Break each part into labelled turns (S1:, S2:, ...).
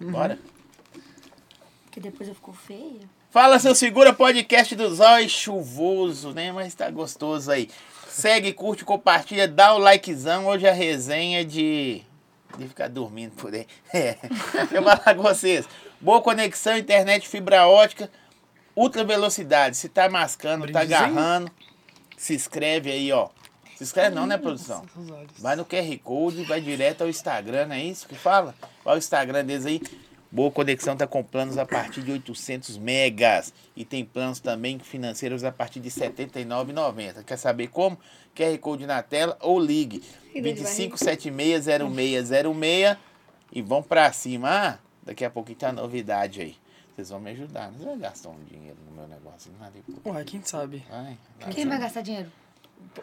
S1: Bora.
S2: Que depois eu fico feia.
S1: Fala, seu segura podcast do Zói chuvoso, né? Mas tá gostoso aí. Segue, curte, compartilha, dá o likezão. Hoje a resenha de. De ficar dormindo por aí. É. Deixa eu falar com vocês. Boa conexão, internet, fibra ótica, ultra velocidade. Se tá mascando, tá
S3: Brindezinho.
S1: agarrando, se inscreve aí, ó. Se inscreve não, né, produção?
S3: Os olhos.
S1: Vai no QR Code, vai direto ao Instagram, não é isso que fala? Olha o Instagram deles aí. Boa Conexão tá com planos a partir de 800 megas. E tem planos também financeiros a partir de R$ 79,90. Quer saber como? QR Code na tela ou ligue.
S2: E daí de
S1: 25760606 e vão pra cima. Ah, daqui a pouquinho tem uma novidade aí. Vocês vão me ajudar. Não vai gastar um dinheiro no meu negócio. Nada.
S3: Uai, quem sabe?
S1: Vai, vai.
S2: Quem vai gastar dinheiro?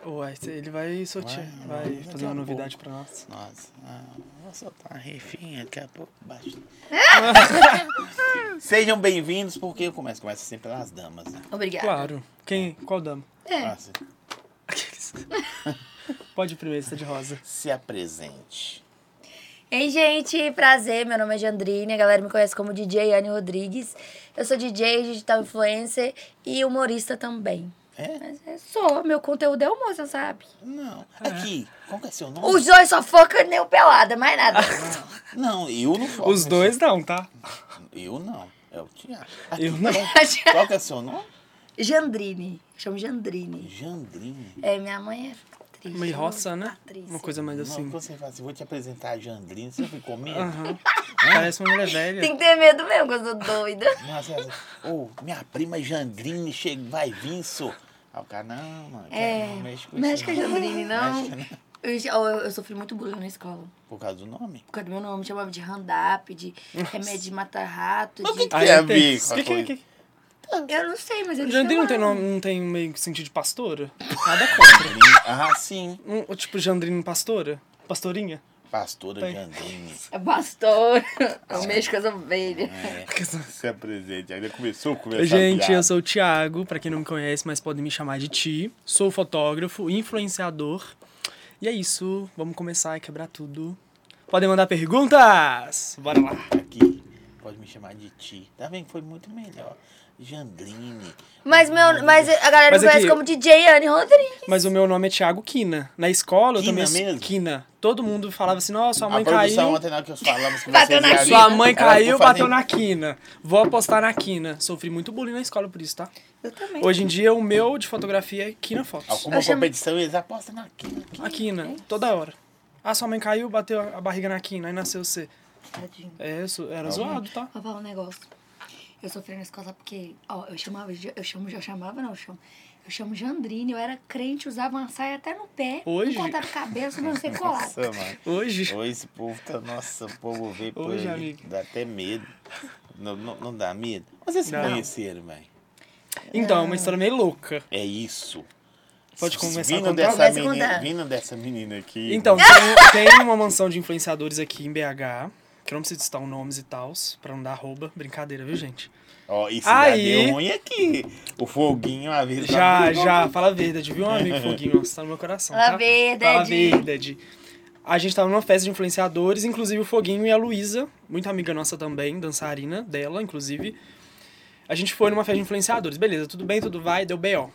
S3: Uai, cê- ele vai sortear,
S1: Vai,
S3: vai,
S1: vai daqui
S3: fazer uma
S1: a
S3: novidade pra nós.
S1: Nossa, ah, vou soltar uma refinha daqui a pouco. Baixo. Sejam bem-vindos, porque eu começo, começo sempre pelas damas, né?
S2: Obrigada.
S3: Claro. Quem? Qual dama?
S2: É.
S1: Nossa,
S3: Aqueles. Pode ir primeiro, você tá de rosa.
S1: se apresente.
S2: Ei, gente, prazer. Meu nome é Jandrine, a galera me conhece como DJ Anne Rodrigues. Eu sou DJ, digital influencer e humorista também.
S1: É?
S2: Mas é só, meu conteúdo é humor, você sabe?
S1: Não. Aqui, qual que é seu nome?
S2: Os dois só focam nem o pelada, mais nada.
S1: Não, eu não foco.
S3: Os dois não, tá?
S1: Eu não. É o Tiago.
S3: Eu não.
S1: Qual que é seu nome?
S2: Jandrine, chamo Jandrine.
S1: Jandrine.
S2: É, minha mãe é atriz.
S3: Meio roça, né?
S2: Patrícia.
S3: Uma coisa mais
S1: Não,
S3: assim.
S1: quando você fala assim, vou te apresentar a Jandrine, você ficou medo?
S3: Aham. Parece uma mulher
S2: Tem
S3: velha.
S2: que ter medo mesmo, que eu sou doida.
S1: Nossa, essa- ô, minha prima é Jandrine chega, vai vir, só. Aí o cara, não, mano,
S2: É,
S1: não mexe com
S2: mexe
S1: isso.
S2: com a Jandrine, não.
S1: Mexe, né?
S2: Eu, já- eu, eu sofri muito bullying na escola.
S1: Por causa do nome?
S2: Por causa do meu nome, me chamava de handap, de remédio de matar-rato,
S1: Mas
S2: de...
S1: que- Tem a ver com
S3: tem-
S1: a
S3: que, tá que,
S1: coisa.
S3: que,
S2: Eu não sei, mas eu
S3: Jandrine não tem, nome, não tem meio que sentido de pastora?
S1: Ah, sim.
S3: Um, tipo, Jandrine pastora? Pastorinha?
S1: Pastora
S3: Tem.
S1: Jandrine.
S2: É pastor, eu mexo com as ovelhas.
S3: É.
S1: Se apresente. Ainda começou com essa
S3: Gente,
S1: piada.
S3: eu sou o Thiago, pra quem não me conhece, mas podem me chamar de Ti. Sou fotógrafo, influenciador. E é isso, vamos começar a quebrar tudo. Podem mandar perguntas! Bora lá.
S1: Aqui, pode me chamar de Ti. Tá vendo? Foi muito melhor. Jandrine.
S2: Mas, meu, mas a galera
S3: Mas
S2: me conhece
S3: aqui-
S2: como DJ Anne Rodrigues.
S3: Mas o meu nome é Thiago Kina. Na escola eu
S1: Kina
S3: também
S1: mesmo?
S3: Kina. Todo mundo falava assim: "Nossa, sua
S1: A
S3: mãe
S1: produção
S3: caiu".
S1: ontem na hora que nós falamos que
S2: Bateu na
S1: vocês
S2: Kina.
S3: Sua mãe
S1: Ela ficou
S3: caiu, bateu
S1: fazendo-
S3: na quina. Vou apostar na quina. Sofri muito bullying na escola por isso, tá?
S2: Eu também.
S3: Hoje em dia o meu de fotografia é quina fotos.
S1: Alguma
S2: Eu chamo-
S1: competição, eles apostam na Kina.
S3: A quina, toda hora. Ah, sua mãe caiu, bateu a barriga na quina, aí nasceu você.
S2: Tadinho.
S3: É, isso era zoado, tá?
S2: Vou falar um negócio. Eu sofri na escola porque, ó, eu chamava, de- eu chamo, eu chamava não, eu chamo, eu chamo Jandrine, eu era crente, usava uma saia até no pé,
S3: Hoje?
S2: não cortava o cabelo, sobrancelha colada.
S1: Nossa, mano.
S3: Hoje.
S1: Hoje esse povo tá, nossa, o povo vê por
S3: Hoje,
S1: aí,
S3: amigo.
S1: dá até medo. Não, não, não dá medo? Mas vocês se
S3: Não.
S1: conheceram, velho.
S3: Então, é uma história meio louca.
S1: É isso.
S3: Pode começar a
S1: vindo
S3: contar?
S1: dessa,
S2: Começa a
S1: menina,
S2: contar.
S1: vindo dessa menina aqui.
S3: Então, tem, tem uma mansão de influenciadores aqui em BH, que eu não preciso citar os nomes e tals, pra não dar arroba. Brincadeira, viu, gente?
S1: Ó, isso
S3: Aí-
S1: já deu ruim aqui. O foguinho, a tá vez
S3: Já, já, fala a verdade, viu, amigo Foguinho? Você tá no meu coração.
S2: Fala
S3: tá?
S2: a verdade.
S3: Fala a verdade. A gente tava numa festa de influenciadores, inclusive o Foguinho e a Luísa, muito amiga nossa também, dançarina dela, inclusive. A gente foi numa festa de influenciadores, beleza, tudo bem, tudo vai, deu B.O.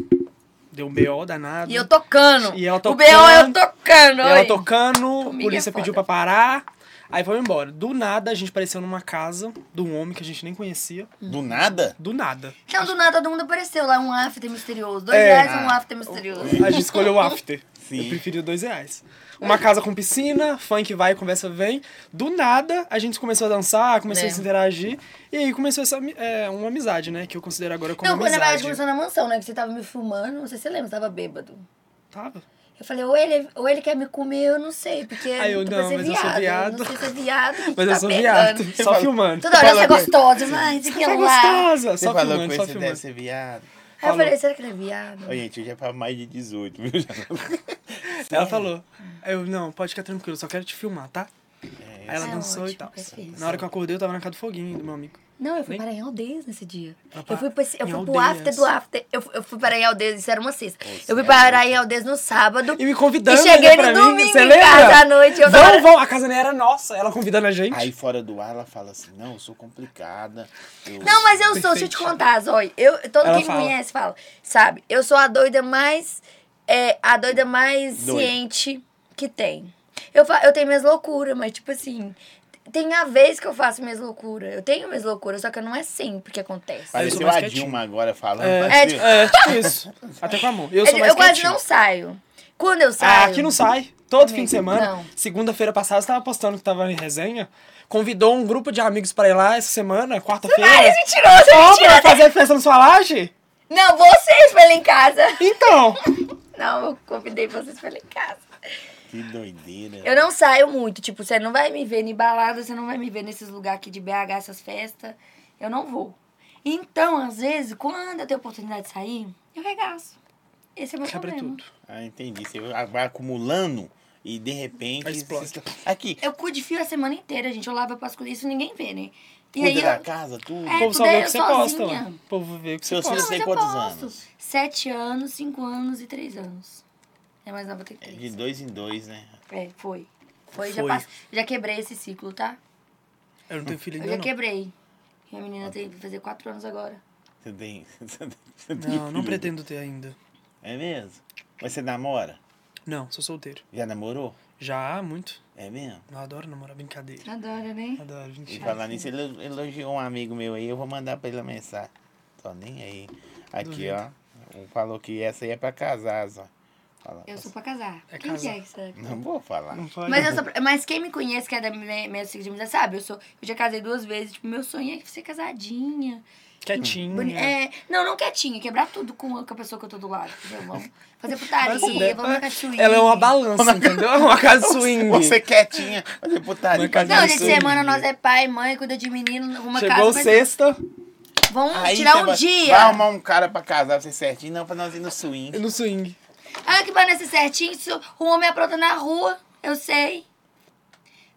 S3: Deu um B.O. danado.
S2: E eu tocando.
S3: E ela
S2: O B.O. eu
S3: tocando.
S2: tocando.
S3: E Ela
S2: oi.
S3: tocando,
S2: Comigo é
S3: polícia pediu pra
S2: foda.
S3: parar. Aí foi embora. Do nada, a gente apareceu numa casa de um homem que a gente nem conhecia.
S1: Do nada?
S3: Do nada.
S2: Não, Então, do nada todo mundo apareceu lá, um after misterioso. Dois
S3: É.
S2: reais um after misterioso.
S3: A gente escolheu o after.
S1: Sim.
S3: Eu preferi o dois reais. Uma casa com piscina, funk vai, conversa vem. Do nada, a gente começou a dançar, começou
S2: É.
S3: a se interagir. E aí começou essa ami- é, uma amizade, né? Que eu considero agora como
S2: Não, quando na verdade
S3: amizade.
S2: começou na mansão, né? Que você tava me filmando, não sei se você lembra, você tava bêbado.
S3: Tava?
S2: Eu falei, ou ele, ou ele quer me comer, eu não sei, porque
S3: Aí Ah, eu,
S2: tô
S3: não,
S2: pra ser
S3: mas eu sou
S2: viado.
S3: viado.
S2: Não sei se é viado. que
S3: Mas eu
S2: tá
S3: sou
S2: pegando.
S3: viado, só
S1: fala-
S3: filmando.
S2: Toda hora você é
S1: Fala-
S2: gostosa, mas que é
S3: Tá
S2: lá.
S3: gostosa,
S1: Você
S3: só
S1: falou
S3: filmando,
S1: que
S3: só
S1: você
S3: filmando.
S1: deve ser viado.
S2: Aí eu
S3: Falou.
S2: falei, será que ele é viado?
S1: Ô, gente, hoje é pra mais de 18, viu?
S3: É. Ela falou. Eu, não, pode ficar tranquilo, só quero te filmar, tá?
S1: É,
S3: Aí ela
S2: É
S3: dançou e
S2: ótimo,
S3: tal.
S2: perfeito.
S3: Na hora que eu acordei, eu tava na casa do foguinho do meu amigo.
S2: Não, eu fui
S3: Nem-
S2: para em aldeias nesse dia.
S3: Ela
S2: Eu
S3: para-
S2: fui, pra esse- eu
S3: em
S2: fui pro
S3: aldeias.
S2: after do after. Eu, fui- eu fui para em aldeias, isso era uma sexta. eu fui
S1: é
S2: para em aldeias no sábado.
S3: E me convidando
S2: E cheguei
S3: ainda
S2: no
S3: pra mim,
S2: domingo
S3: você
S2: em
S3: lembra?
S2: casa à noite. Eu tava...
S3: Vão, vão, a casa nem era nossa, ela convidando a gente.
S1: Aí fora do ar ela fala assim, não, eu sou complicada. eu-
S2: Não, mas eu sou, deixa eu te
S3: Perfeito.
S2: contar, Zói. Eu, todo
S3: Ela
S2: quem
S3: fala.
S2: me conhece fala, sabe? Eu sou a doida mais. é, a doida mais
S1: Doida.
S2: ciente que tem. Eu, fa- eu tenho minhas loucuras, mas tipo assim. Tem a vez que eu faço minhas loucuras. Eu tenho minhas loucuras, só que não é sempre que acontece.
S3: Aí eu sou
S1: Pareceu
S3: mais
S1: a
S3: quietinho.
S1: Dilma agora falando.
S3: É,
S2: É,
S1: parecia-
S2: tipo-
S3: É, tipo isso. Até com amor. Eu sou
S2: eu
S3: mais
S2: É, eu quase
S3: quietinho.
S2: não saio. Quando eu
S3: Ah,
S2: saio.
S3: aqui não sai. Todo fim de semana.
S2: Não.
S3: Segunda-feira passada, você tava postando que tava em resenha. Convidou um grupo de amigos pra ir lá essa semana,
S2: Ah, é
S3: quarta-feira.
S2: mentiroso, é
S3: Só pra
S2: mentiroso.
S3: fazer festa na sua laje?
S2: Não, vocês pra ir lá em casa.
S3: Então.
S2: Não, eu convidei vocês pra ir lá em casa.
S1: Que doideira.
S2: tipo, Eu não saio muito, tipo, você não vai me ver em balada, você não vai me ver nesses lugares aqui de BH, essas festas. Eu não vou. Então, às vezes, quando eu tenho oportunidade de sair, eu regaço. Esse é meu
S3: Quebra
S2: problema.
S3: tudo.
S1: Ah, entendi. Você vai acumulando e de repente.
S3: Aí explode.
S1: Aqui.
S2: Eu cuido de fio a semana inteira, gente. Eu lavo, eu passo com isso, ninguém vê, né? E
S1: Cuida
S2: aí,
S1: da
S2: eu...
S1: casa, tudo.
S3: O
S2: É.
S3: povo
S2: tu
S3: só vê o
S2: der
S3: que você
S2: sozinha.
S3: posta, ué. O povo vê o que você
S1: Seus
S2: não,
S1: filhos
S2: mas
S3: posta.
S1: têm
S2: eu
S1: quantos
S2: posso.
S1: anos?
S2: Sete anos, cinco anos e três anos. É mais nova que
S1: É de
S2: três.
S1: dois em dois, né?
S2: É, foi. Foi, já,
S3: Foi.
S2: passo- já quebrei esse ciclo, tá?
S3: Eu não tenho filho
S2: Eu já
S3: ainda, não. Ah, tá.
S2: quebrei. Minha menina tem vai fazer quatro anos agora.
S1: Você tem. Você tem- você tem
S3: Não, não
S1: filho.
S3: pretendo ter ainda.
S1: É mesmo? Mas você namora?
S3: Não, sou solteiro.
S1: Já namorou?
S3: Já, muito.
S1: É mesmo?
S3: Eu adoro namorar, brincadeira.
S2: Adora, né?
S3: Adoro,
S1: E
S3: mentira.
S1: falar nisso, ele elogiou um amigo meu aí. Eu vou mandar pra ele a mensagem. Tô nem aí. Aqui, ó. Um falou que essa aí é pra casar, só. Fala-
S2: Eu sou pra casar.
S3: É
S2: quem
S3: casar.
S2: que é isso?
S1: Não vou falar.
S3: Não pode.
S2: Mas, eu sou pra- mas quem me conhece, que é da minha, minha sigla de amizade, sabe? Eu, sou, eu já casei duas vezes. Tipo, meu sonho é ser casadinha.
S3: Quietinho.
S2: boni- é, não, não quietinha. Quebrar tudo com, a- com a pessoa que eu tô do lado. Entendeu? Vamos fazer
S3: Mas se
S2: putaria,
S3: der,
S2: vamos na cachoeira.
S3: Ela é uma balança, entendeu? É Uma casa swing.
S1: Você quietinha. Fazer putaria.
S3: Mas cadê
S2: Não,
S1: fazer
S2: dia de
S1: tudo.
S2: semana nós é pai, mãe, cuida de menino, arruma
S3: né, Chegou
S2: casa. mas-
S3: sexta,
S2: Vamos
S1: Aí
S2: tirar
S1: você
S2: um
S1: vai-
S2: dia.
S1: Vai arrumar um cara pra casar pra você certinho, não pra nós ir no swing.
S3: é no swing.
S2: Ah, que parece certinho, isso, o homem apronta na rua, eu sei.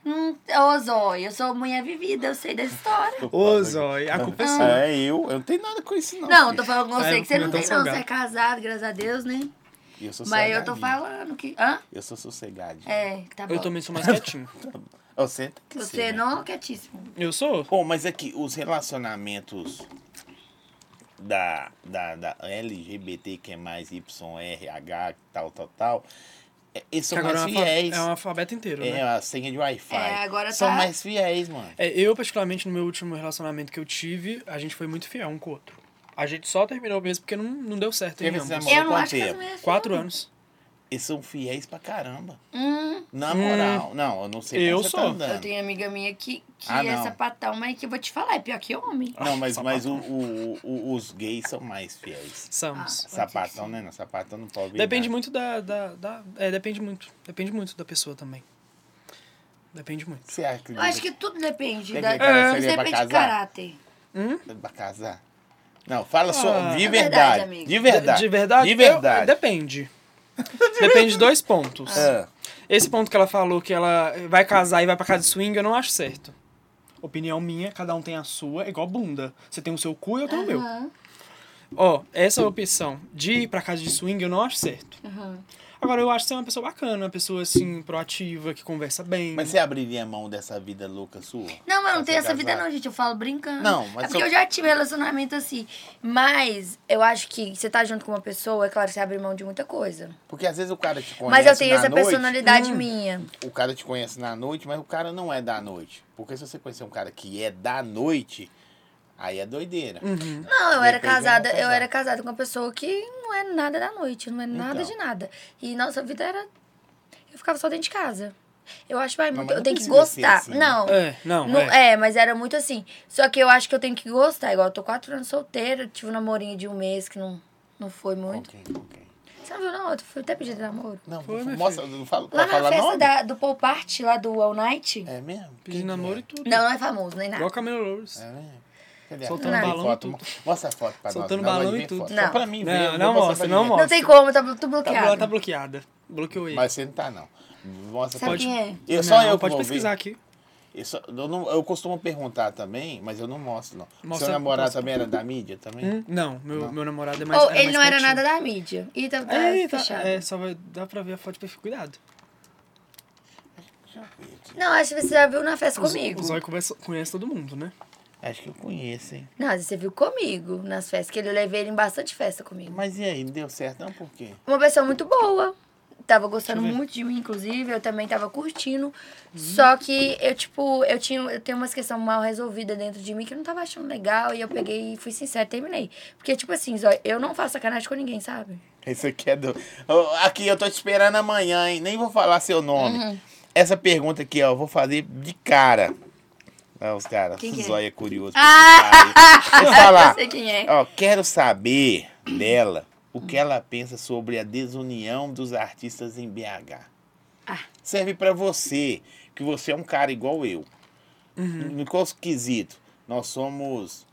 S2: Hum, ô, Zóia, eu sou mulher vivida, eu sei da história.
S3: Ô, Zói, a culpa é
S1: Ah,
S3: sua.
S1: É eu, eu não tenho nada com isso não.
S2: Não, eu
S1: filho.
S2: tô falando com
S3: Ah,
S2: você
S3: eu
S2: que você
S3: vou
S2: não
S3: comer
S2: tem,
S3: tão
S2: não. Você
S3: salgado.
S2: é casado, graças a Deus, né?
S1: Eu sou
S2: Mas eu tô
S1: sossegadinho.
S2: falando que. Hã?
S1: Eu sou sossegadinho.
S2: É, tá bom.
S3: Eu também sou mais quietinho.
S1: Ô, Você tem que
S2: Você é
S1: ser, né?
S2: não, quietíssimo.
S3: Eu sou?
S1: Pô, mas aqui, os relacionamentos da, da, da LGBT, que é mais YRH, tal, tal, tal, é, eles
S3: Que
S1: são
S3: agora
S1: mais
S3: é um,
S1: fiéis.
S3: alfa- é um alfabeto inteiro,
S1: É,
S3: né?
S1: a senha de Wi-Fi.
S2: É, agora
S1: São
S2: tá-
S1: mais fiéis, mano.
S3: É, eu, particularmente, no meu último relacionamento que eu tive, a gente foi muito fiel um com o outro. A gente só terminou mesmo porque não, não deu certo em
S1: Teve esse
S3: ambos.
S1: namoro?
S2: Eu não
S1: quanto
S2: acho que as
S1: tempo?
S2: mulheres.
S3: Quatro anos.
S1: Eles são fiéis pra caramba.
S2: Hum,
S1: Na moral. Não, eu não sei
S3: É. Eu
S1: como você tá
S3: sou.
S1: andando.
S2: eu tenho amiga minha que, que
S1: Ah,
S2: é
S1: não.
S2: sapatão, mas que eu vou te falar, é pior que homem.
S1: Não, mas,
S3: Ah,
S1: mas o- o- o- os gays são mais fiéis.
S3: Samos.
S2: Pode ser que
S1: Sapatão,
S2: sim.
S1: né? Não, sapatão não pode
S3: Depende
S1: virar.
S3: muito da, da, da- É, depende muito. Depende muito da pessoa também. Depende muito.
S1: Você acha que...
S2: Eu acho que tudo depende.
S1: Tem
S2: Da,
S1: que cara,
S2: tudo
S1: seria pra
S2: depende de
S1: casar?
S2: caráter.
S1: Pra casar? Não, fala só
S3: Ah.
S1: de
S2: É verdade,
S1: verdade.
S2: amigo.
S1: de verdade.
S3: De verdade?
S1: De
S3: eu-
S1: verdade.
S3: depende. depende de dois pontos.
S1: Ah,
S3: Esse ponto que ela falou que ela vai casar e vai pra casa de swing, eu não acho certo. Opinião minha, cada um tem a sua, é igual bunda. Você tem o seu cu e eu tenho o meu.
S2: Aham,
S3: Ó, essa opção de ir pra casa de swing eu não acho certo.
S2: aham.
S3: Agora, eu acho que você é uma pessoa bacana, uma pessoa assim, proativa, que conversa bem.
S1: Mas você abriria a mão dessa vida louca sua?
S2: Não, mas eu
S1: Pra
S2: não tenho
S1: ser
S2: essa vida
S1: casado?
S2: não, gente. Eu falo brincando.
S1: Não, mas
S2: É porque
S1: eu-
S2: eu já tive relacionamento assim. Mas eu acho que você tá junto com uma pessoa, é claro que você abre mão de muita coisa.
S1: Porque às vezes o cara te conhece
S2: mas eu tenho
S1: na
S2: essa
S1: noite, Hum.
S2: personalidade minha.
S1: O cara te conhece na noite, mas o cara não é da noite. Porque se você conhecer um cara que é da noite, aí é doideira.
S3: Hum. Uhum.
S2: Não, eu era
S1: Depois eu não
S2: casada, eu
S1: casava.
S2: era casada com uma pessoa que não é nada da noite, não é nada
S1: Então.
S2: de nada. E nossa vida era. Eu ficava só dentro de casa. Eu acho, vai,
S1: Não,
S2: muito.
S1: mas
S2: eu
S1: não
S2: tenho que
S1: precisa ser
S2: gostar.
S1: assim, né?
S2: Não.
S3: É, não,
S2: Não-
S3: é.
S2: é. mas era muito assim. Só que eu acho que eu tenho que gostar. Igual eu tô quatro anos solteira, tive um namorinho de um mês que não, não foi
S1: Com
S2: muito.
S1: quem, com quem?
S2: Você não viu, não? Eu fui até pedindo namoro.
S1: Não,
S3: Foi, meu
S1: mostra, não fala,
S2: Lá
S1: pode
S2: na
S1: falar
S2: festa
S1: nome?
S2: da, do Paul Party, lá do All Night.
S1: É mesmo? Quem
S3: Pedir
S1: que
S3: namoro
S1: é?
S3: e tudo.
S2: Não, não é famoso, nem nada.
S3: Igual Camila Louros.
S1: É mesmo? Cadê a
S3: Soltando
S1: foto?
S3: balão e
S1: Foto,
S3: tudo.
S1: mo- Mostra a foto pra
S3: Soltando
S1: nós. não,
S3: balão
S1: mas
S3: e
S1: vem
S3: tudo.
S1: foto.
S2: Não.
S1: Só pra mim
S3: Não,
S1: ver. eu vou
S3: não
S1: mostrar
S3: mostra,
S1: pra
S3: não
S1: ninguém.
S3: mostra.
S2: Não tem como, tá blo- tudo
S3: Ela
S2: bloqueado.
S3: tá bloqueada. Bloqueou ele.
S1: Mas você não tá, não. Mostra
S2: Sabe
S1: pra
S2: quem é?
S1: Eu, só
S3: Não,
S1: eu que
S3: Pode
S1: vou
S3: pesquisar
S1: ver.
S3: aqui.
S1: Isso- eu, não- eu costumo perguntar também, mas eu não mostro, não.
S3: Mostra-
S1: Seu namorado
S3: mostra.
S1: também era da mídia também?
S3: Hum, Não, meu,
S1: Não.
S3: meu namorado é mais.
S2: Ou ele
S3: mais
S2: não era
S3: quietinho.
S2: nada da mídia. E tava
S3: É, tá-
S2: fechado.
S3: é, só vai, dá pra ver a foto de perfil. Cuidado.
S1: Deixa eu ver aqui.
S2: Não, acho que você já viu na festa
S3: O Z-
S2: comigo.
S3: O Zóio conversa- conhece todo mundo, né?
S1: Acho que eu conheço, hein?
S2: Não, você viu comigo nas festas, que ele eu levei ele em bastante festa comigo.
S1: Mas e aí, não deu certo não? Por quê?
S2: Uma pessoa muito boa. Tava gostando
S3: Deixa eu ver. Uhum.
S2: muito de mim, inclusive. Eu também tava curtindo. Só que eu, tipo, eu tinha eu tenho umas questões mal resolvidas dentro de mim que eu não tava achando legal. E eu peguei e fui sincera, terminei. Porque, tipo assim, Zói, eu não faço sacanagem com ninguém, sabe?
S1: Isso aqui é do... Ô, aqui, eu tô te esperando amanhã, hein? Nem vou falar seu nome.
S2: Uhum.
S1: Essa pergunta aqui, ó, eu vou fazer de cara. Olha os caras,
S2: Quem
S1: o
S2: que é? Ah!
S1: zóio é curioso. pra esse cara aí. Deixa eu
S2: Eu
S1: falar.
S2: sei quem é.
S1: Ó, quero saber dela o que ela pensa sobre a desunião dos artistas em BH.
S2: Ah.
S1: Serve pra você, que você é um cara igual eu.
S3: Uhum.
S1: No qual quesito? Nós somos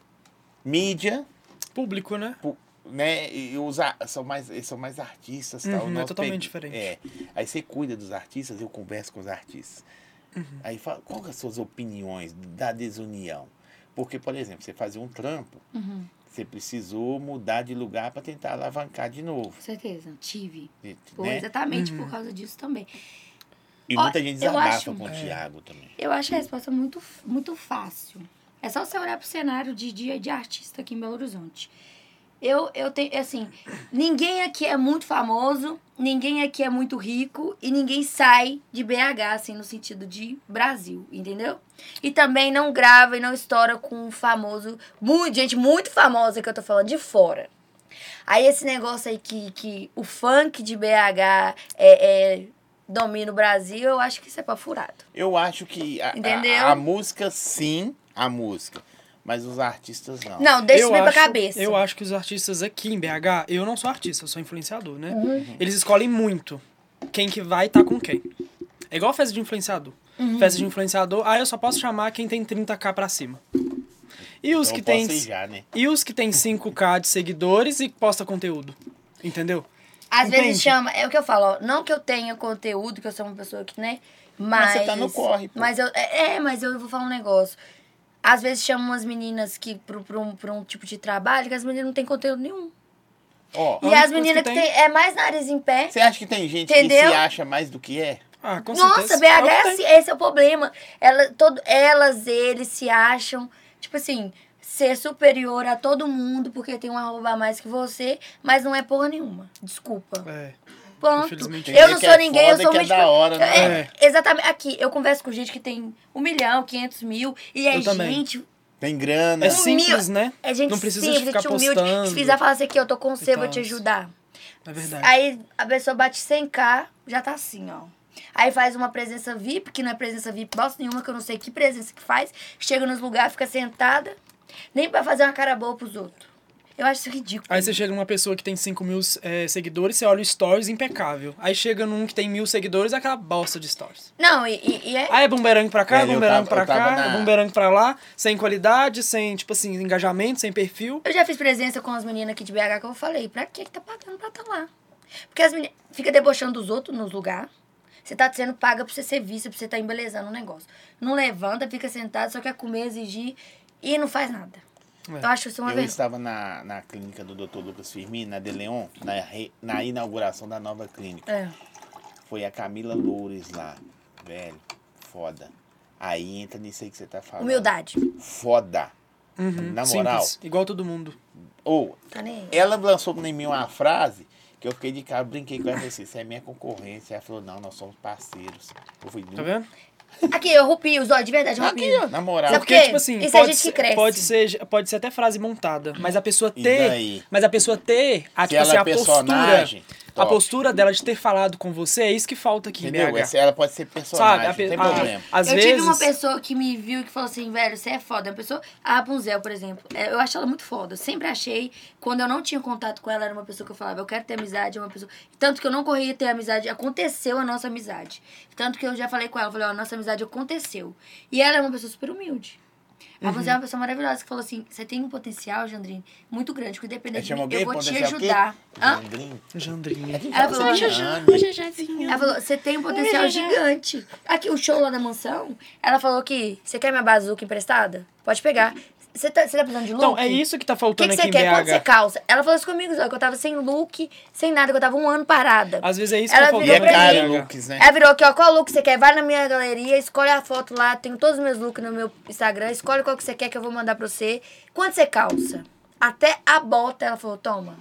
S1: mídia,
S3: Público, né?
S1: pu- né? E os a- são mais, eles são mais artistas, tal.
S3: Uhum, é
S1: Nós
S3: totalmente
S1: pe-
S3: diferente.
S1: É. Aí você cuida dos artistas, eu converso com os artistas.
S3: Uhum.
S1: Aí fala, qual que é as suas opiniões da desunião? Porque, por exemplo, você fazia um trampo,
S3: Uhum.
S1: você precisou mudar de lugar para tentar alavancar de novo.
S2: Com certeza, tive.
S1: né?
S2: Foi exatamente
S3: Uhum.
S2: por causa disso também.
S1: E
S2: é. Ó,
S1: muita gente
S2: eu
S1: desabafa
S2: acho-
S1: com o
S3: É.
S1: Thiago também.
S2: Eu acho a resposta muito, muito fácil. É só você olhar pro cenário de dia de artista aqui em Belo Horizonte. Eu, eu tenho, assim, ninguém aqui é muito famoso, ninguém aqui é muito rico e ninguém sai de BH, assim, no sentido de Brasil, entendeu? E também não grava e não estoura com um famoso, muito, gente muito famosa que eu tô falando de fora. Aí esse negócio aí que, que o funk de BH é, é, domina o Brasil, eu acho que isso é pra furado.
S1: Eu acho que a, a-
S2: Entendeu?
S1: a música, sim, a música. Mas os artistas não.
S2: Não, deixa
S3: eu
S2: isso bem pra
S3: acho-
S2: cabeça.
S3: Eu acho que os artistas aqui em BH, eu não sou artista, eu sou influenciador, né?
S2: Uhum.
S3: Eles escolhem muito quem que vai estar com quem. É igual festa de influenciador.
S2: Uhum.
S3: Festa de influenciador, ah, eu só posso chamar quem tem 30k pra cima. E os
S1: Então
S3: que
S1: eu posso
S3: tem
S1: ir já, né?
S3: e os que tem 5k de seguidores e posta conteúdo. Entendeu?
S2: Às
S3: Entende?
S2: vezes chama, é o que eu falo, ó, não que eu tenha conteúdo, que eu sou uma pessoa que, né? Mas.
S1: você tá no corre, pô.
S2: Mas eu, é, é, mas eu vou falar um negócio. Às vezes chamam umas meninas que pro, pro, um, pro um tipo de trabalho que as meninas não têm conteúdo nenhum.
S1: Ó,
S3: A
S2: e
S3: única
S2: as meninas
S3: coisa
S2: que,
S3: que
S2: tem é mais nariz em pé.
S1: você acha que tem gente que
S2: Entendeu?
S1: se acha mais do que é?
S3: Ah, com
S2: Nossa,
S3: certeza.
S2: BH é
S3: Eu tenho.
S2: assim, esse é o problema. Ela, todo, elas, eles se acham, tipo assim, ser superior a todo mundo porque tem um arroba a mais que você, mas não é porra nenhuma. Desculpa.
S3: É.
S2: Pronto.
S3: Infelizmente,
S1: tem
S2: Eu não
S1: gente que
S2: sou
S1: é
S2: ninguém,
S1: foda,
S2: eu sou
S1: que é
S2: muito.
S1: da hora, né?
S2: É, Exatamente. Aqui, eu converso com gente que tem um milhão, quinhentos mil, e é
S3: Eu também.
S2: gente.
S1: Tem grana.
S3: É
S2: Humilde.
S3: simples, né?
S2: É gente
S3: Não precisa
S2: simples,
S3: ficar
S2: gente humilde.
S3: postando.
S2: Se fizer falar assim aqui, eu tô com você,
S3: e
S2: vou te
S3: tal.
S2: ajudar.
S3: É verdade.
S2: Aí a pessoa bate 100k, já tá assim, ó. Aí faz uma presença VIP, que não é presença VIP bosta nenhuma, que eu não sei que presença que faz. Chega nos lugares, fica sentada, nem pra fazer uma cara boa pros outros. Eu acho isso ridículo.
S3: Aí você chega numa pessoa que tem 5 mil é, seguidores, você olha o stories impecável. Aí chega num que tem mil seguidores, é aquela bosta de stories.
S2: Não, e, e- e é.
S3: Aí é bumerangue pra cá,
S1: Velho, eu
S3: bumerangue
S1: tava-
S3: pra
S1: eu tava
S3: cá,
S1: na-
S3: bumerangue pra lá, sem qualidade, sem, tipo assim, engajamento, sem perfil.
S2: Eu já fiz presença com as meninas aqui de BH que eu falei, pra que que tá pagando pra tá lá? Porque as meninas fica debochando dos outros nos lugares. Você tá sendo paga pra você ser vista, pra você tá embelezando o negócio. Não levanta, fica sentado, só quer comer, exigir e não faz nada.
S3: É.
S2: Eu acho isso uma
S1: eu
S2: vergonha.
S1: estava na, na clínica do Dr. Lucas Firmino, na Deleon, na, re- na inauguração da nova clínica.
S2: É.
S1: Foi a Camila Loures lá. Velho, foda. Aí entra nisso aí que você tá falando.
S2: Humildade.
S1: Foda.
S3: Uhum,
S1: Na moral.
S3: Simples, igual todo mundo.
S1: Ou,
S2: Tá nem aí.
S1: ela lançou pra mim uma frase que eu fiquei de cara, brinquei com ela, falei assim, isso é minha concorrência. Ela falou, não, nós somos parceiros. Eu fui
S3: Tá vendo?
S2: Aqui, eu rupi os olhos, de verdade, eu
S1: Aqui,
S2: rupio.
S1: ó, na moral.
S2: Sabe
S3: Porque,
S2: por quê?
S3: tipo assim,
S2: Isso é
S3: pode,
S2: gente que
S3: ser,
S2: cresce.
S3: pode ser pode ser até frase montada, mas a pessoa
S1: E
S3: ter,
S1: daí?
S3: mas a pessoa ter a,
S1: Se
S3: tipo assim,
S1: ela é
S3: a postura,
S1: personagem,
S3: a
S1: top.
S3: postura dela de ter falado com você, é isso que falta aqui em
S1: Entendeu?
S3: BH.
S1: Essa- Ela pode ser personagem,
S3: Sabe? A, pe- Ah.
S1: não tem
S3: a-
S1: problema.
S3: às
S2: eu
S3: vezes,
S2: tive uma pessoa que me viu e que falou assim, velho, você é foda. Uma pessoa, a Rapunzel, por exemplo, é, eu acho ela muito foda. Eu sempre achei, quando eu não tinha contato com ela, era uma pessoa que eu falava, eu quero ter amizade, é uma pessoa. Tanto que eu não corria ter amizade, aconteceu a nossa amizade. Tanto que eu já falei com ela, eu falei, ó, a nossa amizade aconteceu. E ela é uma pessoa super humilde.
S3: Uhum.
S2: A você é uma pessoa maravilhosa que falou assim: você tem um potencial, Jandrine, muito grande, que
S1: Ele
S2: independente de
S1: chamou
S2: mim,
S1: o quê?
S2: eu vou te
S1: Potencial o quê?
S2: ajudar. Hã?
S1: Jandrinho.
S3: Jandrinha.
S2: Ela falou,
S1: Fala, Jandrinho.
S2: Ela falou, você tem um potencial gigante. Aqui, o show lá na mansão, ela falou que você quer minha bazuca emprestada? Pode pegar. Você tá, você tá precisando de look?
S3: Então, é isso que tá
S2: O que,
S3: faltando
S2: que você
S3: aqui
S2: quer?
S3: em
S2: Quanto
S3: BH.
S2: você calça? Ela falou isso comigo, só que eu tava sem look, sem nada, que eu tava um ano parada.
S3: Às vezes é isso
S2: Ela
S3: que tá
S1: E
S3: faltando
S2: virou
S1: é
S2: pra É.
S3: aqui
S1: caro
S3: em
S1: o
S3: BH.
S1: Lucas, né?
S2: Ela virou aqui, ó, qual look você quer? Vai na minha galeria, escolhe a foto lá, tenho todos os meus looks no meu Instagram, escolhe qual que você quer que eu vou mandar pra você. Quanto você calça? Até a bota, ela falou, toma,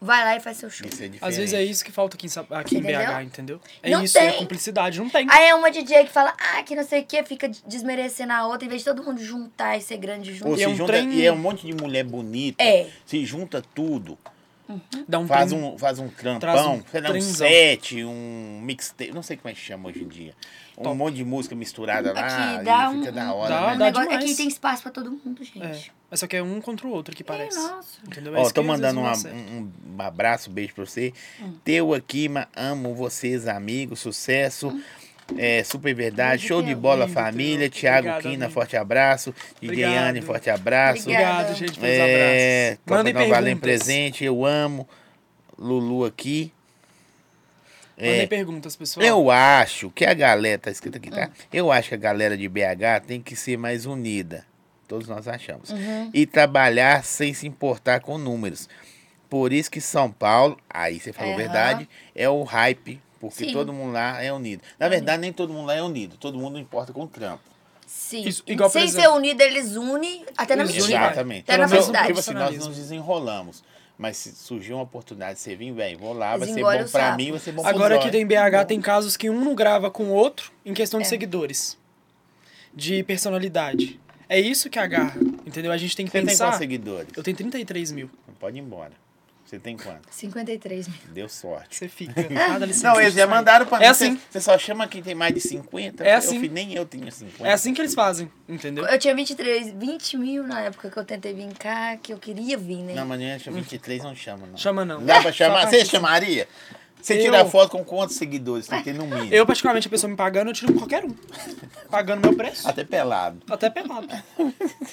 S2: vai lá e faz seu show.
S1: Isso é diferente.
S3: Às vezes é isso que falta aqui em, Sa- aqui em
S2: Entendeu?
S3: BH, entendeu? É
S2: Não
S3: isso,
S2: tem.
S3: é cumplicidade, não tem.
S2: Aí é uma DJ que fala, ah, que não sei o que, fica desmerecendo a outra, em vez de todo mundo juntar e ser grande
S1: Ou
S2: junto.
S3: E
S1: se
S3: é um
S1: junta,
S3: trem-
S1: E é um monte de mulher bonita.
S2: É.
S1: Se junta tudo.
S3: Dá um
S1: Faz
S3: trem-
S1: um, faz um
S3: Traz um
S1: trampão. sei lá, Um,
S3: trenzão.
S1: set, um mixtape. Não sei como é que chama hoje em dia. Um monte de música misturada lá.
S2: Aqui
S1: e
S2: dá um-
S1: fica da hora,
S3: dá-
S1: né?
S2: O
S3: dá
S2: negócio é
S3: demais.
S2: que tem espaço pra todo mundo, gente.
S3: É, mas só que é um contra o outro que parece.
S2: nossa.
S3: Entendeu? É
S1: Ó,
S3: isso
S1: tô
S3: que às
S1: mandando
S3: vezes não
S1: uma-
S3: dá certo.
S1: um, um abraço, beijo pra você.
S3: Hum.
S1: Teu aqui, ma- amo vocês, amigos, sucesso.
S3: Hum.
S1: É, super verdade,
S2: Beijo,
S1: show de
S2: Teu.
S1: bola,
S3: Lindo,
S1: família.
S3: Teu.
S1: Thiago
S3: Obrigado,
S1: Quina,
S3: amigo.
S1: forte abraço. DJ
S3: Obrigado.
S1: Anne, forte abraço.
S2: Obrigada.
S3: Obrigado, gente, pelos
S2: um
S1: É,
S3: abraços.
S1: Tropa
S3: Mandem
S1: Nova Além
S3: perguntas.
S1: presente, eu amo. Lulu aqui. É.
S3: Mandem perguntas, pessoal.
S1: Eu acho que a galera, tá escrito aqui,
S2: Hum.
S1: tá? Eu acho que a galera de BH tem que ser mais unida. Todos nós achamos.
S2: Hum. Uhum.
S1: E trabalhar sem se importar com números. Por isso que São Paulo, aí você falou a
S2: Aham.
S1: verdade, é o hype. Porque
S2: Sim. Uhum.
S1: todo mundo lá é unido. Na verdade, nem todo mundo lá é unido. Todo mundo importa com o trampo.
S2: Sim.
S3: Isso, igual, por
S2: Sem
S3: exemplo-
S2: ser unido, eles unem até na
S3: Eles
S2: mentira.
S3: unem, vai.
S1: Exatamente.
S2: Até na
S1: Então,
S3: Pelo menos
S2: verdade.
S1: Tipo assim, nós
S3: profissionalismo.
S1: nos desenrolamos. Mas se surgir uma oportunidade, você vir, velho, vou lá, vai
S2: Eles
S1: ser
S2: engolem
S1: bom
S2: o
S1: pra
S2: sapo.
S1: mim, vai ser bom pra
S3: Agora
S1: nós.
S3: aqui em BH tem casos que um não grava com o outro em questão
S2: É.
S3: de seguidores. De personalidade. É isso que agarra, entendeu? A gente tem que
S1: Você tem
S3: pensar.
S1: quantos seguidores?
S3: Eu tenho 33 mil.
S1: Pode ir embora. Você tem quanto?
S2: 53 mil.
S1: Deu sorte.
S3: Você fica. Ah, dá licença,
S1: Não, eles
S3: deixa eu
S1: já
S3: sair.
S1: mandaram pra mim.
S3: É assim.
S1: Você só chama quem tem mais de 50.
S3: É
S1: Eu
S3: assim.
S1: fui- nem eu tinha 50.
S3: É assim que eles fazem, entendeu?
S2: Eu tinha 23, 20 mil na época que eu tentei vir cá, que eu queria vir, né?
S1: Não, mas não chama 23, não chama, não.
S3: Chama não.
S1: Dá pra
S3: Só
S1: chamar?
S3: pra-
S1: Você chamaria? Você tira a
S3: Eu-
S1: foto com quantos seguidores? Tem que ter no mínimo.
S3: Eu, particularmente, a pessoa me pagando, eu tiro com qualquer um. Pagando meu preço.
S1: Até pelado.
S3: Até pelado.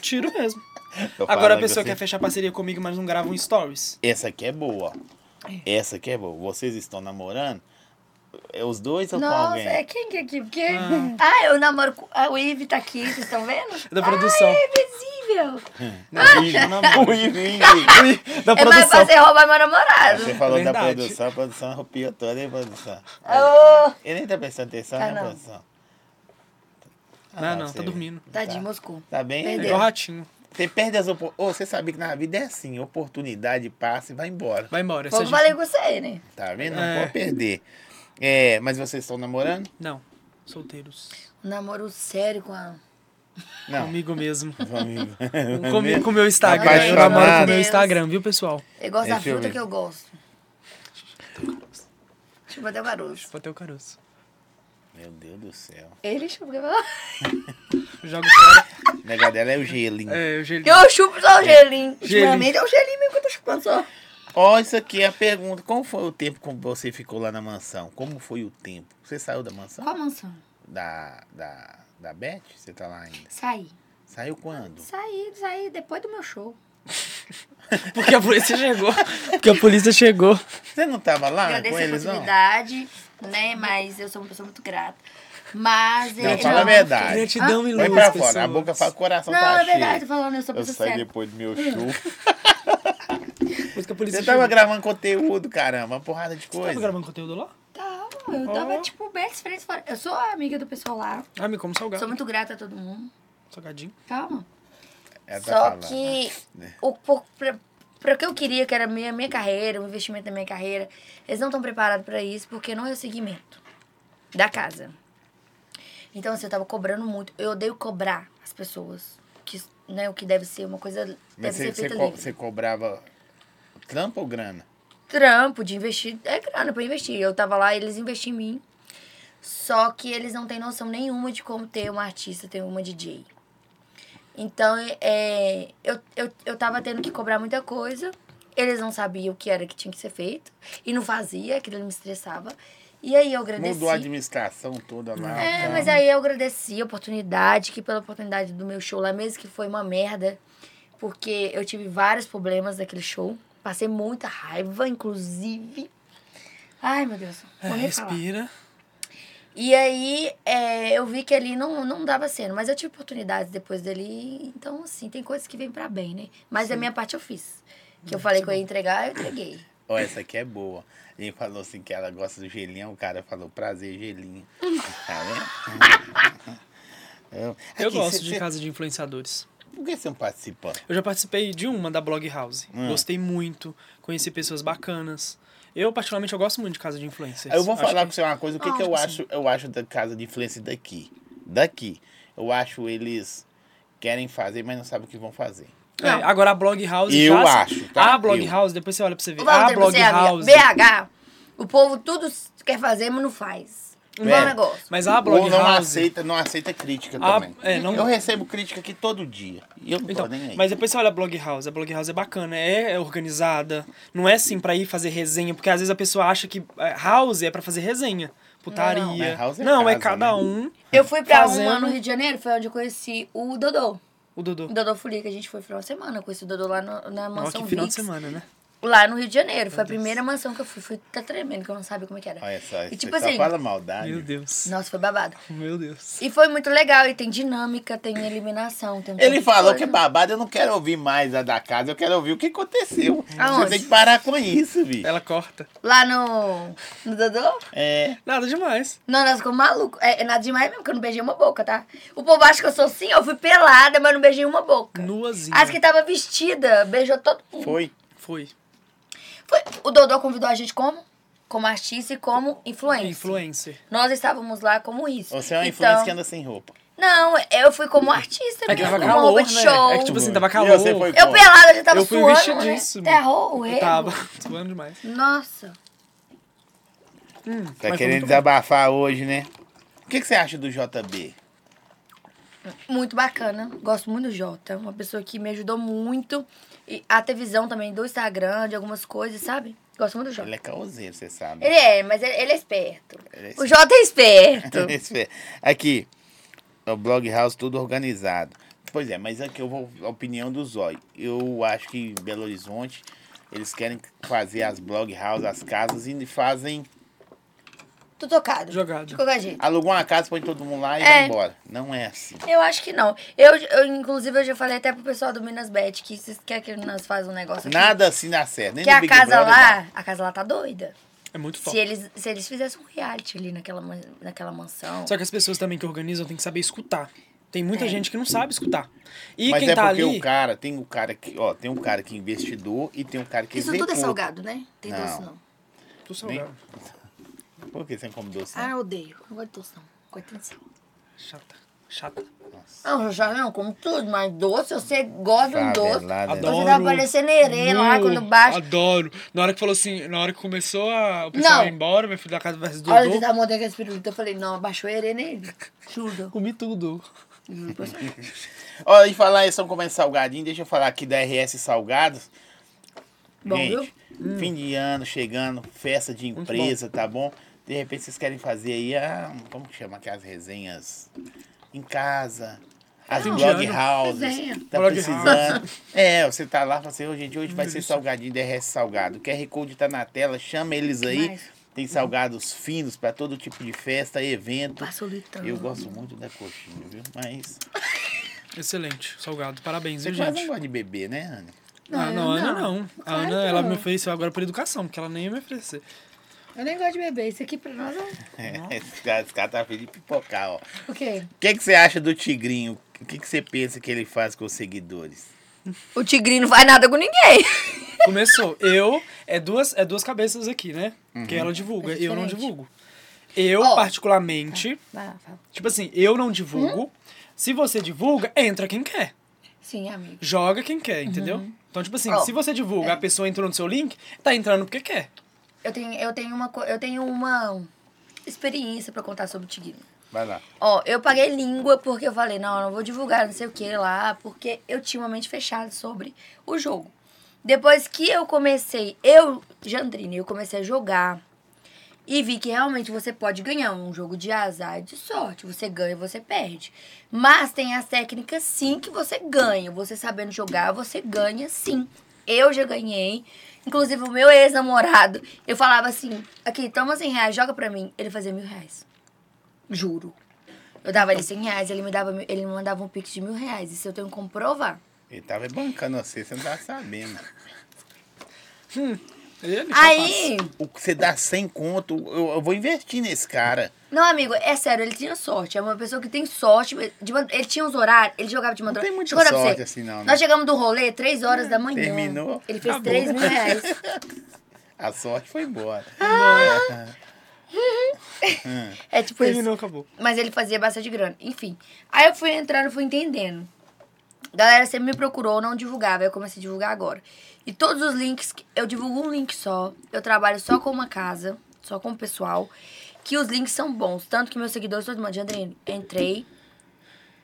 S3: Tiro mesmo.
S1: Eu
S3: Agora a
S1: falo que
S3: pessoa
S1: você-
S3: quer fechar parceria comigo, mas não grava um stories.
S1: Essa aqui é boa. ó. Essa aqui é boa. Vocês estão namorando? É os dois ou com
S2: Nossa,
S1: alguém?
S2: é quem que é aqui? Porque... Ah. eu namoro com... Ah, o Ive tá aqui, vocês estão vendo?
S3: Da produção.
S2: Ah, é invisível.
S3: Não, não, não, não.
S1: O Ivinho.
S3: Da
S2: É mais
S3: produção.
S2: pra você roubar meu namorado.
S1: Você falou da
S3: Verdade.
S1: produção, a produção arrupiou toda, hein, produção?
S2: Ô,
S3: é.
S1: Ele nem tá prestando atenção,
S2: Ah, Tá,
S1: né,
S2: não.
S1: produção?
S3: Não, não,
S1: você-
S3: tá dormindo.
S2: Tadinho, Moscou.
S1: Tá bem?
S3: É
S2: Perdeu.
S1: Daniel?
S3: igual ratinho.
S1: Você perde as oportunidades. Você sabe que na vida é assim, oportunidade passa e vai embora.
S3: Vai embora.
S2: Foi o
S3: se
S2: que
S3: a
S2: falei
S3: gente-
S2: com você, né?
S1: Tá vendo? Não
S3: É.
S1: pode perder. É, mas vocês estão namorando?
S3: Não. Solteiros.
S2: Um namoro sério com a...
S1: Não.
S3: Comigo mesmo.
S1: Comigo.
S3: Comigo, com o meu Instagram. Eu
S1: Apaixonado.
S3: namoro com o meu
S2: Deus.
S3: Instagram, viu, pessoal?
S2: Eu gosto da
S1: Deixa eu
S2: fruta
S1: ver.
S2: que eu gosto. Chupa até o garoto.
S3: Vou ter o caroço.
S1: Meu Deus do céu.
S2: Ele chupa o garoto.
S3: Jogo fora.
S1: O negócio dela é o gelinho.
S3: É, o gelo.
S2: Eu chupo
S1: É.
S2: só o gelinho.
S3: Gelinho.
S2: Ultimamente é o gelinho mesmo que eu tô chupando só.
S1: Ó, isso aqui é a pergunta. Como foi o tempo que você ficou lá na mansão? Como foi o tempo? Você saiu da mansão?
S2: Qual mansão?
S1: Da, da, da Beth? Você tá lá ainda?
S2: Saí.
S1: Saiu quando?
S2: Saí, saí depois do meu show.
S3: Porque a polícia chegou. Porque a polícia chegou.
S1: Você não tava lá
S2: Agradeço
S1: Ah, com
S2: a
S1: eles, não?
S2: oportunidade, né? Mas eu sou uma pessoa muito grata. Mas é,
S1: Não,
S2: eu-
S1: fala a verdade.
S3: Gratidão e
S1: Vai
S3: luz,
S1: pra
S3: pessoas.
S1: fora. A boca fala, o coração
S2: Não,
S1: tá
S2: é
S1: cheio.
S2: verdade, tô falando, eu sou uma
S1: Eu
S2: pessoa
S1: saí
S2: séria.
S1: depois do meu show.
S3: Depois que a polícia
S1: Você tá tava
S3: chegou.
S1: gravando conteúdo, caramba, uma porrada de
S3: Você tava
S1: coisa.
S3: gravando conteúdo lá?
S2: Tá, eu tava, tipo, bem de frente fora. Eu sou amiga do pessoal lá.
S3: Ah, me como salgado.
S2: Sou muito grata a todo mundo.
S3: Salgadinho.
S2: Calma.
S1: Ela tá
S2: Só
S1: falando.
S2: que
S1: né?
S2: o por- pra, pra que eu queria, que era a minha, minha carreira, o investimento da minha carreira, eles não estão preparados pra isso porque não é o segmento da casa. Então, assim, eu tava cobrando muito. Eu odeio cobrar as pessoas. Que, né, o que deve ser uma coisa. deve
S1: Mas você,
S2: ser
S1: você,
S2: feita
S1: co-
S2: livre.
S1: você cobrava trampo ou grana?
S2: trampo de investir. É grana pra investir. Eu tava lá, eles investiam em mim. Só que eles não têm noção nenhuma de como ter uma artista, ter uma DJ. Então, é, eu, eu, eu tava tendo que cobrar muita coisa. Eles não sabiam o que era que tinha que ser feito. E não fazia, aquilo me estressava. E aí eu agradeci.
S1: Mudou a administração toda lá.
S2: É,
S1: tá.
S2: mas aí eu agradeci a oportunidade, que pela oportunidade do meu show lá, mesmo que foi uma merda, porque eu tive vários problemas naquele show. Passei muita raiva, inclusive. Ai, meu Deus. Vou nem falar.
S3: É, respira.
S2: E aí é, eu vi que ali não, não dava sendo, mas eu tive oportunidades depois dali, então assim, tem coisas que vêm pra bem, né? Mas a minha parte eu fiz. Que eu
S3: Hum,
S2: falei que eu ia entregar, eu entreguei.
S1: Ó, essa aqui é boa. Ele falou assim que ela gosta do gelinho, o cara falou, prazer, gelinho. tá vendo? Eu,
S3: Eu
S1: Aqui,
S3: gosto
S1: cê-
S3: de
S1: cê-
S3: casa de influenciadores.
S1: Por que você não participa?
S3: Eu já participei de uma da Blog House. Gostei muito, conheci pessoas bacanas. Eu, particularmente, eu gosto muito de casa de influencers.
S1: Eu vou
S3: Acho
S1: falar
S3: que-
S1: com você uma coisa, o que,
S2: Ah,
S1: que eu
S2: tipo assim.
S1: acho, eu acho da casa de influência daqui. Daqui. Eu acho eles querem fazer, mas não sabem o que vão fazer.
S3: É,
S2: Não.
S3: agora a Blog House
S1: Eu
S3: já...
S1: acho, tá?
S3: A Blog
S1: Eu.
S3: House, depois você olha pra você ver.
S2: Vamos
S3: A
S2: dizer pra
S3: Blog
S2: você, é amiga,
S3: House...
S2: BH, o povo tudo quer fazer, mas não faz. Um
S1: É.
S2: bom negócio.
S3: Mas a Blog
S1: Ou não
S3: House...
S1: aceita, não aceita crítica
S3: Ah,
S1: também.
S3: é, não-
S1: Eu recebo crítica aqui todo dia. E eu não
S3: Então,
S1: tô nem aí.
S3: mas depois você olha a Blog House. A Blog House é bacana, é organizada. Não é assim pra ir fazer resenha, porque às vezes a pessoa acha que é, house é pra fazer resenha. Putaria.
S2: Não,
S3: Não,
S1: não. Mas house é casa,
S3: é cada
S1: né?
S3: um.
S2: Eu fui pra uma
S3: Fazendo-
S2: no Rio de Janeiro, foi onde eu conheci o Dodô.
S3: O Dudu.
S2: O Dodô Folia, que a gente foi final de semana. Eu conheci o Dodô lá no- na
S3: Ó,
S2: mansão
S3: que final de
S2: Vix,
S3: semana, né?
S2: lá no Rio de Janeiro. Foi a primeira mansão que eu fui. Fui tá tremendo, que eu não sabia como é que era.
S1: Olha só, tá
S2: e
S1: você
S2: tipo
S1: só
S2: assim,
S1: fala maldade.
S3: Meu Deus.
S2: nossa, foi babado.
S3: Meu Deus.
S2: E foi muito legal, e tem dinâmica, tem eliminação, tem um tanto
S1: Ele
S2: de
S1: falou que
S2: coisa.
S1: é babado, eu não quero ouvir mais a da casa, eu quero ouvir o que aconteceu.
S2: Aonde?
S1: Você tem que parar com isso, bicho.
S3: Ela corta.
S2: Lá no. No Dodô?
S1: É.
S3: Nada demais.
S2: Não, nós ficamos malucos. É, é nada demais mesmo, que eu não beijei uma boca, tá? O povo acha que eu sou assim, eu fui pelada, mas não beijei uma boca.
S3: Nuazinha.
S2: As que tava vestida, beijou todo mundo.
S1: Foi.
S3: Foi.
S2: Foi- O Dodô convidou a gente como? Como artista e como influencer.
S3: Influencer.
S2: Nós estávamos lá como isso.
S1: Você é uma
S2: Então-
S1: influência que anda sem roupa.
S2: Não, eu fui como artista
S3: É que
S2: mesmo,
S3: tava
S2: com
S3: calor,
S2: roupa de
S3: né?
S2: um show.
S3: É que tipo assim,
S1: Mano.
S3: tava
S1: E
S3: calor.
S1: você foi
S2: Eu
S1: como?
S2: pelada, já tava
S3: Eu fui
S2: suando,
S3: vestidíssimo.
S2: né? Terrou o
S3: Eu
S2: rego.
S3: tava suando demais.
S2: Nossa.
S3: Hum, mas foi
S1: Tá
S3: muito
S1: querendo
S3: bom.
S1: desabafar hoje, né? O que, que você acha do JB?
S2: Muito bacana. Gosto muito do Jota. é Uma pessoa que me ajudou muito. E a ter visão também do Instagram, de algumas coisas, sabe? Gosto muito do Jota.
S1: Ele é caoseiro, você sabe.
S2: Ele é, mas ele, ele é esperto.
S1: Ele é
S2: O Jota é esperto.
S1: Esse é- aqui, o Blog House tudo organizado. Pois é, mas aqui eu vou a opinião do Zói. Eu acho que em Belo Horizonte eles querem fazer as blog house, as casas e fazem
S2: Tô tocado.
S3: Jogado.
S2: De qualquer jeito.
S1: alugam uma casa, põe todo mundo lá e
S2: É.
S1: vai embora. Não é assim.
S2: Eu acho que não. Eu, eu, inclusive, eu já falei até pro pessoal do Minas Bet que vocês querem que nós façam um negócio aqui.
S1: Nada assim dá certo. Nem
S2: Que
S1: no
S2: a
S1: Big
S2: casa
S1: Brother dá.
S2: lá, a casa lá tá doida.
S3: É muito
S2: Se
S3: foda.
S2: eles, se eles fizessem um reality ali naquela, man- naquela mansão.
S3: Só que as pessoas também que organizam têm que saber escutar. Tem
S2: É.
S3: muita gente que não sabe escutar. E
S1: Mas
S3: quem
S1: é
S3: tá
S1: porque
S3: ali.
S1: o cara, tem o cara que, ó, tem um cara que é investidor e tem um cara que
S2: Isso tudo é
S1: executa.
S2: salgado, né? Tem
S1: Não.
S2: doce não.
S3: Tô salgado.
S1: Por que você não come doce?
S2: Ah, eu odeio. Não gosto de doce não. Coitado de sal.
S3: Chata. Chata.
S2: Não, eu já não como tudo, mas doce, você gosta de
S1: Ah,
S2: um doce.
S1: Favelada,
S3: Adoro.
S2: Você tá parecendo herê lá
S3: Não,
S2: quando baixa.
S3: Adoro. Na hora que falou assim, na hora que começou a, o pessoal
S2: Não. tá-
S3: ir embora, meu filho da casa versus
S2: A hora que
S3: Dodô,
S2: ele tava montando aquele pirulito, eu falei, não, abaixou herê nele. Juro.
S3: comi tudo.
S2: Juro pra você.
S1: Ó, e falar em São Comendo Salgadinho, deixa eu falar aqui da RS Salgados.
S2: Bom,
S1: Gente, fim de ano chegando, festa de empresa, tá bom? De repente vocês querem fazer aí, a, como que chama aquelas resenhas? Em casa, as
S3: Não,
S1: blog
S3: Indiana.
S1: houses.
S2: Resenha.
S1: Tá
S3: Blog
S1: precisando. É, você tá lá e fala assim, "Ô, gente, hoje vai ser salgadinho da RS Salgado. O QR Code tá na tela, chama eles aí.
S2: Demais.
S1: Tem salgados finos pra todo tipo de festa, evento.
S2: Passou litrão.
S1: Eu gosto muito da coxinha, viu? Mas.
S3: Excelente. Salgado. Parabéns,
S1: Você
S3: viu,
S1: quase não
S3: gente?
S1: gosta de beber, né, Ana?
S3: Ah,
S2: eu
S3: não, a Ana não. A
S2: Claro
S3: Ana,
S2: que
S3: ela
S2: não.
S3: me ofereceu agora por educação, porque ela nem ia me oferecer.
S2: Eu nem gosto de beber. Isso aqui pra nós é...
S1: É, esse cara, esse cara tá afim de pipocar, ó.
S2: O quê?
S1: O que, que você acha do Tigrinho? O que, que você pensa que ele faz com os seguidores?
S2: O tigrinho não faz nada com ninguém.
S3: Começou. Eu, é duas, é duas cabeças aqui, né? Que ela divulga,
S2: É
S3: eu não
S2: diferente.
S3: divulgo. Eu,
S2: Ó. Tá.
S3: particularmente,
S2: Vai, vai.
S3: tipo assim, eu não divulgo.
S2: Uhum.
S3: Se você divulga, entra quem quer.
S2: Sim, amigo.
S3: Joga quem quer, entendeu? Então, tipo assim,
S2: Uhum. Ó. É.
S3: se você divulga, a pessoa entrou no seu link, tá entrando porque quer.
S2: Eu tenho, eu tenho uma, co- eu tenho uma experiência pra contar sobre o tigrinho.
S1: Vai lá.
S2: Ó, eu paguei língua porque eu falei, não, eu não vou divulgar, não sei o que lá, porque eu tinha uma mente fechada sobre o jogo. Depois que eu comecei, eu, Jandrine, eu comecei a jogar. E vi que realmente você pode ganhar um jogo de azar e de sorte. Você ganha, você perde. Mas tem as técnicas sim que você ganha. Você sabendo jogar, você ganha sim. Eu já ganhei. Inclusive, o meu ex-namorado, eu falava assim: aqui, toma 100 reais, joga pra mim. Ele fazia mil reais. Juro. Eu dava ele 100 reais, ele me, dava, mil- ele me mandava um pix de mil reais. Isso eu tenho como provar.
S1: Ele tava bancando você, você não tava sabendo.
S3: Ele, é
S1: é
S2: Aí,
S1: O que você dá 100 conto, eu, eu vou investir nesse cara.
S2: não, amigo, é sério, ele tinha sorte. É uma pessoa que tem sorte. de man- ele tinha uns horários, ele jogava de madrugada.
S1: tem muita
S2: Juro pra você,
S1: sorte assim, não, né?
S2: Nós chegamos do rolê, 3 horas da manhã.
S1: Terminou,
S2: Ele fez
S3: acabou.
S2: 3 mil reais.
S1: A sorte foi embora.
S2: Ah, É tipo isso.
S3: Terminou, acabou.
S2: Mas ele fazia bastante grana. Enfim. Aí eu fui entrando, fui entendendo. Galera sempre me procurou, não divulgava. Eu comecei a divulgar agora. E todos os links, que- eu divulgo um link só. Eu trabalho só com uma casa, só com o pessoal. Que os links são bons. Tanto que meus seguidores todos mandam, André, entrei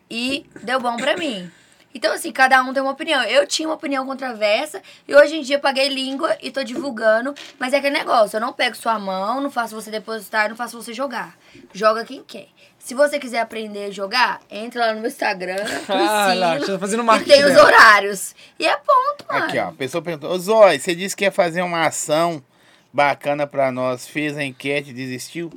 S2: e deu bom pra mim. Então, assim, cada um tem uma opinião. Eu tinha uma opinião controversa e hoje em dia eu paguei língua e tô divulgando. Mas é aquele negócio, eu não pego sua mão, não faço você depositar, eu não faço você jogar. Joga quem quer. Se você quiser aprender a jogar, entra lá no meu Instagram,
S3: Ah, lá,
S2: Priscila,
S3: tá fazendo
S2: e
S3: marketing
S2: tem os
S3: dela.
S2: horários. E é ponto, mano.
S1: Aqui, ó. A pessoa perguntou: Ô Zói, você disse que ia fazer uma ação bacana pra nós. Fez a enquete, desistiu?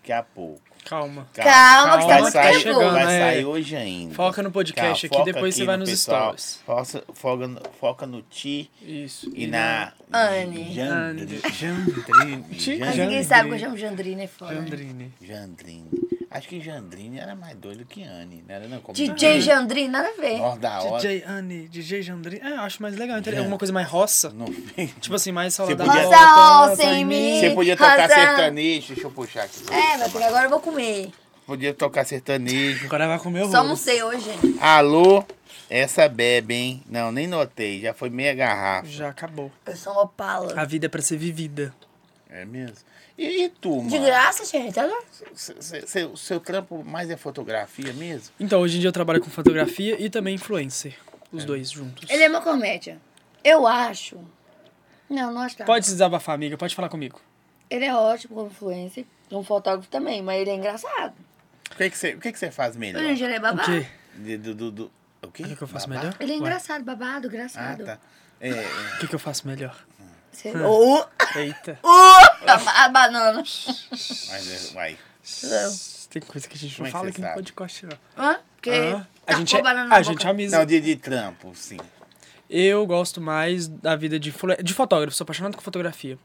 S1: Daqui a pouco.
S3: Calma.
S2: Calma, que tá
S1: vai
S2: muito
S1: sair,
S2: tempo.
S1: Vai
S3: Chegando, é.
S1: sair hoje ainda.
S3: Foca no podcast aqui,
S1: foca
S3: depois você
S1: aqui
S3: vai
S1: no
S3: nos
S1: pessoal,
S3: stories.
S1: Foca, foca, no- foca no Ti
S3: Isso.
S1: e na.
S2: Anne.
S1: Jandri-
S3: Ti-
S2: Mas
S1: Jandrine.
S2: ninguém
S3: Jandrine.
S2: sabe que eu chamo Jandrine, é foda.
S3: Andrine.
S1: Jandrine. Acho que Jandrine era mais doido que Anne, não era não? Como
S2: DJ Jandrine, nada a ver.
S1: Nossa, da hora.
S3: DJ Anne, DJ Jandrine. É, eu acho mais legal. entendeu?
S1: É.
S3: Alguma coisa mais roça.
S1: Não-
S3: Tipo assim, mais tá
S1: Você
S3: saudável.
S1: podia-
S2: Roça, roça em mim.
S1: Você podia tocar
S2: Razão.
S1: sertanejo, deixa eu puxar aqui.
S2: assim, É, mas porque agora eu vou comer.
S1: Podia tocar sertanejo.
S3: Agora vai comer o
S2: Só
S3: rolo.
S2: não sei hoje, gente.
S1: Alô, essa bebe, hein? Não, nem notei, já foi meia garrafa.
S3: Já acabou.
S2: Eu sou uma opala.
S3: A vida é pra ser vivida.
S1: É mesmo? E, e tu,
S2: De
S1: mano?
S2: graça, gente. é Olha lá.
S1: Se- se- se- O seu trampo mais é fotografia mesmo?
S3: Então, hoje em dia eu trabalho com fotografia e também influencer. Os dois juntos.
S2: Ele é uma comédia. Eu acho. Não, não acho nada.
S3: Pode se desabafar, amiga. Pode falar comigo.
S2: Ele é ótimo como influencer. Um fotógrafo também, mas ele é engraçado.
S1: O que que você, o que que você faz melhor?
S2: Gente, ele é
S3: O
S2: babado.
S3: quê?
S1: De- do, do, do- o quê?
S3: O que, que eu faço
S1: Babá?
S3: melhor?
S2: Ele é
S3: Ué,
S2: engraçado, babado,
S1: Ah,
S2: engraçado.
S1: tá. É, é.
S3: O que, que eu faço melhor?
S2: Você... Oh,
S3: Eita.
S2: oh, a, a banana.
S1: Mas, é, uai.
S3: Tem coisa que a gente
S1: Como
S3: não
S1: é que
S3: fala
S1: você
S3: que não
S1: sabe?
S3: pode corte, não.
S2: Hã? Porque
S3: Ah, a
S2: tacou
S3: gente é,
S2: banana Tá na
S3: a
S2: boca.
S3: gente é amigo.
S1: Não, de, de trampo, sim.
S3: Eu gosto mais da vida de, influ- de fotógrafo, sou apaixonado com fotografia.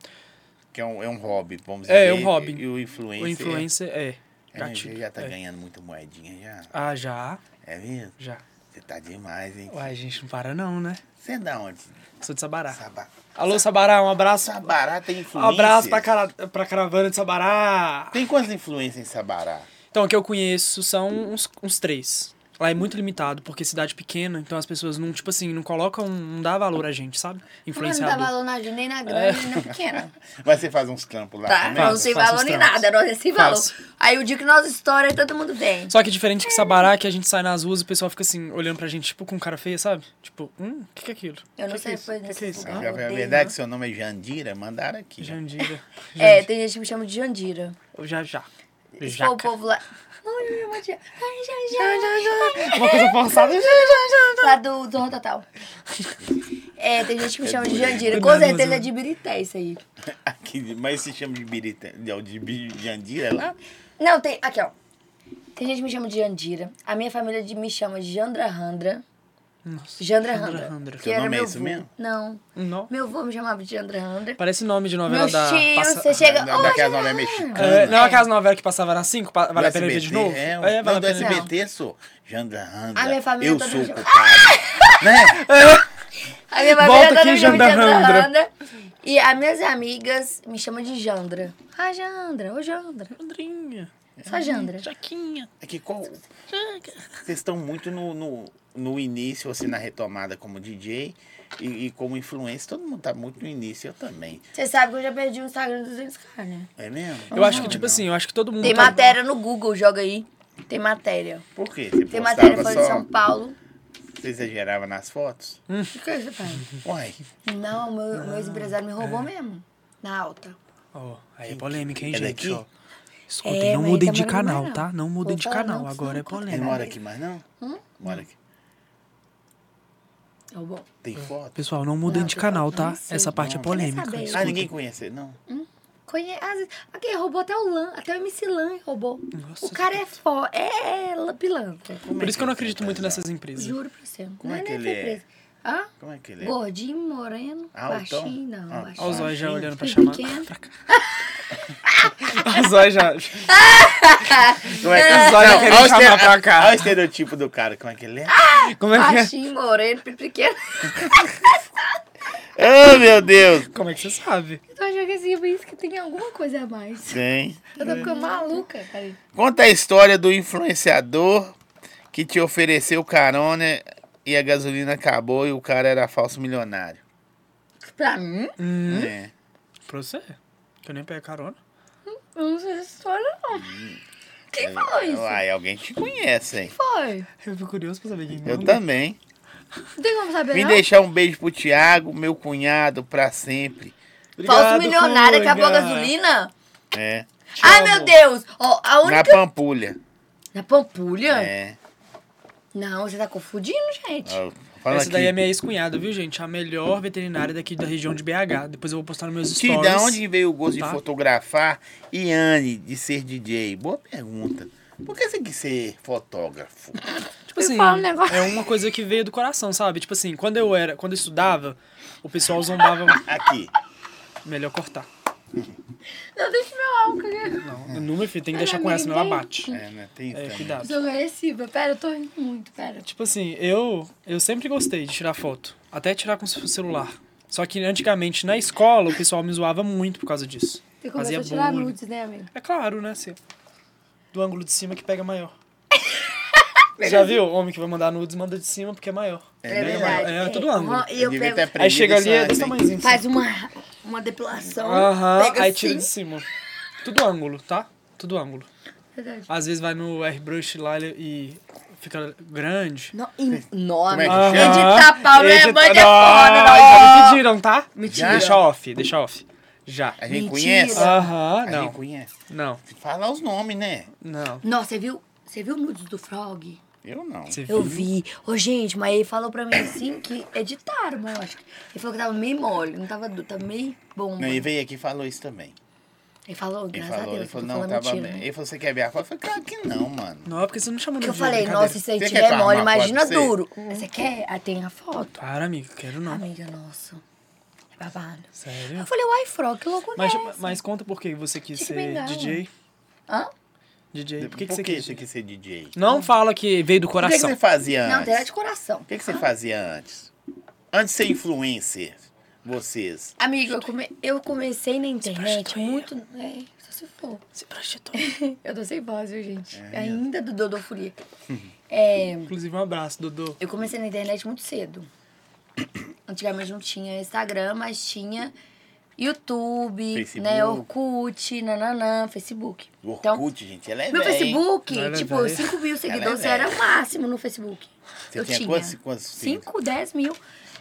S1: Que é um, é um hobby, vamos dizer.
S3: É, é um hobby.
S1: E o influencer.
S3: o influencer é.
S1: é,
S3: gatilho,
S1: já tá
S3: é.
S1: ganhando muita moedinha já.
S3: Ah, já,
S1: É mesmo?
S3: já.
S1: Você tá demais, hein?
S3: Uai, a gente não para não, né?
S1: Você é da onde?
S3: Sou de Sabará.
S1: Sabá.
S3: Alô, Sabará, um abraço.
S1: Sabará tem
S3: Um
S1: influência.
S3: abraço pra, cara- pra caravana de Sabará.
S1: Tem quantas influências em Sabará?
S3: Então, o que eu conheço são uns, uns três. Lá é muito limitado, porque é cidade pequena, então as pessoas não, tipo assim, não colocam, não dá valor a gente, sabe?
S2: Mas não dá
S3: Influenciador.
S2: valor na gente, nem na grande, nem na pequena.
S1: Mas você faz uns trampos lá
S2: Tá?
S1: também?
S2: Não sem
S3: faço
S2: valor
S3: os
S2: nem
S3: trampos.
S2: nada, nós é sem valor.
S3: Faço.
S2: Aí o dia que nós estoura, todo mundo vem.
S3: Só que diferente que Sabará, que a gente sai nas ruas e o pessoal fica assim, olhando pra gente, tipo, com cara feia, sabe? Tipo, hum, o que, que é aquilo?
S2: Eu não
S3: Que
S2: sei
S3: que é
S2: depois
S3: isso?
S2: desse
S3: que, que é isso?
S2: lugar.
S1: Já- é
S2: odeio,
S1: verdade
S2: né?
S1: que seu nome é Jandira? Mandaram aqui. né?
S3: Jandira.
S2: É, tem gente que me chama de Jandira.
S3: Ou Já, já.
S2: Se
S3: Jaca.
S2: for o povo lá. Ai, me chama de- Ai, já, já.
S3: Uma coisa forçada.
S2: Lá do, do Rototal. É, tem gente que me chama de Jandira. Com
S3: Cuidado,
S2: certeza
S3: Zé.
S2: é de Birité isso aí.
S1: Aqui, mas se chama de Birita, de, de Bi- Jandira lá?
S2: Não, tem. Aqui, ó. Tem gente que me chama de Jandira. A minha família de- me chama de Jandra Randra.
S3: Nossa.
S2: Jandra
S3: Jandra
S2: Randra.
S3: Randra.
S2: Que
S1: Seu
S2: era
S1: nome é
S2: meu
S1: isso
S2: vô.
S1: mesmo?
S2: Não.
S3: Não.
S2: Meu avô me chamava de Jandra Randra.
S3: Parece nome de novela
S2: Meus
S3: da.
S2: tios,
S3: passa-
S2: você chega.
S1: é Da,
S2: "Ô,
S1: daquelas
S2: Jandra
S1: novelas mexicanas.
S3: É, não é aquelas novelas que passava na 5? Vale a pena ver de
S1: SBT,
S3: novo?
S1: É,
S3: É,
S1: não,
S3: vale a
S1: do
S3: pena.
S1: SBT, sou. Jandra Randra.
S2: A minha família
S1: Eu
S2: toda
S1: sou o
S2: me chama-
S1: culpado. né?
S2: A minha
S3: Volta
S2: babia
S3: aqui,
S2: me chama de
S3: Jandra
S2: Jandra.
S3: Randra.
S2: Randra. E as minhas amigas me chamam de Jandra. Ah, Jandra, ô Jandra.
S3: Andrinha,
S2: Só Jandra.
S3: Jaquinha.
S1: É que qual... Vocês estão muito no, no, no início, assim, na retomada como DJ e, e como influência. Todo mundo tá muito no início, eu também.
S2: Você sabe que eu já perdi o Instagram dos 200k, né?
S1: É mesmo?
S3: Eu acho que,
S1: Não,
S3: tipo
S1: não.
S3: assim, eu acho que todo mundo.
S2: Tem
S3: tá-
S2: matéria no Google, joga aí. Tem matéria.
S1: Por quê? Você
S2: Tem
S1: postava
S2: matéria falando de
S1: só...
S2: São Paulo.
S1: Você exagerava nas fotos?
S3: Hum.
S2: O que é você faz?
S1: Uai,
S2: Não, meu, meu ex-empresário me roubou mesmo. Na alta.
S3: Ó, aí é
S1: Quem-
S3: polêmica, hein,
S1: é
S3: gente?
S1: daqui?
S3: ó. Escutem,
S2: É,
S3: não
S2: mas
S3: mudem
S2: tá
S3: de
S2: morando no
S3: canal,
S2: Maranhão.
S3: tá? Não mudem
S2: Vou
S3: de
S2: falar não,
S3: canal,
S2: Hum? senão
S3: agora é
S2: conta.
S1: Ele
S3: polêmica.
S1: mora aqui mais, não? Mora aqui.
S2: Tá bom.
S1: Tem foto?
S3: Pessoal, não mudem
S2: Não,
S3: de
S2: pessoal,
S3: canal,
S2: não
S3: tá?
S2: sei.
S3: Essa parte é
S1: Não,
S3: polêmica.
S2: quer saber.
S1: Ah,
S3: escutem.
S1: ninguém conhece ele, não?
S2: Conhece. às vezes- Alguém roubou até o Lan, até o MC Lan roubou.
S3: Nossa.
S2: o cara é fó, é, é la- pilantra.
S1: Como
S3: Por
S1: é
S3: isso que eu não
S1: ele
S3: acredito
S1: é
S3: muito
S1: casado?
S3: nessas empresas.
S2: Juro pra você.
S1: Como é
S2: Não
S1: que
S2: nem
S1: ele é?
S2: surpresa. Hã?
S1: Como é que ele é?
S2: Gordinho, moreno,
S1: Altão?
S2: baixinho, não,
S1: Ah,
S3: Olha os
S2: baixinho.
S3: olhos já
S1: Baixinho.
S3: olhando pra chamar.
S2: Pequeno.
S3: Pra cá. Os olhos já.
S1: Como é que
S3: Os olhos querendo
S1: olha o
S3: chamar
S1: estere-
S3: pra cá.
S1: Olha o estereotipo do cara, como é que ele é?
S3: Como é que,
S2: Baixinho, moreno, pe- pequeno.
S1: Oh, meu Deus!
S3: é? Como é que você sabe?
S2: Eu tô achando que assim, é por isso que tem alguma coisa a mais.
S1: Tem.
S2: Eu tô ficando maluca, cara.
S1: Conta a história do influenciador que te ofereceu carona e a gasolina acabou e o cara era falso milionário.
S2: Pra mim, Hum?
S1: É.
S3: Pra você? Que eu nem peguei carona.
S2: eu não sei essa história, não. Quem falou isso?
S1: Uai, alguém te conhece, hein?
S2: Foi.
S3: Eu fico curioso pra saber quem
S1: Eu tá-
S3: manda.
S1: também.
S2: Não tem como saber,
S1: Vim
S2: não?
S1: deixar um beijo pro Thiago, meu cunhado, pra sempre.
S3: Obrigado,
S2: Falso milionário,
S3: Guga.
S2: acabou a gasolina?
S1: É.
S3: Te
S2: Ai,
S3: amo.
S2: meu Deus! Ó, a
S1: Na
S2: única...
S1: Pampulha.
S2: Na Pampulha?
S1: É.
S2: Não, você tá confundindo, gente.
S1: Ó, Fala
S3: Essa
S1: aqui.
S3: daí é minha ex-cunhada, viu, gente? A melhor veterinária daqui da região de BH. Depois eu vou postar nos meus
S1: Ti,
S3: stories.
S1: da onde veio o gosto
S3: Tá.
S1: de fotografar e Anne de ser DJ? Boa pergunta. Por que você quis ser fotógrafo?
S3: Tipo
S2: Me
S3: assim,
S2: fala um negócio.
S3: é uma coisa que veio do coração, sabe? Tipo assim, quando eu era, quando eu estudava, o pessoal zombava.
S1: Aqui.
S3: Melhor cortar.
S2: Não, deixa meu álcool. né?
S1: Hum.
S3: Não, não, meu filho, tem que deixar com essa, senão ela bate.
S1: É, né? Tem
S3: É,
S1: também.
S2: Eu
S3: cuidado.
S2: sou agressiva. Pera, eu tô rindo muito, pera.
S3: Tipo assim, eu, eu sempre gostei de tirar foto. Até tirar com o celular. Só que antigamente na escola o pessoal me zoava muito por causa disso.
S2: Você começou
S3: Fazia
S2: a tirar
S3: bullying.
S2: nudes, né, amigo?
S3: É claro, né? Assim, do ângulo de cima que pega maior. Já viu? Homem que vai mandar nudes manda de cima porque é maior.
S1: É
S3: verdade. É, tudo ângulo.
S2: Aham, E eu
S1: devia
S2: pego,
S1: ter
S3: Aí
S1: aprendido
S3: chega ali é
S1: antes,
S3: desse
S1: hein?
S3: tamanhozinho.
S2: faz uma, uma
S3: um,
S2: depilação.
S3: Aham,
S2: pega
S3: aí
S2: assim.
S3: tira de cima. Tudo ângulo, tá? Tudo ângulo.
S2: Verdade.
S3: Às vezes vai no airbrush lá e fica grande. tá
S2: No, em nome.
S1: é que chama?
S2: Editar pau não é
S3: Edita-
S2: mãe de
S3: Não, Já me
S2: foda,
S3: pediram, tá?
S2: Mentira.
S3: Deixa off, deixa off. Já.
S1: A gente
S2: Mentira.
S1: conhece?
S3: Aham,
S1: A
S3: Ah, não.
S1: gente conhece.
S3: Não,
S1: Fala os nomes, né?
S3: não.
S2: não. Nossa, você viu, você viu nudes do Frog?
S1: Eu não.
S3: Você
S2: Eu
S3: viu?
S2: vi. Ô, gente, mas ele falou pra mim assim que editaram, mas eu acho que. Ele falou que tava meio mole, não tava duro, tava meio bom.
S1: Não, ele veio aqui e falou isso também.
S2: Ele falou,
S1: Ele
S2: graças
S1: falou,
S2: a Deus,
S1: ele falou,
S2: eu tô
S1: não,
S2: falando
S1: tava
S2: mentira,
S1: bem.
S2: né?
S1: Ele falou, você quer ver a foto? Eu falei, claro que não, mano.
S3: Não, é porque você não chamou
S2: Que
S3: de
S2: eu falei,
S3: brincadeira.
S2: nossa, isso aí
S1: Você quer
S2: tiver
S1: tomar
S2: mole,
S1: uma
S2: imagina
S1: foto pra você?
S2: duro. Você quer? Ah, tem a foto.
S3: Para, amigo, quero não.
S2: Amiga, nossa. É babado.
S3: Sério?
S2: Eu falei, uai, Frog, que loucura
S3: Mas,
S2: é essa?
S3: mas conta por que você quis
S2: Tinha que
S3: ser
S2: pegar,
S3: DJ.
S2: Hã?
S3: DJ, por que, que
S1: Por
S3: você
S1: que
S3: quis?
S1: você quis ser DJ? O
S3: Não fala que veio do
S1: que, que
S3: coração.
S1: você fazia
S2: Não, tem
S1: antes?
S2: era de coração.
S1: O que, que você fazia antes? Antes de ser influencer, vocês.
S2: Amigo, eu, come- eu comecei na internet
S3: prostituía.
S2: muito. É, só se for.
S3: Se prostitui.
S2: Eu tô sem voz, viu,
S1: É.
S2: gente? Ainda do Dodô Furia. É,
S3: Inclusive, um abraço, Dodô.
S2: eu comecei na internet muito cedo. Antigamente não tinha Instagram, mas tinha YouTube,
S1: Facebook.
S2: né? Orkut, nananã, Facebook.
S1: O Orkut,
S2: Então,
S1: gente, ela é
S2: no
S1: velha, hein?
S2: Facebook,
S3: Ela é
S2: tipo,
S3: velha.
S2: 5 mil seguidores
S1: velha.
S2: era o máximo no Facebook.
S1: Você
S2: eu
S1: tinha
S2: tinha
S1: quantos- quantos
S2: 5, 10 mil.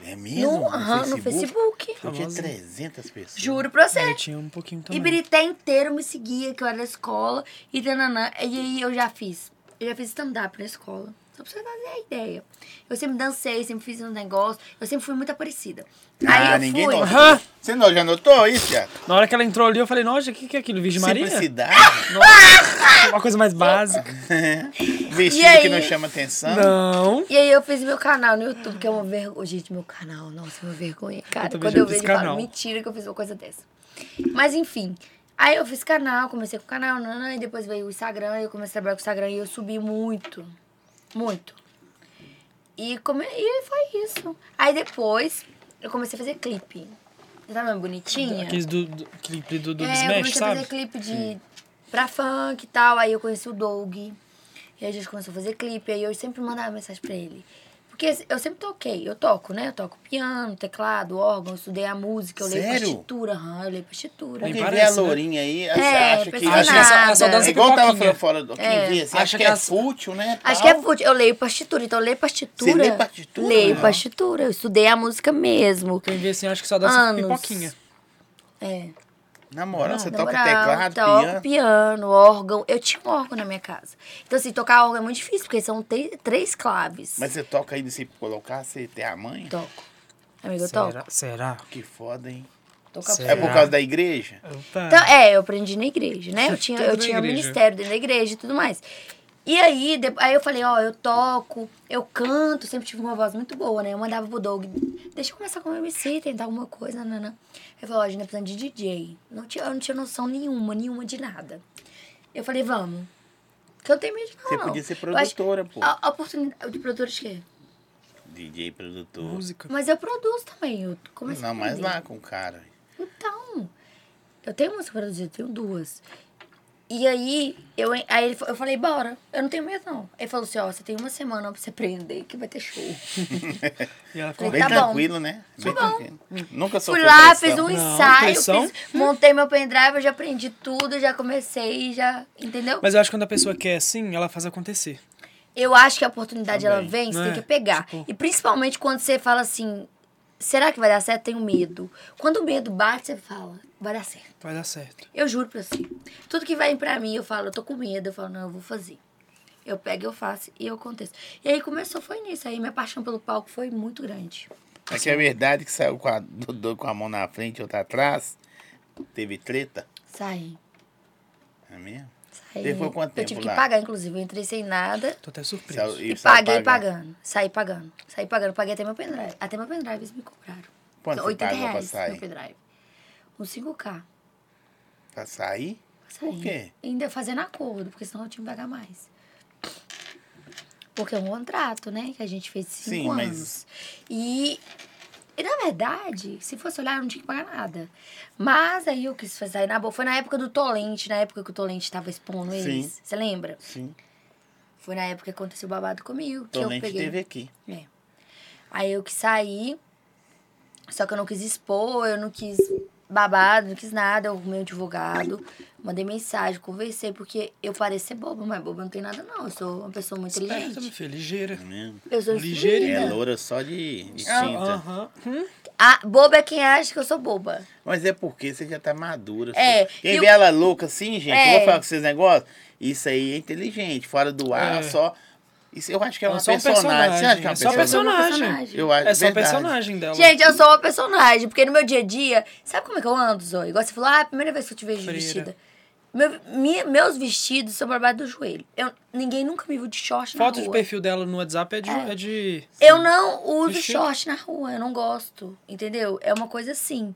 S1: É mesmo? Então,
S2: No, aham, no Facebook.
S1: Eu tinha
S3: Famosa.
S1: 300 pessoas.
S2: Juro pra você.
S3: Eu tinha um pouquinho também.
S2: Ibirité inteiro me seguia, que eu era da escola. E tananã. E aí eu já fiz. Eu já fiz stand-up na escola. Só pra você fazer a ideia. Eu sempre dancei, sempre fiz um negócio. Eu sempre fui muito aparecida.
S1: Ah,
S2: aí eu
S1: ninguém
S2: fui.
S1: notou.
S3: Aham.
S1: Você não, já notou isso, já?
S3: Na hora que ela entrou ali, eu falei, nossa, o que, que é aquilo? Virgem Maria?
S2: Ah!
S1: Simplicidade.
S3: Uma coisa mais básica.
S1: Vestido
S2: E
S1: que não
S2: aí?
S1: chama atenção.
S3: Não.
S2: E aí eu fiz meu canal no YouTube, que é uma vergonha. Gente, meu canal, nossa, uma vergonha. Cara,
S3: também
S2: quando
S3: já
S2: eu
S3: fiz
S2: vejo, eu falo,
S3: canal.
S2: mentira que eu fiz uma coisa dessa. Mas enfim. Aí eu fiz canal, comecei com o canal, nanã, e depois veio o Instagram, aí eu comecei a trabalhar com o Instagram e eu subi muito. Muito. E, come... e foi isso. Aí depois eu comecei a fazer clipe. Você tá vendo bonitinha?
S3: Aqueles do, do clipe do, do
S2: é, eu
S3: Smash,
S2: comecei a
S3: sabe?
S2: fazer clipe de pra funk e tal. Aí eu conheci o Doug. E aí a gente começou a fazer clipe. Aí eu sempre mandava mensagem pra ele. Porque assim, eu sempre toquei, eu toco, né? Eu toco piano, teclado, órgão, eu estudei a música, eu leio
S1: Sério?
S2: partitura, aham, eu leio partitura.
S1: Quem
S3: Nem
S1: vê a
S3: parece, né?
S1: lourinha aí,
S2: É,
S1: acha que...
S2: precisa
S1: Acha que
S2: nada.
S1: essa-
S2: ela só dança
S1: é igual eu tava
S3: pipoquinha.
S1: falando fora do... Quem vê, assim,
S3: Acha
S1: acha,
S3: que
S1: que,
S3: ela-
S1: é fútil, né?
S2: Acho que
S1: tal.
S2: é fútil. Eu leio partitura, então eu leio partitura.
S1: Você lê partitura?
S2: Leio
S1: Não.
S2: partitura. Eu estudei a música mesmo.
S3: Quem vê assim, acho que só dá essa
S2: Anos.
S3: pipoquinha.
S2: É.
S1: Na moral, você
S2: Na
S1: toca
S2: moral,
S1: teclado,
S2: toco
S1: piano.
S2: piano, órgão. Eu tinha um órgão na minha casa. Então, assim, tocar órgão é muito difícil, porque são te- três claves.
S1: Mas você toca ainda se colocar, você tem a mãe?
S2: Toco. Amigo, eu toco.
S4: Será? Será?
S1: Que foda, hein?
S2: Toco a
S4: Será?
S1: É por causa da igreja?
S3: Opa.
S2: Então, é, eu aprendi na igreja, né? Eu tinha,
S3: Tudo
S2: eu
S3: na
S2: tinha
S3: igreja.
S2: ministério dentro da igreja e tudo mais. E aí, de- aí eu falei, ó, eu toco, eu canto, sempre tive uma voz muito boa, né? Eu mandava pro Doug, deixa eu começar como MC, tentar alguma coisa, nanã. Ele falou, ó, a gente tá precisando de DJ. Não tinha, eu não tinha noção nenhuma, nenhuma de nada. Eu falei, vamos. Que eu tenho medo de falar,
S1: Você
S2: não.
S1: podia ser
S2: Eu acho-
S1: produtora, pô.
S2: A, a oportunidade, de produtora de quê?
S1: DJ produtor.
S3: Música.
S2: Mas eu produzo também, eu comecei a
S1: Não, mas
S2: aprender.
S1: lá com o cara.
S2: Então, eu tenho música produzida, eu tenho duas. E aí, eu, aí ele fa- eu falei, bora. Eu não tenho medo, não. Ele falou assim, ó, você tem uma semana pra você prender que vai ter show.
S3: E
S2: Falei,
S3: ela ficou
S1: Bem
S2: tá bom.
S1: tranquilo, né? Bem
S2: bom. Hum.
S1: tranquilo. Nunca assim,
S2: Fui
S1: sofreu
S2: lá,
S1: pressão.
S2: fiz um
S3: Não,
S2: ensaio,
S3: pressão.
S2: fiz- montei meu pendrive, eu já aprendi tudo, já comecei, já... Entendeu?
S3: Mas eu acho que quando a pessoa quer assim, ela faz acontecer.
S2: Eu acho que a oportunidade, ela
S1: Também.
S2: vem, você
S3: É,
S2: tem que pegar.
S3: tipo-
S2: E principalmente quando você fala assim, será que vai dar certo? Tenho medo. Quando o medo bate, você fala, vai dar certo.
S3: Vai dar certo.
S2: Eu juro pra você. Tudo que vai pra mim, eu falo, eu tô com medo. Eu falo, não, eu vou fazer. Eu pego, eu faço e eu aconteço. E aí começou, foi nisso. Aí minha paixão pelo palco foi muito grande.
S1: É que é verdade que saiu com a, do, do- com a mão na frente e outra atrás. Teve treta.
S2: Saí.
S1: É mesmo?
S2: Saí.
S1: Você ficou quanto
S2: eu
S1: tempo
S2: tive
S1: lá?
S2: que pagar, inclusive. Eu entrei sem nada
S3: Tô até surpreso.
S1: Saiu-
S2: e,
S1: saiu
S2: paguei
S1: pagar.
S2: pagando. Saí pagando. Saí pagando. Paguei até meu pendrive. Até meu pendrive eles me cobraram.
S1: Quanto você
S2: 80
S1: pagou pra
S2: reais meu
S1: sair?
S2: pendrive. Uns 5K.
S1: Pra sair?
S2: Saí.
S1: Por quê?
S2: Ainda fazendo acordo, porque senão eu tinha que pagar mais. Porque é um contrato, né? Que a gente fez cinco
S1: Sim, mas-
S2: anos. E, e, na verdade, se fosse olhar, eu não tinha que pagar nada. Mas aí eu quis fazer sair na boa. Foi na época do Tolente, na época que o Tolente tava expondo eles.
S1: Sim.
S2: Você lembra?
S1: Sim.
S2: Foi na época que aconteceu o babado comigo. Que eu
S1: Tolente
S2: peguei.
S1: teve aqui.
S2: É. Aí eu quis sair, só que eu não quis expor, eu não quis babado, não quis nada. O meu advogado mandei mensagem, conversei, porque eu pareço ser boba, mas boba não tem nada, não. Eu sou uma pessoa muito
S3: Esperta, minha
S2: inteligente.
S3: filha. Ligeira.
S1: É mesmo?
S2: Eu sou
S3: Ligeirinha.
S1: É
S2: instruída.
S1: loura só de, de cinta.
S3: Aham.
S2: Ah, boba é quem acha que eu sou boba.
S1: Mas é porque você já tá madura.
S2: É,
S1: filho. Quem
S2: e
S1: vê
S2: o-
S1: ela louca assim, gente, eu
S2: É.
S1: vou falar com vocês negócios. Isso aí é inteligente, fora do ar,
S3: É.
S1: só. Isso, eu acho que é
S3: É
S1: uma
S3: só um
S1: personagem. Você acha que é uma
S3: personagem, é só
S1: personagem?
S2: Eu sou uma
S3: Personagem.
S1: Eu acho,
S3: É só o
S1: verdade.
S3: personagem dela.
S2: um Gente, é eu sou uma personagem, porque no meu dia a dia, sabe como é que eu ando, Zoe? Igual você falou, ah, a primeira vez que eu te vejo
S3: Freira.
S2: vestida. Meu- mi- meus vestidos são pra baixo do joelho. Eu, ninguém nunca me viu de short na
S3: Foto de
S2: rua.
S3: perfil dela no WhatsApp é de. É. de-
S2: Eu não uso
S3: Vestido.
S2: short na rua, eu não gosto, entendeu? É uma coisa assim.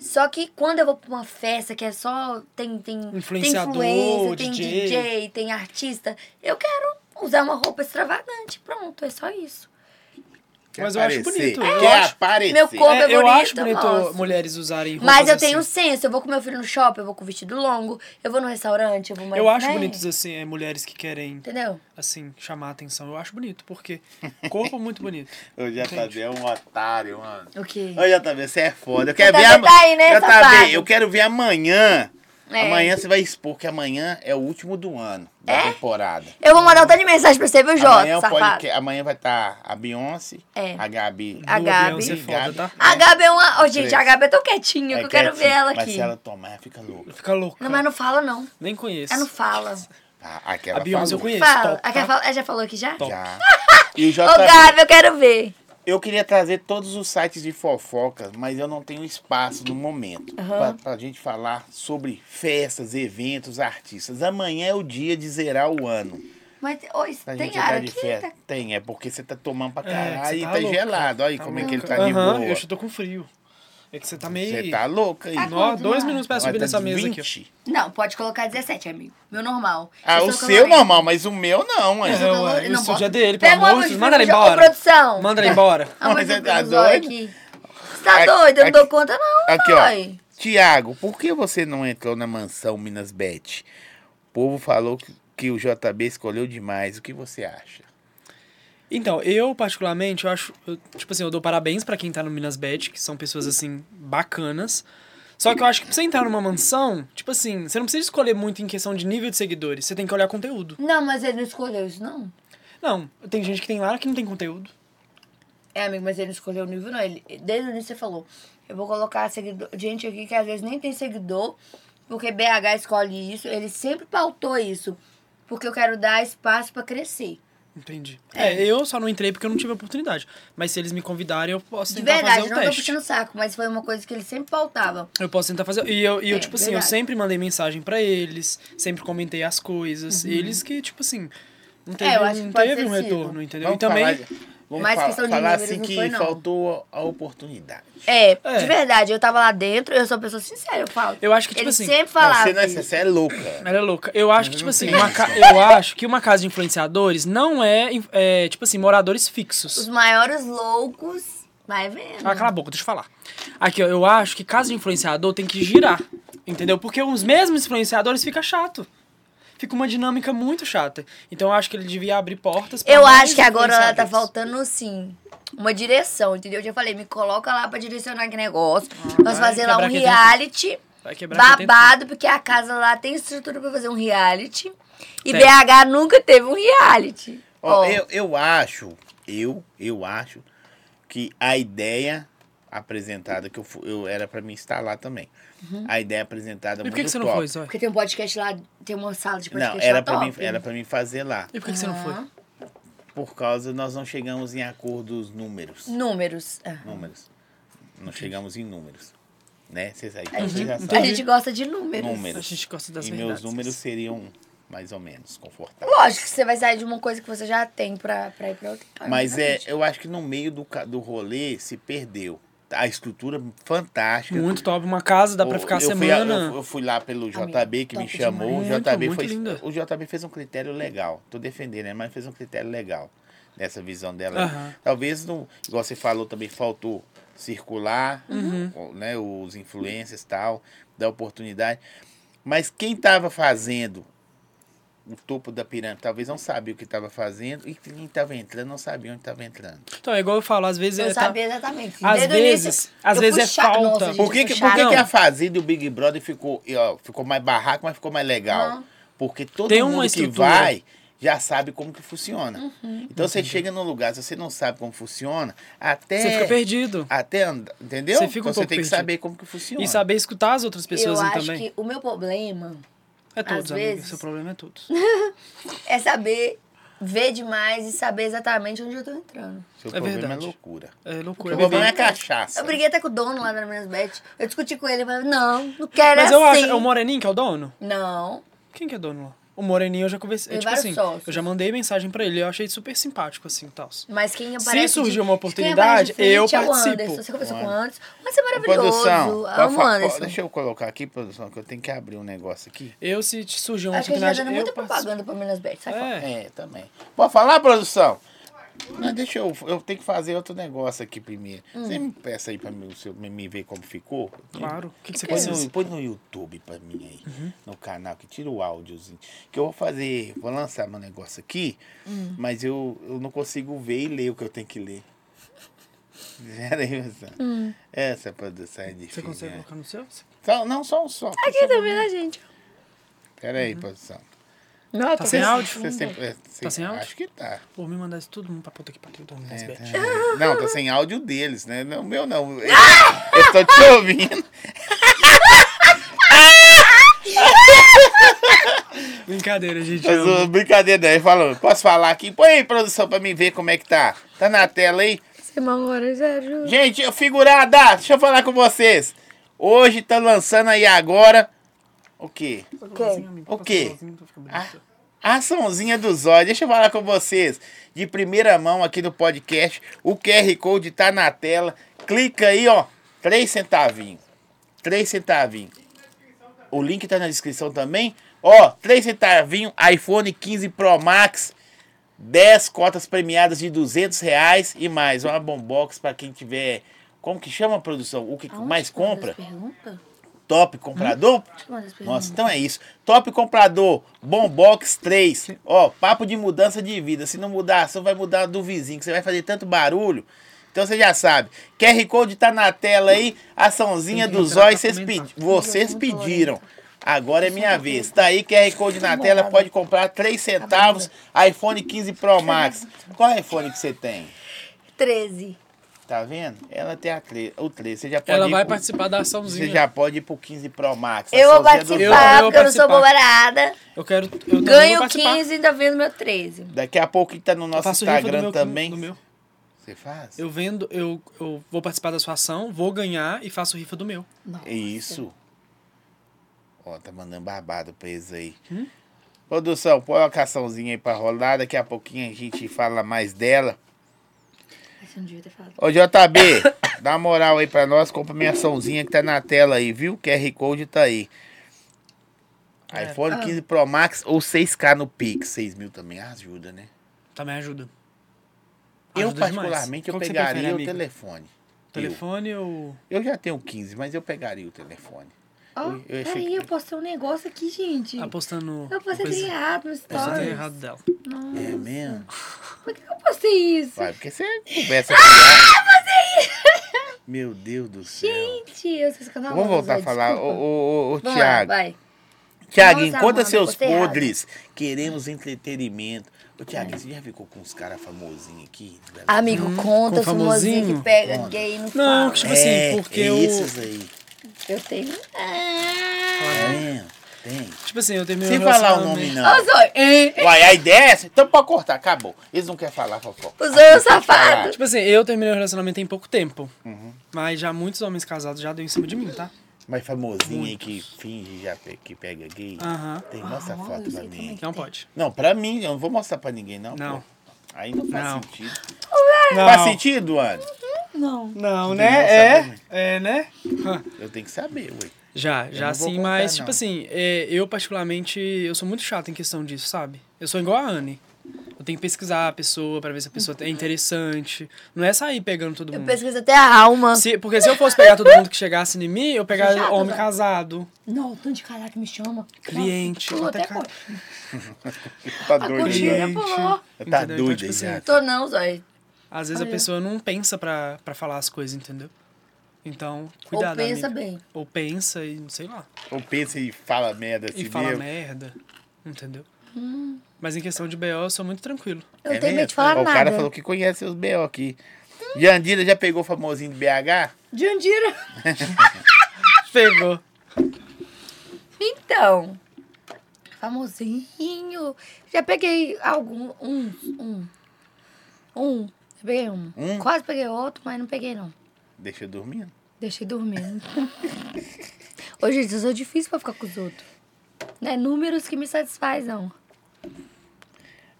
S2: Só que quando eu vou pra uma festa que é só. Tem, tem,
S1: Uhum.
S3: Influenciador,
S2: tem influencer, tem
S3: DJ.
S2: DJ. tem artista, eu quero usar uma roupa extravagante. Pronto, é só isso.
S1: Quer
S3: Mas eu acho
S1: aparecer?
S3: bonito, eu
S1: Quer
S3: acho-
S1: aparecer.
S2: É, Meu corpo-
S3: É, eu
S2: bonito,
S3: acho bonito
S2: nossa.
S3: mulheres usarem roupas
S2: Mas eu tenho um
S3: assim.
S2: senso, eu vou com meu filho no shopping, eu vou com vestido longo, eu vou no restaurante, eu vou mais.
S3: Eu acho
S2: né?
S3: bonitos assim, é, mulheres que querem,
S2: Entendeu?
S3: assim, chamar a atenção. Eu acho bonito, porque corpo é muito bonito.
S1: Eu já
S3: Entende?
S1: sabia, é um otário, mano.
S2: O quê?
S1: Olha, tá vendo? Você é foda. Eu quero
S2: tá
S1: ver
S2: bem,
S1: ama-
S2: tá aí, né,
S1: Já tá
S2: safado?
S1: bem. Eu quero ver amanhã.
S2: É.
S1: Amanhã você vai expor que amanhã é o último do ano da temporada.
S2: Eu vou mandar um tanto de mensagem pra você, viu, Jota?
S1: amanhã, é o
S2: safado.
S1: podcast- amanhã vai estar a Beyoncé,
S2: É.
S1: a Gabi.
S2: A
S3: No
S2: Gabi.
S3: Beyoncé é foda, tá?
S2: A Gabi é uma. Ô, gente,
S1: Três.
S2: a Gabi é tão quietinha que eu quero ver ela
S1: Mas
S2: aqui.
S1: se ela tomar, ela fica louca.
S3: Fica louca.
S2: Não, mas não fala, não.
S3: Nem conheço.
S2: Ela não fala.
S1: A, Ah, aquela
S3: A Beyoncé eu
S1: falou.
S3: conheço.
S2: Fala.
S3: top,
S2: Ah, quer
S3: tá?
S2: falar- ah, já falou aqui já? Ô,
S3: Top.
S1: Já. E o JB,
S2: Gabi, eu quero ver.
S1: eu queria trazer todos os sites de fofocas, mas eu não tenho espaço no momento pra, pra gente falar sobre festas, eventos, artistas. Amanhã é o dia de zerar o ano.
S2: Mas, oi,
S1: A gente
S2: tem
S1: tá
S2: área
S1: de
S2: aqui?
S1: festa. Tem, é porque você tá tomando pra
S3: É, que
S1: caralho
S3: você
S1: e
S3: tá
S1: tá,
S3: louca.
S1: gelado. Olha aí como é que ele tá de
S3: Aham,
S1: boa.
S3: eu já tô com frio. É que você tá meio...
S1: Você tá louca aí.
S2: Tá com-
S3: Nó, dois
S2: Não.
S3: minutos pra
S1: Vai
S3: subir
S1: tá
S3: nessa mesa aqui.
S1: 20.
S2: Não, pode colocar 17, amigo. Meu normal.
S1: Ah,
S2: Eu
S1: o
S2: sou
S1: seu
S2: calorenta.
S1: normal, mas o meu não,
S3: ó.
S1: hein?
S3: É,
S2: Eu sou
S3: ué,
S2: calorenta,
S3: eu
S2: não
S3: sou
S2: posso.
S3: dia dele, pelo
S2: Pega uma
S3: amor de
S2: luz
S3: Deus,
S2: de
S3: manda ela
S2: Ô,
S3: embora.
S2: produção.
S3: Manda ela embora.
S2: Amor
S1: Mas
S2: de
S1: você tá
S2: Deus, olha
S1: doido?
S2: aqui. Você tá
S1: Aqui-
S2: doido? Eu não dou
S1: aqui-
S2: conta, não,
S1: Aqui,
S2: boy.
S1: ó. Tiago, por que você não entrou na mansão Minas Bet? O povo falou que, que o JB escolheu demais. O que você acha?
S3: Então, eu particularmente, eu acho, eu, tipo assim, eu dou parabéns pra quem tá no Minas Bet, que são pessoas assim bacanas. Só que eu acho que pra você entrar numa mansão, tipo assim, você não precisa escolher muito em questão de nível de seguidores, você tem que olhar conteúdo.
S2: Não, mas ele não escolheu isso, não.
S3: Não, tem gente que tem lá que não tem conteúdo.
S2: É, amigo, mas ele não escolheu o nível, não. Ele, desde o início você falou, eu vou colocar seguidor, gente aqui que às vezes nem tem seguidor, porque BH escolhe isso, ele sempre pautou isso, porque eu quero dar espaço pra crescer.
S3: Entendi. É. eu só não entrei porque eu não tive a oportunidade. Mas se eles me convidarem, eu posso
S2: De
S3: tentar
S2: verdade,
S3: fazer
S2: eu
S3: o
S2: não tô
S3: teste.
S2: puxando o saco, mas foi uma coisa que ele sempre pautava.
S3: Eu posso tentar fazer. E eu, e eu
S2: É,
S3: tipo assim, eu
S2: verdade.
S3: sempre mandei mensagem pra eles, sempre comentei as coisas. Eles que, tipo assim, não teve,
S2: Uhum. É, eu acho que
S3: não
S2: pode
S3: teve
S2: ter
S3: um
S2: sido.
S3: retorno, entendeu?
S1: Vamos
S3: e também.
S1: falar, vamos
S2: Mas
S1: fa-
S2: questão de
S1: falar
S2: números
S1: assim
S2: não
S1: que
S2: foi, não.
S1: faltou a oportunidade.
S2: É,
S3: É.
S2: de verdade, eu tava lá dentro, eu sou uma pessoa sincera, eu falo.
S3: Eu acho que, tipo
S2: ele
S3: assim,
S2: sempre
S1: Não,
S2: falava.
S1: você, não é,
S2: isso.
S1: você é louca.
S3: Ela é louca. Eu acho que,
S1: Mas
S3: tipo
S1: não
S3: assim,
S1: tem
S3: uma
S1: isso,
S3: ca-
S1: né?
S3: eu acho que uma casa de influenciadores não é, in- é, tipo assim, moradores
S2: Os
S3: fixos.
S2: maiores loucos, vai vendo.
S3: Ah, cala a boca, deixa eu falar. Aqui, ó, eu acho que casa de influenciador tem que girar, entendeu? Porque os mesmos influenciadores fica chato. Fica uma dinâmica muito chata. Então eu acho que ele devia abrir portas pra
S2: Eu
S3: mais
S2: acho que agora ela tá
S3: influenciadores.
S2: faltando, assim, uma direção, entendeu? Eu já falei, me coloca lá pra direcionar que negócio. Nós
S3: Ah, vai
S2: fazer lá
S3: quebrar
S2: um
S3: aqui
S2: reality
S3: Vai quebrar quem tem
S2: babado, porque a casa lá tem estrutura pra fazer um reality. E
S3: Tem.
S2: BH nunca teve um reality.
S1: Ó,
S2: Ó,
S1: Eu, eu acho, eu, eu acho que a ideia apresentada, que eu, fu- eu era pra me instalar também. A ideia apresentada
S3: Uhum. E por
S1: Tá
S3: que,
S1: muito
S3: que você não
S1: top.
S3: foi, Zói?
S2: Porque tem um podcast lá, tem uma sala de podcast
S1: Não,
S2: lá
S1: era pra,
S2: tá top. Ah,
S1: mim, era pra mim fazer lá.
S3: E por que, que você não foi?
S2: Aham.
S1: Por causa, nós não chegamos em acordo os números.
S2: Números. Ah.
S1: Números. Não chegamos em números. Né? Vocês aí,
S2: A gente,
S1: vocês já
S2: a
S1: sabem.
S2: gente gosta de números.
S1: Números.
S3: A gente gosta das
S1: E meus
S3: verdades.
S1: números seriam mais ou menos confortáveis.
S2: Lógico que você vai sair de uma coisa que você já tem pra, pra ir pra outra.
S1: Mas é, eu acho que no meio do, ca- do rolê se perdeu. A estrutura fantástica.
S3: Muito top. Uma casa dá
S1: Eu-
S3: pra ficar a
S1: eu fui a-
S3: semana.
S1: eu, eu fui lá pelo
S2: Amigo,
S1: JB que me
S2: top
S1: chamou.
S3: demais.
S1: o JB
S3: Muito,
S1: foi,
S3: muito linda.
S1: o JB fez um critério legal. Tô defendendo, né? Mas fez um critério legal nessa visão dela.
S3: Aham.
S1: Talvez não, igual você falou também faltou circular,
S3: Uhum.
S1: o- né, os influencers e tal, da oportunidade. Mas quem tava fazendo o topo da pirâmide, talvez não sabia o que tava fazendo e quem tava entrando não sabia onde tava entrando.
S3: Então, é igual eu falo, às vezes
S2: Eu
S3: é. tá-
S2: sabia exatamente.
S3: Às
S2: Desde o
S3: vezes-
S2: início,
S3: às
S2: eu
S3: vezes
S2: fui
S3: é
S2: chata-
S3: falta.
S2: Nossa, gente,
S1: Por que,
S2: eu fui
S1: que, por que,
S2: chata.
S1: que a
S3: Não.
S1: fazenda e o Big Brother ficou, e, ó, ficou mais barraco, mas ficou mais legal?
S2: Não.
S1: Porque todo
S3: Tem uma
S1: mundo que
S3: estrutura. Uhum.
S1: vai já sabe como que funciona. Então você chega num lugar, se você não sabe como funciona, até.
S3: Você fica perdido.
S1: Até andar, entendeu?
S3: Você fica um
S1: então você
S3: pouco
S1: tem que
S3: perdido.
S1: saber como que funciona.
S3: E saber escutar as outras pessoas
S2: eu
S3: né,
S2: acho
S3: também.
S2: que o meu problema
S3: É todos,
S2: às
S3: amiga.
S2: vezes-
S3: Seu problema é todos.
S2: é saber ver demais e saber exatamente onde eu tô entrando.
S1: Seu
S3: É
S1: problema
S3: verdade.
S1: é loucura.
S3: É
S1: Seu
S3: loucura.
S1: problema é
S3: bebê.
S1: cachaça.
S2: Eu briguei até com o dono lá da Minas Bet. Eu discuti com ele, mas não, não quero
S3: Mas
S2: é
S3: eu
S2: assim.
S3: acho. É o Moreninho que é o dono?
S2: Não.
S3: Quem que é dono lá? O Moreninho eu já conversei.
S2: Tem
S3: É, tipo
S2: vários
S3: assim,
S2: sócios.
S3: eu já mandei mensagem pra ele. Eu achei super simpático, assim, tal.
S2: Mas quem aparece.
S3: Se
S2: de-
S3: surgir uma
S2: quem
S3: oportunidade,
S2: aparece de frente
S3: eu
S2: é o
S3: participo.
S2: Anderson. Você conversou com o
S1: Mano.
S2: Anderson? O Anderson é
S1: Ô,
S2: maravilhoso.
S1: pra
S2: Amo o
S1: fa-
S2: Anderson.
S1: deixa eu colocar aqui, produção, que eu tenho que abrir um negócio aqui.
S3: Eu, se te surgir uma
S2: Acho que a gente tá
S3: oportunidade,
S2: dando
S3: eu
S2: muita
S3: participo.
S2: propaganda né? pra Minas Bet. Sai fora.
S3: É.
S1: É, também. Pode falar, produção? Não, deixa eu. Eu tenho que fazer outro negócio aqui primeiro. Você me peça aí pra mim, o seu- me, me ver como ficou?
S3: Hum. Claro. Uhum. O que, que você
S1: Põe
S3: precisa?
S1: no, põe no YouTube pra mim aí, no canal, que tira o áudiozinho. Que eu vou fazer, vou lançar meu negócio aqui,
S3: Hum.
S1: mas eu, eu não consigo ver e ler o que eu tenho que ler. Gera aí, Luciano. Essa produção é
S3: Hum. Você
S1: difícil.
S3: consegue tá-
S1: né?
S3: colocar no seu?
S1: Só- não, só um só.
S2: Aqui também, né, gente?
S1: Pera aí, produção.
S2: Não,
S3: Tá sem áudio?
S1: Você sempre, é,
S3: Tá sem áudio?
S1: Acho que tá.
S3: Por me mandar isso todo mundo pra puta que pariu, dono das
S1: É,
S3: bet.
S1: tá. Não, tá sem áudio deles, né? Não, meu não. Eu, eu tô te ouvindo.
S3: Brincadeira, gente.
S1: Mas, ô, brincadeira daí, falou. Posso falar aqui? Põe aí, produção, pra mim ver como é que tá. Tá na tela aí?
S2: Você mamora, sério.
S1: Gente, figurada, deixa eu falar com vocês. Hoje tá lançando aí agora. O quê?
S3: um
S1: O quê? A a açãozinha do Zóio. Deixa eu falar com vocês. De primeira mão aqui no podcast. O QR Code tá na tela. Clica aí, ó. Três centavinhos. Três centavinhos. O link tá na descrição também. Ó, três centavinhos. iPhone 15 Pro Max. 10 cotas premiadas de 200 reais e mais. Uma bombox para quem tiver. Como que chama a produção? O que mais
S5: tá
S1: compra?
S2: Pergunta?
S1: Top comprador? Nossa, então é isso. Top comprador, Bombox 3. Ó, papo de mudança de vida. Se não mudar, só vai mudar do vizinho, que você vai fazer tanto barulho. Então você já sabe. QR Code tá na tela aí, açãozinha
S3: Tem que
S1: do
S3: entrar
S1: Zói,
S3: pra
S1: vocês,
S3: comentar.
S1: pedi- vocês pediram. Agora é minha vez. Tá aí QR Code na tela, pode
S5: Tá né?
S1: comprar 3 centavos, iPhone 15 Pro Max. Qual iPhone que você tem?
S5: 13.
S1: Tá vendo? Ela tem a tre- o 13. Você já pode
S3: Ela
S1: ir
S3: vai
S1: pro-
S3: participar da
S1: Você
S3: açãozinha.
S1: já pode ir pro 15 Pro Max. a
S5: Eu vou
S1: açãozinha do
S3: eu
S5: participar,
S1: Jorge.
S5: porque eu não sou
S3: participar.
S5: boba nada.
S3: Eu quero. Eu também vou
S5: Ganho
S3: participar.
S5: 15 e ainda vendo meu 13.
S1: Daqui a pouco tá no
S6: Eu
S1: nosso
S6: faço rifa do
S1: Instagram
S6: meu-
S1: também.
S6: do meu.
S1: Você faz?
S3: Eu vendo, eu, eu vou participar da sua ação, vou ganhar e faço rifa do meu.
S1: É Isso. Ó, tá mandando babado preso aí.
S6: Hum?
S1: Produção, põe uma caçãozinha aí pra rolar. Daqui a pouquinho a gente fala mais dela.
S5: Você não devia ter falado.
S1: Ô, JB, dá uma moral aí pra nós. Compra minha açãozinha que tá na tela aí, viu? QR Code tá aí.
S6: É. Ah.
S1: iPhone 15 Pro Max ou 6K no Pix. 6 mil também ajuda, né?
S3: Também Tá, ajuda.
S1: Eu,
S3: Ajuda demais.
S1: particularmente, eu
S6: Qual que você
S1: pegaria
S6: prefere,
S1: o
S6: amigo?
S1: telefone.
S3: Telefone ou.
S1: Eu, eu já tenho 15, mas eu pegaria o telefone.
S5: Ó,
S1: Eu- eu achei
S5: peraí,
S1: que- Ah,
S5: eu postei um negócio aqui, gente.
S3: Apostando no.
S5: Eu postei
S3: coisa-
S5: errado no
S3: Apostando
S5: stories.
S3: errado dela.
S1: É mesmo?
S5: Por que eu postei isso?
S1: Vai, porque você conversa com Ah, você Meu Deus do céu.
S5: Gente, eu sou escandalosa.
S1: Vamos voltar a falar. Ô,
S5: desculpa.
S1: ô, ô, ô,
S5: Vamos lá,
S1: Tiago.
S5: vai.
S1: Tiago,
S5: Nossa,
S1: encontra
S5: Amanda,
S1: seus
S5: postei errado.
S1: podres. Queremos entretenimento. Ô, Tiago, você já ficou com uns caras famosinhos aqui?
S2: Ah,
S5: Amigo, conta
S3: Hum, com
S5: os famosinhos
S3: famosinho?
S5: que pega gay no
S3: Não,
S5: fala.
S3: tipo assim, porque
S1: é
S3: eu.
S1: esses aí.
S5: Eu tenho.
S1: É mesmo? Tem.
S3: Tipo assim, eu tenho meu.
S1: Sem falar o
S3: relacionamento-
S1: nome,
S5: Ó, o
S1: não.
S5: Zóio. É.
S1: Uai, aí desce? Então pode cortar, acabou. Eles não querem falar, fofoca.
S5: O Zóio é um safado.
S3: Tipo assim, eu terminei o relacionamento tem pouco tempo.
S1: Uhum.
S3: Mas já muitos homens casados já deu em cima de mim, tá?
S1: Mas famosinho aí que finge já pe- que pega gay.
S3: Aham.
S1: Tem, mostra a
S5: Ah,
S1: foto
S5: eu
S1: pra
S5: sei
S1: mim.
S3: Não pode.
S1: Não, pra mim, eu não vou mostrar pra ninguém, não.
S3: Não.
S1: pô. Aí não faz
S3: Não.
S1: sentido.
S3: Não,
S1: Faz sentido, Anne?
S5: Não.
S6: Não,
S1: né? É,
S6: né? É, é, né?
S1: Eu tenho que saber, ué.
S3: Já, já
S1: não vou
S3: assim,
S1: contar,
S3: mas
S1: não.
S3: tipo assim, é, eu particularmente, eu sou muito chato em questão disso, sabe? Eu sou igual a Anne. Eu tenho que pesquisar a pessoa pra ver se a pessoa é interessante. Não é sair pegando todo
S5: Eu
S3: mundo.
S5: pesquiso até a alma.
S3: Se- porque se eu fosse pegar todo mundo que chegasse em mim, eu pegaria
S5: Chato,
S3: homem
S5: né?
S3: casado,
S5: Não, o tanto de cara que me chama.
S3: cliente.
S5: Pulou até
S3: até ca-
S5: coisa.
S1: Tá
S5: A
S1: doido aí,
S5: cortina
S1: né?
S3: gente.
S5: pulou.
S1: Tá
S3: Entendeu? Então,
S1: doido
S3: tipo
S1: aí,
S3: assim,
S1: já.
S5: Tô não, Zóio.
S3: Às vezes a
S5: Olha.
S3: pessoa não pensa pra, pra falar as coisas, entendeu? Então,
S5: Ou
S3: cuidado.
S5: pensa
S3: amiga.
S5: bem.
S3: Ou pensa e sei lá.
S1: Ou pensa e fala merda
S3: e
S1: assim
S3: fala
S1: mesmo.
S3: merda. Entendeu?
S5: Hum.
S3: Mas em questão de BO, eu sou muito tranquilo.
S5: Eu
S1: É
S5: não tenho medo
S1: mesmo?
S5: de falar
S1: O
S5: nada.
S1: cara falou que conhece os B.O. aqui. Jandira já pegou o famosinho de BH?
S5: Jandira.
S3: Pegou.
S5: Então, famosinho. Já peguei algum. Um. Um. Um. Já peguei um.
S1: Um?
S5: Quase peguei outro, mas não peguei, não.
S1: Deixa eu dormindo.
S5: Deixei dormindo. Ô, gente, eu sou difícil pra ficar com os outros. Não é números que me satisfaz, não.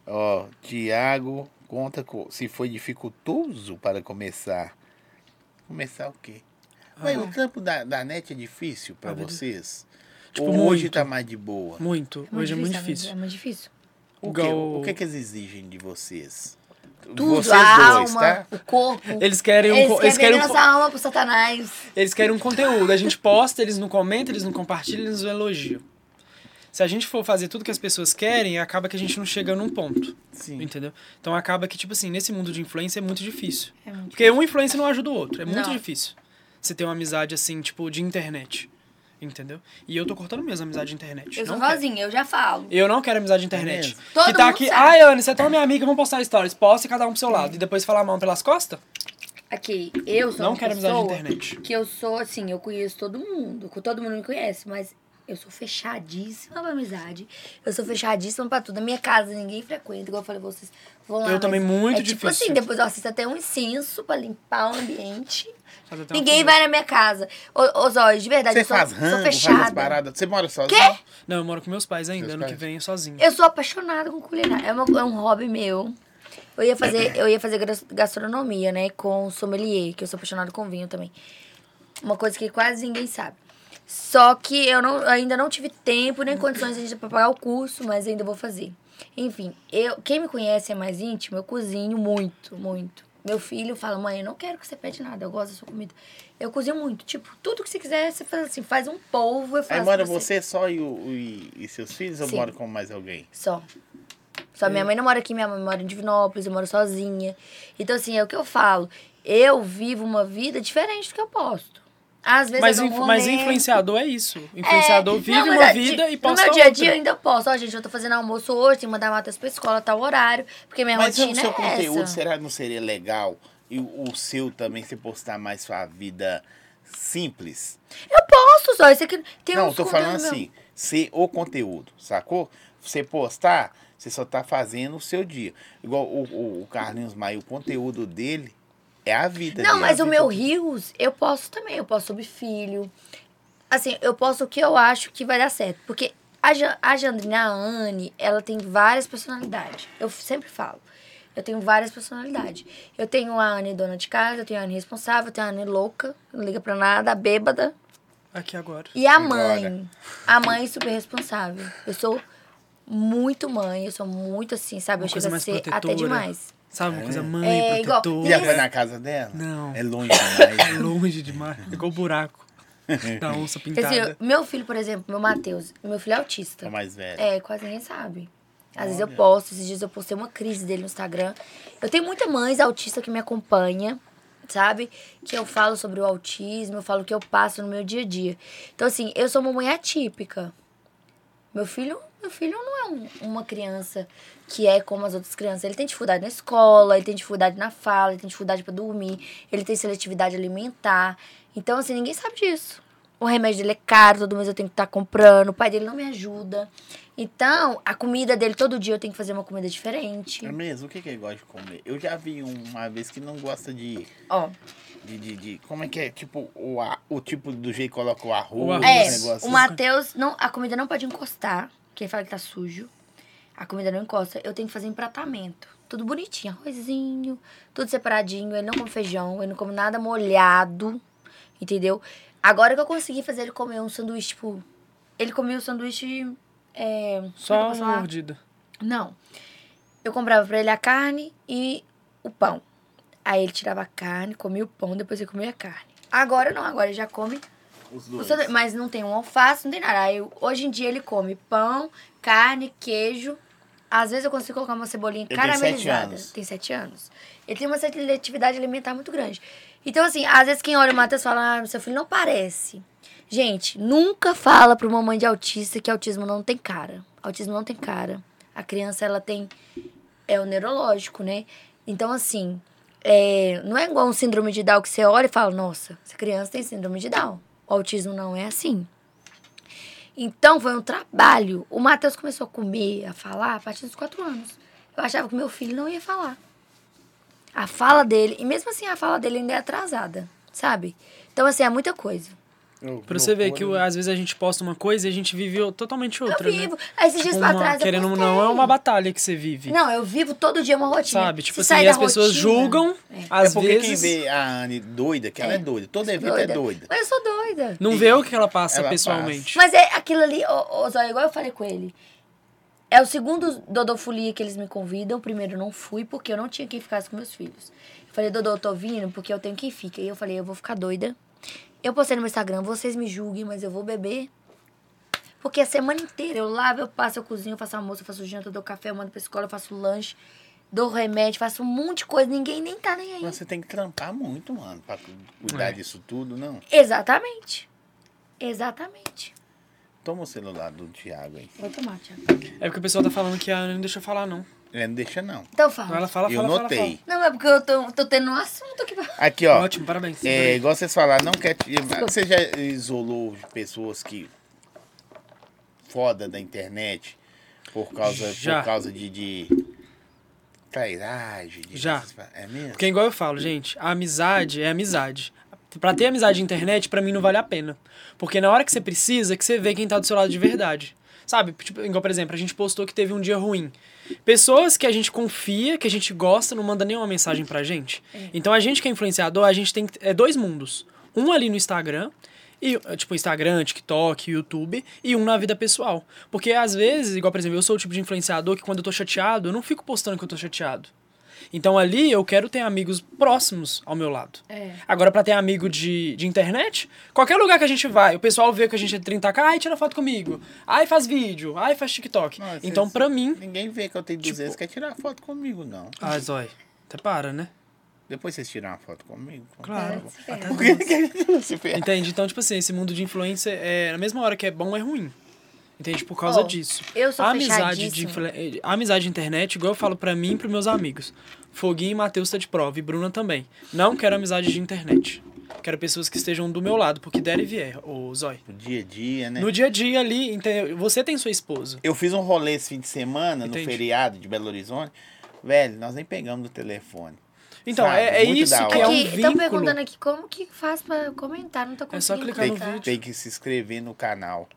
S1: Ó, Tiago, conta co- se foi dificultoso para começar. Começar o quê? Ué, o trampo da, da net é difícil para
S3: Ah, meu Deus.
S1: vocês?
S3: Tipo,
S1: Ou hoje
S3: muito.
S1: tá mais de boa?
S3: Muito. Hoje é muito difícil.
S5: É muito difícil.
S1: O, que,
S3: Igual-
S1: o que, que eles exigem de vocês?
S5: Tudo,
S1: vocês
S5: a
S1: dois,
S5: alma,
S1: tá?
S5: o corpo.
S3: Eles querem um,
S5: Eles
S3: co-
S5: querem
S3: eles querem um
S5: vender
S3: co-
S5: nossa alma pro satanás.
S3: eles querem um conteúdo. A gente posta, eles não comentam, eles não compartilham, eles não elogiam. Se a gente for fazer tudo que as pessoas querem, acaba que a gente não chega num ponto.
S1: Sim.
S3: Entendeu? Então acaba que, tipo assim, nesse mundo de influência é muito difícil.
S5: É muito
S3: Porque um influencer não ajuda o outro. É muito
S5: Não.
S3: difícil. Você ter uma amizade assim, tipo, de internet. Entendeu? E eu tô cortando mesmo a amizade de internet.
S5: Eu sou
S3: Não quero.
S5: sozinha, eu já falo.
S3: Eu não quero amizade de internet.
S1: mesmo?
S5: Todo
S3: que tá
S5: mundo
S3: aqui,
S5: sabe. É.
S3: ai, Ana, você é tão minha amiga, vamos postar stories. Posta e cada um pro seu lado. E depois falar mal pelas costas?
S5: Aqui, eu sou
S3: não
S5: uma
S3: quero amizade de
S5: pessoa
S3: internet.
S5: que eu sou, assim, eu conheço todo mundo, que todo mundo me conhece, mas eu sou fechadíssima pra amizade. Eu sou fechadíssima pra tudo. Na minha casa ninguém frequenta, igual eu falei, vocês vão lá.
S3: Eu
S5: mas
S3: também, muito
S5: é Tipo
S3: difícil.
S5: assim, depois eu assisto até um incenso pra limpar o ambiente.
S3: Fazer até uma
S5: ninguém
S3: conversa.
S5: vai na minha casa. Ô, ô Zóio, de verdade,
S1: Você
S5: eu sou,
S1: faz
S5: sou
S1: rango, faz
S5: fechada.
S1: as paradas. Você mora sozinho?
S5: Quê?
S3: Não, eu moro com meus pais ainda,
S1: Seus
S3: ano que
S1: pais?
S3: vem sozinho.
S5: Eu sou apaixonada com culinária. É, uma- é um hobby meu. Eu ia fazer, eu ia fazer gras- gastronomia, né? Com sommelier, que eu sou apaixonada com vinho também. Uma coisa que quase ninguém sabe. Só que eu não, ainda não tive tempo nem condições ainda pra pagar o curso, mas ainda vou fazer. Enfim, eu, quem me conhece é mais íntimo, eu cozinho muito, muito. Meu filho fala, mãe, eu não quero que você pede nada, eu gosto da sua comida. Eu cozinho muito. Tipo, tudo que você quiser, você faz assim, faz um polvo, eu faço.
S1: Aí mora
S5: pra
S1: você só e, o- e- e seus filhos ou
S5: Sim.
S1: mora com mais alguém?
S5: Só. Só
S1: É.
S5: minha mãe não mora aqui, minha mãe mora em Divinópolis, eu moro sozinha. Então, assim, é o que eu falo. Eu vivo uma vida diferente do que eu posto. Às vezes
S3: Mas,
S5: eu
S3: inf-
S5: dou um
S3: mas
S5: rolê.
S3: influenciador é isso.
S5: É,
S3: Influenciador
S5: não,
S3: vive
S5: mas
S3: uma
S5: a-
S3: vida
S5: de-
S3: e posta
S5: No meu dia a
S3: outra.
S5: dia eu ainda posso. Ó, gente, eu tô fazendo almoço hoje, tenho que mandar Matheus pra escola, tá o horário. Porque minha
S1: Mas o
S5: rotina
S1: seu
S5: é
S1: conteúdo,
S5: essa.
S1: será que não seria legal? E o o seu também, você postar mais sua vida simples?
S5: Eu posso, só. Isso aqui tem
S1: não,
S5: uns
S1: tô
S5: conteúdos
S1: falando
S5: meus.
S1: assim, ser o conteúdo, sacou? Você postar, você só tá fazendo o seu dia. Igual o, o, o Carlinhos Maia, o conteúdo dele é a vida
S5: Não,
S1: dele,
S5: mas
S1: a
S5: o
S1: vida
S5: meu
S1: dele.
S5: Rios, eu posso também. Eu posso sobre filho. Assim, eu posso o que eu acho que vai dar certo. Porque a, Ja- a Jandrina, a Anne, ela tem várias personalidades. Eu sempre falo. Eu tenho várias personalidades. Eu tenho a Anne dona de casa, eu tenho a Anne responsável, eu tenho a Anne louca, não liga pra nada, bêbada.
S3: Aqui agora.
S5: E a
S1: Agora.
S5: mãe. A mãe é super responsável. Eu sou muito mãe, eu sou muito assim, sabe?
S3: Uma
S5: eu
S3: coisa
S5: chego a
S3: mais
S5: ser até
S3: protetora.
S5: demais.
S3: Sabe uma coisa mãe,
S5: É, igual-
S3: protetora.
S1: E já foi na casa dela?
S3: Não.
S1: É longe demais.
S3: É
S1: né?
S3: longe demais. Igual o buraco da onça
S5: Porque, assim,
S3: pintada.
S5: eu- meu filho, por exemplo, meu Matheus, meu filho é autista.
S1: É mais velho.
S5: É, quase ninguém sabe. Às vezes eu posto, esses dias eu postei uma crise dele no Instagram. Eu tenho muitas mães autistas que me acompanham, sabe? Que eu falo sobre o autismo, eu falo o que eu passo no meu dia a dia. Então, assim, eu sou uma mãe atípica. Meu filho, meu filho não é um- uma criança que é como as outras crianças. Ele tem dificuldade na escola, ele tem dificuldade na fala, ele tem dificuldade para dormir, ele tem seletividade alimentar. Então, assim, ninguém sabe disso. O remédio dele é caro, todo mês eu tenho que estar comprando, o pai dele não me ajuda. Então, a comida dele, todo dia eu tenho que fazer uma comida diferente.
S1: É mesmo? O que que ele gosta de comer? Eu já vi uma vez que não gosta de...
S5: Ó,
S1: de, de, de- como é que é? Tipo, o, a- o tipo do jeito que coloca o arroz,
S3: O arroz.
S5: é,
S1: esse negócio.
S5: o Matheus, não, a comida não pode encostar, quem fala que tá sujo, a comida não encosta. Eu tenho que fazer empratamento, tudo bonitinho, arrozinho, tudo separadinho, ele não come feijão, ele não come nada molhado, entendeu? Agora que eu consegui fazer ele comer um sanduíche, tipo, ele comia um sanduíche, é, como é que eu
S3: Só
S5: posso
S3: uma
S5: falar?
S3: mordida.
S5: Não. Eu comprava pra ele a carne e o pão. Aí ele tirava a carne, comia o pão, depois ele comia a carne. Agora não, agora ele já come.
S1: Os
S5: o
S1: dois.
S5: sandu- Mas não tem um alface, não tem nada. Aí, hoje em dia ele come pão, carne, queijo. Às vezes eu consigo colocar uma cebolinha
S1: Ele tem sete
S5: caramelizada.
S1: anos.
S5: Tem sete anos. Ele tem uma seletividade alimentar muito grande. Então, assim, às vezes quem olha o Matheus fala, ah, seu filho não parece. Gente, nunca fala pra uma mãe de autista que autismo não tem cara. Autismo não tem cara. A criança, ela tem... É o neurológico, né? Então, assim, é, não é igual um síndrome de Down que você olha e fala, nossa, essa criança tem síndrome de Down. O autismo não é assim. Então foi um trabalho. O Matheus começou a comer, a falar a partir dos quatro anos. Eu achava que meu filho não ia falar. A fala dele, e mesmo assim a fala dele ainda é atrasada, sabe? Então, assim, é muita coisa.
S1: Oh,
S3: Pra você ver que
S1: loucura, né?
S3: às vezes a gente posta uma coisa e a gente vive totalmente outra,
S5: eu
S3: né?
S5: vivo. Aí Esses dias
S3: Tipo,
S5: pra
S3: uma-
S5: trás. eu
S3: querendo ou
S5: postei.
S3: não, é uma batalha que você vive.
S5: Não, eu vivo todo dia uma rotina.
S3: Sabe? Tipo
S5: Se
S3: assim,
S5: sair
S3: e as
S5: da
S3: pessoas
S5: rotina- né?
S3: julgam,
S1: É
S3: às
S1: porque quem
S3: vezes.
S1: vê a Anne doida, que ela é doida. Todo evento é doida.
S5: Mas eu sou doida.
S3: Não vê o que ela passa
S1: Ela
S3: pessoalmente.
S5: Mas é aquilo ali, ô, ô, Zóia, igual eu falei com ele. É o segundo Dodofolia que eles me convidam. Primeiro eu não fui porque eu não tinha quem ficasse com meus filhos. Eu falei, Dodô, eu tô vindo porque eu tenho quem fica. E eu falei, eu vou ficar doida. Eu postei no meu Instagram, vocês me julguem, mas eu vou beber. Porque a semana inteira eu lavo, eu passo, eu cozinho, eu faço almoço, eu faço janta, eu dou café, eu mando pra escola, eu faço lanche, dou remédio, faço um monte de coisa. Ninguém nem tá nem aí.
S1: Mas você tem que trampar muito, mano, pra cu- cuidar
S3: É.
S1: disso tudo, não?
S5: Exatamente. Exatamente.
S1: Toma o celular do Thiago aí.
S5: Vou tomar, Thiago.
S3: É porque o pessoal tá falando que a Ana não deixa eu falar, não.
S1: Ele não deixa, não.
S5: Então fala.
S3: Então ela fala, fala,
S1: Eu
S3: fala,
S1: notei.
S5: Não, é porque eu tô, tô tendo um assunto aqui pra...
S1: Aqui,
S3: fala.
S1: ó.
S3: Ótimo, parabéns.
S1: É, igual vocês falaram, não quer. te- Você já isolou pessoas que. foda da internet por causa,
S3: Já.
S1: por causa de. de trairagem? de-
S3: Já.
S1: É mesmo?
S3: Porque é igual eu falo, gente, a amizade é amizade. Pra ter amizade na internet, pra mim não vale a pena. Porque na hora que você precisa, que você vê quem tá do seu lado de verdade. Sabe? Tipo, igual, por exemplo, a gente postou que teve um dia ruim. Pessoas que a gente confia, que a gente gosta, não manda nenhuma mensagem pra gente. Então a gente que é influenciador, a gente tem que- é dois mundos. Um ali no Instagram, e, tipo, Instagram, TikTok, YouTube, e um na vida pessoal. Porque às vezes, igual, por exemplo, eu sou o tipo de influenciador que quando eu tô chateado, eu não fico postando que eu tô chateado. Então ali eu quero ter amigos próximos ao meu lado.
S5: É.
S3: Agora, pra ter amigo de, de internet, qualquer lugar que a gente vai, o pessoal vê que a gente é 30k, ai, tira foto comigo, ai, faz vídeo, ai, faz TikTok.
S1: Não, vocês-
S3: então, pra mim. Tipo-
S1: Ninguém vê que eu tenho 200 quer tirar foto comigo, não.
S3: Ai, zói. Até Ah, para, né?
S1: Depois vocês tiram uma foto comigo.
S3: Claro.
S1: Por que que a gente não se ferra?
S3: Entende? Então, tipo assim, esse mundo de influencer, é, na mesma hora que é bom, é ruim. Entende? Por causa
S2: Ó,
S3: disso.
S2: eu sou
S3: a amizade, de,
S2: fechadíssima.
S3: influ- a amizade de internet, igual eu falo pra mim e pros meus amigos. Foguinho e Matheus tá de prova, e Bruna também. Não quero amizade de internet. Quero pessoas que estejam do meu lado, porque der e vier, ô Zói.
S1: No dia a dia, né?
S3: No dia a dia ali, entende? você tem sua esposa.
S1: Eu fiz um rolê esse fim de semana,
S3: Entendi.
S1: no feriado de Belo Horizonte. Velho, nós nem pegamos o telefone.
S3: Então,
S1: Sabe,
S3: é, é
S1: muito
S3: isso
S1: da
S3: que é um
S1: hora.
S3: vínculo.
S2: estão perguntando aqui como que faz pra comentar, não tô
S3: É só
S2: conseguindo
S3: clicar
S1: Tem
S3: no
S2: comentar.
S1: que, tem que se inscrever no canal.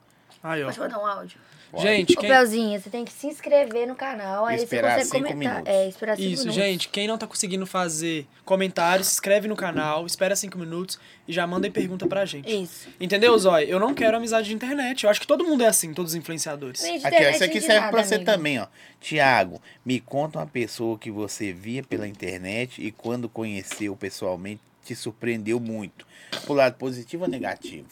S3: Aí, ó.
S2: Pode mandar um áudio?
S1: Pode.
S3: Gente,
S2: Ô,
S3: quem...
S2: Belzinha, você tem que se inscrever no canal, aí você
S1: Esperar
S2: consegue
S1: cinco
S2: comentar.
S1: minutos.
S2: É, esperar cinco
S3: Isso,
S2: minutos.
S3: gente. Quem não tá conseguindo fazer comentário, se inscreve no canal, espera cinco minutos e já manda e pergunta pra gente.
S2: Isso.
S3: Entendeu, Zói? Eu não quero amizade de internet. Eu acho que todo mundo é assim, todos os influenciadores.
S2: Gente,
S1: Aqui, ó,
S2: internet
S1: isso aqui
S2: de
S1: serve
S2: nada,
S1: pra você
S2: amigo.
S1: também, ó. Tiago, me conta uma pessoa que você via pela internet e quando conheceu pessoalmente te surpreendeu muito. Pro lado positivo ou negativo?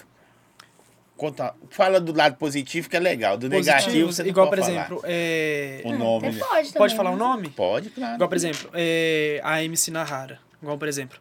S1: Conta, fala do lado positivo que é legal, do negativo
S3: Positivos,
S1: você não
S3: igual, por
S1: pode falar.
S3: exemplo, é...
S1: o nome.
S2: Você
S1: Né?
S2: pode também.
S3: pode falar o nome?
S1: Pode, claro.
S3: Igual, por exemplo, é... a MC Nahara. Igual, por exemplo.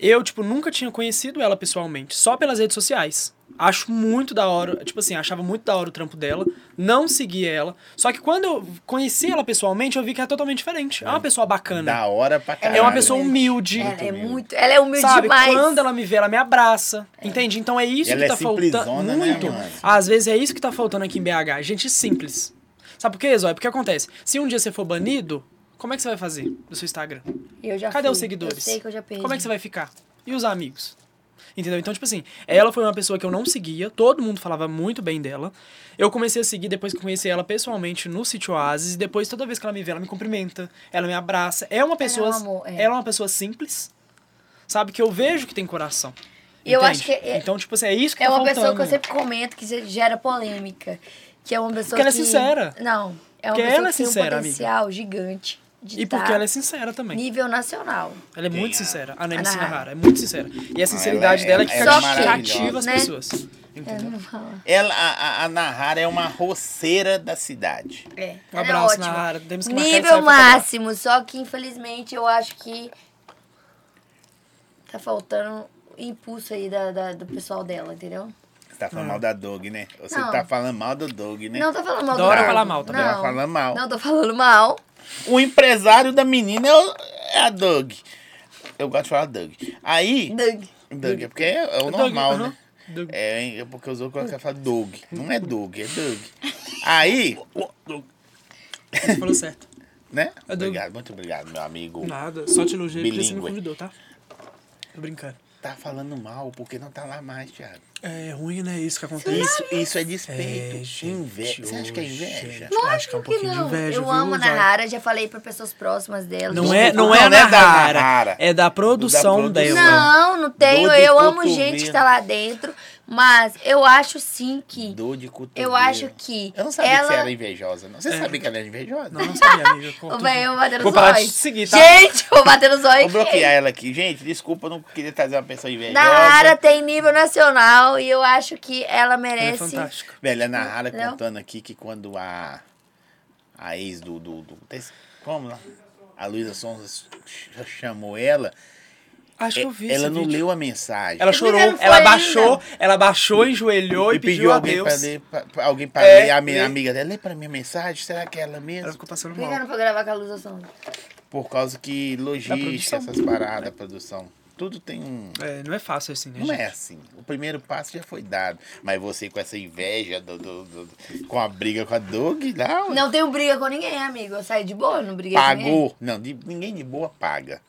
S3: Eu, tipo, nunca tinha conhecido ela pessoalmente, só pelas redes sociais. Acho muito da hora, tipo assim, achava muito da hora o trampo dela, não segui ela. Só que quando eu conheci ela pessoalmente, eu vi que é totalmente diferente. É uma pessoa bacana.
S1: Da hora pra caralho.
S3: É uma pessoa humilde.
S2: Ela é
S1: humilde.
S2: muito. Ela é humilde
S3: Sabe,
S2: demais.
S3: quando ela me vê, ela me abraça. Entende? Então é isso
S1: Ela
S3: que
S1: é
S3: tá faltando.
S1: simplesona, né,
S3: Muito.
S1: mano?
S3: Às vezes é isso que tá faltando aqui em BH. Gente simples. Sabe por quê, Zóia? Porque acontece. Se um dia você for banido, como é que você vai fazer do seu Instagram?
S2: Eu já
S3: Cadê
S2: fui.
S3: os seguidores?
S2: Tá Eu sei que eu já perdi.
S3: Como é que você vai ficar? E os amigos? Entendeu? Então, tipo assim, ela foi uma pessoa que eu não seguia, todo mundo falava muito bem dela. Eu comecei a seguir depois que eu conheci ela pessoalmente no Sítio Oasis, e depois toda vez que ela me vê, ela me cumprimenta, ela me abraça. É uma pessoa,
S2: amor, é.
S3: ela é uma pessoa simples. Sabe que eu vejo que tem coração.
S2: E eu
S3: entende?
S2: acho que é-
S3: Então, tipo assim, é isso que
S2: É
S3: tá
S2: uma
S3: faltando.
S2: pessoa que eu sempre comento que gera polêmica. Que é uma pessoa
S3: Porque ela é
S2: que...
S3: sincera.
S2: Não. É uma
S3: Porque
S2: pessoa
S3: ela é
S2: que tem um
S3: sincera,
S2: potencial gigante de
S3: E porque
S2: tá
S3: ela é sincera também.
S2: nível nacional.
S3: Ela é
S1: Quem
S3: muito
S1: é?
S3: sincera. A Nemi
S2: Ana Hara.
S3: Sinahara é muito sincera. E a sinceridade
S1: ela-
S3: dela é que
S1: ela
S2: é
S3: cativa as
S2: maravilhosa.
S3: pessoas.
S2: Eu
S3: Entendeu?
S2: não falo.
S1: Ela, a, a- a Nahara é uma roceira da cidade.
S2: É.
S3: Um
S2: ela
S3: abraço,
S2: é ótima.
S3: Nahara. Temos que marcar de sair
S2: Nível máximo. Só que, infelizmente, eu acho que tá faltando o impulso aí da, da- do pessoal dela, entendeu?
S1: Você tá
S3: Ah.
S1: falando mal da Dog, né? Você
S2: Não.
S1: tá falando mal do Dog, né?
S2: Não tô falando mal do
S3: Adoro
S2: Dog.
S3: falar mal tá também.
S1: Adoro falar mal.
S2: Não tô falando mal.
S1: O empresário da menina é, o- é a Doug. Eu gosto de falar Doug.
S3: Um
S1: Aí,
S2: Doug.
S1: Doug, é porque é, é o
S3: Doug,
S1: normal,
S3: aham.
S1: né?
S3: Doug.
S1: É, é porque os outros gostam de falar Doug. Não é Doug, é Doug. Aí,
S3: Você falou certo.
S1: né?
S3: É Doug.
S1: Obrigado, muito obrigado, meu amigo.
S3: Nada, só te elogiei porque você me
S1: Bilíngue.
S3: convidou, tá? Tô brincando.
S1: Tá falando mal porque não tá lá mais, Thiago.
S3: É ruim, né? Isso que acontece.
S1: Isso, isso é despeito.
S3: É, gente,
S1: inveja. Você acha que é
S3: ô,
S1: inveja?
S3: gente. Eu acho que é um pouquinho de inveja,
S2: eu
S3: viu,
S2: amo a
S3: Zay?
S2: Nahara, já falei pra pessoas próximas dela.
S3: Não
S2: gente,
S3: é, não é,
S1: Não, né, da
S3: Nahara,
S1: Nahara.
S3: É da produção
S1: Da
S3: dela.
S1: produção.
S2: Não, não tenho.
S1: Dor de
S2: Eu amo
S1: cotovelo.
S2: gente que tá lá dentro, mas eu acho sim que.
S1: Dor de cotovelo.
S2: Eu acho que.
S1: Eu não sabia
S2: ela...
S1: que você era invejosa, não. Você sabia que ela era invejosa?
S3: É. Não, não sabia, amiga.
S2: Ô,
S3: cortou
S2: véi,
S3: tudo.
S2: eu vou bater
S3: Vou
S2: nos
S3: parar de
S2: olhos.
S3: te seguir, tá?
S2: Gente, eu vou bater nos
S1: Vou
S2: olhos.
S1: bloquear ela aqui. Gente, desculpa, eu não queria trazer uma pessoa invejosa.
S2: Nahara tem nível nacional e eu acho que ela
S3: Ela é
S2: merece.
S3: fantástica.
S1: Velho, a Nahara
S2: Não.
S1: contando aqui que quando a. A ex do. do, do desse- como lá? A Luísa Sonza ch- chamou ela.
S3: Acho que eu
S1: e-
S3: vi
S1: ela
S3: esse
S1: não
S3: vídeo.
S1: leu a mensagem.
S3: Ela
S2: Por que
S3: chorou,
S2: ela não foi
S3: ela
S2: ainda?
S3: baixou, ela baixou, enjoelhou e,
S1: e pediu
S3: a
S1: alguém
S3: Deus.
S1: pra, ler, pra, pra- alguém pra
S3: É,
S1: ler. A minha
S3: lê.
S1: amiga dela, lê pra minha mensagem. Será que é ela
S3: Ela
S1: mesmo?
S3: ficou passando
S2: Por que eu
S3: mal.
S2: não vou gravar com a luz da sombra?
S1: Por causa que logística,
S3: produção.
S1: essas paradas, produção. Tudo tem um.
S3: É, não é fácil assim, né,
S1: Não
S3: gente?
S1: é assim. O primeiro passo já foi dado. Mas você com essa inveja, do, do- do- com a briga com a Doug, não.
S2: Não tenho briga com ninguém, amigo. Eu saí de boa, não briguei com ninguém.
S1: Pagou. Não, de- ninguém de boa paga.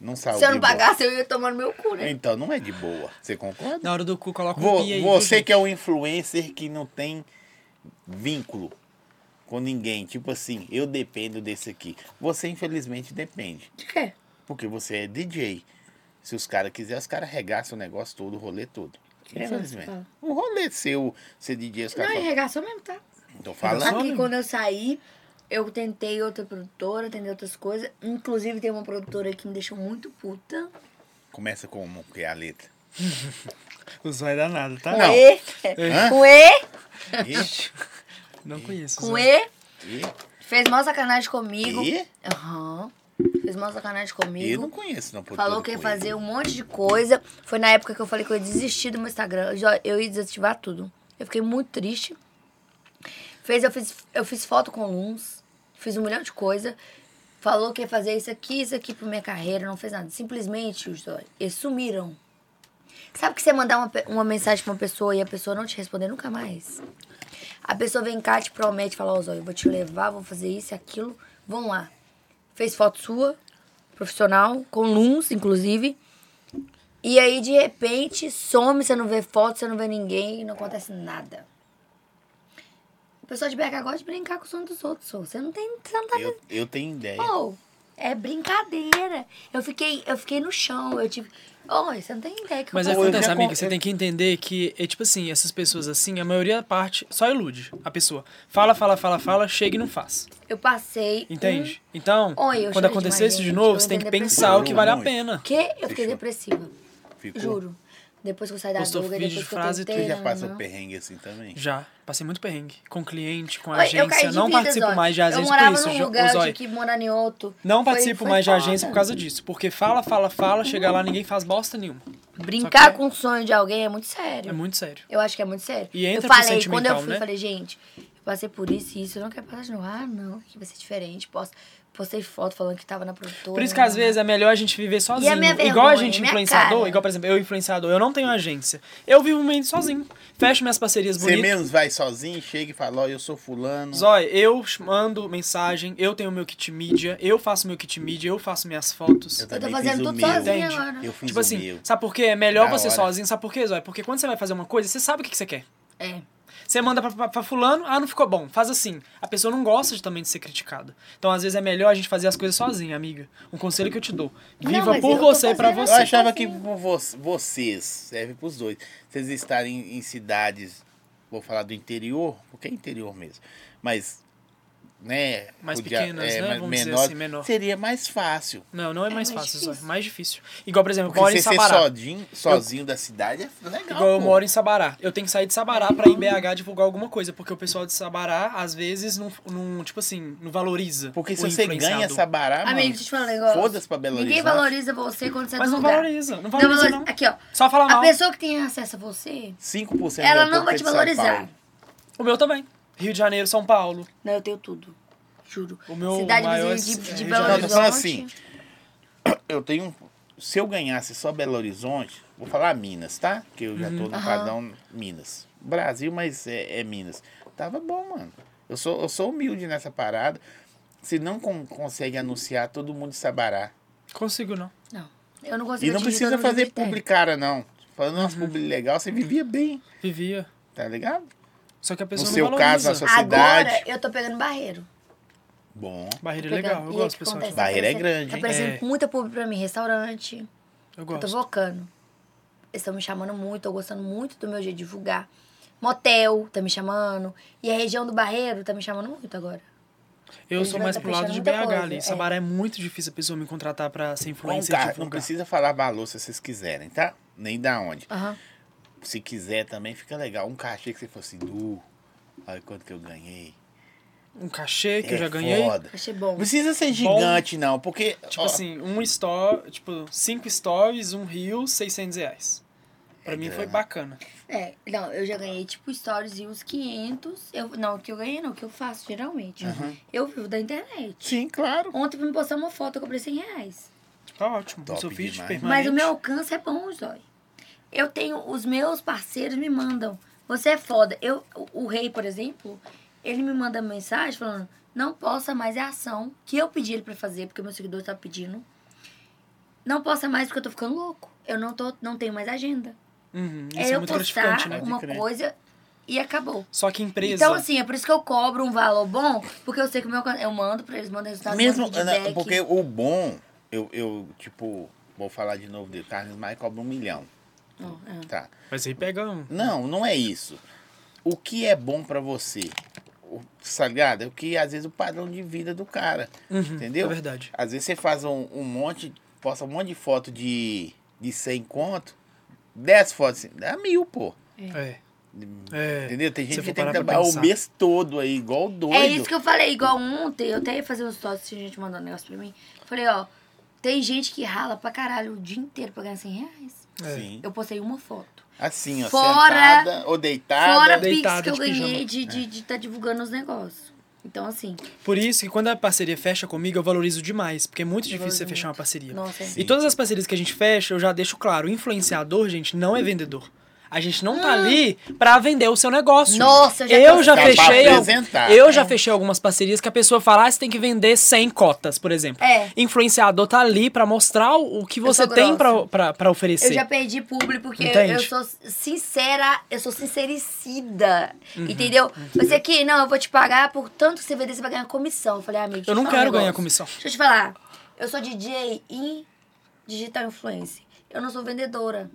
S1: Não saiu
S2: Se eu não
S1: de boa.
S2: pagasse, eu ia tomar no meu cu, né?
S1: Então, não é de boa. Você concorda?
S3: Na hora do cu, coloca um
S1: Vo-
S3: pi aí. viu,
S1: você
S3: gente?
S1: que é um influencer que não tem vínculo com ninguém. Tipo assim, eu dependo desse aqui. Você, infelizmente, depende.
S2: De quê?
S1: Porque você é DJ. Se os caras quiserem, os caras arregaçam o negócio todo, o rolê todo.
S2: é que você
S1: Infelizmente.
S2: fala?
S1: O rolê seu, ser DJ, os Então
S2: Não,
S1: caras.
S2: e
S1: falam,
S2: regaçou mesmo, tá?
S1: Tô
S3: Só
S1: falando.
S2: Aqui,
S3: mesmo?
S2: quando eu saí, eu tentei outra produtora, tentei outras coisas. Inclusive, tem uma produtora que me deixou muito puta.
S1: Começa com que é a letra.
S3: O zóio é danado, tá?
S2: Com
S1: Não.
S2: E.
S1: Hã?
S2: Com E.
S1: Ixi,
S3: Não conheço.
S2: Com
S3: Zóio.
S2: E.
S1: ih,
S2: Fez mó sacanagem comigo.
S1: ih.
S2: Aham.
S5: fez uma sacanagem
S1: Eu
S5: comigo.
S1: não conheço, não. produtor
S5: Falou
S1: de
S5: que ia
S1: coelho.
S5: fazer um monte de coisa. Foi na época que eu falei que eu ia desistir do meu Instagram. Eu já- Eu ia desativar tudo. Eu fiquei muito triste. Fez, eu fiz, eu fiz foto com alunos, fiz um milhão de coisa. Falou que ia fazer isso aqui, isso aqui pra minha carreira, não fez nada. Simplesmente, os dois, eles sumiram. Sabe que você mandar uma, pe- uma mensagem pra uma pessoa e a pessoa não te responder nunca mais? A pessoa vem cá, te promete, fala, ó, Zóio, eu vou te levar, vou fazer isso e aquilo. Vão lá. Fez foto sua, profissional, com luns, inclusive. E aí, de repente, some, você não vê foto, você não vê ninguém, não acontece nada. O pessoal de BH gosta de brincar com o sonho dos outros, só. você não tem. Você não tá
S1: Eu, eu tenho ideia.
S5: Oh, é brincadeira. Eu fiquei, eu fiquei no chão, eu tive. Oh, você não tem ideia que
S3: Mas é
S5: eu
S1: Pô, eu
S3: acontece,
S1: já
S3: amiga,
S1: con-
S3: você
S1: eu-
S3: tem que entender que é tipo assim, essas pessoas assim, a maioria da parte só ilude a pessoa. Fala, fala, fala, fala, chega e não faz.
S5: Eu passei.
S3: Entende? Então,
S5: Olha, Hum. eu
S3: quando
S5: chorei
S3: acontecer
S5: demais,
S3: isso de
S5: gente,
S3: novo,
S5: eu
S3: você tem que
S5: entrei em
S3: pensar o que
S1: depressão.
S3: vale a
S1: Muito.
S5: Um...
S3: pena.
S5: Que eu fiquei
S1: Fechou.
S5: depressiva.
S1: Ficou?
S5: Juro. Depois que eu saí da
S3: Postou
S5: droga,
S3: vídeo
S5: depois
S3: de
S5: que
S3: frase,
S5: eu
S3: tu
S1: Você
S5: tentei,
S1: já passou
S5: nananã.
S1: perrengue assim também?
S3: Já. Passei muito perrengue. Com cliente, com
S5: Olha, eu
S3: agência.
S5: caí de
S3: não
S5: vida,
S3: participo
S5: Zóio.
S3: mais de agência
S5: Eu
S3: por
S5: morava
S3: isso,
S5: num
S3: Jo-
S5: lugar, eu
S3: Zóio.
S5: tinha que morar em outro.
S3: Não
S5: Foi-
S3: participo
S5: foi
S3: mais de
S5: foda.
S3: agência por causa disso. Porque fala, fala, fala, chegar lá ninguém faz bosta nenhuma.
S5: Brincar
S3: Sacou?
S5: com o sonho de alguém é muito sério.
S3: É muito sério.
S5: Eu acho que é muito sério.
S3: E
S5: eu
S3: entra pro
S5: falei, quando eu
S3: sentimental,
S5: fui,
S3: né?
S5: falei, gente, eu passei por isso e isso, eu não quero passar de novo. Ah, não, que vai ser diferente. Posso, postei foto falando que tava na produtora.
S3: Por isso que às vezes é melhor a gente viver sozinho.
S5: minha
S3: igual a
S5: vergonha,
S3: gente
S5: minha
S3: influenciador,
S5: cara.
S3: igual, por exemplo, eu influenciador, eu não tenho agência. Eu vivo meio sozinho. Fecho minhas parcerias
S1: Você
S3: bonitas.
S1: mesmo vai sozinho, chega e fala, ó, eu sou fulano.
S3: Zói, eu mando mensagem, eu tenho meu kit mídia, eu faço meu kit mídia, eu faço minhas fotos.
S1: Eu
S5: Eu tô
S1: também
S5: fazendo
S1: fiz o
S5: tudo
S1: meu.
S5: sozinha
S3: Entende?
S5: agora.
S1: Eu fiz
S3: Tipo
S1: o
S3: assim,
S1: meu.
S3: sabe por quê? É melhor
S1: Da
S3: você
S1: hora.
S3: sozinho, sabe por quê, Zói? Porque quando você vai fazer uma coisa, você sabe o que que você quer.
S5: É.
S3: Você manda pra, pra- pra fulano, ah, não ficou bom. Faz assim. A pessoa não gosta de, também de ser criticada. Então, às vezes, é melhor a gente fazer as coisas sozinha, amiga. Um conselho que eu te dou.
S5: Não,
S3: Viva
S5: mas
S3: por
S5: eu tô
S3: você e pra
S5: fazendo
S1: Eu
S3: você.
S5: assim.
S1: achava que
S5: sozinho.
S1: por vo- vocês, serve pros dois, vocês estarem em cidades, vou falar do interior, porque é interior mesmo, mas, né?
S3: Mais
S1: podia-
S3: pequenas, né?
S1: mais-
S3: Vamos dizer assim, menor.
S1: Seria mais fácil.
S3: Não, não é,
S5: É
S3: mais,
S5: mais
S3: fácil,
S5: difícil.
S3: Zói. Mais difícil. Igual, por exemplo, eu
S1: Porque
S3: moro em
S1: você ser
S3: Sabará.
S1: sozinho, sozinho da cidade é legal.
S3: Igual eu
S1: pô.
S3: moro em Sabará. Eu tenho que sair de Sabará pra ir em BH divulgar alguma coisa. Porque o pessoal de Sabará, às vezes, não, não tipo assim, não valoriza.
S1: Porque se
S3: o
S1: você ganha
S3: influenciador.
S1: essa bará,
S5: Amigo,
S1: mano,
S5: deixa eu te falar um negócio.
S1: foda-se pra Belo
S5: Ninguém
S1: Horizonte.
S5: valoriza você quando você é
S3: Mas
S5: do
S3: não
S5: lugar.
S3: valoriza. Não
S5: Não
S3: valoriza,
S5: valoriza-
S3: não.
S5: Aqui, ó.
S3: Só fala
S5: A
S3: mal.
S5: pessoa que tem acesso a você,
S1: 5% da
S5: ela não
S1: população
S5: vai te
S1: de São
S5: valorizar.
S1: Paulo.
S3: O meu também. Rio de Janeiro, São Paulo.
S5: Não, eu tenho tudo. Juro.
S3: O meu
S5: Cidade
S3: maior
S5: visível de,
S3: é
S5: de
S3: Rio de
S5: Belo
S1: Não,
S3: Janeiro.
S1: tô
S5: Horizonte.
S1: falando assim. Eu tenho. um- Se eu ganhasse só Belo Horizonte, vou falar Minas, tá? Que eu já
S3: Uhum.
S1: tô no
S5: Aham.
S1: padrão Minas. Brasil, mas é, é Minas. Tava bom, mano. Eu sou, eu sou humilde nessa parada. Se não con- consegue anunciar, todo mundo sabará.
S3: Consigo, não.
S5: Não. Eu não
S1: E
S5: consigo
S1: não
S5: atingir
S1: precisa
S5: todo mundo
S1: fazer
S5: que tem.
S1: publi cara, não. Falando umas publi legal, você vivia bem,
S3: Vivia.
S1: tá ligado?
S3: Só que Uhum. a
S1: No
S3: pessoa
S1: seu
S3: não
S1: caso,
S3: valoriza.
S1: na sua
S5: Agora,
S1: cidade.
S5: eu tô pegando barreiro.
S1: Bom.
S3: Barreira é
S5: Pegando.
S3: legal, eu
S5: E aí,
S3: gosto,
S5: o que
S3: pessoal.
S5: acontece?
S1: Barreira é
S5: Tá
S1: grande,
S5: Tá
S1: hein?
S5: aparecendo
S3: É.
S5: muita publi pra mim, restaurante.
S3: Eu
S5: Eu tô
S3: gosto.
S5: vocando. Eles estão me chamando muito, tô gostando muito do meu jeito de divulgar. Motel tá me chamando. E a região do Barreiro tá me chamando muito agora.
S3: Eu sou
S5: Ele
S3: mais
S5: tá
S3: pro lado de
S5: fechando
S3: BH
S5: muita coisa,
S3: ali.
S5: é.
S3: Sabará é muito difícil a pessoa me contratar pra ser
S1: Bom,
S3: influencer. e
S1: cara, não
S3: divulgar.
S1: precisa falar valor se vocês quiserem, tá? Nem da onde.
S5: Aham.
S1: se quiser também, fica legal. Um cachê que você fosse nu. Olha quanto que eu ganhei.
S3: Um cachê que
S1: É
S3: eu já ganhei.
S1: Foda.
S5: Achei
S1: Não
S5: bom.
S1: precisa ser
S3: Bom.
S1: gigante, não, porque.
S3: Tipo
S1: ó,
S3: assim, um store, tipo, cinco stories, um rio, 600 reais. Pra
S1: É
S3: mim foi
S1: grana.
S3: bacana.
S5: É, não, eu já ganhei tipo stories e uns 500. Eu, não, o que eu ganhei não, o que eu faço geralmente. Eu vivo da internet.
S1: Sim, claro.
S5: Ontem pra me postar uma foto, eu cobrei 100 reais.
S3: Tá ótimo.
S1: Top
S3: o seu feed
S1: demais.
S3: permanente.
S5: Mas o meu alcance é bom, Zói. Eu tenho, os meus parceiros me mandam. Você é foda. Eu, o, o rei, por exemplo, ele me manda mensagem falando, não possa mais é a ação que eu pedi ele pra fazer, porque meu seguidor tá pedindo. Não possa mais porque eu tô ficando louco. Eu não, tô, não tenho mais agenda.
S3: Uhum, isso
S5: é
S3: é,
S5: eu
S3: muito gratificante,
S5: postar
S3: né?
S5: uma
S1: Pode crer.
S5: coisa e acabou.
S3: Só que empresa.
S5: Então, assim, é por isso que eu cobro um valor bom, porque eu sei que o meu, alcance- eu mando pra eles, mando resultado,
S1: Mesmo.
S5: mando feedback.
S1: né, Porque o bom, eu, eu, tipo, vou falar de novo dele. Carlos Maia cobra um milhão.
S5: Não, é.
S1: Tá.
S3: Mas aí pega um.
S1: Não, não é isso. O que é bom pra você? O- Sagada, é o que às vezes o padrão de vida do cara.
S3: Uhum,
S1: Entendeu?
S3: É verdade.
S1: Às vezes você faz um, um monte, posta um monte de foto de, de 100 conto, 10 fotos, assim, dá mil, pô.
S3: É. É.
S1: Hum, Entendeu? Tem
S3: Se
S1: gente
S3: eu
S1: que tem que
S3: for parar pra
S1: trabalhar o
S3: pensar.
S1: mês todo aí,
S2: É
S1: igual doido.
S5: É isso que eu falei, igual ontem, eu até ia fazer um stories, tinha gente mandando um negócio pra mim. Falei, ó,
S2: Tem gente que rala pra caralho o dia inteiro pra ganhar 100 reais.
S3: é.
S1: Sim.
S2: Eu postei uma foto.
S1: Assim, ó,
S2: Fora-
S1: sentada ou deitada.
S2: Fora
S3: deitada
S2: pix que eu
S3: de pijama.
S2: ganhei de
S1: É.
S2: estar de, de tá divulgando os negócios. Então, assim,
S3: Por isso que quando a parceria fecha comigo, eu valorizo demais, porque é muito difícil você
S2: valorizo
S3: fechar uma
S2: muito.
S3: parceria.
S2: nossa, é
S3: E todas as parcerias que a gente fecha, eu já deixo claro, o influenciador, gente, não é vendedor. A gente não
S5: Ah.
S3: tá ali pra vender o seu negócio.
S2: Nossa, já
S3: tipo, eu
S2: tô-
S3: já
S1: Tá pra
S3: fechei. al-
S1: apresentar.
S3: Eu já fechei algumas parcerias que a pessoa fala, ah, você tem que vender 100 cotas, por exemplo.
S2: É.
S3: Influenciador tá ali pra mostrar o o que você
S2: sou
S3: tem
S2: grossa.
S3: pra- pra pra oferecer.
S2: Eu já perdi público porque eu,
S3: Entende?
S2: eu sou sincera, eu sou sincericida.
S3: Uhum.
S2: Entendeu? Você aqui, não, eu vou te pagar por tanto que você vender, você vai ganhar comissão. Eu falei, amigo, deixa
S3: Eu não
S2: te falar um
S3: quero ganhar
S2: negócio.
S3: comissão.
S2: Deixa eu te falar. Eu sou DJ e digital influencer. Eu não sou vendedora.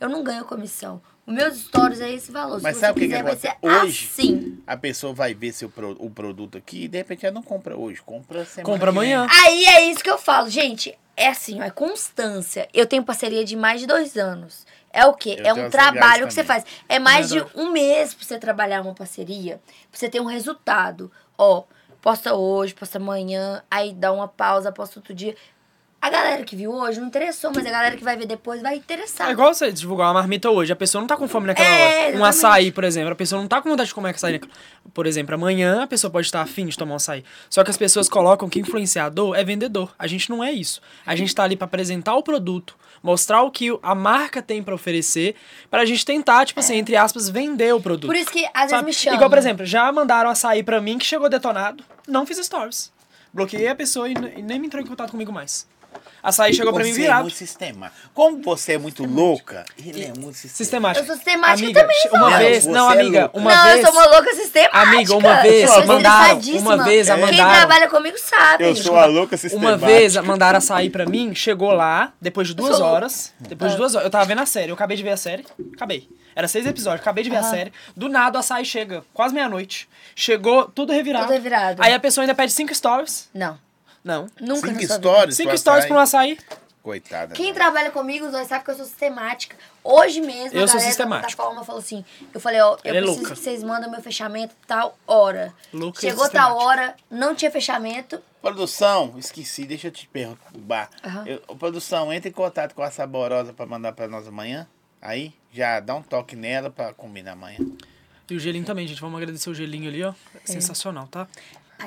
S2: Eu não ganho comissão. Os meus stories é esse valor.
S1: Mas
S2: Se
S1: sabe o
S2: você
S1: que que
S2: quiser, vai ser
S1: acontece? Hoje-
S2: assim.
S1: A pessoa vai ver seu pro- o produto aqui e de repente ela não compra hoje, compra
S2: é
S1: semana.
S3: Compra
S1: que vem.
S3: amanhã.
S2: Aí é isso que eu falo, gente. É assim, ó, é constância. Eu tenho parceria de mais de dois anos. É o quê?
S1: Eu
S2: é
S1: tenho
S2: um
S1: essa viagem
S2: trabalho que você
S1: também.
S2: faz. É mais
S3: Verdade.
S2: de um mês pra você trabalhar uma parceria, pra você ter um resultado. Ó, posta hoje, posta amanhã, aí dá uma pausa, posta outro dia. A galera que viu hoje não interessou, mas a galera que vai ver depois vai interessar.
S3: É igual você divulgar uma marmita hoje, a pessoa não tá com fome naquela
S2: Tá. É,
S3: hora. Um
S2: exatamente.
S3: açaí, por exemplo, a pessoa não tá com vontade de comer açaí. naquela- Por exemplo, amanhã a pessoa pode estar afim de tomar um açaí. Só que as pessoas colocam que influenciador é vendedor. A gente não é isso. A gente tá ali pra apresentar o produto, mostrar o que a marca tem pra oferecer, pra gente tentar, tipo assim, entre aspas, vender o produto.
S2: É. Por isso que às vezes
S3: Sabe?
S2: me chamam.
S3: Igual, por exemplo, já mandaram açaí pra mim que chegou detonado, não fiz stories. Bloqueei a pessoa e n- e nem me entrou em contato comigo mais. Açaí chegou pra mim
S1: Você é
S3: virado.
S1: muito sistema. Como você é muito louca, ele é muito sistemático.
S3: Sistemático.
S2: Eu sou sistemática
S3: amiga,
S2: também,
S3: che-
S2: sou.
S3: Uma
S1: Não,
S3: vez,
S1: você
S3: não,
S1: é
S3: amiga,
S1: louca.
S3: uma
S2: não,
S3: vez.
S2: eu sou uma louca sistemática.
S3: Amiga, uma vez,
S2: Eu sou
S3: mandaram,
S2: estressadíssima.
S3: uma vez, a
S2: Quem
S3: mandaram.
S2: trabalha comigo sabe.
S1: Eu sou a louca sistemática.
S3: Uma vez mandaram açaí pra mim, chegou lá, depois de duas
S2: sou louca.
S3: horas. Depois de duas horas. Eu tava vendo a série, eu acabei de ver a série. Acabei. Era seis episódios, acabei de ver a série. Do nada o açaí chega, quase meia-noite. Chegou tudo revirado.
S2: Tudo revirado.
S3: Aí a pessoa ainda pede cinco stories.
S2: Não,
S3: Não.
S2: nunca
S1: Cinco
S2: na sua vida.
S1: stories.
S3: Cinco
S1: pro
S3: stories
S1: açaí.
S3: pra um açaí.
S1: Coitada.
S2: Quem
S1: né?
S2: trabalha comigo, os dois sabem que eu sou sistemática. Hoje mesmo,
S3: Eu
S2: a
S3: sou
S2: galera
S3: sistemática.
S2: da plataforma falou assim: eu falei, ó, eu
S3: Ela é
S2: preciso
S3: louca.
S2: que vocês mandem meu fechamento tal hora.
S3: Louca e
S2: Chegou tal
S3: sistemática.
S2: hora, não tinha fechamento.
S1: Produção, esqueci, deixa eu te perguntar.
S2: tá- Aham.
S1: Eu- ô, produção, entra em contato com a Saborosa pra mandar pra nós amanhã. Aí, já dá um toque nela pra combinar amanhã.
S3: E o gelinho também, gente. Vamos agradecer o gelinho ali, ó.
S2: É.
S3: Sensacional, tá?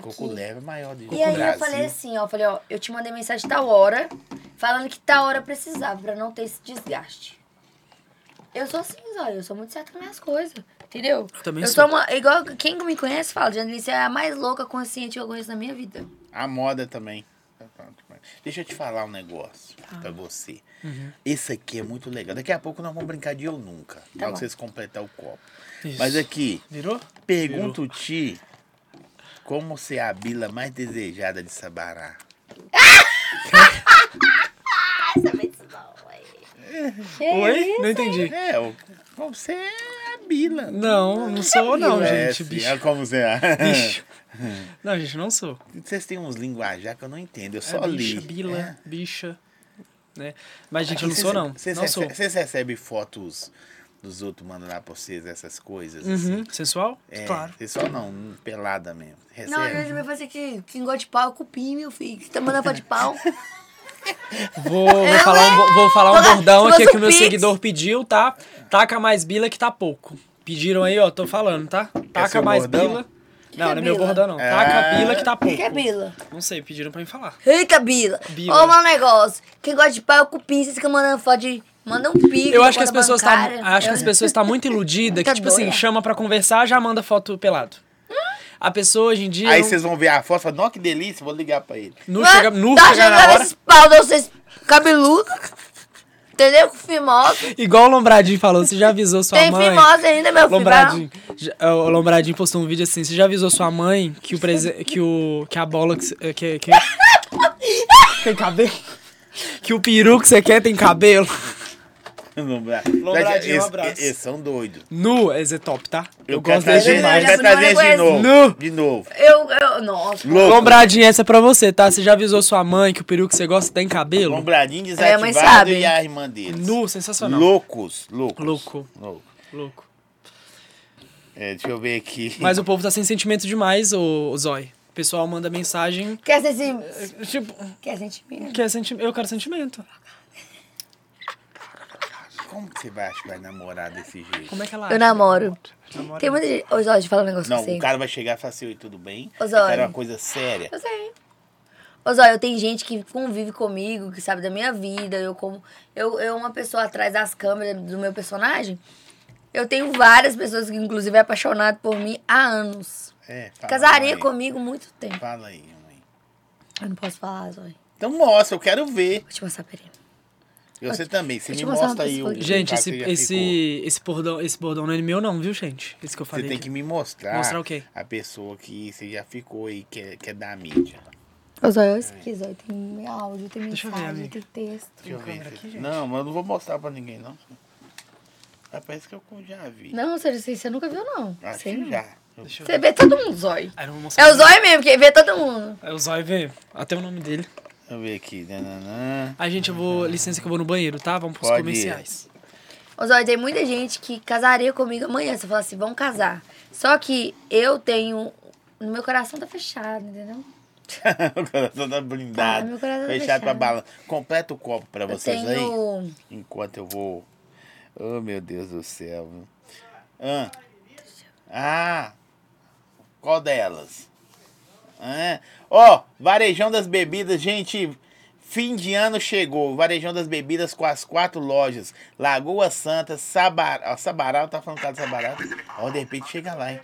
S1: Coco
S2: Aqui.
S1: leve é maior de
S2: E aí eu
S1: Brasil.
S2: falei assim, ó, eu falei, ó, eu te mandei mensagem tal hora, falando que tal hora precisava, pra não ter esse desgaste. Eu sou assim, ó, eu sou muito certa nas minhas coisas, entendeu?
S3: Eu também
S2: eu
S3: sou.
S2: sou uma, igual quem me conhece fala, Janice é a mais louca consciente que eu conheço na minha vida.
S1: A moda também. Tá, Deixa eu te falar um negócio
S2: Tá.
S1: pra você.
S3: Uhum.
S1: Esse aqui é muito legal. Daqui a pouco nós vamos brincar de eu nunca. pra
S2: Tá bom.
S1: vocês completar o copo.
S3: Isso.
S1: Mas é aqui,
S3: Virou?
S1: pergunto-te como ser a bila mais desejada de Sabará.
S3: Oi? Não entendi.
S1: É, o- como você é a bila.
S3: Não, não sou, não,
S1: É,
S3: gente.
S1: sim,
S3: Bicho.
S1: olha como você é.
S3: Bicho. Não, gente, não sou.
S1: Vocês têm uns linguajar que eu não entendo, eu
S3: É
S1: só li.
S3: bicha, bila,
S1: É.
S3: bicha. Né? Mas, gente, eu não
S1: Vocês-
S3: sou, não.
S1: Vocês
S3: não sou.
S1: recebem, vocês recebem fotos dos outros mandando lá pra vocês essas coisas? assim?
S3: Uhum. Sensual?
S1: É,
S3: Claro.
S1: Vocês só não, um pelada mesmo.
S2: Não, a
S1: Recebe.
S2: gente vai fazer que quem gosta de pau é cupim, meu filho. Você tá mandando foto de pau?
S3: Vou, vou falar um, bo- vou falar um
S2: Olá,
S3: bordão
S2: se
S3: aqui
S2: fosse
S3: que o
S2: o
S3: meu
S2: Pix.
S3: seguidor pediu, tá? Taca mais bila que tá pouco. Pediram aí, ó, tô falando, tá? Taca
S1: seu
S3: mais
S1: bordão?
S3: bila.
S2: Que
S3: Não,
S2: é
S3: não é meu
S2: bila?
S3: bordão, não.
S1: É.
S3: Taca bila que tá pouco.
S2: Que é Bila?
S3: Não sei, pediram pra mim falar.
S2: Eita, Bila.
S3: Bila.
S2: Ô, mau negócio. Quem gosta de pau é cupim, vocês ficam mandando foto de... Manda um pico.
S3: Eu acho que
S2: da
S3: as
S2: conta
S3: pessoas tá,
S2: bancária.
S3: acho que
S2: Eu-
S3: as pessoas tá muito iludida que
S2: Tá
S3: tipo assim,
S2: doida.
S3: chama pra conversar, já manda foto pelado. A pessoa hoje em dia
S1: Hum? Aí
S3: não-
S1: vocês vão ver a foto e falam, "Nó, que delícia, vou ligar pra ele.
S2: Ué,
S3: nu chega, nu
S2: Tá
S3: chega na
S2: jogando
S3: hora.
S2: esses pau de vocês cabeludo. Entendeu? Com fimose.
S3: Igual o Lombradinho falou, você já avisou sua
S2: Tem
S3: Tá, mãe?
S2: fimose ainda, meu filho.
S3: Lombradinho, já- é, o Lombradinho postou um vídeo assim, você já avisou sua mãe que o prese- que o que a bola que, cê- é, que, que- tem cabelo? Que o peru que você quer tem cabelo?
S1: Lombra-
S3: Lombradinho, um
S1: Esse-
S3: abraço.
S1: Eles são doidos.
S3: Nu, esse é top, tá?
S1: quero
S3: Eu, gosto desse
S1: trazer-
S3: demais.
S1: Eu quero trazer esse de
S2: Não.
S1: novo. De novo.
S2: Ah, Eu, eu... Nossa.
S1: Louco.
S3: Lombradinho, essa é pra você, tá? Você já avisou sua mãe que o peru que você gosta tem cabelo?
S1: Lombradinho
S2: Minha É, mãe
S1: desativado
S2: sabe. né?
S1: e a irmã deles.
S3: Nu, sensacional.
S1: Loucos, loucos.
S3: Louco.
S1: Louco.
S3: Louco.
S1: É, deixa eu ver aqui.
S3: Mas o povo tá sem sentimento demais, ô, ô Zói. O pessoal manda mensagem,
S2: Quer sentir.
S3: tipo,
S2: Quer assim, sentir mesmo?
S3: quer é senti eu quero sentimento.
S1: Como que você vai, acha que vai namorar desse jeito?
S3: Como é que ela
S2: Eu
S3: acha?
S2: namoro. Tem muita gente. Ô, Jorge, fala um negócio
S1: Não,
S2: com você.
S1: o cara vai chegar e falar assim, oi, tudo bem?
S2: Ô,
S1: Eu
S2: Zóio.
S1: quero uma coisa séria.
S2: Eu sei. Ô, Zóia, eu tenho gente que convive comigo, que sabe da minha vida. Eu, como. Eu, eu, uma pessoa atrás das câmeras do meu personagem. Eu tenho várias pessoas que, inclusive, é apaixonado por mim há anos.
S1: É, fala,
S2: Casaria
S1: mãe.
S2: comigo muito tempo.
S1: Fala aí, mãe.
S2: Eu não posso falar, Zóia.
S1: Então mostra, eu quero ver.
S2: Vou te mostrar, peraí.
S1: E você também, você me
S2: Deixa eu mostrar
S1: mostra
S2: uma
S1: aí
S2: coisa
S1: o.
S2: aqui.
S3: Gente,
S1: cara
S3: esse,
S1: que você já ficou.
S3: esse, esse, bordão, esse bordão não é meu não, viu, gente? Esse que eu
S1: Você
S3: falei.
S1: tem que me mostrar,
S3: Mostrar o quê?
S1: a pessoa que é, você já ficou e quer, quer dar a mídia.
S2: Ô, Zóia, isso aqui, Zóia. Tem áudio, tem
S3: Deixa eu ver,
S2: mensagem,
S3: amiga.
S2: tem texto.
S1: Deixa eu ver.
S3: câmera
S1: se-
S3: aqui, gente?
S1: não, mas eu não vou mostrar pra ninguém, não. Mas parece que eu já vi.
S2: Não, Zóia, isso aí você nunca viu, não.
S3: Ah,
S1: Acho
S2: Sei
S1: que
S2: não.
S1: já.
S3: Deixa eu
S2: Você
S3: ver.
S2: vê todo mundo, Zóia.
S3: Ah, não vou mostrar.
S2: É o Zóia mesmo, que vê todo mundo.
S3: É o Zóio, vê. Até o nome dele.
S1: Deixa eu ver aqui. Nananã.
S3: Ai, gente, eu vou. Licença que eu vou no banheiro, tá? Vamos pros
S1: Uhum. Pode ir.
S3: comerciais.
S2: Ô, Zóia, tem muita gente que casaria comigo amanhã. Você fala assim, vamos casar. Só que eu tenho. no Meu coração tá fechado, entendeu?
S1: o coração tá blindado.
S2: Tá, meu coração tá
S1: fechado pra
S2: fechado.
S1: bala. Completa o copo pra
S2: Eu
S1: vocês aí.
S2: tenho.
S1: Enquanto eu vou. Oh, meu Deus do céu. viu? Hã? Ah! Qual delas? Hã? Ó, Varejão das Bebidas, gente. Fim de ano chegou. Varejão das Bebidas com as quatro lojas: Lagoa Santa, Sabará. Ó, Sabará, tá falando que tá de Sabará. Ó, de repente chega lá, hein?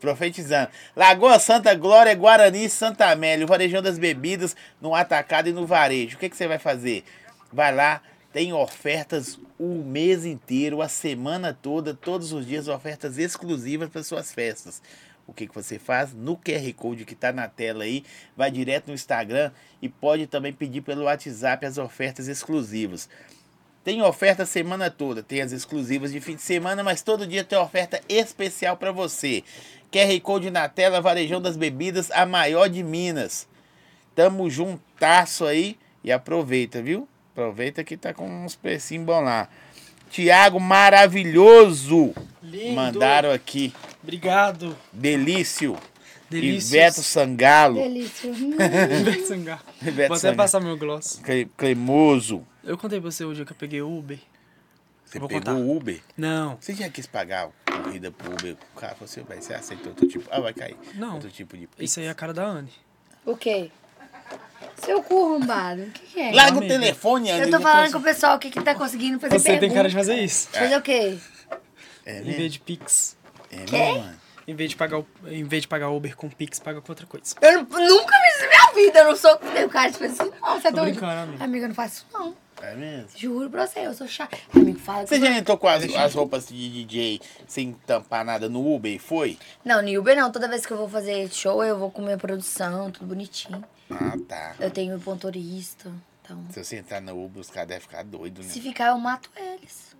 S1: Profetizando. Lagoa Santa Glória, Guarani e Santa Amélia. O Varejão das Bebidas no atacado e no varejo. O que, que você vai fazer? Vai lá, tem ofertas o mês inteiro, a semana toda, todos os dias, ofertas exclusivas para suas festas. O que, que você faz? No QR Code que está na tela aí, vai direto no Instagram e pode também pedir pelo WhatsApp as ofertas exclusivas. Tem oferta a semana toda, tem as exclusivas de fim de semana, mas todo dia tem oferta especial para você. QR Code na tela, Varejão das Bebidas, a maior de Minas. Tamo juntasso aí e aproveita, viu? Aproveita que tá com uns precinhos bons lá. Tiago maravilhoso!
S3: Lindo.
S1: Mandaram aqui.
S3: Obrigado.
S1: Delício.
S3: Delícias.
S1: Iveto Sangalo.
S2: Delícia.
S3: Ivete Sangalo.
S1: Ivete
S3: Vou até
S1: Sangalo.
S3: passar meu gloss.
S1: Cle- Clemoso.
S3: Eu contei pra você hoje que eu peguei o Uber.
S1: Você
S3: Vou
S1: pegou
S3: contar.
S1: o Uber?
S3: Não.
S1: Você já quis pagar a corrida pro Uber? O cara falou assim, "Vai, você aceita outro tipo. Ah, vai cair.
S3: Não.
S1: Outro tipo de pizza.
S3: Isso aí é a cara da Anne.
S2: o quê? Seu cu arrombado. O que, que é?
S1: Larga o
S3: Amigo.
S1: telefone, Ana.
S2: Eu tô falando com o pessoal aqui que tá conseguindo fazer
S3: Você tem
S2: pergunta.
S3: cara de fazer isso.
S2: Fazer o quê?
S1: É
S3: Em vez
S1: mesmo?
S3: de Pix.
S1: É mesmo, mano?
S3: Em vez de pagar, o- em vez de pagar Uber com Pix, paga com outra coisa.
S2: Eu nu- nunca vi isso na minha vida. Eu não sou que tem cara de fazer isso. Não, você é
S3: Tô
S2: doido.
S3: brincando, amiga.
S2: Amiga, eu não faço isso, não.
S1: É mesmo?
S2: Juro pra você, eu sou chata. Amigo, fala que
S1: Você
S2: eu
S1: já entrou com as, as roupas de DJ sem tampar nada no Uber e foi?
S2: Não, no Uber não. Toda vez que eu vou fazer show, eu vou com minha produção, tudo bonitinho.
S1: Ah, tá.
S2: Eu tenho meu pontorista. Então,
S1: Se você entrar no Uber, os caras devem ficar doidos, né?
S2: se ficar, eu mato eles.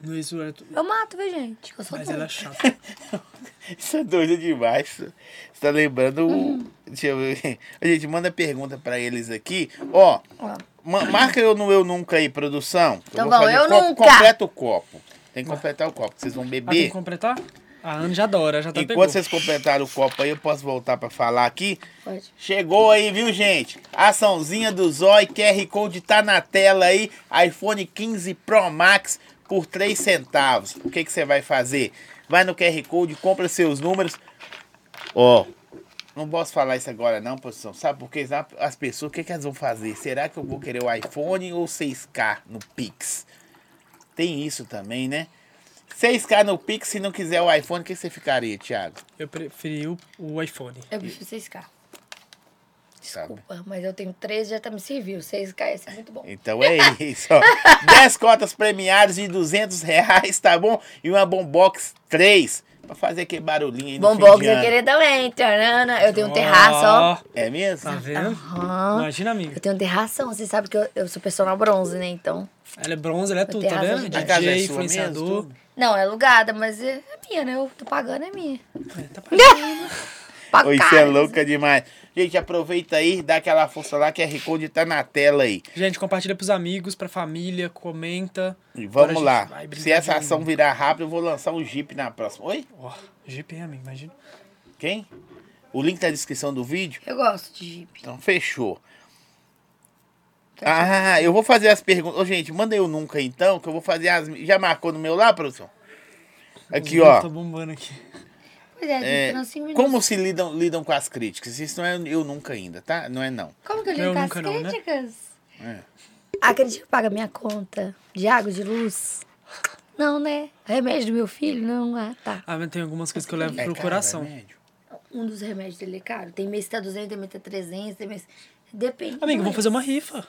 S3: Não, isso é tu-
S2: Eu mato, viu, gente? que Eu sou
S3: Mas
S2: doida.
S3: ela é chata.
S1: Isso é doido demais. Você tá lembrando
S2: Uhum.
S1: o. Deixa eu ver. A gente manda pergunta pra eles aqui. Ó,
S2: Ó,
S1: ma- marca eu no Eu Nunca aí, produção.
S2: Então
S1: vou
S2: vamos,
S1: fazer
S2: eu
S1: copo-
S2: nunca.
S1: Completa o copo. Tem que completar o copo. Vocês vão
S3: Ah, tem que
S1: beber.
S3: completar? A Anne já adora, já tá pegou.
S1: Enquanto vocês completaram o copo aí, eu posso voltar pra falar aqui.
S2: pode.
S1: Chegou aí, viu, gente? Açãozinha do Zói, QR Code tá na tela aí. iPhone 15 Pro Max por 3 centavos. O que que você vai fazer? Vai no QR Code, compra seus números. Ó, não posso falar isso agora não, produção. Sabe por quê? Sabe As pessoas, o que que elas vão fazer? Será que eu vou querer o iPhone ou 6K no Pix? Tem isso também, né? 6K no Pix, se não quiser o iPhone, o que que você ficaria, Thiago?
S3: Eu preferi o, o iPhone.
S2: Eu prefiro 6K.
S1: Sabe?
S2: Desculpa, mas eu tenho 13 já tá me serviu. 6K ia ser muito bom.
S1: Então é isso. Ó. 10 cotas premiadas de 200 reais, tá bom? E uma Bombox 3 pra fazer aquele barulhinho aí no
S2: Bom
S1: fim de
S2: box eu
S1: ano.
S2: queria um também. Tarana. Eu tenho um terraço,
S3: Ah.
S2: ó.
S1: É mesmo?
S3: Tá vendo?
S2: Aham.
S3: Imagina, amiga.
S2: Eu tenho um terração. Você sabe que eu, eu sou personal bronze, né? Então.
S3: Ela é bronze, ela é tudo,
S2: ter
S3: tá
S2: razão
S3: vendo?
S2: de
S1: A casa é
S3: DJ,
S1: sua
S3: influenciador.
S1: mesmo,
S2: Não, é alugada, mas é é minha, né? Eu tô pagando, é minha.
S3: É, tá parecendo.
S2: Pago
S1: Oi,
S2: caro,
S1: você é
S2: mas-
S1: louca demais. Gente, aproveita aí, dá aquela força lá que a Recode tá na tela aí.
S3: Gente, compartilha pros amigos, pra família, comenta.
S1: E
S3: Agora a
S1: vamos
S3: gente
S1: lá.
S3: vai brincar
S1: Se essa
S3: de
S1: ação
S3: anime.
S1: virar rápido, eu vou lançar um Jeep na próxima. Oi?
S3: Ó, GP, amigo, imagina.
S1: Quem? O link tá na descrição do vídeo.
S2: Eu gosto de Jeep.
S1: Então, fechou.
S2: Tá
S1: Ah, eu vou fazer as perguntas. Ô, gente, manda eu nunca então, que eu vou fazer as. Já marcou no meu lá, produção? Aqui, ó.
S3: Tá bombando aqui.
S2: Pois é, a gente
S1: É,
S2: tá nos cinco minutos.
S1: como se lidam, lidam com as críticas? Isso não é eu nunca ainda, tá? Não é não.
S2: Como que eu
S3: Eu
S2: lido com as
S3: nunca não, né?
S2: críticas?
S1: É.
S5: A crítica paga minha conta de água, de luz? Não, né? Remédio do meu filho? Não, ah, tá.
S3: Ah, mas tem algumas coisas que eu levo
S1: É
S3: pro
S1: caro,
S3: coração.
S1: remédio?
S2: Um dos remédios dele é caro. Tem mês que tá 200, tem mês que tá 300, tem mês... Depende.
S3: Amiga,
S2: do
S3: vamos
S2: mês.
S3: fazer uma rifa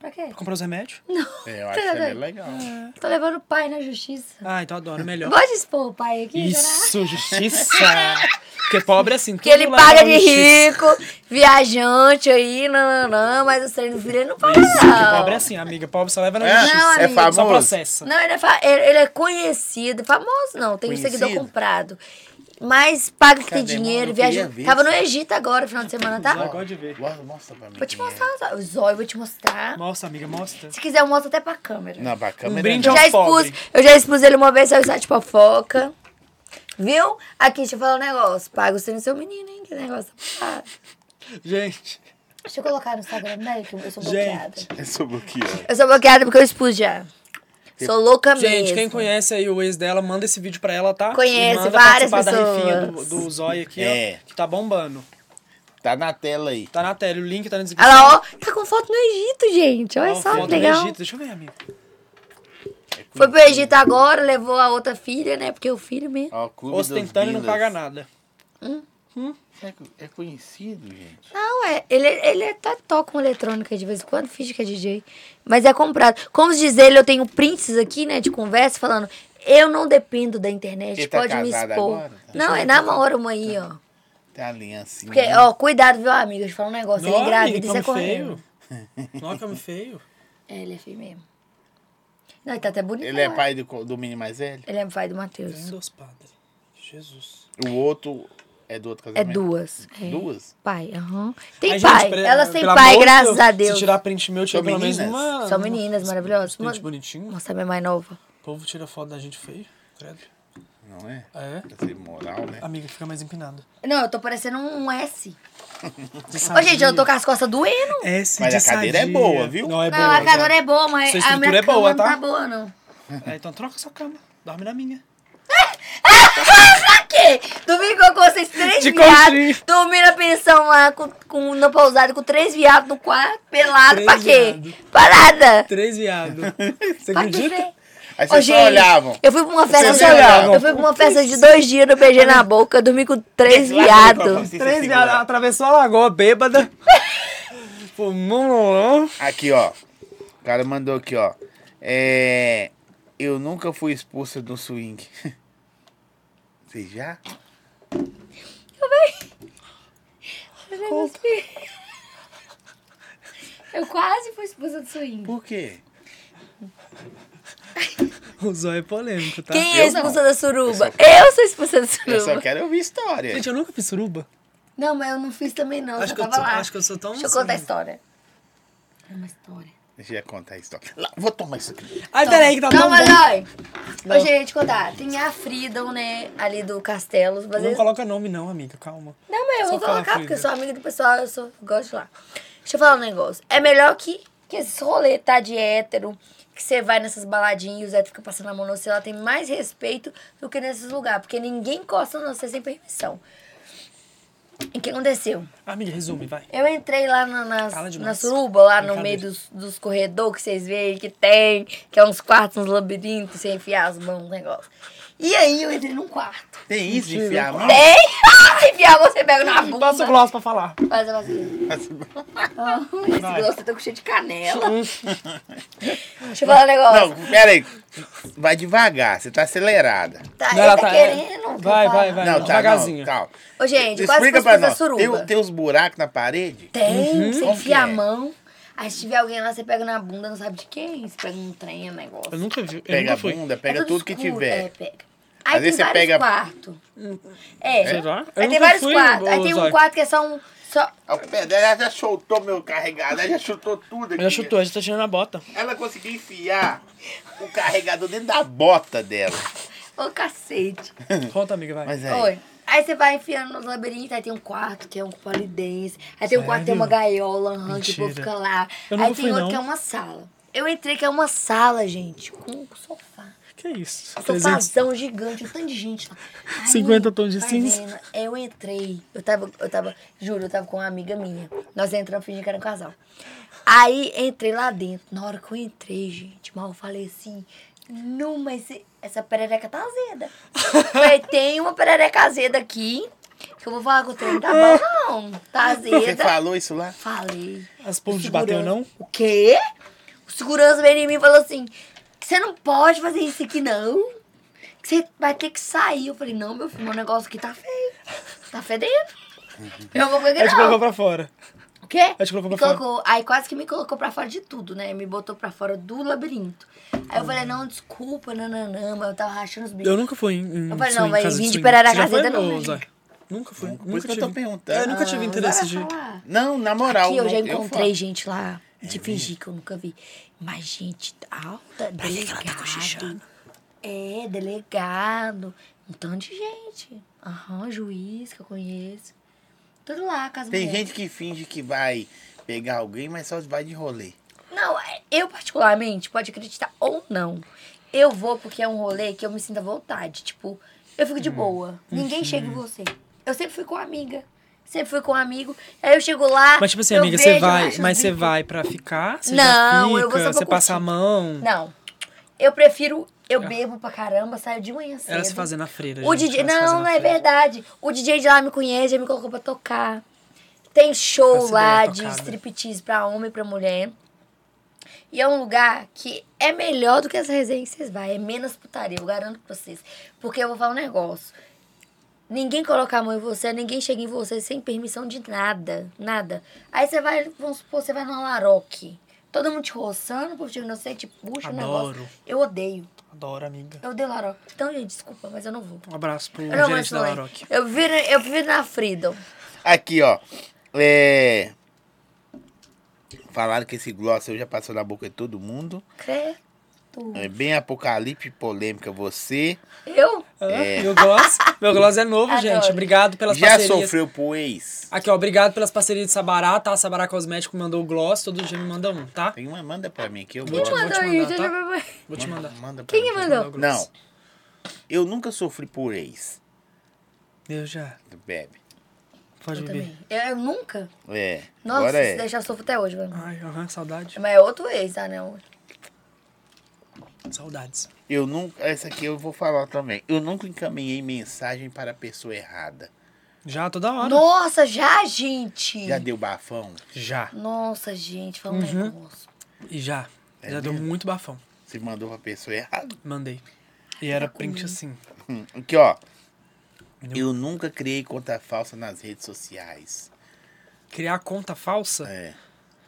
S2: Pra quê?
S3: pra comprar os remédios.
S1: É, eu acho que é bem legal.
S3: Tá.
S5: Tô levando o pai na justiça.
S3: Ah, então adoro, melhor.
S5: Pode expor o pai aqui, será?
S1: né?
S3: Isso, justiça! Porque pobre é assim.
S5: Porque ele
S3: tudo lá
S5: paga
S3: é
S5: de
S3: justiça.
S5: rico, viajante aí, nananã, mas o treino do filho ele não paga
S3: Que pobre é
S5: não.
S3: assim, amiga. Pobre só leva na
S1: É,
S3: justiça.
S1: é
S5: amigo,
S1: famoso?
S3: Só processa.
S5: Não, ele é, fa- ele ele é conhecido, famoso não, tem um seguidor
S1: Conhecido?
S5: comprado. Mas paga que tem
S1: Cadê, mano?
S5: dinheiro,
S1: Eu queria
S5: viaja.
S1: ver
S5: Tava no
S1: isso.
S5: Egito agora, final de semana,
S3: Zóio,
S5: tá?
S3: gosto de ver.
S1: Guarda, Mostra pra mim.
S5: Vou te
S1: quem é.
S5: mostrar, Zóio. Zóio, eu vou te mostrar.
S3: Mostra, amiga, mostra. Um
S5: Se quiser, eu mostro até pra câmera.
S1: Não, pra câmera
S3: brinde
S1: não.
S3: ao-
S5: já expus,
S3: pobre.
S5: eu já expus ele uma vez, saiu o site fofoca. Viu? Aqui, deixa eu falar um negócio. Paga o seu no seu menino, hein? Que negócio. Ah,
S3: Gente,
S5: deixa eu colocar no Instagram dele, que eu sou bloqueada.
S3: gente.
S1: Eu sou bloqueado.
S5: Eu sou bloqueada porque eu expus já. Sou louca mesmo.
S3: Gente, quem conhece aí o ex dela, manda esse vídeo pra ela, tá?
S5: Conheço
S3: E manda
S5: várias
S3: participar da rifinha
S5: pessoas.
S3: do, do Zóio aqui,
S1: É.
S3: ó. Que tá bombando.
S1: Tá na tela aí.
S3: Tá na tela, o link tá na descrição.
S5: Olha lá, ó, tá com foto no Egito, gente. Olha
S3: Ó,
S5: só,
S3: foto
S5: que
S3: do
S5: legal.
S3: Egito. Deixa eu ver, amiga.
S1: É
S5: Foi pro Egito agora, levou a outra filha, né? Porque o filho mesmo.
S1: Ó, Clube dos
S3: Ostentando e não
S1: Billers.
S3: paga nada.
S1: É co- É, conhecido, gente.
S5: Não, é. Ele, ele até toca uma eletrônica de vez em quando, finge que é DJ. Mas é comprado. Como se diz ele, eu tenho prints aqui, né, de conversa, falando. Eu não dependo da internet,
S1: Ele tá
S5: pode me
S1: casado
S5: expor.
S1: agora?
S3: Tá
S5: Não, é namoro, mãe, ó.
S1: Tem a aliança. né?
S5: Porque, ó, cuidado, viu, amiga? Deixa eu falar um negócio. ele
S3: Nó, amiga,
S5: engravida,
S3: que
S5: isso é
S3: homem
S5: correndo.
S3: feio. Nó, que homem feio.
S5: É, ele é feio mesmo. Não, ele tá até bonito.
S1: Ele é
S5: né?
S1: pai do, co- do menino mais velho?
S5: Ele é pai do Matheus.
S3: Tem dois padres. Jesus.
S1: O outro é do outro
S5: É
S1: casamento?
S5: duas. É.
S1: Duas?
S5: Pai, aham. Tem
S3: Ai, gente,
S5: pai.
S3: pera-
S5: Elas têm
S3: pelo
S5: pai,
S3: amor de
S5: graças a
S3: Se
S5: Deus.
S3: tirar print meu, tira
S1: São
S3: pelo menos
S1: meninas?
S3: uma...
S5: São meninas maravilhosas.
S3: Print
S5: Vou
S3: bonitinho.
S5: mostrar minha mãe é nova.
S3: O povo tira foto da gente feio, credo.
S1: Não é?
S3: É?
S1: Pra ser moral, né?
S3: Amiga, fica mais empinada.
S5: Não, eu tô parecendo um S.
S3: Você
S5: Ô, gente, eu tô
S3: sabia?
S5: com as costas doendo.
S3: S
S1: Mas
S3: de
S1: a cadeira é
S3: sadia.
S1: boa, viu?
S3: Não, é
S5: não,
S3: boa.
S5: a cadeira é boa, mas
S3: Sua
S5: a minha
S3: estrutura é
S5: cama
S3: boa,
S5: não
S3: tá?
S5: tá boa, não.
S3: É, então troca sua cama. Dorme na minha.
S5: quê? Domingo eu com vocês três
S3: De
S5: viados.
S3: conchinha.
S5: Dormi na pensão lá, com, com, na pousada, com três viados no quarto, pelado.
S3: Três
S5: pra quê?
S3: viado.
S5: Parada.
S3: Três viados. Você
S5: Pra quê?
S3: acredita?
S1: Aí
S5: Ô,
S1: vocês só
S5: gente,
S1: olhavam.
S5: Eu fui pra uma festa.
S1: Vocês olhavam.
S5: Eu fui pra uma festa de dois dias, não beijei na boca, eu dormi com três
S1: Lá no
S5: viados.
S1: microfone, se você
S3: Três
S1: segurar.
S3: viados. Atravessou a lagoa bêbada. Fumou.
S1: Aqui, ó. O cara mandou aqui, ó. É. Eu nunca fui expulsa do swing. Você já?
S2: Eu quase fui esposa do swing.
S1: Por quê?
S3: O zóio é polêmico, tá?
S5: Quem é
S1: Eu
S5: expulsa
S1: não.
S5: da suruba? Eu sou expulsa
S1: Eu
S5: da
S1: só
S5: suruba.
S3: é
S1: quero ouvir história.
S3: Gente, eu nunca fiz suruba.
S5: Não, mas eu não fiz também, não.
S3: Acho
S5: só
S3: que eu
S5: tava
S3: tô-
S5: lá.
S3: acho que eu sou tão assim.
S5: Deixa eu contar a
S3: suruba.
S5: história.
S2: É uma história.
S1: Deixa eu contar a história. Lá, vou tomar isso aqui.
S3: Ai, peraí, que tá tão
S5: Calma,
S3: bom.
S5: Joy. Ô, gente, deixa eu contar. Tem a Freedom, né? Ali do Castelo. Mas
S3: Não
S5: eles-
S3: coloca nome não, amiga, calma.
S5: Não, mas eu
S3: Só
S5: vou
S3: fala,
S5: colocar, porque eu
S3: Frida.
S5: sou amiga do pessoal, eu sou, gosto de lá. Deixa eu falar um negócio. É melhor que, que esse rolê, tá? De hétero, que você vai nessas baladinhas e os héteros ficam passando a mão no seu, ela tem mais respeito do que nesses lugares, porque ninguém encosta no você sem permissão. E o que aconteceu?
S3: Amiga, resume, vai.
S5: Eu entrei lá na,
S3: Fala
S5: nas,
S3: de
S5: na
S3: nós.
S5: suruba, lá no
S3: Brincadeira.
S5: meio dos, dos corredores que vocês veem que tem, que é uns quartos, uns labirintos, você enfiar as mãos, um negócio. E aí eu entrei num quarto.
S1: Tem isso de enfiar a mão?
S5: Tem! enfiar você pega na bunda.
S3: Passa o gloss pra falar.
S5: Faz a vacina. Esse
S3: Vai.
S5: grosso eu tô com cheio de canela. Deixa eu falar um negócio.
S1: Não, peraí. Vai devagar, você tá acelerada.
S5: Tá,
S3: Não,
S5: ele
S3: ela
S5: tá,
S3: tá-
S5: querendo. que eu
S3: Vai,
S5: fale.
S3: vai, vai.
S1: Não,
S3: não,
S1: tá, não,
S3: devagarzinho.
S1: calma.
S5: Ô, gente, quase que
S1: Explica
S5: eu
S1: pra
S5: fiz a
S1: nós. Tem,
S5: suruba.
S1: tem uns buracos na parede?
S5: Tem, você
S1: Como
S5: enfia a
S1: que é?
S5: mão. Aí se tiver alguém lá, você pega na bunda, não sabe de quem. Você pega um trem, um negócio.
S3: Eu nunca vi, eu
S1: Pega a
S3: nunca fui.
S1: bunda,
S5: É
S1: pega tudo, que
S5: escuro.
S1: tiver.
S5: É, pega. Aí
S1: Às vezes você
S5: tem vários
S1: pega- Hum.
S5: quartos. É.
S3: Será? Eu
S5: Aí tem
S3: nunca
S5: vários
S3: fui,
S5: quartos. Aí
S3: ô,
S5: tem um
S3: Zóio.
S5: quarto que é só um... Só...
S1: A pedra, ela já soltou meu carregador, ela já chutou tudo aqui.
S3: Ela chutou, a gente tá tirando a bota.
S1: Ela conseguiu enfiar o carregador dentro da bota dela.
S5: Ô, cacete.
S3: Conta, amiga, vai.
S1: Mas é.
S5: Oi. Aí Aí você vai enfiando nos labirintos, aí tem um quarto que é um polidense, aí tem um quarto que tem uma gaiola, um que o povo
S3: Mentira.
S5: fica lá.
S3: Eu nunca
S5: Aí tem
S3: fui,
S5: outro
S3: não.
S5: que é uma sala. Eu entrei que é uma sala, gente, com um sofá.
S3: Que isso?
S5: Sofazão gigante, um tanto de gente. lá. Aí,
S3: 50 tons de
S5: vai
S3: cinza.
S5: vendo, Eu entrei, eu tava, eu tava, juro, eu tava com uma amiga minha. Nós entramos fingindo que era um casal. Aí entrei lá dentro. Na hora que eu entrei, gente, mal eu falei assim, não, mas e- essa perereca tá azeda. falei, tem uma perereca azeda aqui, que eu vou falar com o trem, tá bom? Não, tá
S1: Você
S5: azeda.
S1: falou isso lá?
S5: Falei.
S3: As povos te
S5: O
S3: bateu,
S5: segurança-
S3: não?
S5: O quê? O segurança veio em mim e falou assim: você não pode fazer isso aqui, não. Que você vai ter que sair. Eu falei, não, meu filho, meu negócio aqui tá feio. Tá fedendo. Eu vou
S3: Ela
S5: pegar.
S3: te colocou pra fora.
S5: O quê?
S3: Ela te colocou
S5: Me
S3: pra fora.
S5: colocou- Aí quase que me colocou pra fora de tudo, né? Me botou pra fora do labirinto. Aí eu falei, não, desculpa, nananã, mas eu tava rachando os bichos.
S3: Eu nunca fui em, em
S5: Eu falei,
S3: swing,
S5: não, mas
S3: casa
S5: vim de
S3: swing.
S5: Perarazeda
S3: Você já foi,
S5: não,
S3: ô,
S5: né?
S3: Zé? Nunca fui.
S1: Por
S3: Nunca
S1: isso que eu
S3: tive. É,
S1: tô perguntando.
S3: Eu nunca
S5: Ah,
S3: tive interesse de...
S5: falar.
S1: Não, na moral.
S5: Aqui eu
S1: não,
S5: já encontrei
S1: falo. É
S5: gente lá de fingir que eu nunca vi. Mas gente alta,
S1: tá
S5: delegado. é, delegado. Um tanto de gente. Aham, juiz que eu conheço. Tudo lá, casa
S1: Tem gente que finge que vai pegar alguém, mas só vai de rolê.
S5: Não, é- eu particularmente, pode acreditar ou não. Eu vou porque é um rolê que eu me sinto à vontade. Tipo, eu fico de boa. Ninguém chega em você. Eu sempre fui com amiga. Sempre fui com um amigo. Aí eu chego lá.
S3: Mas tipo assim,
S5: eu
S3: amiga,
S5: vejo,
S3: você
S5: eu
S3: vai...
S5: acho
S3: Mas
S5: os
S3: você
S5: bicos.
S3: vai pra ficar? Você
S5: Não,
S3: já
S5: eu
S3: fica?
S5: vou só pra
S3: Você passa a
S5: curtir.
S3: mão?
S5: Não. Eu prefiro. Eu bebo pra caramba, saio de manhã cedo.
S3: Ela se fazendo na freira,
S5: O
S3: gente,
S5: DJ.
S3: ela se
S5: Não,
S3: fazendo
S5: não
S3: na
S5: é
S3: freira.
S5: verdade. O DJ de lá me conhece, já me colocou pra tocar. Tem show
S3: Faço
S5: lá
S3: ideia,
S5: de
S3: tocada.
S5: striptease pra homem e pra mulher. E é um lugar que é melhor do que as resenhas que vocês vão. É menos putaria, eu garanto pra vocês. Porque eu vou falar um negócio. Ninguém coloca a mão em você, ninguém chega em você sem permissão de nada. Nada. Aí você vai, vamos supor, você vai numa laroque. Todo mundo te roçando, o povo te você te puxa o negócio.
S3: Adoro.
S5: Eu odeio.
S3: Adoro, amiga.
S5: Eu odeio laroque. Então, gente, desculpa, mas eu não vou.
S3: Um abraço pro
S5: Eu não é. vou
S3: gerente
S5: esse
S3: da
S5: rolê.
S3: Laroque.
S5: Eu vi, eu vi na Freedom.
S1: Aqui, ó. É... Falaram que esse gloss eu já passou na boca de todo mundo.
S5: Credo. Uhum.
S1: É bem apocalipse, polêmica você.
S5: Eu?
S3: Ah, Meu gloss, meu gloss é novo,
S5: Adoro.
S3: gente. Obrigado pelas
S1: É. já
S3: parcerias.
S1: sofreu pro ex?
S3: Aqui, ó, obrigado pelas parcerias de Sabará, tá? Sabará Cosmético mandou o gloss, todo dia me manda um, tá?
S1: Tem uma, manda pra mim que eu
S3: Quem te
S1: gosto.
S3: mandou
S5: Mandou
S3: mandar,
S5: isso,
S3: tá?
S5: deixa eu ver.
S3: Vou te mandar.
S1: Manda pra
S5: Quem
S1: mim.
S5: que mandou?
S1: Não. Eu nunca sofri por ex.
S3: Eu já.
S1: Bebe.
S3: Pode
S5: Eu
S3: beber.
S5: também. Eu, eu nunca.
S1: É.
S5: Nossa,
S1: agora
S5: se
S1: é.
S5: deixar eu sofro até hoje, mano.
S3: Ai, aham, saudade.
S5: Mas é outro ex, tá, né?
S3: Saudades.
S1: Eu nunca. Essa aqui eu vou falar também. Eu nunca encaminhei mensagem para a pessoa errada.
S3: Já, toda hora.
S5: Nossa, já, gente!
S1: Já deu bafão?
S3: Já.
S5: Nossa, gente,
S3: Uhum.
S5: foi um negócio.
S3: E já.
S1: É
S3: já deu
S1: mesmo?
S3: muito bafão.
S1: Você mandou pra pessoa errada?
S3: Mandei. E era
S5: um.
S3: print assim.
S1: Hum, Aqui, ó. Eu nunca criei conta falsa nas redes sociais.
S3: Criar conta falsa?
S1: É.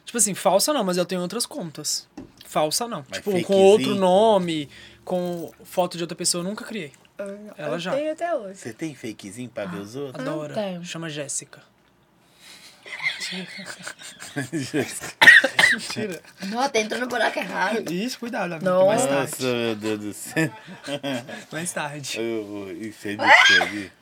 S3: Tipo assim, falsa não, mas eu tenho outras contas. Falsa não.
S1: Mas
S3: tipo, com
S1: fakezinho.
S3: outro nome, com foto de outra pessoa, eu nunca criei.
S5: Ah,
S3: Ela já.
S5: tenho até hoje.
S1: Você tem fakezinho pra ver os outros?
S3: Adora.
S5: tenho.
S3: Chama Jéssica.
S5: Nossa, entrou no buraco errado.
S3: Isso, cuidado, amiga.
S5: Nossa.
S3: Mais
S1: Nossa,
S3: tarde.
S1: meu Deus do céu.
S3: Mais tarde.
S1: Eu- Isso é de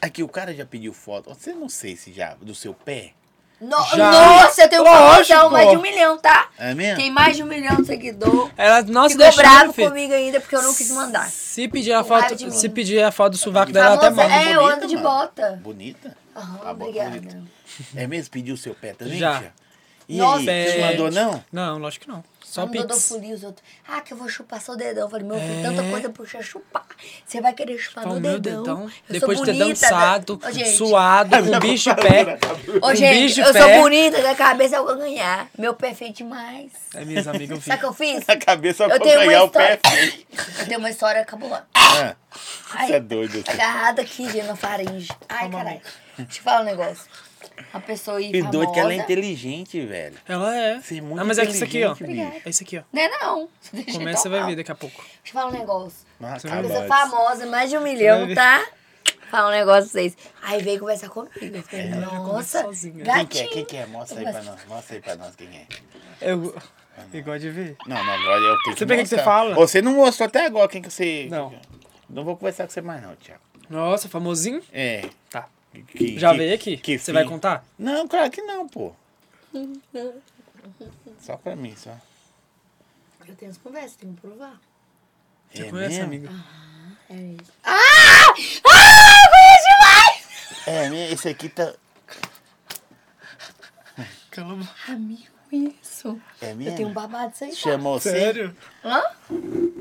S1: Aqui, o cara já pediu foto. Você não sei se já. Do seu pé?
S5: No-
S3: Já.
S5: Nossa, eu tenho um milhão,
S3: pô.
S5: mais de um milhão, tá?
S1: É mesmo?
S5: Tem mais de um milhão de seguidor.
S3: Ela, nossa,
S5: Ficou
S3: deixou,
S5: bravo
S3: filho.
S5: comigo ainda porque eu não quis mandar.
S3: Se pedir a
S5: raiva de
S3: foto,
S5: mim.
S3: se pedir a foto do sovaco dela, ela até
S5: Famosa
S3: manda.
S5: é, eu
S1: bonita,
S5: ando de
S1: mano.
S5: bota.
S1: Bonita?
S5: Aham,
S1: Tá bom,
S5: obrigada.
S1: bonita. É mesmo? Pediu o seu pé também?
S3: Já.
S1: tia? E
S5: Nossa,
S1: aí? Você
S3: gente.
S1: mandou não?
S3: Não, lógico que não. Só
S5: Só mandou
S3: pix.
S5: fulir os outros. Ah, que eu vou chupar só o dedão. Eu falei, meu filho, tanta coisa pra você chupar. Você vai querer chupar
S3: Pô,
S5: no
S3: meu
S5: dedão.
S3: dedão.
S5: Eu
S3: Depois de
S5: sou
S3: ter
S5: bonita,
S3: dançado,
S5: da... Ô, gente,
S3: suado, com bicho de pé.
S5: Ô,
S1: Um
S3: com bicho
S5: gente,
S3: de
S5: eu
S3: pé.
S5: sou bonita, da cabeça eu vou ganhar. Meu pé é feio demais.
S3: É, minhas amigas, eu
S5: Sabe o que
S3: fiz.
S5: eu fiz?
S1: A cabeça pra
S5: Eu tenho uma
S1: pegar o pé.
S5: história. Eu tenho uma história cabulosa.
S1: Ah,
S5: Ai,
S1: Você é doido. você.
S5: agarrada aqui, gente, na faringe. Ai, caralho. Deixa eu falar um negócio. Uma pessoa aí
S1: Que
S5: famosa...
S1: doido que ela é inteligente, velho.
S3: Ela é.
S1: Você é muito
S3: ah, mas é que isso aqui, ó.
S1: inteligente, bicho.
S3: É isso aqui, ó.
S5: Não é não. Você deixa
S3: Começa, você
S5: eu
S3: vai
S5: falar.
S3: ver daqui a pouco.
S5: Deixa eu falar um negócio.
S1: Ah,
S3: Você
S1: tá
S3: vai
S5: Coisa
S1: bom.
S5: famosa, mais de um milhão, tá? Fala um negócio pra vocês. Aí veio conversar comigo. Eu falei,
S3: começa
S5: nossa,
S3: sozinha.
S1: Quem que é?
S5: gatinho.
S1: Quem que é? Mostra aí pra nós. Mostra aí pra nós quem é.
S3: Eu. Igual de ver.
S1: Não, não, agora eu tenho que
S3: Você vê o que
S1: mostrar.
S3: que você fala?
S1: Você não mostrou até agora quem que você...
S3: Não.
S1: Não vou conversar com você mais não, Thiago.
S3: Nossa, famosinho?
S1: É.
S3: Tá.
S1: Que-
S3: Já
S1: que-
S3: veio aqui?
S1: que
S3: Você
S1: fim.
S3: vai contar?
S1: Não, claro que não, pô. Só pra mim, só.
S5: Eu tenho as conversas, tenho que provar.
S1: Você
S3: conhece, amigo?
S5: É isso.
S1: É, né, esse aqui tá.
S3: Calma.
S5: Amigo, Ah, isso.
S1: É
S5: Eu tenho um
S1: mesmo?
S5: babado sem
S1: Chamou você?
S3: Sério?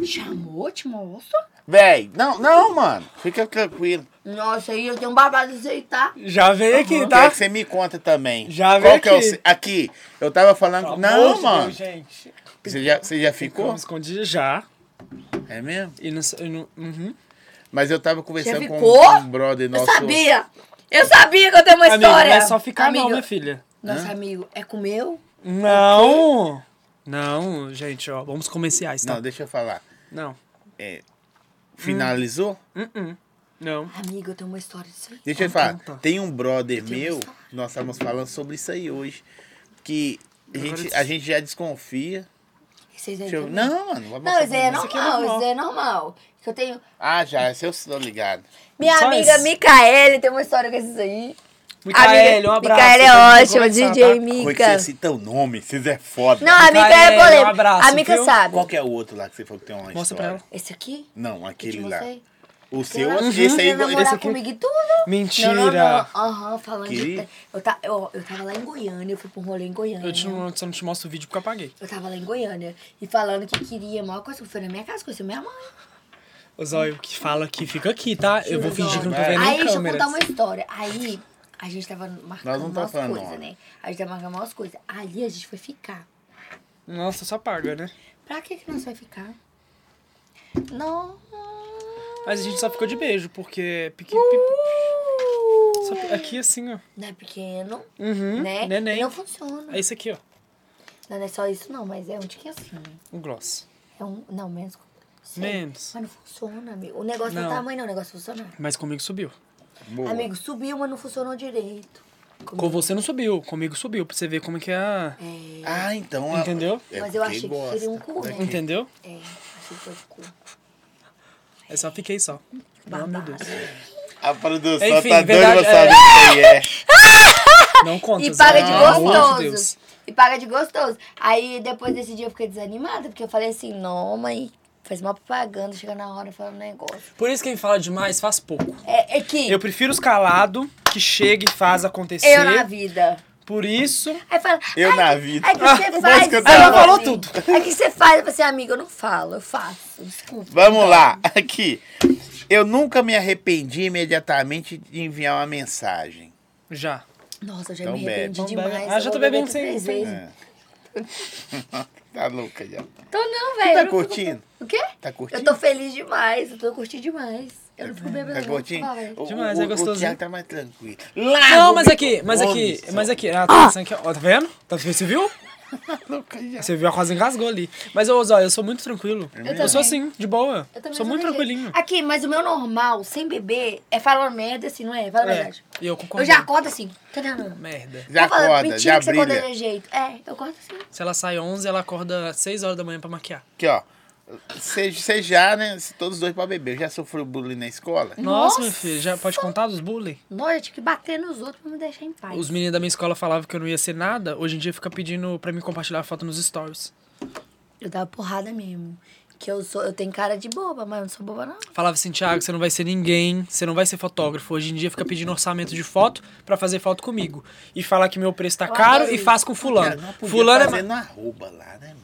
S5: Chamou, te mostrou?
S1: Véi, não, não, mano. Fica tranquilo.
S5: Nossa, aí eu tenho um babado sem tá?
S3: Já veio aqui,
S1: Quer
S3: tá?
S1: que você me conta também.
S3: Já
S1: Qual
S3: veio
S1: que é o
S3: aqui.
S1: se- Aqui, eu tava falando.
S3: Pelo amor
S1: não,
S3: de
S1: mano.
S3: Deus, gente.
S1: você, já, você já ficou?
S3: Como escondi já.
S1: É mesmo?
S3: E não, eu não, uhum.
S1: Mas eu tava conversando com
S5: ficou?
S1: um, um brother nosso.
S5: Eu sabia! Eu sabia que eu tenho uma
S3: Amigo,
S5: história!
S3: não é só ficar
S5: Amigo,
S3: não, minha filha.
S5: Nossa, amigo, é com o meu?
S3: Não! Não, gente, ó. Vamos comerciais, tá?
S1: Não, deixa eu falar.
S3: Não.
S1: É, finalizou?
S3: Uh-uh. Não.
S5: Amigo, eu tenho uma história disso aí.
S3: Ah,
S1: Deixa eu falar.
S3: conta.
S1: Tem um brother meu, nós estávamos falando sobre isso aí hoje. Que a gente, a gente já desconfia.
S5: Vocês aí
S1: Deixa eu-
S5: também?
S1: Não, mano. vai
S5: Não,
S1: mostrar
S5: isso
S1: pra
S5: aí é
S1: mim.
S5: normal, isso aí é normal. Que eu tenho.
S1: Ah, já, esse eu estou ligado.
S5: Minha
S3: Só
S5: amiga
S3: isso.
S5: Micaele tem uma história com esses aí.
S3: Micaele,
S5: Amiga-
S3: um abraço.
S5: Micaele é
S3: Vamos
S5: ótima,
S3: conversar,
S5: DJ
S3: tá?
S1: Como é
S5: Mica.
S1: que você cita o nome? Vocês é foda.
S5: Não, a Mica é
S3: Micaele, um
S5: polêmica.
S3: abraço,
S5: a Mica
S3: viu?
S5: sabe.
S1: Qual que é o outro lá que você falou que tem uma
S3: Mostra pra
S1: história?
S3: ela.
S5: Esse aqui?
S1: Não,
S5: Que
S1: aquele
S5: eu te
S1: lá.
S5: mostrei.
S1: O seu, é
S5: Uhum.
S1: esse aí,
S5: Ia namorar
S1: esse aqui. é
S5: comigo e tudo.
S3: Mentira.
S5: Não, não, não. Aham, falando
S1: Que-
S5: de... Eu, ta... eu, eu tava lá em Goiânia, eu fui pra um rolê em Goiânia.
S3: Eu te, não- só não te mostro o vídeo porque eu apaguei.
S5: Eu tava lá em Goiânia e falando que queria a maior coisa. Foi na minha casa, conheci minha mãe.
S3: Ô, Zóio, o que fala aqui fica aqui, tá? Eu vou fingir que não tô
S1: Vai.
S3: vendo
S5: Aí,
S3: nem
S5: deixa eu
S3: câmera.
S5: contar uma história. Aí, a gente tava
S1: Nós não
S5: marcando
S1: tá
S5: umas
S1: falando
S5: coisas,
S1: nome.
S5: né? A gente tava marcando umas coisas. Ali a gente foi ficar.
S3: Nossa, só apaga, né?
S5: Pra que que nós vai ficar? Não.
S3: Mas a gente só ficou de beijo, porque... Piqui, só pe- aqui assim, ó.
S5: Não é pequeno,
S3: Uhum,
S5: né?
S3: neném.
S5: Não funciona.
S3: É isso aqui, ó.
S5: Não, não é só isso, não, mas é um tiquinho assim. né?
S3: O gloss.
S5: É um. Não, menos. Sim.
S3: Menos.
S5: Mas não funciona, amigo. O negócio não,
S3: Não.
S5: tá tamanho, não. O negócio funciona.
S3: Mas comigo subiu.
S1: Boa.
S5: Amigo, subiu, mas não funcionou direito.
S3: Com você não subiu, comigo subiu, pra você ver como que é a...
S1: Ah, então. a-
S3: Entendeu?
S1: é
S5: Mas eu
S1: porque
S5: achei que
S1: gosta.
S5: seria um cu, né?
S3: Entendeu?
S5: É, achei que foi de cu.
S3: Eu só fiquei só. Ah, meu Deus.
S1: A produção
S3: Enfim,
S1: tá doida
S3: verdade,
S1: pra saber o que é.
S3: Não conta,
S5: E paga de
S3: Zóio, pelo amor de
S5: gostoso. E paga de gostoso. Aí depois desse dia eu fiquei desanimada, porque eu falei assim, não, mãe, faz uma propaganda, chega na hora e fala um negócio.
S3: Por isso quem fala demais faz pouco.
S5: É, é que
S3: Eu
S5: eu,
S3: prefiro os calados, que chega e faz acontecer.
S5: na vida.
S3: Por isso...
S5: Aí fala.
S1: Eu
S5: "Ai,
S1: na vida.
S5: Aí que
S1: Ah,
S5: você
S1: mas
S5: faz.
S1: que eu
S5: você
S1: tava-
S3: Ela falou
S5: assim,
S3: tudo.
S5: Aí que você faz, eu falei assim, amiga, eu não falo, eu faço. Desculpa.
S1: Vamos lá, aqui. Eu nunca me arrependi imediatamente de enviar uma mensagem.
S3: Já.
S5: Nossa, eu já
S1: Então
S5: me
S1: bebe.
S5: arrependi
S3: Então bebe.
S5: demais.
S3: Ah, já
S5: eu
S3: tô
S5: vou beber
S3: bebendo
S5: três
S3: sem-
S5: vezes.
S1: tá louca já.
S5: Tô não,
S1: Tá
S5: velho. eu É, não fico-
S1: curtindo?
S5: O quê?
S1: Tá
S5: Eu
S1: curtindo?
S5: tô feliz demais, eu tô curtindo demais. Eu não fico bebendo.
S1: Tá
S5: não,
S1: curtindo?
S5: fala, velho.
S1: O-
S3: Demais,
S1: o-
S3: é gostosinho.
S1: O Thiago tá mais tranquilo.
S5: Ah,
S3: Não, mas aqui, mas aqui,
S1: Homem,
S3: mas aqui. Ah, tá, pensando aqui, ó, tá vendo? Tá, você viu?
S1: Tá Louca já.
S3: Você viu, ela quase engasgou ali. Mas, ô, Zóia, eu sou muito tranquilo. Eu,
S5: também.
S3: sou assim, de boa.
S5: Eu também
S3: sou muito
S5: daquele-
S3: tranquilinho.
S5: Aqui, mas o meu normal, sem beber, é falando merda assim, não é? Fala a
S3: É,
S5: verdade.
S3: e eu
S5: Eu
S3: concordo.
S5: já acordo assim. Tá danando.
S3: Merda.
S1: Já
S5: Eu falo,
S1: acorda,
S5: mentira
S1: já
S5: que você acorda
S1: brilha.
S5: desse jeito. É, eu acordo assim.
S3: Se ela sai 11, ela acorda 6 horas da manhã pra maquiar.
S1: Aqui, ó. Você já, né? cê- Todos dois pra beber. Já sofreu bullying na escola?
S3: Nossa,
S5: Nossa!
S3: meu filho, já pode contar dos bullying?
S5: Nossa, eu tinha que bater nos outros pra me deixar em paz.
S3: Os meninos da minha escola falavam que eu não ia ser nada. Hoje em dia fica pedindo pra mim compartilhar foto nos stories.
S5: Eu dava porrada mesmo. Que eu sou, eu tenho cara de boba, mas eu não sou boba, não.
S3: Falava assim, Thiago, você não vai ser ninguém, você não vai ser fotógrafo. Hoje em dia fica pedindo orçamento de foto pra fazer foto comigo. E falar que meu preço tá caro
S5: adoro
S3: e
S5: isso.
S3: faz com fulano.
S1: Não podia
S3: Fulano é...
S1: fazer
S3: ma-
S1: no arroba lá, né, mano?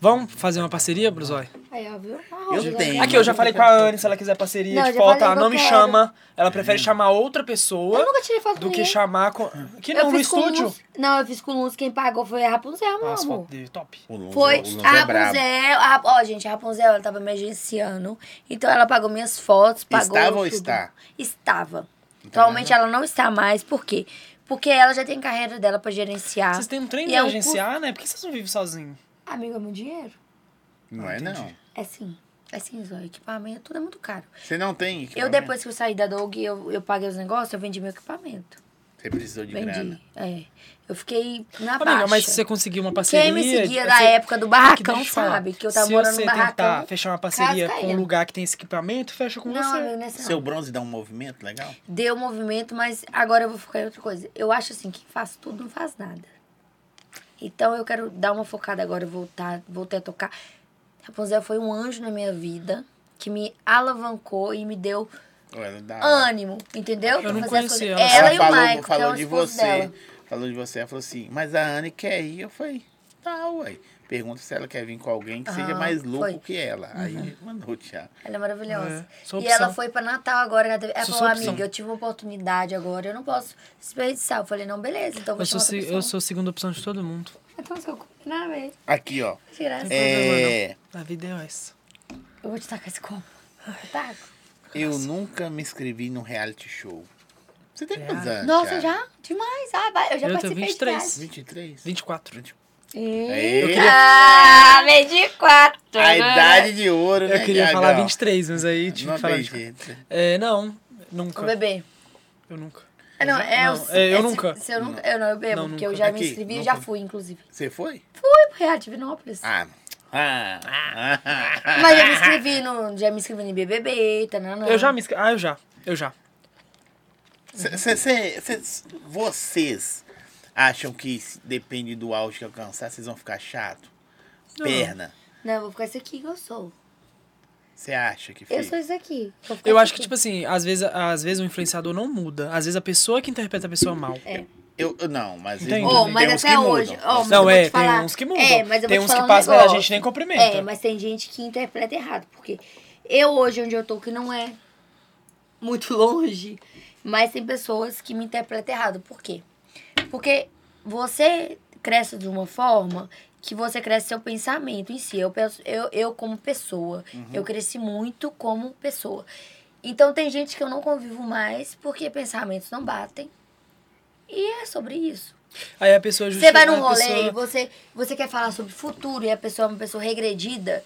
S3: Vamos fazer uma parceria, Bruzói?
S5: Aí, ó, viu? Ah,
S1: Eu
S5: já-
S1: tenho.
S3: Aqui, eu já falei com a Anne, se ela quiser parceria
S5: Não, eu
S3: de
S5: já
S3: foto,
S5: falei
S3: ela
S5: que eu
S3: não me
S5: quero.
S3: chama. Ela prefere chamar outra pessoa
S5: Eu nunca tirei foto
S3: do
S5: com
S3: que
S5: ninguém.
S3: chamar com... Que
S5: Eu
S3: não, no
S5: fiz com o
S3: estúdio.
S5: Lúcio. Não, eu fiz com o Lúcio, quem pagou foi a Rapunzel, meu
S3: Nossa,
S5: amor.
S3: foto dele, top.
S1: O Lonzo-
S5: Foi
S1: o Lonzo
S5: a
S1: é brabo.
S5: Rapunzel. a Rap- Ó, gente, a Rapunzel, ela tava me agenciando. Então ela pagou minhas fotos, pagou.
S1: Estava ou
S5: tudo.
S1: está? Tá
S5: Estava. Atualmente ela não está mais, por quê? Porque ela já tem carreira dela pra gerenciar.
S3: Vocês têm um trem
S5: E
S3: de
S5: é um
S3: agenciar, né? Por que vocês não vivem sozinhos?
S5: custo- Amigo, é meu dinheiro.
S1: Não é, não.
S5: É sim. É sim, Zóia. Equipamento, tudo é muito caro.
S1: Você não tem.
S3: Então, é.
S1: então, né?
S5: Eu, depois que eu saí da Dog, eu, eu paguei os negócios, eu vendi meu equipamento.
S1: Você precisou de grana.
S5: Vendi. É. Eu fiquei na
S3: Amiga,
S5: baixa.
S3: mas se você conseguir uma parceria.
S5: Quem me seguia
S3: de- é
S5: da
S3: você-
S5: época do barracão
S3: deixa eu te falar,
S5: sabe que eu tava
S3: se
S5: morando
S3: você
S5: no barracão.
S3: tentar fechar uma parceria
S5: casa
S3: com um
S5: caía.
S3: lugar que tem esse equipamento, fecha com
S5: Não,
S3: você.
S5: amigo, nesse não.
S1: Seu bronze dá um movimento legal?
S5: Deu movimento, mas agora eu vou focar em outra coisa. Eu acho assim, quem faz tudo não faz nada. Então eu quero dar uma focada agora, voltar, voltei a tocar. Rapunzel foi um anjo na minha vida que me alavancou e me deu
S1: Ela dá
S5: ânimo, entendeu? Pra
S3: não
S5: fazer
S3: conheci ela.
S5: as
S1: Ela
S5: coisas. Ah, Ela, e o
S1: falou,
S5: Maico,
S1: falou de
S5: que é o esposo
S1: você.
S5: dela.
S1: Falou de você, ela falou assim, mas a Anne quer ir. Eu falei, tá, uai. Pergunta se ela quer vir com alguém que seja
S5: Ah,
S1: mais louco
S5: foi. Uhum.
S1: que ela. Aí mandou o Thiago.
S5: Ela é maravilhosa.
S3: É, sua
S5: e
S3: opção.
S5: ela foi pra Natal agora. Ela, teve- ela
S3: Sua
S5: falou,
S3: opção.
S5: amiga, eu tive uma oportunidade agora, eu não posso desperdiçar. Eu falei, não, beleza, então eu vou
S3: Eu sou,
S5: chamar outra
S3: se- eu
S5: pessoa.
S3: sou a segunda opção de todo mundo.
S5: Então, se eu combinar, velho,
S1: Aqui, ó.
S5: tirar essa.
S1: É,
S3: A vida é essa.
S5: Eu vou te tacar esse combo. Eu taco.
S1: eu nunca me inscrevi num reality show. Você tem quantos anos?
S5: É. Nossa,
S1: Thiago?
S5: já? Demais. Ah, vai, eu já
S3: Eu tenho
S5: participei
S3: 23.
S5: de
S1: 23?
S3: 24.
S1: 24.
S5: Eita!
S1: Aê!
S5: Ah, meio de quatro.
S1: É, A idade de ouro, né,
S3: Eu queria
S1: Thiagão?
S3: falar 23, mas aí tive
S1: Não
S3: que falar.
S1: tem
S3: de-
S1: jeito.
S3: É, não,
S5: O
S3: nunca.
S5: bebê.
S3: Eu nunca.
S5: Ah, não, é,
S3: Não,
S5: o-
S3: é, eu
S5: esse-
S3: nunca.
S5: Se eu nunca. Eu não, eu bebo,
S3: Não,
S5: porque eu
S3: nunca.
S5: já
S1: Aqui,
S5: me inscrevi e
S1: nunca.
S5: já fui, inclusive.
S1: Você foi?
S5: Fui pro Real Divinópolis.
S1: Ah, ah, ah.
S5: Mas já me inscrevi no. Já me inscrevi no BBB, tá, não, não.
S3: Eu já me. inscre- Ah, eu já. Eu já.
S1: Cê- cê- cê- cês- vocês acham que se- depende do auge que alcançar, vocês vão ficar chato? Perna.
S5: Não, eu vou ficar isso aqui que eu sou.
S1: Você acha que
S5: Eu
S1: fica?
S5: sou isso aqui. vou ficar
S3: Eu
S5: isso
S3: acho que,
S5: aqui.
S3: tipo assim, às vezes, às vezes o influenciador não muda. Às vezes a pessoa que interpreta a pessoa mal.
S1: Eu, eu não, mas eles
S3: Entendi.
S1: mudam.
S5: Oh, mas
S1: tem uns
S5: até
S1: que
S5: hoje,
S1: mudam.
S5: oh, É, mas- eu
S3: não,
S5: vou
S3: é,
S5: te falar.
S3: tem uns que mudam.
S5: É, mas eu vou
S3: tem
S5: te
S3: uns
S5: falar
S3: que
S5: um
S3: passam pela
S5: negócio.
S3: gente e nem cumprimenta.
S5: É, mas tem gente que interpreta errado, porque eu hoje onde eu tô que não é muito longe, mas tem pessoas que me interpretam errado. Por quê? Porque você cresce de uma forma que você cresce seu pensamento em si. Eu, penso, eu, eu como pessoa, eu cresci muito como pessoa. Então tem gente que eu não convivo mais porque pensamentos não batem. E é sobre isso.
S3: Aí a pessoa
S5: Você vai
S3: justifica-
S5: num
S3: a
S5: rolê
S3: pessoa-
S5: e você, você quer falar sobre futuro e a pessoa é uma pessoa regredida,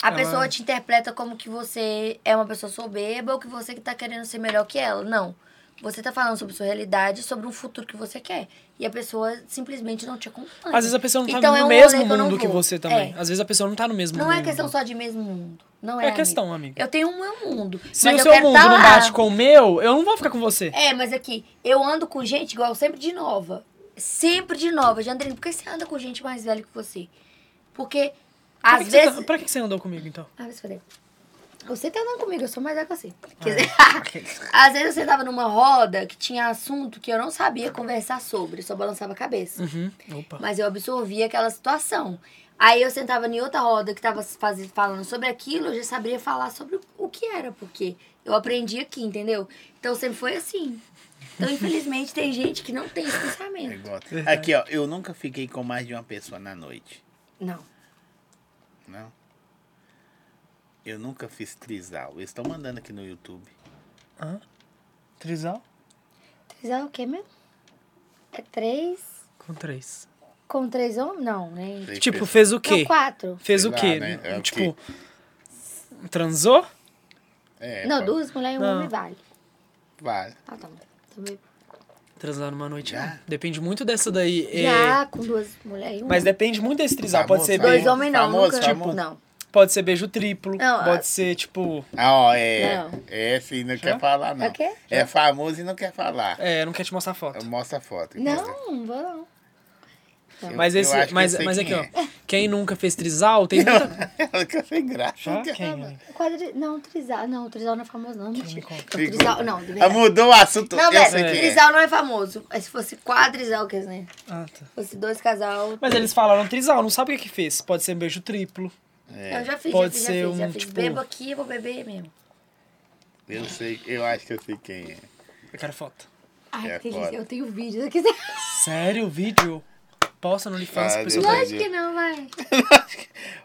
S5: a
S3: Ela- é.
S5: pessoa te interpreta como que você é uma pessoa soberba ou que você que tá querendo ser melhor que ela. Não. Você tá falando sobre sua realidade, sobre um futuro que você quer. E a pessoa simplesmente não te acompanha.
S3: Às vezes a pessoa não tá
S5: Então
S3: no
S5: é um
S3: mesmo
S5: rolê que eu não
S3: mundo que,
S5: vou.
S3: você também.
S5: É.
S3: Às vezes a pessoa não tá no mesmo
S5: Não
S3: mundo.
S5: é questão só de mesmo mundo. Não é,
S3: É
S5: amigo.
S3: questão, amiga.
S5: Eu tenho um meu mundo.
S3: Se
S5: mas
S3: o
S5: eu
S3: seu
S5: quero
S3: mundo
S5: tá
S3: não
S5: lá.
S3: bate com o meu, eu não vou ficar com você.
S5: É, mas aqui, eu ando com gente igual sempre de nova. Sempre de nova. Jandrine, por que você anda com gente mais velha que você? Porque,
S3: Pra
S5: às
S3: que que você
S5: vezes.
S3: tá- Pra que que você andou comigo, então?
S5: Ah, mas peraí. Você tá andando comigo, eu sou mais velha que você. Quer dizer, às vezes você tava numa roda que tinha assunto que eu não sabia conversar sobre, eu só balançava a cabeça.
S3: Uhum. Opa.
S5: Mas eu absorvia aquela situação. Aí eu sentava em outra roda que tava faz- falando sobre aquilo, eu já sabia falar sobre o- o que era, porque eu aprendi aqui, entendeu? Então sempre foi assim. Então, infelizmente, tem gente que não tem esse
S1: É
S5: pensamento.
S1: igual- Aqui, ó. Eu nunca fiquei com mais de uma pessoa na noite.
S5: Não.
S1: Não. Eu nunca fiz trisal. Eles estão mandando aqui no YouTube.
S3: Trisal?
S5: Três é o quê mesmo? É três?
S3: Com três.
S5: Com três homens? Não, né?
S1: Três
S3: Tipo,
S1: pessoas.
S3: fez o quê?
S5: Não, quatro.
S3: Fez
S1: Sei
S3: o
S1: lá,
S3: quê?
S1: né? É o
S3: tipo, transou?
S1: É,
S5: não,
S1: pô,
S5: duas mulheres e um
S3: Não.
S5: homem vale.
S1: Vale.
S5: Ah, tá. Também.
S3: Transar numa noite.
S1: Já?
S3: né? Depende muito dessa daí. é,
S5: Já, com duas mulheres e um
S3: Mas
S5: homem.
S3: depende muito desse trisal.
S1: Famoso,
S3: Pode ser,
S1: famoso.
S5: Dois
S3: beijo,
S5: homens não,
S1: é Famoso, tipo, é.
S5: nunca.
S1: famoso.
S5: Não.
S3: pode ser beijo triplo.
S5: Não,
S3: pode
S5: a-
S3: ser, tipo.
S1: Ah, ó, é.
S5: Não.
S1: É, sim, não quer falar, não.
S5: É o quê?
S1: É famoso e não quer falar.
S3: É, não quero te mostrar foto.
S1: Mostra a foto.
S5: Não, não vou não.
S1: Eu-
S3: Mas
S1: eu
S3: esse.
S1: acho que eu
S3: Mas,
S1: sei
S3: mas
S1: quem
S3: aqui,
S1: é.
S3: ó. Quem nunca fez trisal tem muita.
S1: Ela fica sem graça.
S3: Já?
S1: Fica-
S3: Quem?
S5: né?
S3: amiga?
S5: Quadri... Não, Trisal. Não, o Trisal não é famoso, não. Mentira.
S3: me
S5: O Trisal, não, de
S1: Ela
S5: verdade.
S1: Ah, mudou o assunto. eu
S5: Não,
S1: sei
S5: velho,
S1: quem é.
S5: Trisal não é famoso. Mas se fosse quadrisal, quer dizer, né?
S3: Ah, tá.
S5: Se fosse dois casal.
S3: Mas eles falaram trisal, não sabe o que que fez. Pode ser beijo triplo.
S1: É.
S5: Eu já fiz,
S3: Pode
S5: já fiz,
S3: ser
S5: já fiz.
S3: um,
S5: já fiz.
S3: tipo-
S5: Bebo aqui, eu vou beber mesmo.
S1: Eu sei, eu acho que eu sei quem é.
S3: Eu quero foto.
S5: Ai,
S1: É
S5: que
S1: foda.
S5: delícia, eu tenho vídeo. Se quiser.
S3: Sério, o vídeo? Posta no OnlyFans
S1: Ah,
S3: pra pessoa.
S1: Deus.
S5: Acho que não, vai.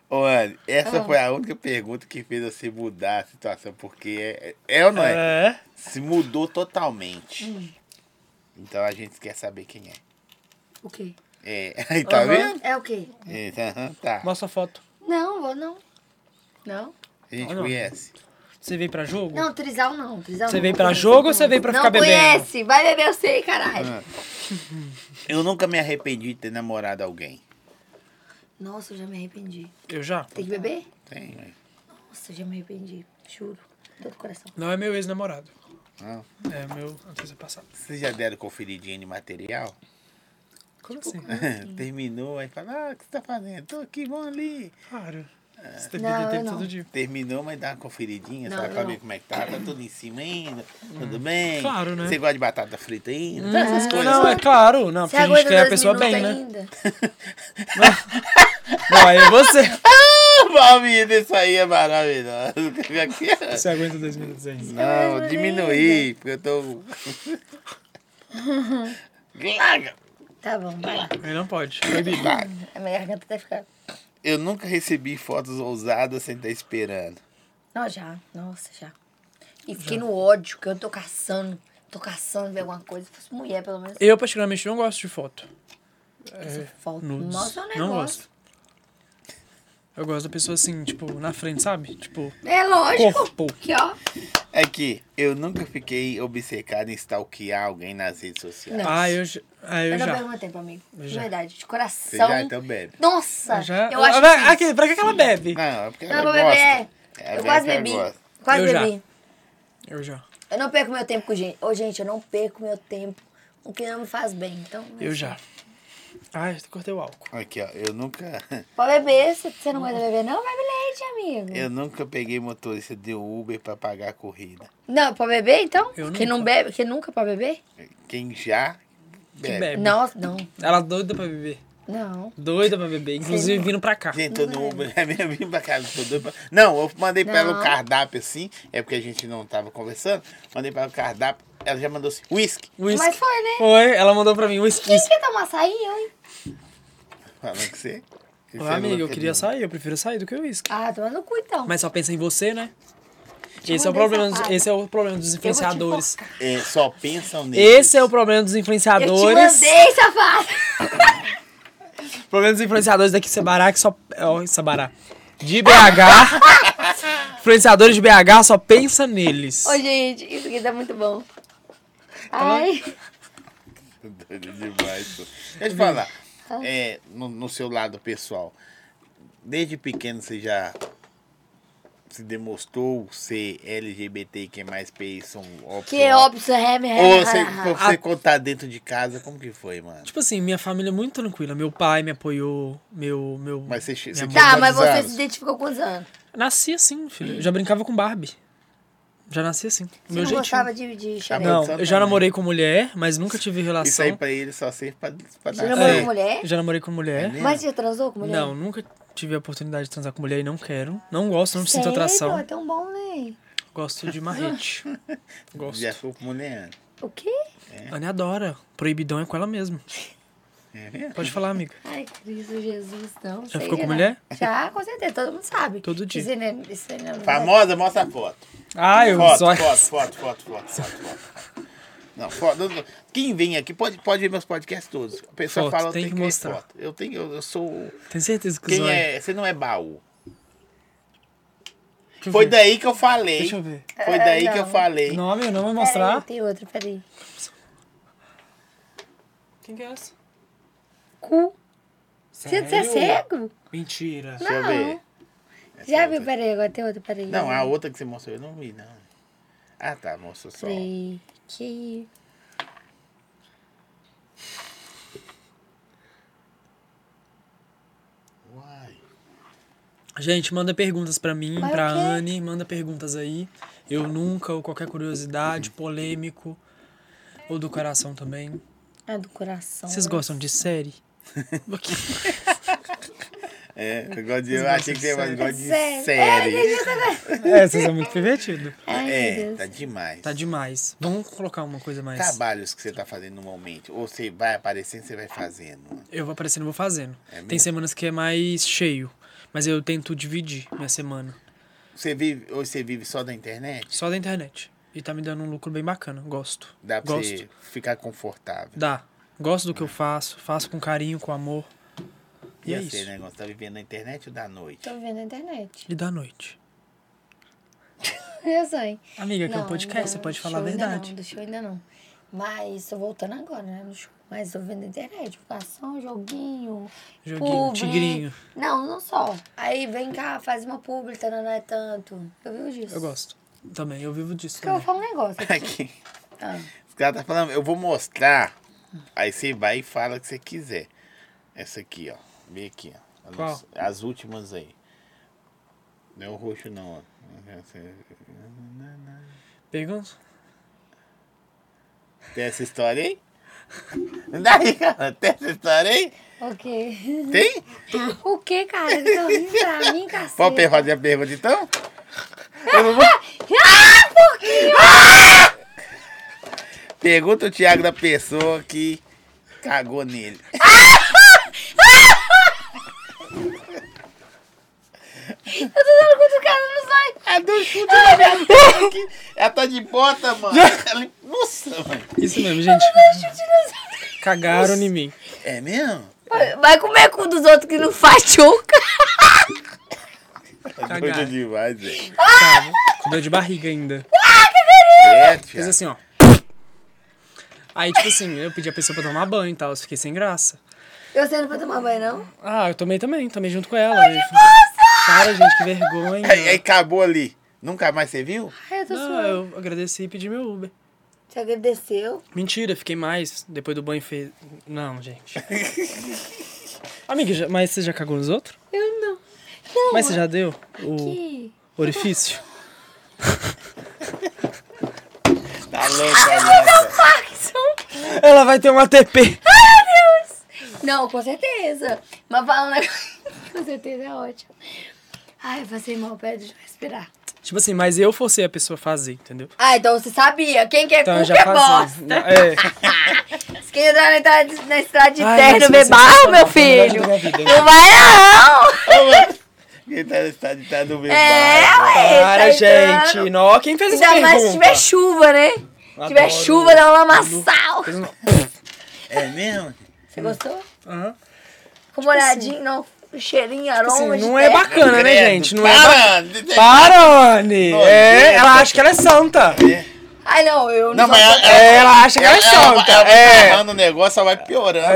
S1: Ô, Anne, essa
S5: Ah.
S1: foi a única pergunta que fez você mudar a situação, porque é, é ou não é?
S3: É.
S1: Se mudou totalmente.
S5: Hum.
S1: Então a gente quer saber quem é.
S5: O quê?
S1: É, aí tá vendo?
S5: É o quê?
S1: Então, tá.
S3: Mostra a foto.
S5: Não, vou não. Não?
S1: A gente
S3: Olha.
S1: conhece.
S3: Você veio pra jogo?
S5: Não, Trisal não. Trisal
S3: Você
S5: não.
S3: veio pra jogo ou você veio pra
S5: não
S3: ficar bebendo? Ah.
S5: conhece. Vai beber, eu sei, caralho.
S1: Eu nunca me arrependi de ter namorado alguém.
S5: Nossa, eu já me arrependi.
S3: Eu já.
S5: Tem que beber?
S1: Tem, né? ué.
S5: Nossa, eu já me arrependi. Juro. Todo coração.
S3: Não é meu ex-namorado.
S1: Ah.
S3: É meu antepassado.
S1: Vocês já deram conferidinha de material?
S3: Como assim?
S1: é.
S5: Hum.
S1: Terminou, aí fala, ah, o que você tá fazendo? Tô aqui, vão ali.
S3: Claro. Você tá
S5: Não, eu
S3: bebendo tempo
S5: não.
S3: todo dia.
S1: Terminou, mas dá uma conferidinha,
S5: Não,
S1: sabe?
S5: eu
S1: Pra
S5: não. Hum.
S1: ver como é que tá. Tá tudo em cima ainda? tá Tudo bem?
S3: Claro, né?
S1: Você gosta de batata frita ainda? Sabe Essas coisas.
S3: Não, é claro. Não, porque a gente
S5: Ah. aguenta
S3: quer a
S5: dois
S3: pessoa
S5: minutos
S3: bem, né?
S5: ainda?
S3: Não, aí é você.
S1: Maravilha, isso aí é maravilhoso. é
S3: Você aguenta dois minutos ainda.
S1: Não, diminuí, porque eu tô. Glaga!
S5: Tá bom, vai.
S3: Aí não pode.
S5: A minha garganta até ficar...
S1: Eu nunca recebi fotos ousadas sem estar esperando.
S5: Não, já. Nossa, já. E fiquei no ódio, que eu tô caçando. Tô caçando ver alguma coisa. Se fosse mulher, pelo menos.
S3: Eu, particularmente, não gosto de foto.
S5: Essa foto.
S3: Nudes.
S5: Nossa, é um
S3: não
S5: negócio.
S3: gosto. Eu gosto da pessoa assim, tipo, na frente, sabe? Tipo,
S5: É lógico.
S3: corpo.
S5: Aqui, ó.
S1: É que eu nunca fiquei obcecado em stalkear alguém nas redes sociais.
S5: Não.
S3: Ah, eu, já- ah, eu
S5: Eu não
S3: já.
S5: perguntei pra mim. De
S3: já.
S5: verdade, de
S1: Você
S5: coração.
S1: já então bebe.
S5: Nossa,
S3: Eu já.
S5: eu acho
S3: Ah,
S5: que
S3: aqui, pra que que ela bebe?
S1: Não, é porque
S5: Não,
S1: ela
S5: eu vou
S1: gosta.
S5: beber.
S1: É,
S5: Eu
S1: bebe
S5: quase
S1: porque ela
S5: bebi.
S1: gosta.
S5: Quase
S3: Eu já.
S5: bebi. É.
S3: Eu já.
S5: Eu não perco meu tempo com gente. Ô, gente, eu não perco meu tempo com o que não me faz bem. Então,
S3: Eu já. Ai, cortei o álcool.
S1: Aqui, ó. Eu nunca,
S5: pode beber. Se você não gosta de beber, não, bebe leite, amigo.
S1: eu nunca peguei motorista de Uber pra pagar a corrida.
S5: Não, pode beber, então?
S3: Eu
S5: Quem não bebe, quem nunca pode beber?
S1: Quem já
S3: Que
S1: bebe.
S3: bebe.
S5: Nossa, não,
S3: Ela doida pra beber.
S5: não.
S3: Doida pra beber. Inclusive vindo pra cá.
S1: Gente, eu não Uber, eu vim pra casa, tô doido pra- Não, eu mandei pra ela
S5: Não.
S1: o cardápio assim, é porque a gente não tava conversando. Mandei pra ela o cardápio, ela já mandou assim, whisky.
S3: Whisky.
S5: Mas foi, né?
S3: Foi, ela mandou pra mim whisky.
S5: Quem quer tomar tá um açaí, hein?
S1: Falando que você. que
S3: Ô,
S1: você é
S3: amiga, eu
S1: louca
S3: queria
S1: de-
S3: sair, eu prefiro sair do que o uísque.
S5: Ah, toma no cu, então.
S3: Mas só pensa em você, né? Esse é, o
S5: mandei
S3: problema, dos-
S5: safado.
S3: esse é o problema dos influenciadores.
S1: É, só pensam nele.
S3: Esse é o problema dos
S5: eu te
S3: influenciadores.
S5: mandei, safado.
S3: O problema dos influenciadores daqui de Ceará que só. Ó, Ceará. De BH. influenciadores de BH só pensa neles.
S5: Ô, gente, isso aqui tá muito bom.
S3: Tá
S5: Ai,
S1: Doido demais. pô. Deixa eu te falar. É, no, no seu lado pessoal, desde pequeno você já se demonstrou ser LGBT que mais são
S5: que óbvio, isso é...
S1: Ou você,
S3: Ah.
S1: você contar dentro de casa, como que foi, mano?
S3: Tipo assim, minha família é muito tranquila. Meu pai me apoiou. Meu. meu...
S1: Mas você, che- você
S3: Minha
S1: tinha
S5: Tá, mas
S1: quantos
S5: você
S1: anos?
S5: se identificou com os anos.
S3: Nasci assim, filho. Eu já brincava com Barbie. Já nasci assim.
S5: Você
S3: meu
S5: não
S3: jeitinho.
S5: gostava de, de xerém.
S3: Não,
S1: Produção
S3: eu já
S1: também.
S3: namorei com mulher, mas nunca tive relação.
S1: então tá Isso aí é pra ele só serve pra, pra
S5: Você
S1: dar-
S5: namorou
S1: É.
S5: com mulher?
S3: Já namorei com mulher.
S5: Mas você transou com mulher?
S3: É. Não, nunca tive a oportunidade de transar com mulher e não quero. Não gosto, não sinto
S5: Sério?
S3: atração.
S5: É tão bom, né?
S3: Gosto de marrete. Gosto.
S1: Já ficou com mulher.
S5: O quê?
S3: Ana adora. Proibidão é com ela mesmo.
S1: É mesmo?
S3: Pode falar, amiga.
S5: Ai, Cristo Jesus, não.
S3: Já
S5: sei
S3: ficou com
S5: não.
S3: mulher?
S5: Já, com certeza, todo mundo sabe.
S3: Todo dia.
S5: Isso é, isso é, não-
S1: Famosa, mostra a foto.
S3: Ah, eu
S1: Foto,
S3: só.
S1: foto, foto, foto, foto, foto, foto. Não, foto. Quem vem aqui pode, pode ver meus podcasts todos. A pessoa
S3: Foto,
S1: fala, eu
S3: tem
S1: tenho
S3: que
S1: que ver
S3: mostrar.
S1: foto. Eu tenho, eu, eu sou.
S3: Tenho certeza que o
S1: Quem
S3: Zóio.
S1: é? Você não é baú.
S3: Deixa eu
S1: Foi
S3: ver.
S1: daí que eu falei.
S3: Deixa eu ver.
S1: Foi daí
S5: É,
S1: que eu
S5: não.
S1: falei.
S3: Nome, eu não vou
S5: Peraí,
S3: mostrar.
S5: é, tem outro, peraí.
S3: Quem que é essa?
S5: Cu. Você você é cego?
S3: Mentira.
S1: Deixa eu ver.
S5: Já viu, peraí, agora tem outro, peraí.
S1: é, Não, é a outra que você mostrou eu não vi, não. Ah, tá, mostrou só.
S5: Peraí. Que...
S1: Uai.
S3: Gente, manda perguntas pra mim,
S5: Mas
S3: pra
S5: o quê?
S3: Anne, manda perguntas aí. Eu nunca, ou qualquer curiosidade,
S1: Uhum.
S3: polêmico, ou do coração também.
S5: Ah, do coração.
S3: Vocês gostam de série? Porque-
S1: É, eu, gosto de, eu
S3: gostam
S1: achei que
S3: de
S1: você mais gosta de
S5: Sério.
S1: série.
S3: é, vocês são muito pervertidos.
S5: tá- Ai, meu
S1: É,
S5: Deus.
S1: tá demais.
S3: Tá demais. Vamos colocar uma coisa mais.
S1: Trabalhos que você tá fazendo no momento. Ou você vai aparecendo, você vai fazendo.
S3: Eu vou aparecendo, vou fazendo.
S1: mesmo?
S3: Tem semanas que é mais cheio, mas eu tento dividir minha semana.
S1: Você vive, hoje você vive só da internet?
S3: Só da internet. E tá me dando um lucro bem bacana. Gosto.
S1: Dá pra
S3: Gosto.
S1: você ficar confortável.
S3: Dá. Gosto do que eu faço, faço com carinho, com amor. E, é
S1: você,
S3: isso. Tá.
S1: né, Gonçalo? Tá vivendo na internet ou da noite?
S5: Tô vendo na internet.
S3: E da noite.
S5: meu sonho.
S3: Amiga, que é um
S5: Não,
S3: podcast,
S5: ainda-
S3: você pode
S5: do
S3: falar a
S5: show ainda
S3: verdade.
S5: Não, do show ainda não. Mas tô voltando agora, né? No show. Mas tô vendo internet, divulgação, joguinho.
S3: Joguinho,
S5: publi.
S3: tigrinho.
S5: Não, não só. Aí vem cá, faz uma publi, tá, não é tanto. Eu vivo disso.
S3: Eu gosto. Também, eu vivo disso.
S5: Porque eu
S3: também.
S5: falo um negócio aqui.
S1: Aqui.
S5: Ah.
S1: Os caras tá falando, eu vou mostrar. Aí você vai e fala o que você quiser. Essa aqui, ó. Vem aqui, ó. As,
S3: Qual?
S1: as últimas aí. Não é o roxo, não, ó.
S3: Pergunta?
S1: Tem essa história aí? Daí, cara, tem essa história aí?
S5: O quê?
S1: Tem?
S5: O quê, cara? Você tá rindo pra mim, cacete?
S1: Pode per- fazer a pergunta então? Eu não vou-
S5: Ah, por quê?
S1: Ah! Pergunta o Thiago da pessoa que cagou nele.
S5: Eu tô dando cutucada no sonho.
S1: É do chute na minha cara aqui. Ela tá de bota, mano. Ela- Nossa, mano.
S3: Isso mesmo, gente. Cagaram em mim.
S1: É mesmo?
S5: Vai- Vai comer cu dos outros que não faz chuca.
S1: É doido demais, velho.
S5: Ah!
S3: Tava. Com dor de barriga ainda.
S1: É,
S3: Fez
S1: Thiago.
S3: assim, ó. Aí, tipo assim, eu pedi a pessoa pra tomar banho e tal, eu fiquei sem graça.
S5: Eu sei não pra tomar banho, não?
S3: Ah, eu tomei também, tomei junto com ela. Aí eu falei, Para, gente, que vergonha.
S1: Aí, aí acabou ali. Nunca mais você viu?
S5: Ai, eu tô
S3: Não,
S5: suando.
S3: eu agradeci e pedi meu Uber.
S5: Você agradeceu?
S3: Mentira, fiquei mais. Depois do banho fez. Não, gente. Amiga, já- mas você já cagou nos outros?
S5: Eu não.
S3: Mas você já deu o
S5: Ih.
S3: orifício?
S1: Tá louco, nossa.
S3: Ela vai ter um ATP.
S5: Não, com certeza. Mas um falando agora. com certeza é ótimo. Ai, eu passei mal, pera, deixa eu respirar.
S3: Tipo assim, mas eu forcei a pessoa a fazer, entendeu?
S5: Ah, então você sabia. Quem quer
S3: Então eu
S5: cu
S3: já
S5: que é
S3: fazia.
S5: bosta.
S3: É.
S5: Quem andar na estrada, na estrada de
S3: Ai,
S5: terno
S3: mas tipo assim,
S5: beber
S3: você-
S5: barro, meu
S3: você-
S5: filho.
S3: você- você- você-
S5: Não vai não.
S1: Ô, mano. Quem tá, tá, tá no meu
S5: É,
S1: barco,
S5: ué.
S3: Para,
S5: tá
S3: gente.
S5: entrando.
S3: Não, quem fez essa
S5: Ainda mais se tiver
S3: pergunta?
S5: chuva, né? Se tiver
S3: Adoro.
S5: chuva, dá um lamaçal.
S3: Fez um-
S1: É mesmo?
S5: Você gostou?
S3: Aham. Tipo
S5: Com molhadinho, não. Cheirinho, aroma
S3: Assim,
S5: de
S3: não é
S5: terra.
S3: bacana, né,
S1: Credo,
S3: gente? Não é bacana.
S1: para, de- de-
S3: Para, Anne! É, ela acha que ela é santa.
S5: Ai, não, eu não,
S1: Não, mas ela, ela,
S3: É, ela acha que ela é
S1: ela,
S3: santa.
S1: ela vai
S3: É.
S1: amarrando o negócio, ela vai piorando.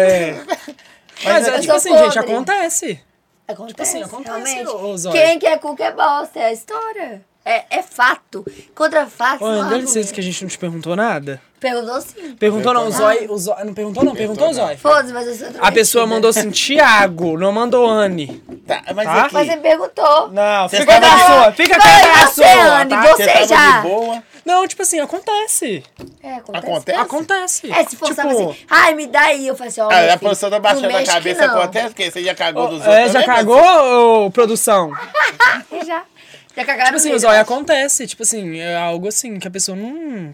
S3: É. Mas
S5: eu
S3: é tipo
S5: sou
S3: assim, gente,
S5: podre.
S3: acontece.
S5: Acontece,
S3: assim, acontece,
S5: realmente.
S3: ô, ô, Zóia.
S5: Quem quer cu que é bosta, é a história. É, é fato. Contra fato.
S3: Ô, Anne, dá licença que a gente não te perguntou nada.
S5: Perguntou sim.
S3: Perguntou não, o
S1: Perguntou
S3: Zói, o Zói. Não perguntou não, perguntou o
S1: Perguntou
S3: Zói.
S5: Foda-se, mas eu sou
S3: A pessoa
S5: introvertida.
S3: mandou assim, Tiago, não mandou Anne.
S1: Tá, mas
S3: Tá?
S1: aqui,
S5: Mas você perguntou.
S3: Não,
S1: Você
S3: fica com a
S1: tava-
S3: pessoa, fica com a
S5: Vai,
S3: pessoa,
S5: Anne,
S3: tá?
S5: você-
S1: você tava
S5: já.
S1: de boa.
S3: Não, tipo assim, acontece.
S5: É, acontece.
S1: Acontece?
S3: Acontece.
S5: É, se for
S3: tipo,
S5: sabe assim, ai, me dá aí, eu faço assim, ó.
S1: Ah,
S5: meu
S1: a
S5: filho,
S1: posição da
S5: não
S1: baixada da
S5: mexe que
S1: cabeça
S5: não.
S1: acontece, porque você já cagou dos outros. né,
S3: É, já
S1: também,
S3: cagou, ô, produção?
S5: Já. Já cagaram
S3: Tipo assim, o
S5: nele,
S3: Zói
S5: eu acho.
S3: acontece. Tipo assim, é algo assim que a pessoa não.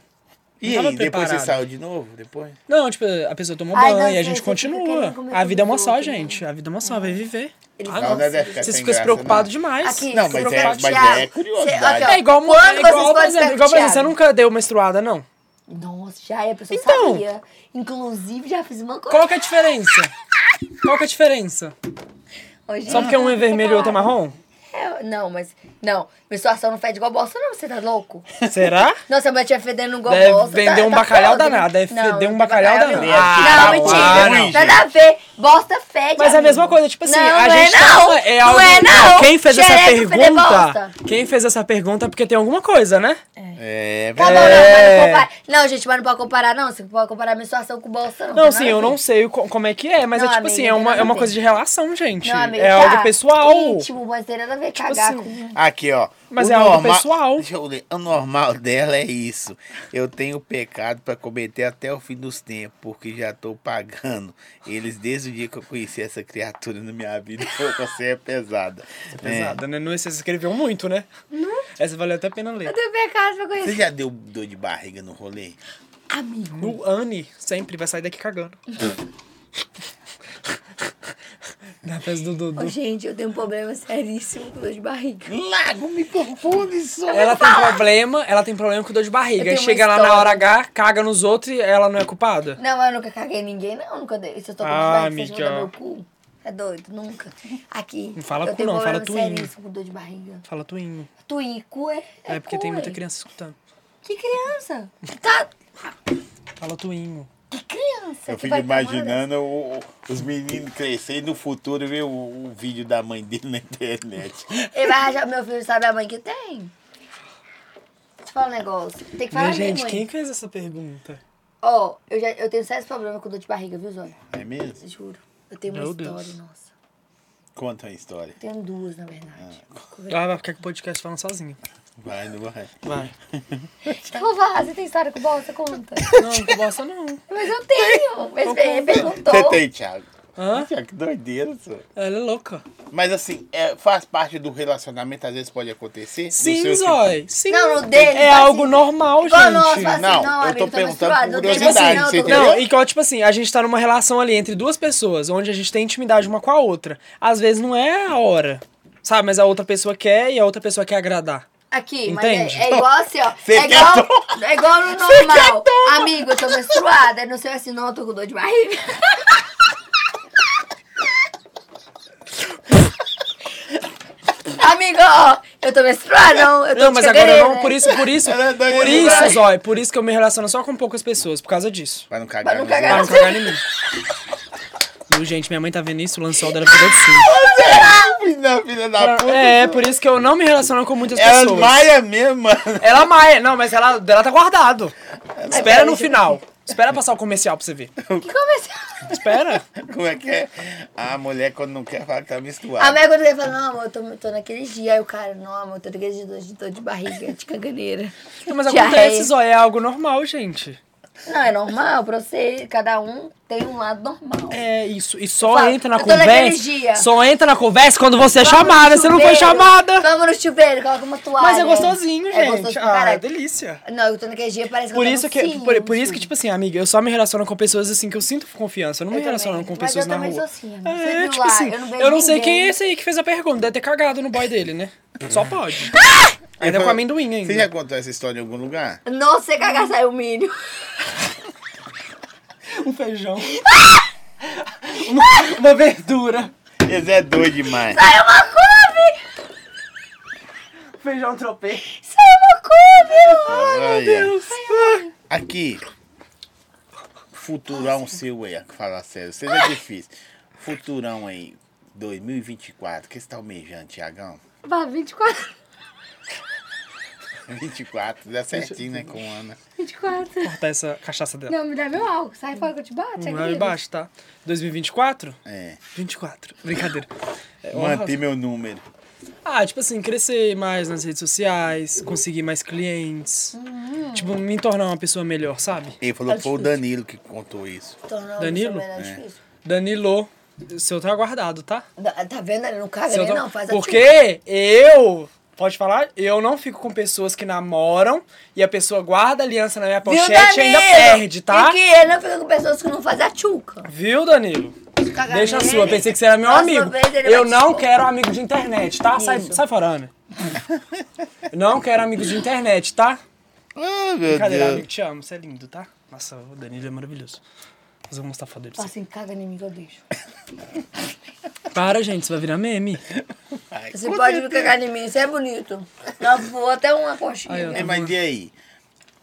S1: E
S3: Não tava
S1: aí, depois você
S3: preparada.
S1: saiu de novo? Depois?
S3: Não, tipo, a pessoa tomou
S5: Ai,
S3: banho
S5: não,
S3: e a
S5: Zé,
S3: gente
S5: você fica
S3: continua.
S5: querendo comer
S3: A vida é uma
S5: tudo
S3: só,
S5: junto, né?
S3: gente. A vida é uma só, vai viver. Ah,
S1: Não,
S3: não.
S1: não deve ficar
S3: Vocês
S1: sem
S3: ficam se
S1: graça,
S3: preocupados demais.
S5: Aqui.
S1: Não,
S3: Ficam
S1: mas é,
S3: preocupados
S1: mas
S5: Thiago,
S1: é
S5: você- aqui,
S1: curiosidade.
S5: ó.
S3: É igual, mu-
S5: Quando
S3: é igual,
S5: vocês
S3: por exemplo, igual, por
S5: podem ficar
S3: exemplo,
S5: chateados?
S3: você nunca deu menstruada, não.
S5: Nossa, já é, a pessoa
S3: Então.
S5: sabia. Inclusive, já fiz uma coisa.
S3: Qual que é a diferença? Qual que é a diferença?
S5: Hoje, tá
S3: Só porque um é vermelho e outro é marrom?
S5: É, não, mas. Não, menstruação não fede igual bosta, não, você tá louco?
S3: Será?
S5: Não, se a mulher tiver fedendo igual
S3: Deve
S5: bosta.
S3: vender
S5: tá-
S3: um
S5: tá
S3: bacalhau
S5: podre.
S3: danado, deve
S5: Não,
S3: feder um
S5: não tem
S3: bacalhau
S5: nenhum.
S3: danado.
S1: Ah,
S5: não,
S1: para,
S5: mentira.
S1: gente.
S5: Nada a ver. Bosta fede.
S3: Mas é a
S5: amigo.
S3: mesma coisa, tipo assim,
S5: Não,
S3: a
S5: não
S3: gente
S5: é,
S3: tá-
S5: não.
S3: é
S5: não
S3: algo.
S5: é, não.
S3: Quem fez essa
S5: Xereca fede
S3: pergunta?
S5: bosta.
S3: Quem fez essa pergunta é porque tem alguma coisa, né?
S1: É,
S5: Tá bom,
S1: velho.
S5: não, mas não compara. Não, gente, mas não pode comparar, não. Você não pode comparar a menstruação com bolsa, não.
S3: Não,
S5: tem
S3: sim,
S5: nada a
S3: eu
S5: ver.
S3: não sei o co- como é que é, mas
S5: Não,
S3: é tipo
S5: amiga,
S3: assim, é
S5: tem
S3: uma,
S5: nada
S3: é
S5: a
S3: uma
S5: ver.
S3: coisa de relação, gente.
S5: Não, amigo,
S3: é
S5: tá
S3: algo pessoal.
S5: Íntimo, mas tem nada a ver cagar
S3: assim,
S5: com.
S1: Aqui, ó.
S3: Mas
S1: O
S3: é algo pessoal.
S1: Deixa eu ler. O normal dela é isso. Eu tenho pecado pra cometer até o fim dos tempos, porque já tô pagando. Eles, desde o dia que eu conheci essa criatura na minha vida, você é pesada.
S3: Pesada, né? Não, você escreveu muito, né? Essa valeu até a pena ler.
S5: tenho pecado pra
S1: É.
S5: conhecer.
S1: Você já deu dor de barriga no rolê?
S5: Amigo.
S3: No Anne, sempre vai sair daqui cagando. Na festa do
S5: Ô,
S3: Dudu.
S5: gente, eu tenho um problema seríssimo com dor de barriga.
S1: Lago, me confunde só.
S3: Ela tem problema, ela tem problema com dor de
S5: Eu
S3: barriga.
S5: tenho
S3: Aí
S5: uma
S3: chega lá na
S5: história.
S3: hora H, caga nos outros e ela não é culpada.
S5: Não, mas eu nunca caguei ninguém, não. Nunca dei. Se eu tô com
S3: Ah,
S5: ah, barriga, vocês vão dar
S3: amiga.
S5: meu cu.
S2: É doido, nunca. Aqui.
S3: Não fala
S2: eu
S3: cu
S2: tenho
S3: não,
S2: problema
S3: fala tuinho.
S2: seríssimo com dor de barriga.
S3: Fala Twinho.
S2: Tuíco é.
S3: É, porque tem
S2: cu,
S3: muita
S2: ué.
S3: criança escutando.
S2: Que criança? Tá.
S3: Fala Twinho.
S2: Que criança?
S1: Eu
S2: que
S1: fico
S2: vai ter uma dessa?
S1: imaginando o- o- os meninos crescerem no futuro e ver o, o vídeo da mãe dele na internet.
S2: Ele vai arranjar meu filho, sabe a mãe que tem? Deixa eu falar um negócio. Tem que falar
S3: Né,
S2: bem,
S3: gente,
S2: mãe.
S3: quem fez essa pergunta?
S2: Ó, eu, já, eu tenho sérios problemas com dor de barriga, viu, Zóia?
S1: É mesmo?
S2: Juro. Eu tenho uma
S3: Meu
S2: história,
S3: Deus.
S2: nossa.
S1: Conta a história.
S2: Tenho duas, na verdade.
S1: Ah.
S3: Ela vai ficar com o podcast falando sozinha.
S1: Vai, não vai.
S3: Vai.
S2: Então vá, você tem história com bolsa? Conta.
S3: Não, com bosta não.
S2: Mas eu tenho. Mas ele perguntou.
S1: Você tem, Thiago?
S3: Hã?
S1: Thiago, que doideira, senhor.
S3: Ela é louca.
S1: Mas assim, é, faz parte do relacionamento, às vezes pode acontecer.
S3: Sim,
S1: Não sei o que-
S3: Zói. Sim.
S2: Não, no dele,
S3: É
S2: faz
S3: algo
S2: assim.
S3: normal,
S2: Igual nós,
S3: gente.
S2: faz assim,
S1: Não,
S2: não,
S1: eu
S2: amigo,
S1: tô
S2: tô
S1: perguntando
S2: menstruado,
S1: por
S2: não tem
S1: curiosidade,
S2: vacina,
S1: Tipo assim, você
S2: eu tô-
S1: entendeu?
S3: Tipo assim, Não, e igual, tipo assim, a gente tá numa relação ali entre duas pessoas, onde a gente tem intimidade uma com a outra. Às vezes não é a hora, sabe? Mas a outra pessoa quer e a outra pessoa quer agradar.
S2: Aqui, mas
S3: Entende?
S2: é, é igual assim, ó.
S1: Cê
S2: É
S1: quer
S2: igual,
S1: tomar?
S2: é igual no normal. Amigo, eu tô menstruada. Aí Não sei assim, não, eu tô com dor de barriga. Amigo, ó, eu tô menstruada, não. Eu tô né?
S3: Não,
S2: de
S3: mas agora eu
S2: cadeireta.
S3: não, por isso, por isso,
S1: né? Ela é doida
S3: por isso,
S1: demais.
S3: Zói, por isso que eu me relaciono só com poucas pessoas, por causa disso.
S1: Pra não
S2: Pra
S1: cagar. né?
S2: não
S1: nos
S2: cagar.
S3: Pra não
S1: outros.
S3: cagar em mim. Viu, gente, minha mãe tá vendo isso, o lençol dela ficou de cima.
S1: Filha, filha da puta.
S3: É, por isso que eu não me relaciono com muitas
S1: Ela
S3: é, pessoas.
S1: maia mesmo, mano.
S3: Ela maia. Não, mas ela, ela tá guardado. Espera no final. Espera passar o comercial pra você ver.
S2: Que comercial?
S3: Espera.
S1: Como é que é? A mulher, quando não quer, fala que tá menstruada.
S2: A minha quando ele fala, não, amor, eu tô, tô naquele dia. Aí o cara, não, amor, eu tô naquele dia de dor de barriga, de caganeira.
S3: Não, mas
S2: Diarreia.
S3: acontece, Zói, é algo normal, gente.
S2: Não, é normal pra você, cada um tem um lado normal.
S3: É isso. E só
S2: Fala,
S3: entra na
S2: eu tô naquele dia.
S3: conversa. Só entra na conversa quando você é
S2: Vamos no
S3: chamada. Você não foi
S2: chuveiro,
S3: chamada.
S2: Vamos no chuveiro, coloca uma toalha.
S3: Mas é gostosinho,
S2: É
S3: gente.
S2: gostoso pra
S3: Ah,
S2: caralho.
S3: delícia.
S2: Não, eu tô naquele dia, parece que
S3: Por
S2: eu tô
S3: isso
S2: no
S3: que,
S2: cio,
S3: por,
S2: no
S3: por isso que,
S2: cio.
S3: tipo assim, amiga, eu só me relaciono com pessoas assim que eu sinto confiança. Eu não me
S2: Eu
S3: relaciono
S2: também.
S3: com
S2: Mas
S3: pessoas
S2: eu
S3: na
S2: também
S3: rua.
S2: sou assim, amiga. Você
S3: É,
S2: viu
S3: tipo
S2: lá,
S3: assim,
S2: eu não beijo
S3: sei
S2: ninguém.
S3: quem é esse aí que fez a pergunta. Deve ter cagado no boy dele, né? Só pode. Ainda com amendoim ainda.
S1: Você já contou essa história em algum lugar?
S2: Não sei cagar, saiu milho.
S3: Um feijão. uma, uma verdura.
S1: Eles é doido demais.
S2: Saiu uma couve!
S3: Feijão tropei.
S2: Saiu
S3: é
S2: uma couve!
S1: Olha.
S3: Deus.
S1: Aqui. Futurão seu aí, falar sério. Seja difícil. Futurão aí, 2024. O que você tá almejando, Tiagão?
S2: Vá, 24,
S1: 24, dá certinho, né, com Ana.
S2: 24.
S3: Cortar tá essa cachaça dela.
S2: Não, me dá meu álcool. Sai fora que eu te bato.
S3: Não, é baixo, tá? 2024?
S1: É.
S3: 24. Brincadeira. É, honra-
S1: Manter meu número.
S3: Ah, tipo assim, crescer mais nas redes sociais, conseguir mais clientes.
S2: Uhum.
S3: Tipo, me tornar uma pessoa melhor, sabe?
S1: Ele falou que foi o Danilo que contou isso.
S2: Então,
S3: Danilo?
S2: é
S3: Danilo, o seu tá guardado, tá?
S2: Tá vendo? Ele não
S3: O
S2: caga,
S3: seu
S2: ele
S3: tá-
S2: não faz a tio.
S3: Porque eu. Pode falar? Eu não fico com pessoas que namoram e a pessoa guarda a aliança na minha
S2: Viu,
S3: pochete e ainda
S2: Danilo?
S3: perde, tá?
S2: E que ele não fica com pessoas que não fazem a tchuca.
S3: Viu, Danilo?
S2: Cagar
S3: Deixa a
S2: nele.
S3: sua, pensei que você era meu
S2: Próxima
S3: amigo.
S2: vez ele
S3: Eu
S2: vai te
S3: não
S2: expor.
S3: quero amigo de internet, tá? Sai,
S2: Isso.
S3: sai fora, Ana. não quero amigos de internet, tá?
S1: Ah, meu
S3: Brincadeira,
S1: Deus.
S3: amigo, te amo, você é lindo, tá? Nossa, o Danilo é maravilhoso. Mas eu vou mostrar a foto dele pra
S2: Fala
S3: você.
S2: assim, caga em mim que eu deixo.
S3: Para, gente, você vai virar meme. É,
S2: Você pode me cagar em mim, você é bonito. Nós vou até uma coxinha.
S3: Aí, ó. tá
S1: É, mas e aí?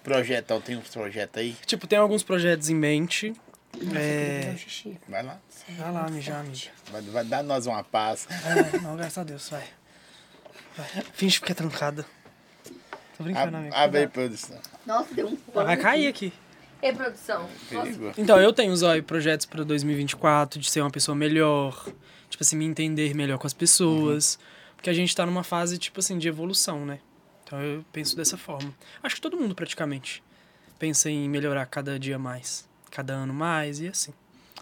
S1: Projetão, tem uns projetos aí?
S3: Tipo, tem alguns projetos em mente.
S2: Dá
S3: É.
S2: um xixi.
S1: Vai lá.
S3: Vai lá, mijar, amiga.
S1: Vai, vai dar nós uma paz.
S3: É, não, graças a Deus, vai. vai. Finge que é trancada. Tô brincando, amigo.
S1: A- Abre aí, produção.
S2: Nossa, deu um pano.
S3: Vai cair aqui.
S2: Ei, produção.
S1: Perigo.
S3: Então, eu tenho, Zói, projetos pra 2024 de ser uma pessoa melhor, tipo assim, me entender melhor com as pessoas. Porque a gente tá numa fase, tipo assim, de evolução, né? Então eu penso dessa forma. Acho que todo mundo praticamente pensa em melhorar cada dia mais, cada ano mais e assim.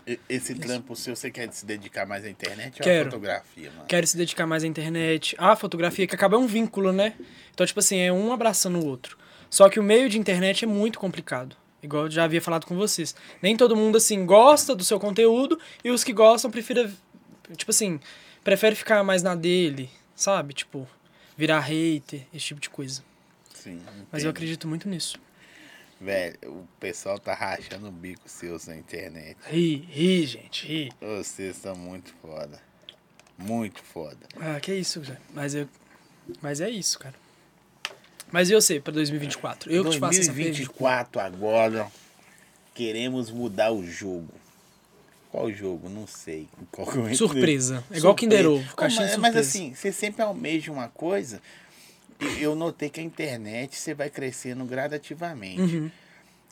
S1: E- Esse trampo seu, você quer se dedicar mais à internet ou à
S3: Quero.
S1: fotografia, mano?
S3: Quero se dedicar mais à internet, à fotografia, que acaba é um vínculo, né? Então, tipo assim, é um abraçando o outro. Só que o meio de internet é muito complicado. Igual eu já havia falado com vocês. Nem todo mundo, assim, gosta do seu conteúdo e os que gostam preferem, tipo assim, prefere ficar mais na dele, sabe? Tipo, virar hater, esse tipo de coisa.
S1: Sim,
S3: Mas
S1: entendo.
S3: eu acredito muito nisso.
S1: Velho, o pessoal tá rachando o bico seus na internet.
S3: Ri, ri, gente, ri.
S1: Vocês são muito foda. Muito foda.
S3: Ah, que isso, Zé. Mas, eu... Mas é isso, cara. Mas e você, pra 2024? Eu que te faço essa pergunta.
S1: 2024 agora. Queremos mudar o jogo. Qual jogo? Não sei. Qual que eu
S3: Surpresa. É igual Kinder Ovo, caixinha
S1: mas,
S3: de
S1: mas
S3: surpresa.
S1: assim, você sempre almeja uma coisa. e Eu notei que a internet você vai crescendo gradativamente.
S3: Uhum.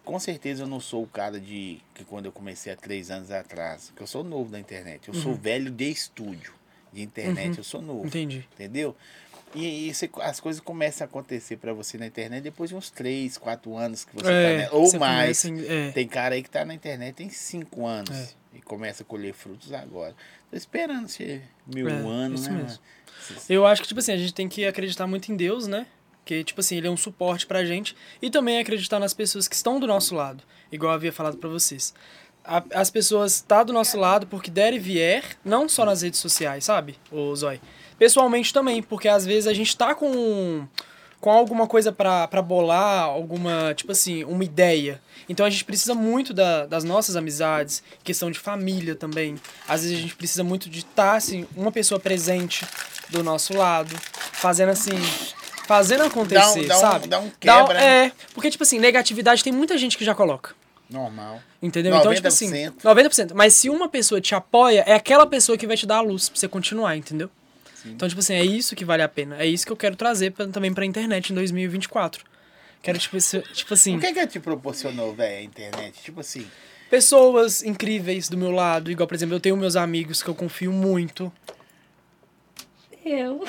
S1: Com certeza eu não sou o cara de que quando eu comecei há três anos atrás, que eu sou novo na internet. Eu sou velho de estúdio. De internet eu sou novo.
S3: Uhum. Entendi.
S1: Entendeu? E, e você- as coisas começam a acontecer pra você na internet depois de uns 3, 4 anos que você
S3: É,
S1: tá, né? ou
S3: você
S1: mais.
S3: começa em- é.
S1: Tem cara aí que tá na internet tem 5 anos e começa a colher frutos agora. Tô esperando ser mil
S3: É,
S1: anos,
S3: isso
S1: né?
S3: mesmo.
S1: Esses-
S3: Eu acho que, tipo assim, a gente tem que acreditar muito em Deus, né? Que, tipo assim, ele é um suporte pra gente. E também acreditar nas pessoas que estão do nosso lado. Igual eu havia falado pra vocês. A- as pessoas estão do nosso lado porque der e vier, não só nas redes sociais, sabe, ô Zói? Pessoalmente também, porque às vezes a gente tá com, com alguma coisa pra, pra bolar, alguma, tipo assim, uma ideia. Então a gente precisa muito da- das nossas amizades, questão de família também. Às vezes a gente precisa muito de estar, assim, uma pessoa presente do nosso lado, fazendo assim, fazendo
S1: Dá
S3: acontecer,
S1: um, dá,
S3: sabe?
S1: um, dá um
S3: Dá-
S1: quebra, né?
S3: é, porque, tipo assim, negatividade tem muita gente que já coloca.
S1: é normal.
S3: Entendeu? Então, tipo assim,
S1: 90%.
S3: 90%. Mas se uma pessoa te apoia, é aquela pessoa que vai te dar a luz pra você continuar, entendeu? Então, tipo assim, é isso que vale a pena. É isso que eu quero trazer pra- também pra internet em 2024. Quero, tipo, se- tipo assim,
S1: O que é que te proporcionou, velho, a internet? Tipo assim,
S3: pessoas incríveis do meu lado. Igual, por exemplo, eu tenho meus amigos que eu confio muito.
S2: Eu.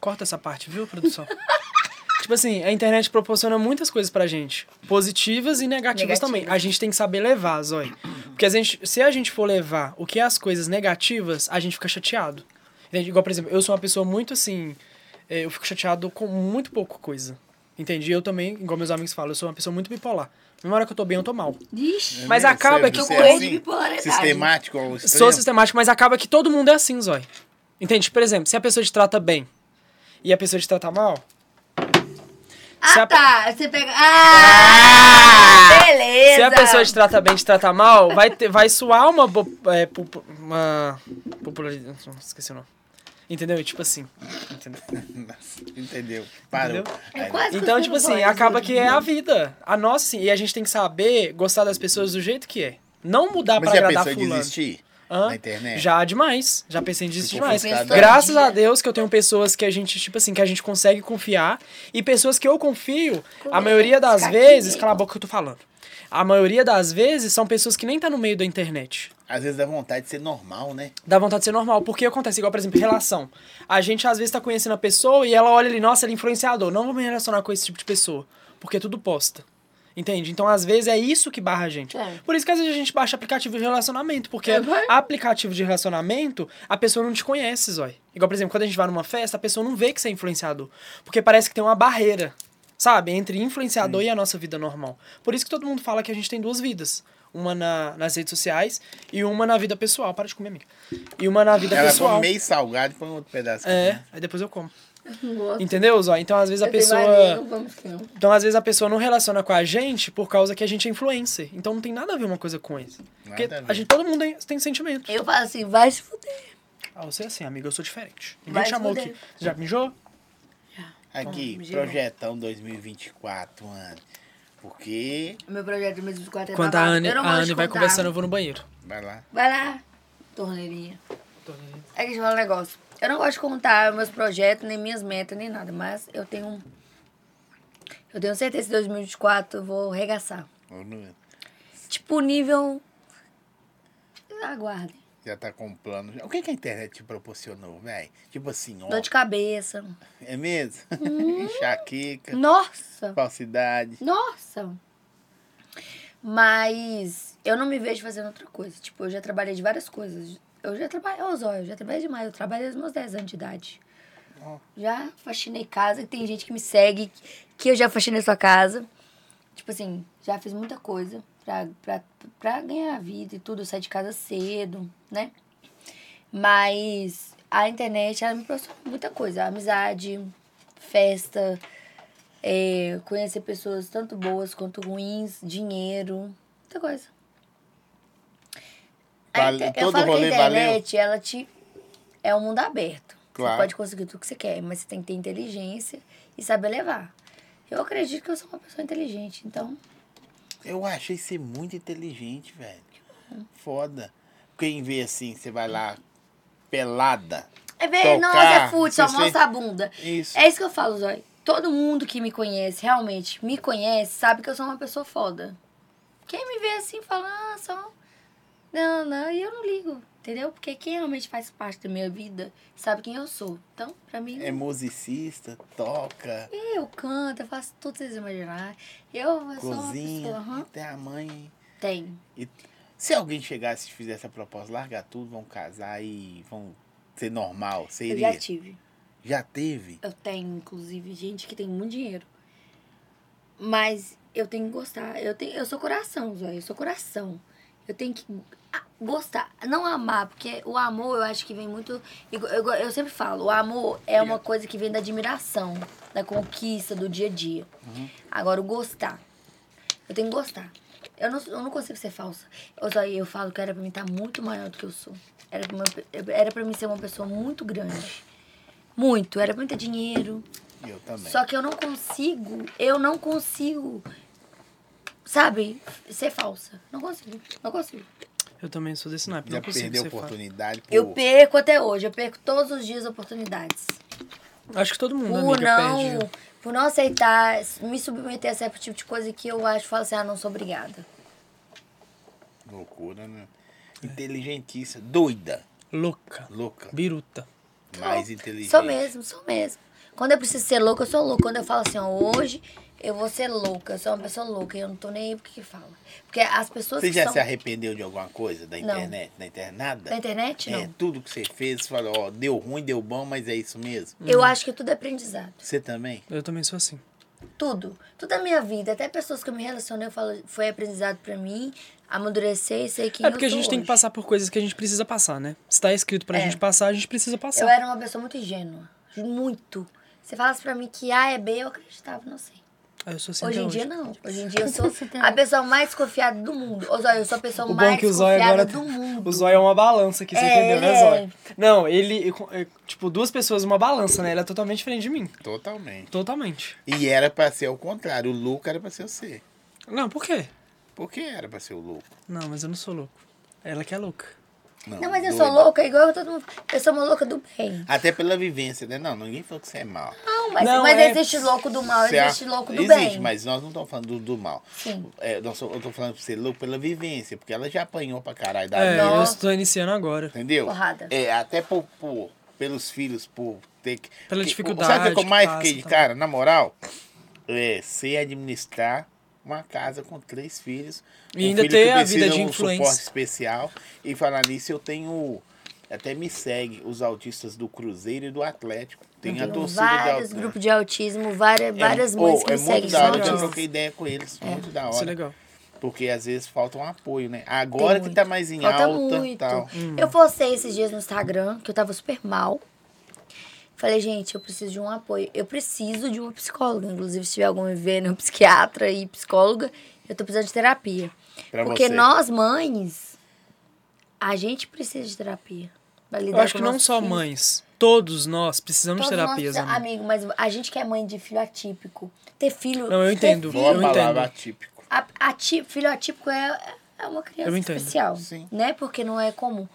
S3: Corta essa parte, viu, produção? tipo assim, a internet proporciona muitas coisas pra gente. Positivas e negativas
S5: Negativas.
S3: também. A gente tem que saber levar, Zói. Porque a gente, se a gente for levar o que é as coisas negativas, a gente fica chateado. Entende? Igual, por exemplo, eu sou uma pessoa muito assim. eh, Eu fico chateado com muito pouco coisa. Entendi? Eu também, igual meus amigos falam, eu sou uma pessoa muito bipolar. Na hora que eu tô bem, eu tô mal.
S2: Ixi.
S3: Mas
S1: né?
S3: acaba
S1: Você-
S3: que eu
S1: você
S2: conheço
S3: né,
S2: bipolaridade.
S1: Sistemático um ao extremo.
S3: Sou sistemático, mas acaba que todo mundo é assim, Zói. Entende? Por exemplo, se a pessoa te trata bem e a pessoa te trata mal. se
S2: Ah,
S3: a- Ah!
S2: tá. Você pega. Ah!
S5: Beleza!
S3: Se a pessoa te trata bem, te trata mal, vai, ter, vai soar uma, bo- é, popu- uma popularidade. não, Esqueci o nome. Entendeu? Tipo assim. Entendeu?
S1: Entendeu? Parou.
S3: Entendeu?
S1: Aí,
S2: Quase que
S3: Então,
S2: eu
S3: tipo
S2: fiz um
S3: assim,
S2: voz.
S3: acaba que é a vida. A nossa, assim. E a gente tem que saber gostar das pessoas do jeito que é. Não mudar
S1: Mas
S3: pra
S1: já
S3: agradar
S1: pensou em
S3: fulano.
S1: desistir
S3: Hã?
S1: na internet?
S3: Já demais. Já pensei em desistir
S1: Ficou
S3: demais.
S1: frustrado.
S3: Graças
S2: Dia.
S3: a Deus que eu tenho pessoas que a gente, tipo assim, que a gente consegue confiar. E pessoas que eu confio, a maioria das
S2: ficar
S3: vezes.
S2: aqui.
S3: Cala a boca que eu tô falando. A maioria das vezes são pessoas que nem tá no meio da internet.
S1: Às vezes dá vontade de ser normal, né?
S3: Dá vontade de ser normal. Porque acontece, igual, por exemplo, relação. A gente às vezes tá conhecendo a pessoa e ela olha ali, nossa, ele é influenciador. Não vou me relacionar com esse tipo de pessoa. Porque tudo posta. Entende? Então, às vezes, é isso que barra a gente.
S2: É.
S3: Por isso que às vezes a gente baixa aplicativo de relacionamento. Porque
S2: É, vai.
S3: aplicativo de relacionamento, a pessoa não te conhece, Zói. Igual, por exemplo, quando a gente vai numa festa, a pessoa não vê que você é influenciador. Porque parece que tem uma barreira, sabe? Entre influenciador e a nossa vida normal. Por isso que todo mundo fala que a gente tem duas vidas. Uma na- nas redes sociais e uma na vida pessoal. Para de comer, amiga. E uma na vida
S1: Ela
S3: pessoal.
S1: come meio né? salgado e põe outro pedaço.
S3: É, aí depois eu como.
S2: Não gosto.
S3: Entendeu, Zói? Então, às vezes, a
S2: Eu tenho
S3: pessoa...
S2: mania, não vamos que não.
S3: Então, às vezes, a pessoa não relaciona com a gente por causa que a gente é influencer. Então, não tem nada a ver uma coisa com isso. Porque
S1: Nada a ver.
S3: a gente, todo mundo tem, tem sentimento.
S5: Eu falo assim, vai se fuder.
S3: Ah, você é assim, amiga, eu sou diferente. Ninguém
S5: Vai
S3: te chamou
S5: fuder.
S3: aqui. Você já mijou?
S1: Aqui, projetão 2024, mano. Porque.
S5: Meu projeto de 2024 é
S3: Quando a
S5: babado.
S3: Anne,
S5: Eu não
S3: a
S5: gosto de
S3: Anne vai
S5: contar.
S3: conversando, eu vou no banheiro.
S1: Vai lá.
S5: Vai lá, torneirinha. É que eu te falo um negócio. Eu não gosto de contar meus projetos, nem minhas metas, nem nada, mas eu tenho. um, Eu tenho certeza que 2024 eu vou arregaçar.
S1: Ô, Nuno,
S5: Tipo, nível. Aguardem.
S1: Já tá com um plano. O que, que a internet te proporcionou, velho? Tipo assim, ó.
S5: Dor de cabeça.
S1: É mesmo?
S2: Hum.
S1: Enxaqueca,
S5: Nossa!
S1: falsidade.
S5: Nossa! Mas eu não me vejo fazendo outra coisa. Tipo, eu já trabalhei de várias coisas. Eu já trabalhei, ô Zóia, eu já trabalhei demais. Eu trabalhei dos meus 10 anos de idade.
S1: Ó.
S5: Já faxinei casa, tem gente que me segue, que eu já faxinei sua casa. Tipo assim, já fiz muita coisa pra, pra, pra ganhar a vida e tudo. Eu saí de casa cedo, né? Mas a internet, ela me proporcionou muita coisa. Amizade, festa,
S2: é, conhecer pessoas tanto boas quanto ruins, dinheiro, muita coisa. A
S1: Vale-
S2: inter-
S1: todo
S2: eu falo
S1: rolê
S2: que a internet, ela te. É um mundo aberto.
S1: Claro.
S2: Você pode conseguir tudo que você quer, mas você tem que ter inteligência e saber levar. Eu acredito que eu sou uma pessoa inteligente, então.
S1: Eu achei você muito inteligente, velho. Foda. Quem vê assim, você vai lá pelada.
S2: É ver, não, mas é fute, só
S1: você-
S2: mostra a bunda.
S1: Isso.
S2: É isso que eu falo, Zói. Todo mundo que me conhece, realmente me conhece, sabe que eu sou uma pessoa foda. Quem me vê assim fala, ah, só. Não, não, e eu não ligo, entendeu? Porque quem realmente faz parte da minha vida sabe quem eu sou. Então, pra mim,
S1: É musicista, toca,
S2: eu canto, eu faço tudo que vocês imaginarem. Eu sou uma
S1: cozinha,
S2: pessoa. aham.
S1: até a mãe.
S2: Tem.
S1: E se alguém chegasse e fizesse a proposta, larga tudo, vão casar e vão ser normal, você
S2: Eu
S1: iria?
S2: já tive.
S1: Já teve?
S2: Eu tenho, inclusive, gente que tem muito dinheiro. Mas eu tenho que gostar. Eu, tenho, eu sou coração, Zóia. Eu sou coração. Eu tenho que a- gostar. Não amar, porque o amor eu acho que vem muito. Eu, eu- eu sempre falo, o amor é uma coisa que vem da admiração, da conquista, do dia a dia. Agora, o gostar. Eu tenho que gostar. Eu não, eu não consigo ser falsa. Eu, só, eu falo que era pra mim estar muito maior do que eu sou. Era pra, uma- era pra mim ser uma pessoa muito grande. Muito. Era pra mim ter dinheiro.
S1: Eu também.
S2: Só que eu não consigo, eu não consigo, sabe, ser falsa. Não consigo, não consigo.
S3: Eu também sou desse naipe,
S1: Já
S3: não consigo
S1: perdeu
S3: ser fácil.
S1: oportunidade por...
S2: Eu perco até hoje, eu perco todos os dias oportunidades.
S3: Acho que todo mundo,
S2: Por
S3: amiga,
S2: não,
S3: perde. né?
S2: por não aceitar, me submeter a certo tipo de coisa que eu acho, falo assim, ah, não sou obrigada.
S1: Loucura, né? Inteligentíssima, doida,
S3: Louca.
S1: louca,
S3: Biruta.
S1: mais inteligente.
S2: Sou mesmo, sou mesmo. Quando eu preciso ser louca, eu sou louca. Quando eu falo assim, ó, hoje eu vou ser louca, eu sou uma pessoa louca e eu não tô nem aí pro que fala. Porque as pessoas
S1: Você
S2: que
S1: já
S2: são
S1: se arrependeu de alguma coisa da
S2: Não.
S1: internet, da internada?
S2: da internet, não.
S1: É, tudo que você fez, você falou, ó, deu ruim, deu bom, mas é isso mesmo.
S3: Uhum.
S2: Eu acho que tudo é aprendizado.
S1: Você também?
S3: Eu também sou assim.
S2: Tudo. Tudo a minha vida. Até pessoas que eu me relacionei, eu falo, foi aprendizado pra mim. Amadurecer e sei quem
S3: É porque
S2: eu
S3: a gente
S2: sou
S3: tem
S2: hoje.
S3: que passar por coisas que a gente precisa passar, né? Se tá escrito pra
S2: É.
S3: gente passar, a gente precisa
S2: Eu é-
S3: passar.
S2: era uma pessoa muito ingênua. Muito. Se falasse pra mim que A é B, eu acreditava, não sei.
S3: Ah, Eu, sou assim
S2: Hoje
S3: até
S2: em dia,
S3: hoje.
S2: não. Hoje em dia, eu sou a pessoa mais desconfiada do mundo. Ô, Zóia, eu sou a pessoa
S3: O bom
S2: mais
S3: é que o Zóio
S2: desconfiada
S3: agora.
S2: do mundo.
S3: O Zóio é uma balança aqui, você
S2: É,
S3: entendeu,
S2: ele
S3: né,
S2: é.
S3: Zóio? Não, ele. é, Tipo, duas pessoas, uma balança, né? Ela é totalmente diferente de mim.
S1: Totalmente.
S3: Totalmente.
S1: E era pra ser o contrário, o louco era pra ser você.
S3: Não, por quê?
S1: Por que era pra ser o louco?
S3: Não, mas eu não sou louco. Ela que é louca.
S2: Não, mas eu
S1: doido.
S2: sou louca, igual todo mundo. Eu sou uma louca do bem.
S1: Até pela vivência, né? Não, ninguém falou que você é mal.
S2: Não, mas,
S3: Não,
S2: mas
S3: é-
S2: existe louco do mal,
S1: Você é-
S2: existe louco do
S1: Existe,
S2: bem.
S1: mas nós não estamos falando do, do mal.
S2: Sim.
S1: É, nós, eu tô falando pra você louco pela vivência, porque ela já apanhou pra caralho da
S3: É,
S1: vida,
S3: eu
S2: Nossa.
S3: estou iniciando agora.
S1: entendeu?
S2: Porrada.
S1: É, até por, por- pelos filhos, por ter que...
S3: Pela
S1: que-
S3: dificuldade
S1: Sabe o que eu
S3: que
S1: mais
S3: passa,
S1: fiquei de
S3: tá.
S1: cara, na moral? É, sem administrar uma casa com três filhos.
S3: E ainda
S1: filho
S3: ter
S1: que
S3: a vida
S1: precisa
S3: de
S1: um
S3: influência.
S1: suporte especial. E falar nisso, eu tenho... Até me segue os autistas do Cruzeiro e do Atlético. Tem a
S2: Tenho
S1: torcida é de
S2: Uhum. vários
S1: autismo.
S2: grupos de autismo, várias, várias
S1: pô,
S2: mães
S1: é
S2: que me seguem.
S1: muito
S2: são
S1: da hora, eu já
S2: autistas.
S1: troquei ideia com eles. Muito da
S3: Isso é
S1: hora.
S3: legal.
S1: Porque às vezes falta um apoio, né? Agora
S2: Tem
S1: que
S2: muito.
S1: tá mais em
S2: Falta
S1: alta
S2: muito.
S1: tal.
S3: Hum.
S2: Eu postei esses dias no Instagram, que eu tava super mal. Falei, gente, eu preciso de um apoio. Eu preciso de uma psicóloga. Inclusive, se tiver algum me vendo, um psiquiatra e psicóloga, eu tô precisando de terapia.
S1: Pra
S2: Porque
S1: você.
S2: nós, mães, a gente precisa de terapia. Pra lidar
S3: Eu acho
S2: com
S3: que não
S2: nossos
S3: só
S2: filhos.
S3: mães, todos nós precisamos
S2: Todos
S3: de terapias,
S2: nós, amigo,
S3: amigo.
S2: mas a gente que é mãe de filho atípico, ter filho.
S3: Não, eu
S2: ter
S3: entendo.
S1: Boa
S3: Eu
S1: palavra,
S3: entendo.
S1: atípico.
S2: A, ati- filho atípico é, é uma criança
S3: Eu entendo.
S2: especial,
S1: Sim.
S2: né? Porque não é comum.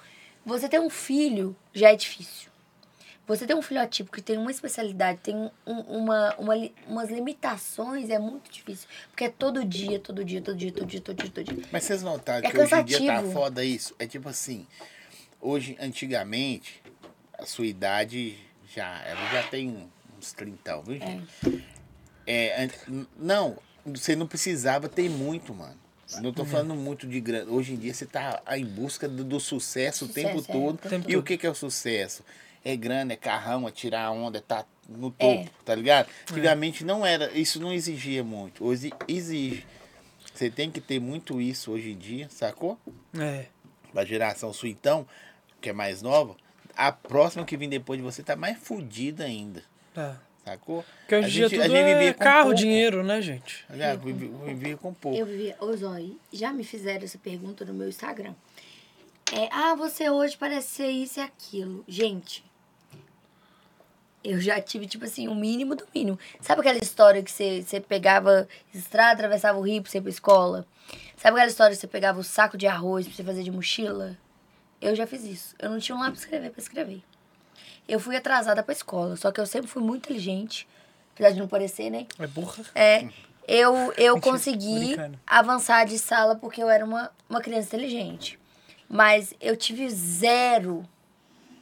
S2: Você ter um filho já é difícil. Você ter um filho atípico que tem uma especialidade, tem um- uma, uma li- umas limitações, é muito difícil. Porque é todo dia, todo dia, todo dia, todo dia, todo dia, todo dia.
S1: Mas vocês notaram
S2: É
S1: que hoje em dia tá
S2: cansativo.
S1: foda isso? É tipo assim, hoje, antigamente, a sua idade já, ela já tem uns 30, viu, gente? É, an- não, você não precisava ter muito, mano. Não tô falando muito de grana. Hoje em dia você tá em busca do, do sucesso, o tempo
S2: Sucesso, é.
S1: todo.
S2: O
S3: tempo
S1: e o
S3: todo.
S1: que que é o sucesso? É grana, é carrão, é tirar a onda, é tá no topo, tá ligado?
S3: É.
S1: Antigamente não era, isso não exigia muito. Hoje exige. Você tem que ter muito isso hoje em dia, sacou?
S3: É.
S1: Da geração sua então, que é mais nova, a próxima que vem depois de você tá mais fodida ainda.
S3: Tá.
S1: sacou?
S3: Porque hoje
S1: A
S3: em dia
S1: gente- a
S3: tudo
S1: gente
S3: é
S1: vivia com
S3: carro,
S1: pouco.
S3: dinheiro, né, gente?
S1: Já vivi, vivi com pouco.
S7: Eu vivia. Ô, Zói, já me fizeram essa pergunta no meu Instagram. É, ah, você hoje parece ser isso e aquilo. Gente,
S2: Eu já tive, tipo assim, o mínimo do mínimo. Sabe aquela história que você você pegava estrada, atravessava o rio pra você ir pra escola? Sabe aquela história que você pegava o saco de arroz pra você fazer de mochila? Eu já fiz isso. Eu não tinha um lápis pra escrever pra escrever. Eu fui atrasada pra escola, só que eu sempre fui muito inteligente. Apesar de não parecer, né?
S3: É burra.
S2: É, eu, eu
S3: Mentira,
S2: consegui
S3: brincando.
S2: avançar de sala porque eu era uma, uma criança inteligente. Mas eu tive zero,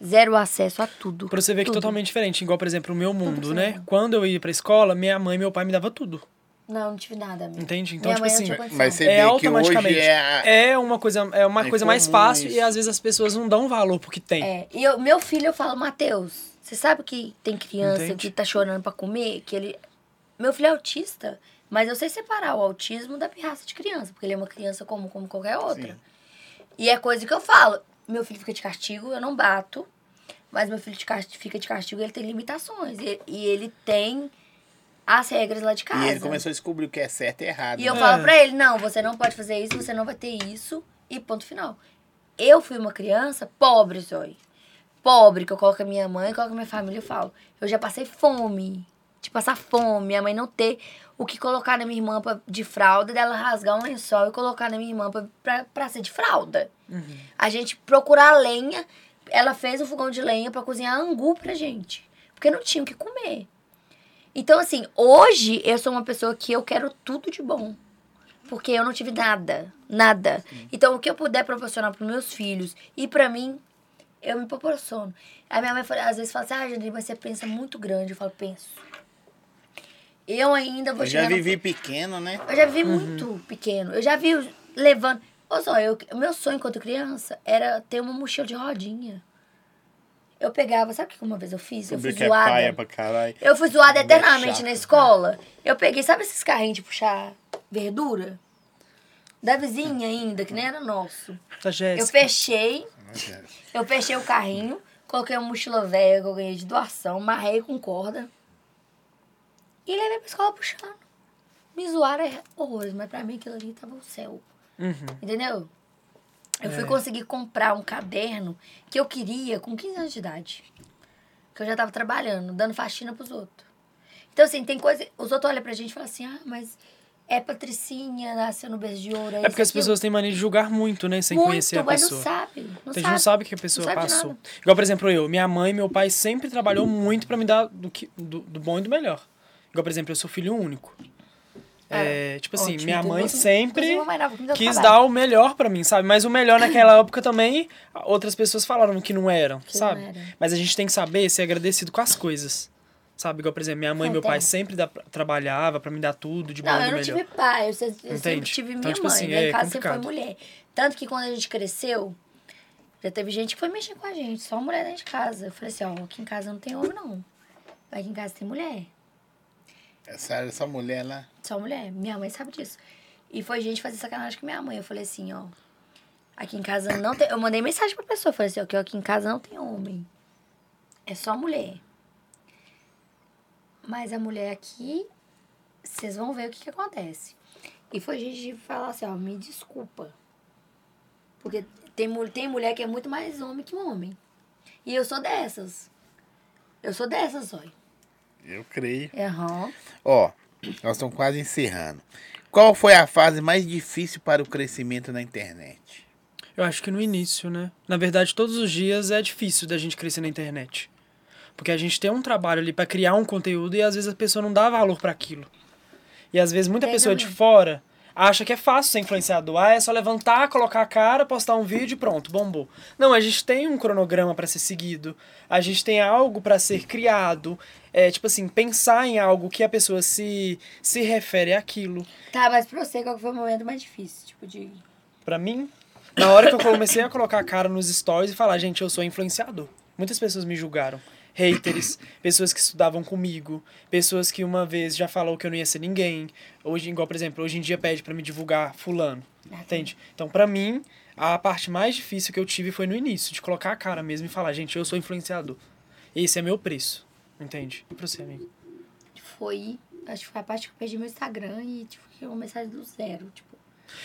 S2: zero acesso a tudo.
S3: Pra você ver que é totalmente diferente. Igual, por exemplo, o meu mundo, né? Quando eu ia pra escola, minha mãe e meu pai me dava tudo.
S2: Não, não tive nada, amiga.
S3: Entende? Então,
S2: Minha
S3: tipo
S2: mãe não
S3: assim,
S2: tinha condição.
S1: Mas você
S3: é
S1: vê que
S3: automaticamente.
S1: hoje é a-
S3: é... uma coisa, é uma
S1: É
S3: coisa mais
S1: comum
S3: fácil
S1: isso.
S3: e às vezes as pessoas não dão valor porque tem.
S2: É, e eu, meu filho, eu falo, Matheus, você sabe que tem criança
S3: Entende?
S2: que tá chorando pra comer? Que ele... Meu filho é autista, mas eu sei separar o autismo da pirraça de criança, porque ele é uma criança comum como qualquer outra. E é coisa que eu falo. Meu filho fica de castigo, eu não bato, mas meu filho de casti- fica de castigo, ele tem limitações. E, e ele tem as regras lá de casa.
S1: E ele começou a descobrir o que é certo e errado.
S2: E eu
S1: né?
S2: falo pra ele, não, você não pode fazer isso, você não vai ter isso, e ponto final. Eu fui uma criança pobre, Zoe. Pobre, que eu coloco a minha mãe, coloco a minha família, eu falo. Eu já passei fome. De passar fome, minha mãe não ter o que colocar na minha irmã pra- de fralda, dela rasgar um lençol e colocar na minha irmã pra, pra, pra ser de fralda. A gente procurar lenha, ela fez um fogão de lenha pra cozinhar angu pra gente. Porque não tinha o que comer. Então, assim, hoje eu sou uma pessoa que eu quero tudo de bom. Porque eu não tive nada. Nada. Então, o que eu puder proporcionar para meus filhos e para mim, eu me proporciono. A minha mãe fala- às vezes fala assim: ah, Janine, mas você pensa muito grande. Eu falo: penso. Eu ainda vou
S1: Eu já
S2: chegar. no-
S1: vivi pequeno, né?
S2: eu já vi muito pequeno. Eu já vi os- levando. Olha só, eu, o meu sonho enquanto criança era ter uma mochila de rodinha. Eu pegava, sabe o que uma vez eu fiz? Eu fui
S1: Descobri que é
S2: zoada.
S1: paia pra caralho. É
S2: Eu fui zoada eternamente
S1: chato,
S2: na escola. Eu peguei, sabe esses carrinhos de puxar verdura? Da vizinha ainda, que nem era nosso.
S3: Tá,
S2: Eu
S3: Jéssica?
S2: fechei,
S1: né,
S2: eu fechei o carrinho, coloquei uma mochila velha que eu ganhei de doação, marrei com corda e levei pra escola puxando. Me zoaram é horrores, mas pra mim aquilo ali tava o céu.
S3: Uhum. É.
S2: Entendeu? Eu fui conseguir comprar um caderno que eu queria com 15 anos de idade. Que eu já tava trabalhando, dando faxina pros outros. Então, assim, tem coisa. Os outros olham pra gente e falam assim: ah, mas é Patricinha, nasceu no berço de ouro. É
S3: É porque
S2: isso,
S3: as
S2: aquilo."
S3: pessoas têm mania de julgar muito, né? Sem
S2: Muito,
S3: conhecer a
S2: mas
S3: pessoa.
S2: não sabe. Não
S3: Então, a gente
S2: sabe.
S3: não sabe o que a pessoa
S2: sabe
S3: passou.
S2: nada.
S3: Igual, por exemplo, eu. Minha mãe e meu pai sempre trabalhou muito pra me dar do, que, do, do bom e do melhor. Igual, por exemplo, eu sou filho único. É, tipo assim,
S2: ótimo,
S3: minha
S2: tudo
S3: mãe
S2: bom.
S3: sempre
S2: Inclusive, mamãe dava comida ao
S3: quis
S2: trabalho.
S3: dar o melhor pra mim, sabe? Mas o melhor naquela época também, outras pessoas falaram que não eram, sabe?
S2: era.
S3: Mas a gente tem que saber ser agradecido com as coisas. Sabe? Igual, por exemplo, minha mãe e meu pai sempre dá- trabalhava pra me dar tudo de bom
S2: Ah, Não,
S3: e
S2: eu
S3: do
S2: não
S3: melhor.
S2: tive pai, eu, se- eu sempre
S3: Entende?
S2: tive minha
S3: Então, tipo
S2: mãe.
S3: assim,
S2: Lá em
S3: é
S2: casa sempre foi
S3: complicado.
S2: mulher. Tanto que quando a gente cresceu, já teve gente que foi mexer com a gente, só mulher dentro de casa. Eu falei assim, ó, aqui em casa não tem homem, não. Aqui em casa tem mulher.
S1: Essa, essa mulher lá.
S2: Só mulher. Minha mãe sabe disso. E foi gente fazer sacanagem com minha mãe. Eu falei assim, ó. Aqui em casa não tem. Eu mandei mensagem pra pessoa. Falei assim, ó, que aqui em casa não tem homem. É só mulher. Mas a mulher aqui, vocês vão ver o que, que acontece. E foi gente de falar assim, ó, me desculpa. Porque tem, mu- tem mulher que é muito mais homem que homem. E eu sou dessas. Eu sou dessas, olha.
S1: Eu creio.
S2: Aham.
S1: Ó, nós estamos quase encerrando. Qual foi a fase mais difícil para o crescimento na internet?
S3: Eu acho que no início, né? Na verdade, todos os dias é difícil da gente crescer na internet. Porque a gente tem um trabalho ali pra criar um conteúdo e às vezes a pessoa não dá valor pra aquilo. E às vezes muita pessoa de fora acha que é fácil ser influenciador. Ah, é só levantar, colocar a cara, postar um vídeo e pronto, bombou. Não, a gente tem um cronograma pra ser seguido. A gente tem algo pra ser criado. É, tipo assim, pensar em algo que a pessoa se, se refere àquilo.
S2: Tá, mas pra você, qual que foi o momento mais difícil? Tipo, de.
S3: Pra mim, na hora que eu comecei a colocar a cara nos stories e falar, gente, eu sou influenciador. Muitas pessoas me julgaram. Haters, pessoas que estudavam comigo, pessoas que uma vez já falou que eu não ia ser ninguém. Hoje, igual, por exemplo, hoje em dia pede pra me divulgar fulano.
S2: Ah,
S3: Entende? Então, pra mim, a parte mais difícil que eu tive foi no início, de colocar a cara mesmo e falar, gente, eu sou influenciador. Esse é meu preço. Entende? E pra você, amigo?
S2: foi, acho que foi a parte que eu perdi meu Instagram e tipo, que eu comecei do zero, tipo.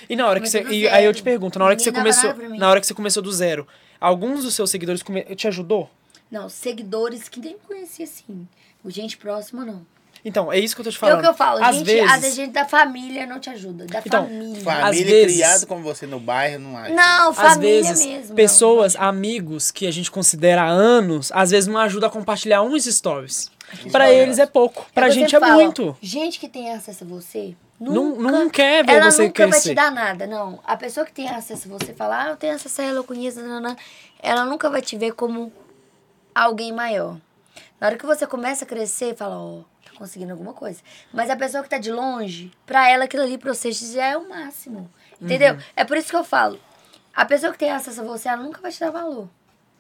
S3: E na hora que
S2: Comecei
S3: você.
S2: do
S3: e aí eu
S2: zero.
S3: te pergunto, na hora que você
S2: é Ninguém dava
S3: começou.
S2: nada pra mim.
S3: Na hora que você começou do zero, alguns dos seus seguidores come- te ajudou?
S2: Não, seguidores que nem me conhecia assim. O gente próxima, não.
S3: Então, é isso que eu tô te
S2: É
S3: falando.
S2: o que eu falo,
S3: Às
S2: gente,
S3: vezes-
S2: às vezes tipo, gente da família não te ajuda. Da
S3: Então,
S2: família.
S1: Família
S3: vezes-
S1: criada como você no bairro, não acha.
S2: Não,
S3: Às
S2: família
S3: vezes,
S2: mesmo.
S3: pessoas, amigos que a gente considera há anos, às vezes não ajuda a compartilhar uns stories. Pra eles é pouco, pra
S2: que eu
S3: gente
S2: sempre
S3: é
S2: falo,
S3: muito.
S2: Gente que tem acesso a você,
S3: Não,
S2: nunca,
S3: não quer ver
S2: ela
S3: você
S2: nunca vai
S3: crescer.
S2: te dar nada, não. A pessoa que tem acesso a você fala, ah, eu tenho acesso a ela, eu conheço, nananã", ela nunca vai te ver como alguém maior. Na hora que você começa a crescer, fala, ó, tá conseguindo alguma coisa. Mas a pessoa que tá de longe, pra ela aquilo ali pra você já é o máximo. Entendeu?
S3: Uhum.
S2: É por isso que eu falo. A pessoa que tem acesso a você, ela nunca vai te dar valor.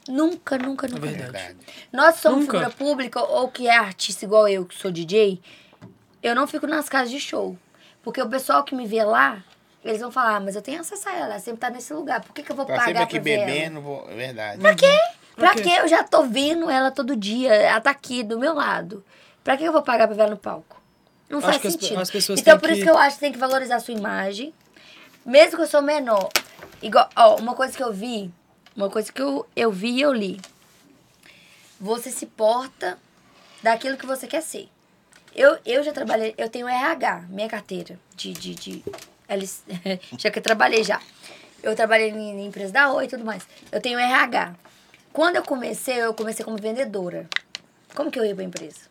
S2: Nunca, nunca, nunca.
S1: É
S2: nunca.
S1: verdade.
S2: Nós somos
S3: Nunca.
S2: figura pública ou que é artista igual eu, que sou DJ, eu não fico nas casas de show. Porque o pessoal que me vê lá, eles vão falar, "Ah, mas eu tenho acesso a ela, ela sempre tá nesse lugar. Por que, que eu vou
S1: Tá sempre
S2: pagar
S1: aqui
S2: pra ver ela?
S1: bebendo, vou- é verdade. Pra quê?
S2: Pra
S3: quê?
S2: que eu já tô vendo ela todo dia? Ela tá aqui, do meu lado. Pra que eu vou pagar pra ver ela no palco? Não
S3: Acho
S2: faz
S3: que as pe-
S2: sentido.
S3: as pessoas
S2: então,
S3: têm
S2: por
S3: que-
S2: isso que eu acho que tem que valorizar a sua imagem. Mesmo que eu sou menor. Igual, ó, uma coisa que eu vi, uma coisa que eu, eu vi e eu li. Você se porta daquilo que você quer ser. Eu, eu já trabalhei, eu tenho RH, minha carteira de. de, de LC já que eu trabalhei já. Eu trabalhei em, em empresa da Oi e tudo mais. Eu tenho RH. Quando eu comecei, eu comecei como vendedora. Como que eu ia pra empresa?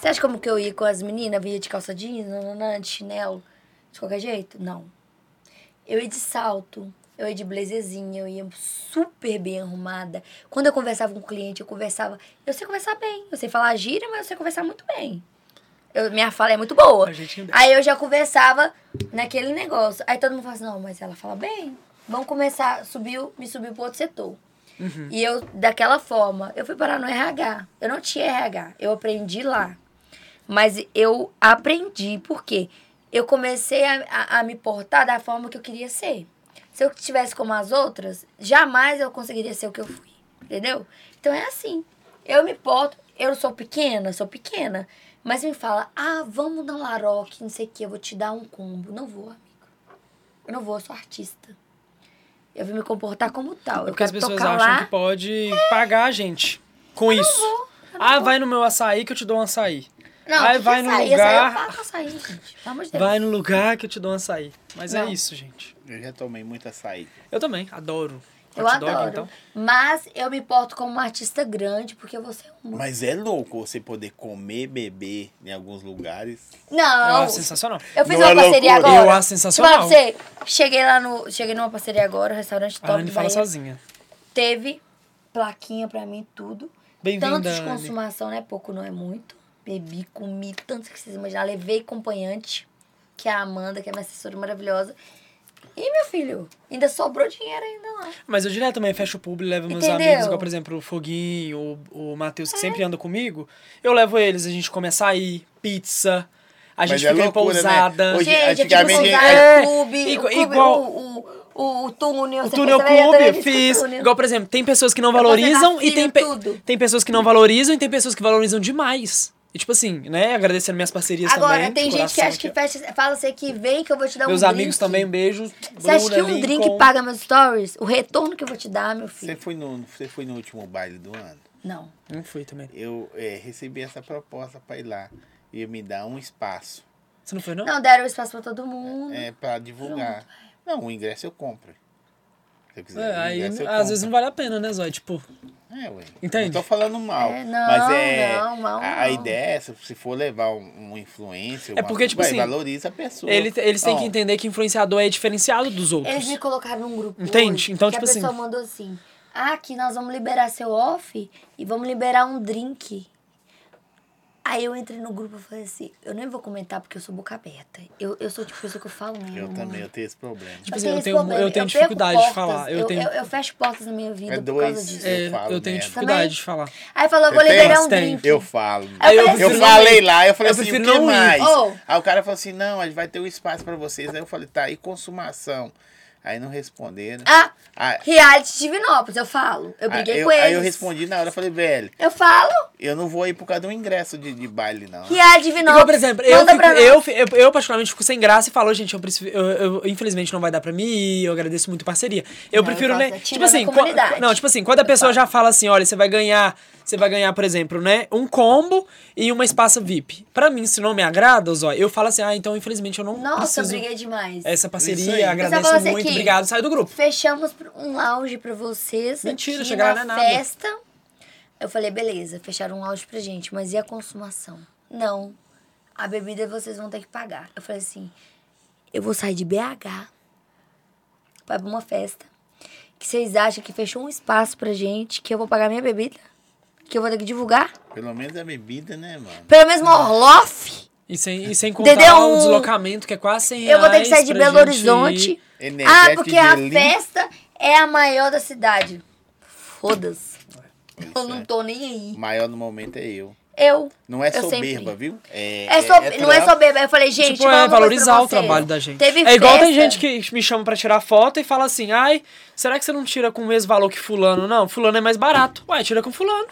S2: Você acha como que eu ia com as meninas? Via de calça jeans, nananã, de chinelo, de qualquer jeito? Não. Eu ia de salto, eu ia de blazerzinha, eu ia super bem arrumada. Quando eu conversava com o cliente, eu conversava. Eu sei conversar bem, eu sei falar gíria, mas eu sei conversar muito bem. Eu- minha fala é muito boa.
S3: A gente ainda-
S2: Aí eu já conversava naquele negócio. Aí todo mundo fala assim: não, mas ela fala bem. Vamos começar, subiu, me subiu pro outro setor. E eu, daquela forma, eu fui parar no RH. Eu não tinha RH, eu aprendi lá. Mas eu aprendi, por quê? Eu comecei a, a, a me portar da forma que eu queria ser. Se eu tivesse como as outras, jamais eu conseguiria ser o que eu fui. Entendeu? Então é assim. Eu me porto, eu sou pequena, sou pequena. Mas me fala, ah, vamos na Laroque, não sei o que, eu vou te dar um combo. Não vou, amigo. Eu não vou, eu sou artista. Eu vou me comportar como tal.
S3: É
S2: Eu
S3: porque as
S2: quero
S3: pessoas
S2: Ah, tocar
S3: acham
S2: lá.
S3: que pode pagar a gente com isso. ah, vai no meu açaí que eu te dou um açaí.
S2: Não,
S3: Aí
S2: que que
S3: vai
S2: é
S3: no
S2: açaí? Açaí
S3: lugar-
S2: eu pago açaí, gente. Pelo amor de Deus.
S3: Vai no lugar que eu te dou um açaí. Mas é
S2: Não.
S3: isso, gente.
S1: Eu já tomei muita açaí.
S3: Eu também, adoro.
S2: Eu
S3: Hot dog,
S2: adoro.
S3: então.
S2: Mas eu me porto como uma artista grande, porque você é um.
S1: Mas é louco você poder comer, beber em alguns lugares.
S3: Eu
S2: Não,
S3: acho Ah, sensacional.
S2: eu fiz
S1: Não é
S2: uma parceria
S1: loucura.
S2: agora.
S3: Eu acho sensacional.
S2: Deixa eu falar pra você, cheguei lá no. Cheguei numa parceria agora, restaurante
S3: A
S2: top
S3: Anne
S2: do
S3: fala
S2: Bahia.
S3: sozinha.
S2: Teve plaquinha pra mim, tudo.
S3: Bem-vinda,
S2: Tanto de
S3: Anne.
S2: consumação não é pouco, não é muito. Bebi, comi, tanto que vocês imaginam. Levei acompanhante, que é a Amanda, que é minha assessora maravilhosa. E, meu filho, ainda sobrou dinheiro ainda lá.
S3: Mas eu direto também fecho o público, levo meus
S2: Entendeu? É.
S3: amigos, igual, por exemplo, o Foguinho, o, o Matheus, que sempre anda comigo. Eu levo eles, a gente come açaí, pizza, a gente
S1: é
S3: fica em
S1: loucura, né?
S3: pousada.
S1: Hoje-
S2: Gente,
S1: Antigamente,
S2: antigamente
S1: é-
S2: é, clube,
S3: tipo É,
S2: o clube,
S3: igual-
S2: o, o, o túnel.
S3: O
S2: você
S3: túnel
S2: pensa, "Vai, eu também
S3: clube,
S2: fiz
S3: fiz.
S2: túnel."
S3: Igual, por exemplo, tem pessoas que não
S2: vou
S3: valorizam
S2: levar
S3: e tem,
S2: filho,
S3: pe-
S2: tudo.
S3: tem pessoas que não valorizam e tem pessoas que valorizam demais. E tipo assim, né? Agradecendo minhas parcerias
S2: Agora,
S3: também.
S2: tem
S3: de
S2: gente que
S3: coração
S2: acha que
S3: aqui,
S2: fecha, fala assim que vem que eu vou te
S3: ó.
S2: dar
S3: Meus
S2: um drink.
S3: amigos também, beijo.
S2: Você acha que
S3: Bruna,
S2: um drink
S3: Lincoln.
S2: paga meus stories? O retorno que eu vou te dar, meu
S1: Você
S2: filho?
S1: foi no, você foi no último baile do ano?
S2: Não.
S3: Não fui também.
S1: Eu eh, recebi essa proposta pra ir lá. Ia me dar um espaço
S3: Você não foi, não?
S2: Não, deram espaço pra todo mundo.
S1: é, pra divulgar. Não, o ingresso eu compro. Se eu quiser,
S3: É,
S1: o
S3: aí,
S1: ingresso eu
S3: às vezes
S1: compro.
S3: não vale a pena, né, Zói? Tipo,
S1: É, ué.
S3: Entende?
S1: Não tô falando mal.
S2: É, não,
S1: mas é.
S2: não, mal
S1: a, a
S2: não.
S1: ideia é essa, se for levar um, um influencer,
S3: É
S1: uma
S3: porque,
S1: coisa,
S3: tipo
S1: vai,
S3: assim,
S1: valoriza a pessoa.
S3: ele, eles têm
S1: Ó,
S3: que entender que influenciador é diferenciado dos outros.
S2: Eles me colocaram num grupo.
S3: Entende?
S2: hoje,
S3: Então,
S2: que
S3: tipo
S2: a pessoa
S3: assim-
S2: mandou assim: ah, que nós vamos liberar seu off e vamos liberar um drink. Aí eu entrei no grupo e falei assim: eu nem vou comentar porque eu sou boca aberta. Eu, eu sou tipo pessoa que eu falo mesmo.
S1: Eu também,
S2: mano.
S1: eu tenho esse problema.
S3: Tipo assim, eu
S2: esse
S3: tenho-
S2: problema,
S3: eu tenho
S2: perco
S3: dificuldade de falar, eu
S2: Eu,
S3: tenho-
S2: eu, eu fecho portas na minha vida
S1: É
S2: por causa
S1: dois.
S2: disso.
S3: É, eu,
S1: falo
S3: tenho
S1: merda.
S3: dificuldade
S2: Também?
S3: de falar.
S2: Aí falou, eu vou
S1: Você tem?
S2: liberar um
S3: Tem.
S2: drink.
S1: Eu falo.
S2: Aí eu
S1: eu,
S2: prefiro não
S1: falei
S3: ir.
S1: lá, eu falei
S3: Eu
S1: assim, o
S3: prefiro
S1: que
S3: não ir.
S1: mais?
S2: Ou-
S1: Aí o cara falou assim, não, a gente vai ter um espaço pra vocês. Aí eu falei, tá, e consumação? Aí não responderam.
S2: Ah,
S1: Ah,
S2: reality Divinópolis, eu falo.
S3: Ah,
S2: Eu briguei
S1: aí, eu,
S2: com eles.
S1: aí eu respondi na hora, eu falei, velho,
S2: Eu falo.
S1: eu não vou ir por causa do ingresso de, de baile, não.
S2: Reality
S3: Igual,
S2: Divinópolis.
S3: por exemplo, eu,
S2: manda
S3: fico-
S2: pra nós.
S3: eu, fi- eu, eu particularmente fico sem graça e falo, gente, eu, preciso, eu, eu- infelizmente não vai dar pra mim, ir, eu agradeço muito a parceria. Eu
S2: Não,
S3: prefiro,
S2: eu
S3: né?
S2: faço,
S3: Tipo
S2: tira
S3: assim,
S2: da
S3: qua-
S2: comunidade.
S3: não, tipo assim, quando a pessoa já fala assim, olha, você vai ganhar, você vai ganhar, por exemplo, né, um combo e uma espaça VIP. Pra mim, se não me agrada, Zóia, eu falo assim, ah, então infelizmente eu não
S2: Nossa, eu
S3: preciso É,
S2: briguei demais.
S3: essa
S1: Isso aí.
S3: parceria,
S2: Mas eu falo
S3: agradeço
S2: assim
S3: muito,
S2: que-
S3: obrigado, sai do grupo.
S2: Fechamos pra- um lounge pra vocês.
S3: Mentira,
S2: aqui
S3: chegar
S2: na
S3: lá não é nada.
S2: festa. Eu falei, beleza, fecharam um lounge pra gente, mas e a consumação? Não. A bebida vocês vão ter que pagar. Eu falei assim, eu vou sair de BH pra uma festa. Que vocês acham que fechou um espaço pra gente, que eu vou pagar minha bebida? Que eu vou ter que divulgar?
S1: Pelo menos a bebida, né, mano?
S2: Pelo menos uma Orloff,
S3: E sem, e sem contar
S2: Entendeu?
S3: o deslocamento, que é quase 100
S2: eu vou ter que sair
S3: reais
S2: de
S3: pra
S2: Belo
S3: gente Tipo,
S2: Horizonte.
S3: ir.
S2: Ah,
S1: Energético
S2: porque a
S1: de lim-
S2: festa é a maior da cidade. Foda-se. Eu não tô nem aí.
S1: Maior no momento é eu.
S2: Eu.
S1: Não é
S2: eu
S1: soberba,
S2: sempre-
S1: viu? É,
S2: É so- não é
S1: trampo.
S2: soberba. Eu falei, gente,
S3: Tipo,
S2: fala
S3: é
S2: uma coisa
S3: valorizar
S2: pra
S3: o
S2: vocês.
S3: trabalho da gente.
S2: Teve
S3: é igual
S2: festa.
S3: tem gente que me chama pra tirar foto e fala assim: ai, será que você não tira com o mesmo valor que Fulano? Não, Fulano é mais barato. Ué, tira com Fulano.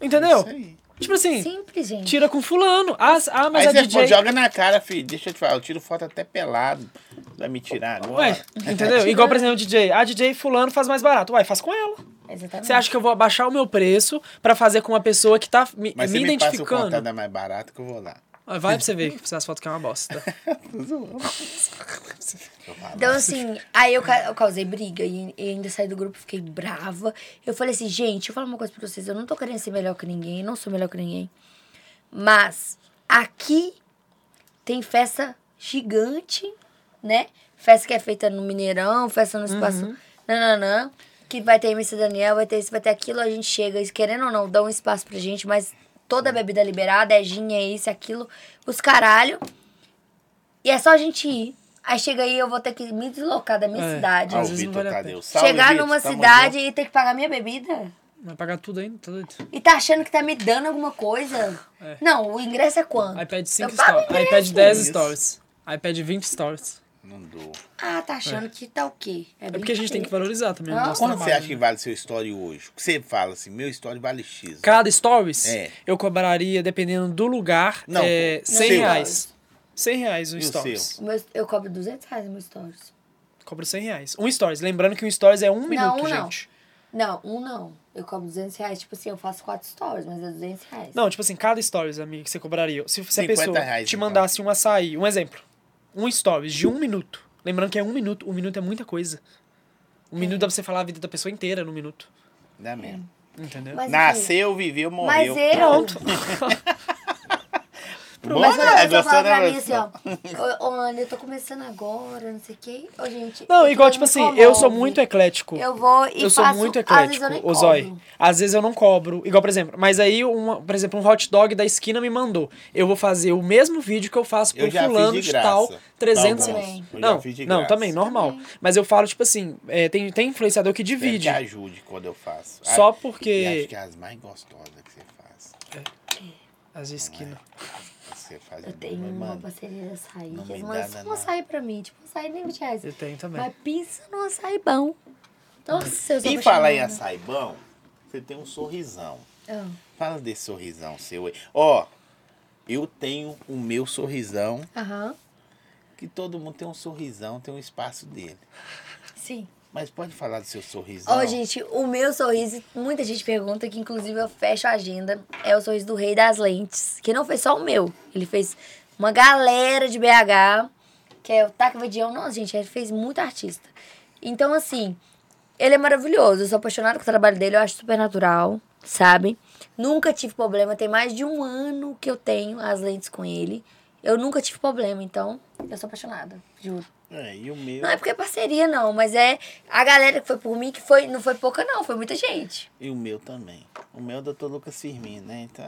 S3: Entendeu?
S1: Isso aí.
S3: Tipo assim,
S2: Simples, gente.
S3: tira com Fulano. Ah, s- ah mas
S1: Aí
S3: a
S1: você
S3: DJ.
S1: joga na cara, filho. Deixa eu te falar, eu tiro foto até pelado. Vai me tirar agora.
S3: Ué, entendeu? Igual, por exemplo, o DJ. A DJ Fulano faz mais barato. Ué, faz com ela.
S2: Exatamente.
S3: Você acha que eu vou abaixar o meu preço pra fazer com uma pessoa que tá me,
S1: Mas você me passa
S3: me
S1: o né?
S3: identificando?
S1: contato da mais barata que eu vou lá.
S3: Ah, Vai pra você ver que as fotos que é uma bosta.
S2: Então, assim, aí eu, ca- eu causei briga e, e ainda saí do grupo, fiquei brava. Eu falei assim, gente, eu falo uma coisa pra vocês. Eu não tô querendo ser melhor que ninguém, eu não sou melhor que ninguém. Mas aqui tem festa gigante, né? Festa que é feita no Mineirão, festa no espaço nananã. Que vai ter MC Daniel, vai ter isso, vai ter aquilo. A gente chega, e querendo ou não, dá um espaço pra gente. Mas toda bebida liberada, é ginha, é isso, é aquilo. Os caralho. E é só a gente ir. Aí chega aí, eu vou ter que me deslocar da minha
S3: É.
S2: cidade.
S1: Ó, Ah, o tá
S3: vezes não
S1: Vitor
S3: vale a
S1: Tadeu.
S3: pena.
S1: Salve,
S2: Chegar
S1: Vitor,
S2: numa
S1: tamo
S2: cidade e ter que pagar minha bebida?
S3: Vai pagar tudo ainda? Tá doido?
S2: E tá achando que tá me dando alguma coisa? Não, o ingresso é quanto?
S3: iPad 5
S2: Eu pago
S3: stories. iPad 10
S1: Isso.
S3: stories. iPad 20 stories.
S1: junto. Não dou.
S2: Ah, tá achando que tá o quê?
S3: É porque a gente tem que valorizar também o
S2: Ah,
S3: nosso
S1: Quanto
S3: trabalho. né?
S1: você acha que vale seu story hoje? O que você fala assim, meu story vale X.
S3: Cada stories,
S1: É.
S3: eu cobraria, dependendo do lugar,
S1: Não,
S3: é,
S1: o
S3: 100
S1: seu.
S3: reais. 100 reais um
S1: E o
S3: stories.
S2: O meu- eu cobro 200 reais no meu stories.
S3: Cobro 100 reais. Um stories. Lembrando que um stories é um minuto,
S2: não.
S3: gente.
S2: Não, um não. Eu cobro 200 reais. Tipo assim, eu faço quatro stories, mas é 200 reais.
S3: Não, tipo assim, cada stories, amigo, que você cobraria. Se, se a
S1: 50
S3: pessoa
S1: reais,
S3: te
S1: então.
S3: mandasse um açaí, um exemplo. Um stories de um minuto. Lembrando que é um minuto. Um minuto é muita coisa. Um
S2: É.
S3: minuto dá pra você falar a vida da pessoa inteira num minuto.
S1: Dá mesmo.
S3: Entendeu?
S2: Mas, enfim,
S1: Nasceu, viveu,
S2: mas
S1: morreu.
S2: eu...
S1: Bom,
S2: Mas quando a
S1: né?
S2: pessoa
S1: Gostou,
S2: fala pra
S1: né,
S2: mim assim,
S1: Marcelo?
S2: ó. "Ô, Ô, Ana, eu tô começando agora, não sei o quê. Ô, gente...
S3: Não,
S2: aquilo
S3: igual,
S2: me
S3: tipo assim, eu sou
S2: comove.
S3: muito eclético.
S2: um Eu vou e
S3: eu sou
S2: faço-
S3: muito
S2: às vezes
S3: eclético,
S2: eu nem
S3: ô Zói.
S2: cobro.
S3: Às vezes eu não cobro. Igual, por exemplo, mas aí, uma, por exemplo, um hot dog da esquina me mandou. Eu vou fazer o mesmo vídeo que eu faço pro
S1: Eu já fiz
S3: fulano
S1: de
S3: de, tal,
S1: graça.
S3: 300
S1: Alguns.
S3: reais.
S1: Eu já
S3: Não,
S1: fiz de
S3: não,
S1: graça.
S3: também, normal. Mas eu falo, tipo assim, é, tem, tem influenciador que
S1: Espero que
S3: divide.
S1: ajude quando eu faço. Ah,
S3: Só
S1: E acho
S3: porque.
S1: que é as mais gostosas que você faz.
S3: As esquinas.
S1: Você faz
S2: Eu
S1: uma,
S2: tenho
S1: mas,
S2: uma
S1: mano,
S2: parceria de açaí.
S1: não
S2: que
S1: me
S2: Eles
S1: dá
S2: mandam só um
S1: nada.
S2: açaí pra mim. Tipo, um açaí nem 20 reais.
S3: Eu tenho também.
S2: Mas pensa num açaí bom. Nossa, eu sou
S1: E falar em
S2: apaixonada.
S1: açaibão, você tem um sorrisão.
S2: Ah.
S1: Fala desse sorrisão seu aí. Ó, eu tenho o meu sorrisão,
S2: Aham,
S1: que todo mundo tem um sorrisão, tem um espaço dele.
S2: sim.
S1: Mas pode falar do seu sorrisão.
S2: Ó, gente, o meu sorriso, muita gente pergunta, que inclusive eu fecho a agenda, é o sorriso do rei das lentes. Que não fez só o meu, ele fez uma galera de BH, que é o Taco Vedião. Nossa, gente, ele fez muito artista. Então, assim, ele é maravilhoso, eu sou apaixonada com o trabalho dele, eu acho super natural, sabe? Nunca tive problema, tem mais de um ano que eu tenho as lentes com ele. Eu nunca tive problema, então eu sou apaixonada, juro.
S1: É, e o meu.
S2: Não é porque é parceria, não, mas é a galera que foi por mim, que foi, não foi pouca, não, foi muita gente.
S1: E o meu também. O meu é o doutor Lucas Firmino, né? Então,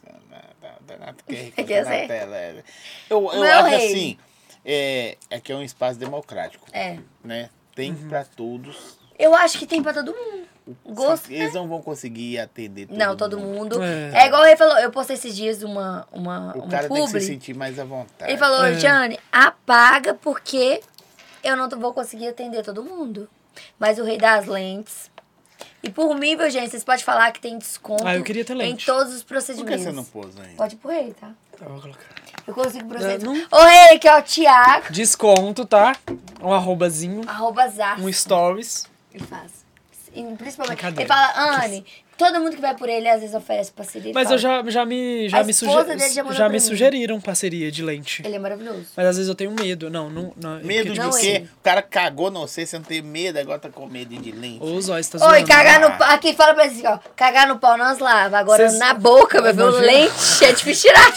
S1: tá, tá, tá, quer
S2: Quer
S1: colocar na
S2: dizer?
S1: tela. é. Eu, eu
S2: Meu
S1: acho
S2: rei.
S1: assim, é, é que é um espaço democrático,
S2: É.
S1: né? Tem
S3: Uhum.
S1: pra todos.
S2: Eu acho que tem pra todo mundo. Gosto. né?
S1: Eles não vão conseguir atender todo
S2: Não, todo mundo.
S3: É.
S2: É, igual ele falou, eu postei esses dias uma, uma,
S1: O
S2: uma
S1: cara tem que se
S2: um
S1: é.
S2: publi.
S3: É.
S1: sentir mais à vontade.
S2: ele falou, Jane, apaga porque eu não vou conseguir atender todo mundo. Mas o Rei das Lentes. E por mim, viu, gente? Vocês podem falar que tem desconto
S3: Ah, eu queria ter
S2: em
S3: lente.
S2: todos os
S1: Por que
S2: procedimentos.
S1: você não pôs ainda?
S2: Pode ir pro rei, tá?
S3: Tá, vou colocar.
S2: Eu consigo proceder.
S3: Não, não.
S2: Ô, rei, aqui é o Tiago.
S3: Desconto, tá? Um arrobazinho,
S2: Arroba Zar.
S3: um stories.
S2: Ele faz. E, principalmente.
S3: Brincadeira.
S2: Ele fala, Anne, todo mundo que vai por ele às vezes oferece parceria. ele
S3: Mas
S2: fala,
S3: eu já, já me, já
S2: A
S3: me,
S2: esposa
S3: suge-
S2: dele já mandou
S3: já
S2: pra
S3: me
S2: mim.
S3: sugeriram parceria de lente.
S2: Ele é maravilhoso.
S3: Mas às vezes eu tenho medo. Não, não. não é tipo
S1: Medo de
S2: Não, é.
S1: quê?
S2: ele.
S1: O cara cagou, não sei, você não tem medo, agora tá com medo de lente.
S3: Ô, Zóia, você tá
S2: Oi,
S3: zoando.
S2: cagar no pau. Aqui, fala pra eles assim, ó. Cagar no pau nós lava. Agora
S3: Vocês-
S2: na boca, meu filho,
S3: Imagina.
S2: lente é difícil tirar.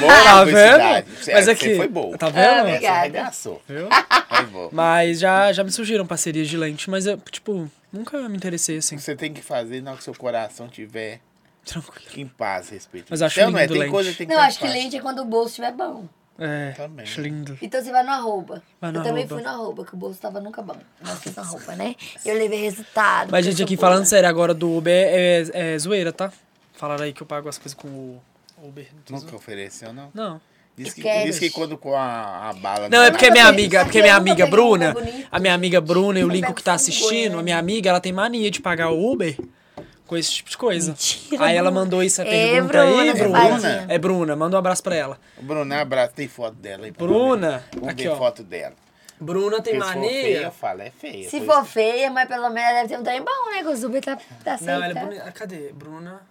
S1: Boa
S3: Tá
S1: publicidade.
S3: vendo?
S1: Você- é,
S3: Mas
S1: você
S3: aqui.
S1: Foi boa.
S3: Tá vendo?
S1: Essa
S2: Ah, Obrigada.
S1: arregaçou.
S3: Viu?
S1: Foi boa.
S3: Mas já, já me surgiram parcerias de lente, mas eu, tipo, nunca me interessei assim.
S1: Você tem que fazer na hora que seu coração tiver
S3: Tranquilo.
S1: em paz, respeito.
S3: Mas acho
S1: então, não é,
S3: lindo
S1: tem
S3: lente.
S1: coisa que tem que
S2: Não,
S1: ter em
S2: acho que
S1: paz.
S2: lente é quando o bolso estiver bom.
S3: É,
S1: Também.
S3: acho lindo.
S2: Então você vai no arroba.
S3: Vai no
S2: eu também
S3: arroba.
S2: fui no arroba, que o bolso tava nunca bom. Mas fiz no arroba, né? E eu levei resultado.
S3: Mas,
S2: porque
S3: gente,
S2: eu
S3: aqui
S2: sou boa.
S3: falando sério agora do Uber é, é, é zoeira, tá? Falaram aí que eu pago as coisas com o Uber.
S2: é
S1: Nunca ofereceu, não?
S3: Não.
S1: Diz que,
S2: Esquece.
S1: diz que quando com a, a bala...
S3: Não, é porque é minha
S2: Eu nunca
S3: amiga,
S2: peguei-
S3: porque minha
S2: eu nunca
S3: amiga
S2: peguei um
S3: Bruna,
S2: Uber bonito.
S3: a minha amiga Bruna e o
S2: Eu
S3: Lincoln
S2: pego
S3: que tá
S2: cinco
S3: assistindo, a
S2: Uber.
S3: minha amiga, ela tem mania de pagar o Uber com esse tipo de coisa.
S2: Mentira,
S3: Aí ela
S2: Bruna.
S3: mandou isso a
S2: É,
S3: pergunta aí,
S2: Bruna,
S3: Bruna.
S1: safadinha.
S3: É Bruna, manda um abraço pra ela.
S1: Bruna, abraço. Tem foto dela aí. pra
S3: Bruna,
S1: ver. Vamos
S3: aqui,
S1: ver
S3: ó.
S1: foto dela.
S3: Bruna tem
S1: Se for feia,
S3: mania.
S1: fala, é feia.
S2: Se
S1: Por
S2: for
S1: isso-
S2: feia, mas pelo menos deve ter um trem bom, né? Que o Zuber tá, tá certo.
S3: Não, ela é bonita. Cadê? Bruna.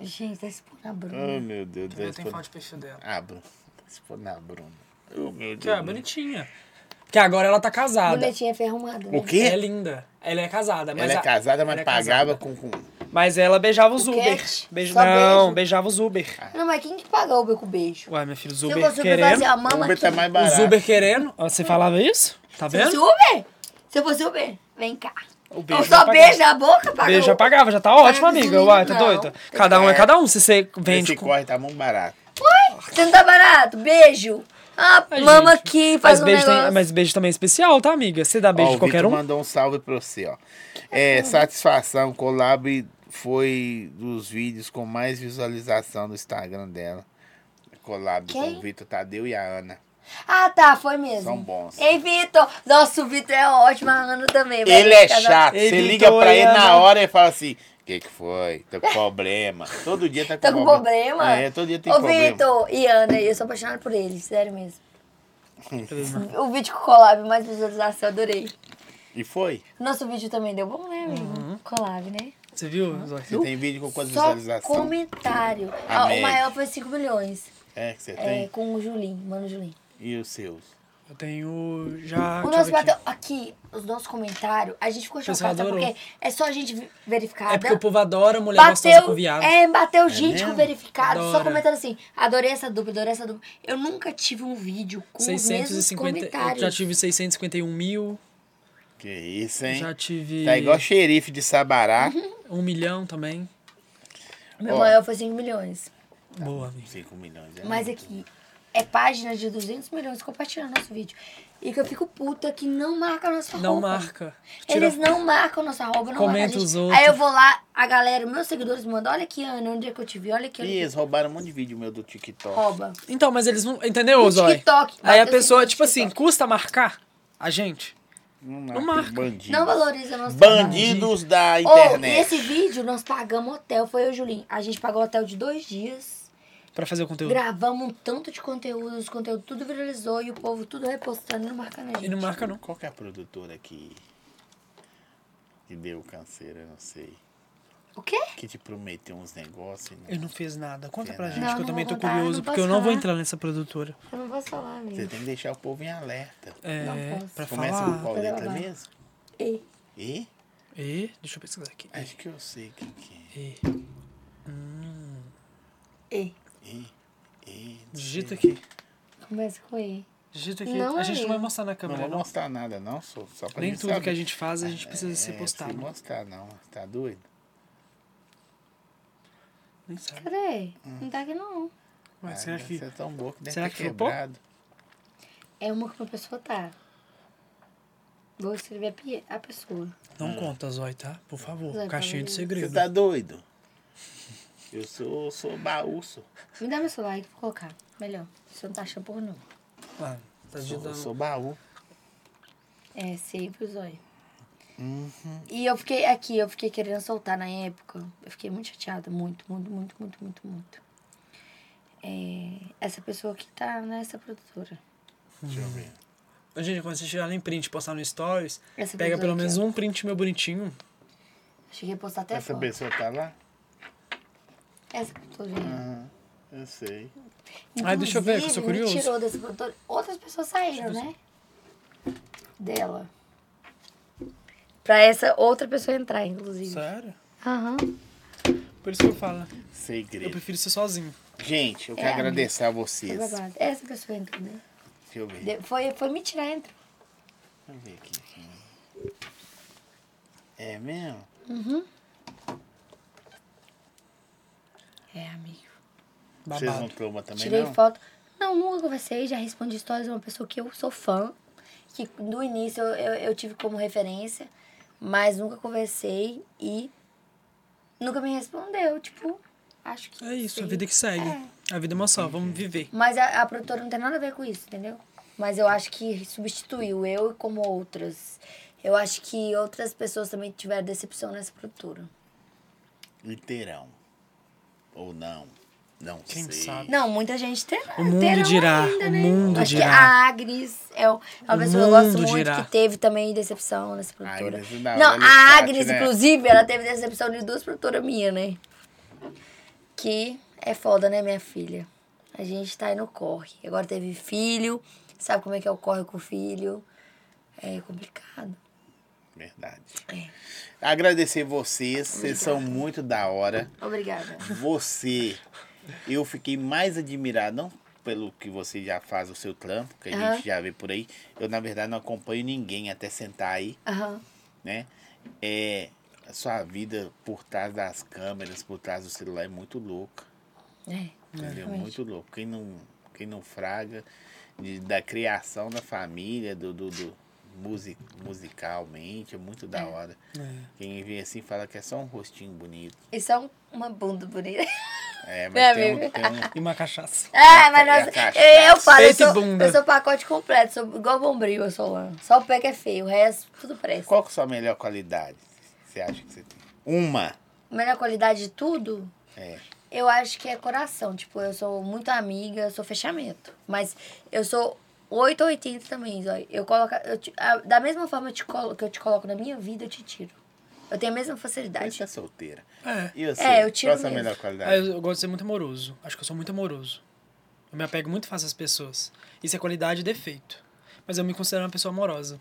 S2: Gente, tá expondo a
S3: Hum.
S2: Bruna.
S1: Ai, meu Deus.
S3: Eu
S1: Deus
S3: tenho
S1: for...
S3: foto de perfil dela.
S1: Ah, Bruna. Se for na Bruna. Oh, meu
S3: Que é
S1: Deus.
S3: bonitinha. Porque agora ela tá casada.
S2: Bonitinha, foi arrumada.
S1: O
S2: Né?
S3: É
S1: quê?
S3: linda. Ela é casada, mas
S1: Ela é
S3: a-
S1: casada, mas
S3: ela é
S1: pagava
S3: casada.
S1: com... com...
S3: Mas ela beijava os
S2: O
S3: Uber.
S2: Cat?
S3: Beijo...
S2: Só
S3: Não,
S2: beijo?
S3: beijava os
S1: Ah.
S3: Uber.
S2: Não, mas quem que paga Uber com beijo?
S3: Ué, meu filho, os
S2: Se eu
S3: Uber
S2: fosse Uber, eu
S3: querendo.
S2: fazia a mama
S1: O Uber tá
S2: aqui.
S1: mais
S3: Os
S1: barato.
S3: Uber querendo. Ó, Você falava isso? Tá
S2: Se eu fosse
S3: vendo?
S2: Uber? Se eu fosse Uber? Vem cá.
S3: O
S2: Eu
S3: beijo
S2: só
S3: apagava.
S2: beijo na boca, paga
S3: Beijo
S2: Uber.
S3: apagava, já tá ótimo,
S2: Paga
S3: amiga.
S2: tudo,
S3: Uai, tá
S2: não.
S3: doida? Cada um é cada um. Se você vende
S1: Esse
S3: com.
S1: corre tá muito barato.
S2: Você não tá barato? Beijo. Ah,
S3: Ai,
S2: mama
S3: gente.
S2: aqui, faz
S3: Mas
S2: um
S3: beijo, tem-
S2: negócio.
S3: mas beijo também é especial, tá, amiga? Você dá beijo
S1: Ó,
S3: de
S1: o
S3: qualquer
S1: Vitor
S3: um.
S1: mandou um salve pra você, ó. É, satisfação, Collab foi dos vídeos com mais visualização no Instagram dela. Collab
S2: Quem?
S1: com o Vitor Tadeu e a Ana.
S2: Ah, tá, foi mesmo.
S1: São bons.
S2: Ei, Vitor! Nossa, o Vitor é ótimo, a Ana também. vai Tá
S1: Ele é
S2: casar.
S1: chato.
S3: Ei,
S1: Você
S3: Vitor
S1: liga pra
S3: e
S1: ele na
S3: Ana.
S1: hora e fala assim: o que, que foi? Tô com problema. Todo dia tá com
S2: Tá com problema?
S1: É, todo dia tem
S2: Ô,
S1: problema.
S2: Vitor e Ana, eu sou apaixonada por ele, sério mesmo. O vídeo com o collab, mais visualização, adorei.
S1: E foi?
S2: Nosso vídeo também deu bom, né, amigo?
S3: Uhum.
S2: Collab, né?
S3: Você viu? Zói?
S1: Você tem vídeo com quantas
S2: Só
S1: visualizações?
S2: comentário.
S1: A
S2: Ah, o
S1: média.
S2: maior foi 5 milhões.
S1: É, que você
S2: É,
S1: tem?
S2: com o Julinho, mano Julinho.
S1: E os seus?
S3: Eu tenho já.
S2: o
S3: Ah, deixa eu
S2: nosso
S3: ver aqui.
S2: bateu aqui, os nossos comentários, a gente ficou
S3: pessoal
S2: chocado, tá?
S3: adorou.
S2: porque é só gente verificada.
S3: É porque o povo adora mulher gostosa com
S2: Bateu,
S3: viado.
S2: é, bateu gente com
S1: mesmo?
S2: verificado, só
S3: Adora.
S2: comentando assim, adorei essa dupla, adorei essa dupla. Eu nunca tive um vídeo com os mesmos
S3: 650. Eu
S2: comentários.
S3: já tive 651 mil.
S1: Que isso, hein?
S3: Já tive.
S1: Tá igual xerife de Sabará.
S2: Uhum.
S3: Um milhão também.
S2: Meu
S1: Ó.
S2: maior foi 5 milhões. Tá.
S3: Boa, amiga.
S1: 5 milhões. é
S2: Mas
S1: muito.
S2: aqui, é página de 200 milhões compartilhando nosso vídeo. E que eu fico puta que não marca a nossa
S3: Não
S2: roupa.
S3: marca. Tira
S2: Eles não marcam nossa roupa, não
S3: Comenta
S2: marcam a gente.
S3: os outros.
S2: Aí eu vou lá, a galera, meus seguidores mandam, olha aqui, Ana, onde é que eu te vi, olha
S3: Tá
S2: aqui, olha
S1: Ih,
S2: aqui.
S1: eles roubaram um monte de vídeo meu do TikTok.
S2: Rouba.
S3: Então, mas eles não. Entendeu,
S2: No
S3: Zói?
S2: TikTok,
S3: Aí a
S2: bateu
S3: pessoa,
S2: 50
S3: tipo assim,
S2: TikTok.
S3: custa marcar a gente?
S1: Não
S3: Não marca.
S1: Bandido.
S2: Não valoriza nosso trabalho.
S1: Bandidos da internet.
S2: Oh, nesse vídeo nós pagamos hotel, foi eu e o Julinho. A gente pagou hotel de dois dias,
S3: Pra fazer o conteúdo.
S2: gravamos um tanto de conteúdo, os conteúdos tudo viralizou e o povo tudo repostando e não marcando a
S3: E
S2: gente.
S3: não marca, não.
S1: Qual que é a produtora que, que deu canseira, eu não sei.
S2: O quê?
S1: Que te prometeu uns negócios. né? e não-
S3: Ele não fez nada. Conta pra
S1: Não,
S3: gente, que
S2: não
S3: eu também
S2: vou
S3: tô
S2: contar,
S3: curioso,
S2: não
S3: porque eu
S2: posso
S3: não vou
S2: falar.
S3: entrar nessa produtora.
S2: Eu não posso falar,
S1: Você
S2: amigo.
S1: tem que deixar o povo em alerta.
S3: É,
S2: posso.
S3: pra
S1: Começa com
S3: falar.
S1: qual letra
S2: Vai.
S1: mesmo?
S2: E?
S1: E?
S3: E, deixa eu pesquisar aqui.
S1: Acho que eu sei o que, é. que
S3: E,
S2: E.
S1: é. E? E?
S3: digita aqui.
S2: Começa com E.
S3: Digita aqui.
S2: Não, é.
S3: a gente não
S2: amigo.
S3: vai mostrar na
S1: Não
S3: câmera,
S1: vou
S3: não.
S1: mostrar nada, não. Só, só pra
S3: Nem
S1: gente
S3: tudo
S1: saber.
S3: que a gente faz, a gente precisa
S1: É,
S3: ser postado.
S1: Não mostrar, não. Tá doido?
S3: Nem sabe.
S2: Cadê? Não tá aqui, não.
S3: Ué,
S1: Ah,
S3: será
S1: deve
S3: que...
S1: ser tão boa que deve
S3: será
S1: ter
S3: que flopou?
S1: quebrado.
S2: É uma que uma pessoa tá. Vou escrever a, pie- a pessoa.
S3: Não conta, Zói, tá? Por favor.
S2: Zói,
S3: Caixinha de
S2: fala
S1: Você
S3: segredo.
S1: tá doido? Eu sou, sou baúço.
S3: Tá
S2: Me dá meu celular aí que eu vou colocar. Melhor. Você não tá achando por não.
S3: Ah, Tá
S1: Eu
S3: digitando.
S1: sou baú.
S2: É, sempre os olhos. E eu fiquei aqui, eu fiquei querendo soltar na época. Eu fiquei muito chateada, muito, muito, muito, muito, muito, muito. É, essa pessoa que tá nessa produtora.
S1: Deixa eu ver.
S3: Gente, quando vocês tirarem print e postar no Stories,
S2: Essa
S3: pega
S2: produtora
S3: pelo
S2: aqui,
S3: menos
S2: ó.
S3: um print meu bonitinho.
S2: Cheguei a postar até
S1: Essa
S2: foto.
S3: Uhum.
S1: pessoa tá lá?
S2: Essa produtora. Inclusive,
S1: Eu sei.
S3: Ai, deixa eu ver, que eu sou
S2: me
S3: curioso.
S2: tirou dessa produtora. Outras pessoas saíram, né? Dela.
S5: Pra essa outra pessoa entrar, inclusive.
S3: Sério?
S5: Aham.
S3: Por isso que eu falo. Eu
S1: Segredo.
S3: prefiro É, ser sozinho.
S1: Gente, eu quero agradecer a vocês. Deixa
S2: Babado. Essa pessoa entrou, né?
S1: eu ver.
S2: De- Foi, foi me tirar, entrou.
S1: Deixa eu ver aqui. É mesmo?
S2: É, amigo.
S1: Vocês não
S3: Babado.
S1: tromba também,
S2: Tirei
S1: não?
S2: foto. Não, nunca conversei, já respondi histórias de uma pessoa que eu sou fã, que do início eu, eu, eu tive como referência, mas nunca conversei e nunca me respondeu, tipo, acho que.
S3: É isso, a
S2: sim.
S3: vida que segue. A vida é uma só, vamos viver.
S2: Mas a, a produtora não tem nada a ver com isso, entendeu? Mas eu acho que substituiu eu como outras. Eu acho que outras pessoas também tiveram decepção nessa produtora.
S1: Inteirão. Ou não. Não
S3: Quem
S1: sei.
S3: sabe?
S2: Não, muita gente terá.
S3: O mundo
S2: terão
S3: dirá,
S2: ainda,
S3: o
S2: né?
S3: mundo
S2: Acho
S3: dirá.
S2: que a Agnes é o- é uma
S3: O
S2: pessoa que eu gosto
S3: mundo
S2: muito,
S3: dirá.
S2: que teve também decepção nessa
S1: A
S2: produtora.
S1: Agnes é da
S2: Não,
S1: hora no chat,
S2: a Agnes,
S1: né?
S2: inclusive, ela teve decepção de duas produtoras minhas, né? Que é foda, né, minha filha? A gente tá aí no corre. Agora teve filho, sabe como é que é o corre com o filho? É complicado.
S1: Verdade.
S2: É.
S1: Agradecer vocês. Vocês são muito da hora.
S2: Obrigada.
S1: Você, eu fiquei mais admirado, não pelo que você já faz o seu trampo, que a
S2: Aham.
S1: gente já vê por aí. Eu, na verdade, não acompanho ninguém até sentar aí,
S2: Aham.
S1: né? É, a sua vida por trás das câmeras, por trás do celular é muito louca.
S2: É.
S1: Entendeu?
S2: realmente.
S1: Muito louco. Quem não, quem não fraga de- da criação da família, do, do, do musi- musicalmente, é muito da hora. Quem vê assim fala que é só um rostinho bonito.
S2: Isso é um- uma bunda bonita.
S1: É, mas
S2: Né,
S1: tem, um,
S2: amigo?
S1: tem um.
S3: E uma cachaça.
S2: Ah, mas
S1: É a
S2: nossa,
S1: caixa.
S2: eu, eu falo, eu
S3: Peito e
S2: sou,
S3: bunda.
S2: eu sou pacote completo, sou igual bombril, eu sou lã. Só o pé que é feio, o resto tudo presta.
S1: Qual que é a sua melhor qualidade? Você acha que você tem? Uma.
S2: Melhor qualidade de tudo,
S1: É.
S2: eu acho que é coração. Tipo, eu sou muito amiga, eu sou fechamento. Mas eu sou 880 também, Zói. Eu coloco, eu te- a- da mesma forma eu te colo- que eu te coloco na minha vida, eu te tiro. Eu tenho a mesma facilidade.
S1: Você é solteira.
S3: É.
S1: E você?
S2: É, eu tiro
S1: Qual a sua
S2: mesmo.
S1: melhor
S3: Ah, eu,
S1: qualidade?
S3: eu gosto de ser muito amoroso. Acho que eu sou muito amoroso. Eu me apego muito fácil às pessoas. Isso é qualidade e defeito. Mas eu me considero uma pessoa amorosa.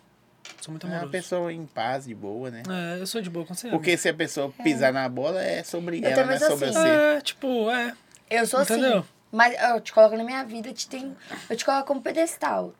S3: Sou muito
S1: É uma
S3: amoroso.
S1: pessoa em paz, de boa, né?
S3: É, eu sou de boa, considero.
S1: Porque se a pessoa pisar na bola, é sobre ela, não
S2: também
S1: é
S2: sou
S1: sobre
S2: assim.
S1: você.
S3: É, tipo, é.
S2: Eu sou
S3: Entendeu?
S2: assim. Mas eu te coloco na minha vida, eu te, tenho, eu te coloco como pedestal.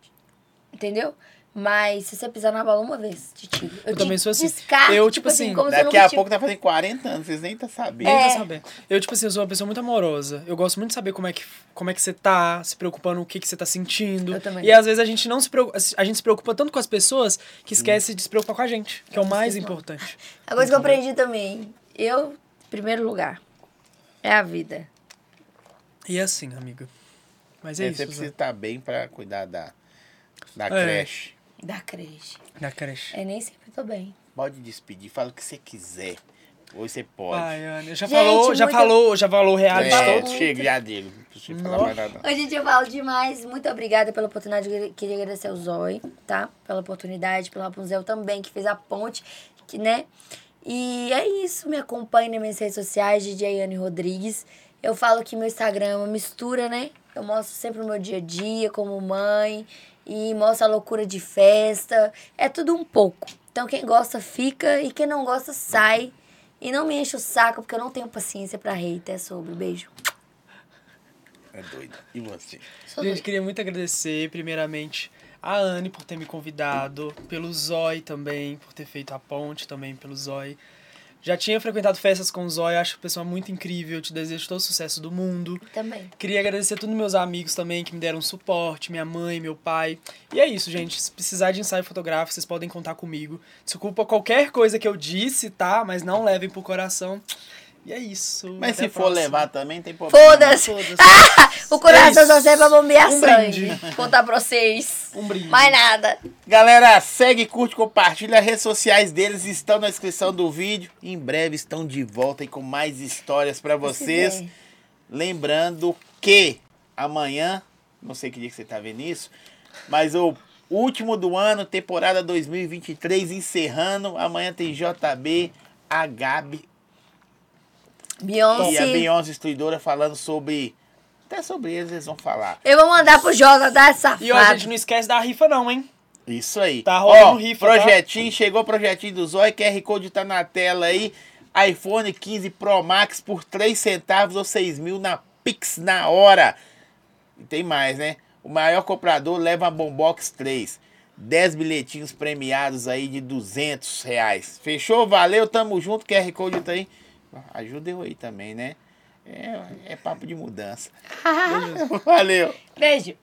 S2: Entendeu? Mas se você pisar na bola uma vez, te tiro. Eu,
S3: Eu
S2: te
S3: também sou assim.
S2: descarto,
S3: Eu, tipo assim,
S2: como se
S1: Daqui
S2: eu nunca
S1: a
S2: te-
S1: pouco tá fazendo 40 anos, vocês nem tá sabendo.
S2: É.
S3: Bem, tá sabendo. Eu, tipo assim, eu sou uma pessoa muito amorosa. Eu gosto muito de saber como é que, como é que você tá, se preocupando o que, que você tá sentindo.
S2: Eu também.
S3: E às vezes a gente não se preocupa. A gente se preocupa tanto com as pessoas que esquece de se preocupar com a gente, que é o mais importante.
S2: A coisa que eu aprendi também. Eu, em primeiro lugar, é a vida.
S3: E é assim, amiga. Mas é,
S1: É, você
S3: isso.
S1: precisa
S3: Zé.
S1: estar bem pra cuidar da, da
S3: É.
S1: creche.
S2: Da creche.
S3: Da creche.
S2: É nem sempre tô bem.
S1: Pode despedir, fala o que você quiser. Hoje você pode.
S3: Ai, Ana, já
S2: Gente,
S3: falou, já
S2: muito-
S3: falou, já falou o
S1: é,
S3: reality
S1: é,
S3: todo.
S1: chega já dele. Não precisa falar mais nada. não.
S2: Hoje gente, eu falo demais. Muito obrigada pela oportunidade. Eu Queria agradecer ao Zoe, tá? Pela oportunidade, pelo Rapunzel também, que fez a ponte, que, né? E é isso. Me acompanhe nas minhas redes sociais, DJ Anne Rodrigues. Eu falo que meu Instagram é uma mistura, né? Eu mostro sempre o meu dia a dia como mãe e mostro a loucura de festa. É tudo um pouco. Então quem gosta fica e quem não gosta sai. E não me enche o saco porque eu não tenho paciência pra hater. É sobre. Beijo.
S1: É doido. E você?
S2: Sou
S3: Gente, queria muito agradecer, primeiramente, a Anne por ter me convidado, pelo Zói também, por ter feito a ponte também pelo Zói. Já tinha frequentado festas com o Zói, acho a pessoa muito incrível, te desejo todo o sucesso do mundo.
S2: Também.
S3: Queria agradecer a todos meus amigos também que me deram suporte, minha mãe, meu pai. E é isso, gente. Se precisar de ensaio fotográfico, vocês podem contar comigo. Desculpa qualquer coisa que eu disse, tá? Mas não levem pro coração. E é isso.
S1: Mas
S3: Até
S1: se
S3: a
S1: for
S3: próxima.
S1: levar também, tem problema.
S2: Foda-se!
S3: Todas.
S2: Ah, O coração tá
S3: É isso.
S2: só serve pra bombear
S3: Um
S2: sangue. Contar pra vocês.
S8: Um brinde.
S5: Mais nada.
S1: Galera, segue, curte, compartilha. As redes sociais deles estão na descrição do vídeo. Em breve estão de volta aí com mais histórias pra vocês. Lembrando que amanhã, não sei que dia que você tá vendo isso, mas o último do ano, temporada 2023 encerrando. Amanhã tem JB, a Gabi e a
S5: Beyoncé.
S1: Beyoncé Destruidora falando sobre. Até sobre eles eles vão falar.
S5: Eu vou mandar pro Jonas
S2: tá,
S5: dar
S8: E ó,
S5: safado.
S8: gente, não esquece da rifa não, hein?
S1: Isso aí.
S8: Tá rolando
S1: Ó,
S8: rifa,
S1: Projetinho, chegou o projetinho do Zói, QR Code tá na tela aí. iPhone 15 Pro Max por 3 centavos ou 6 mil na Pix na hora. E tem mais, né? O maior comprador leva a Bombox 3. 10 bilhetinhos premiados aí de 200 reais. Fechou? Valeu, tamo junto. QR Code tá aí. Ajuda eu aí também, né? É, é papo de mudança. Valeu.
S5: Beijo.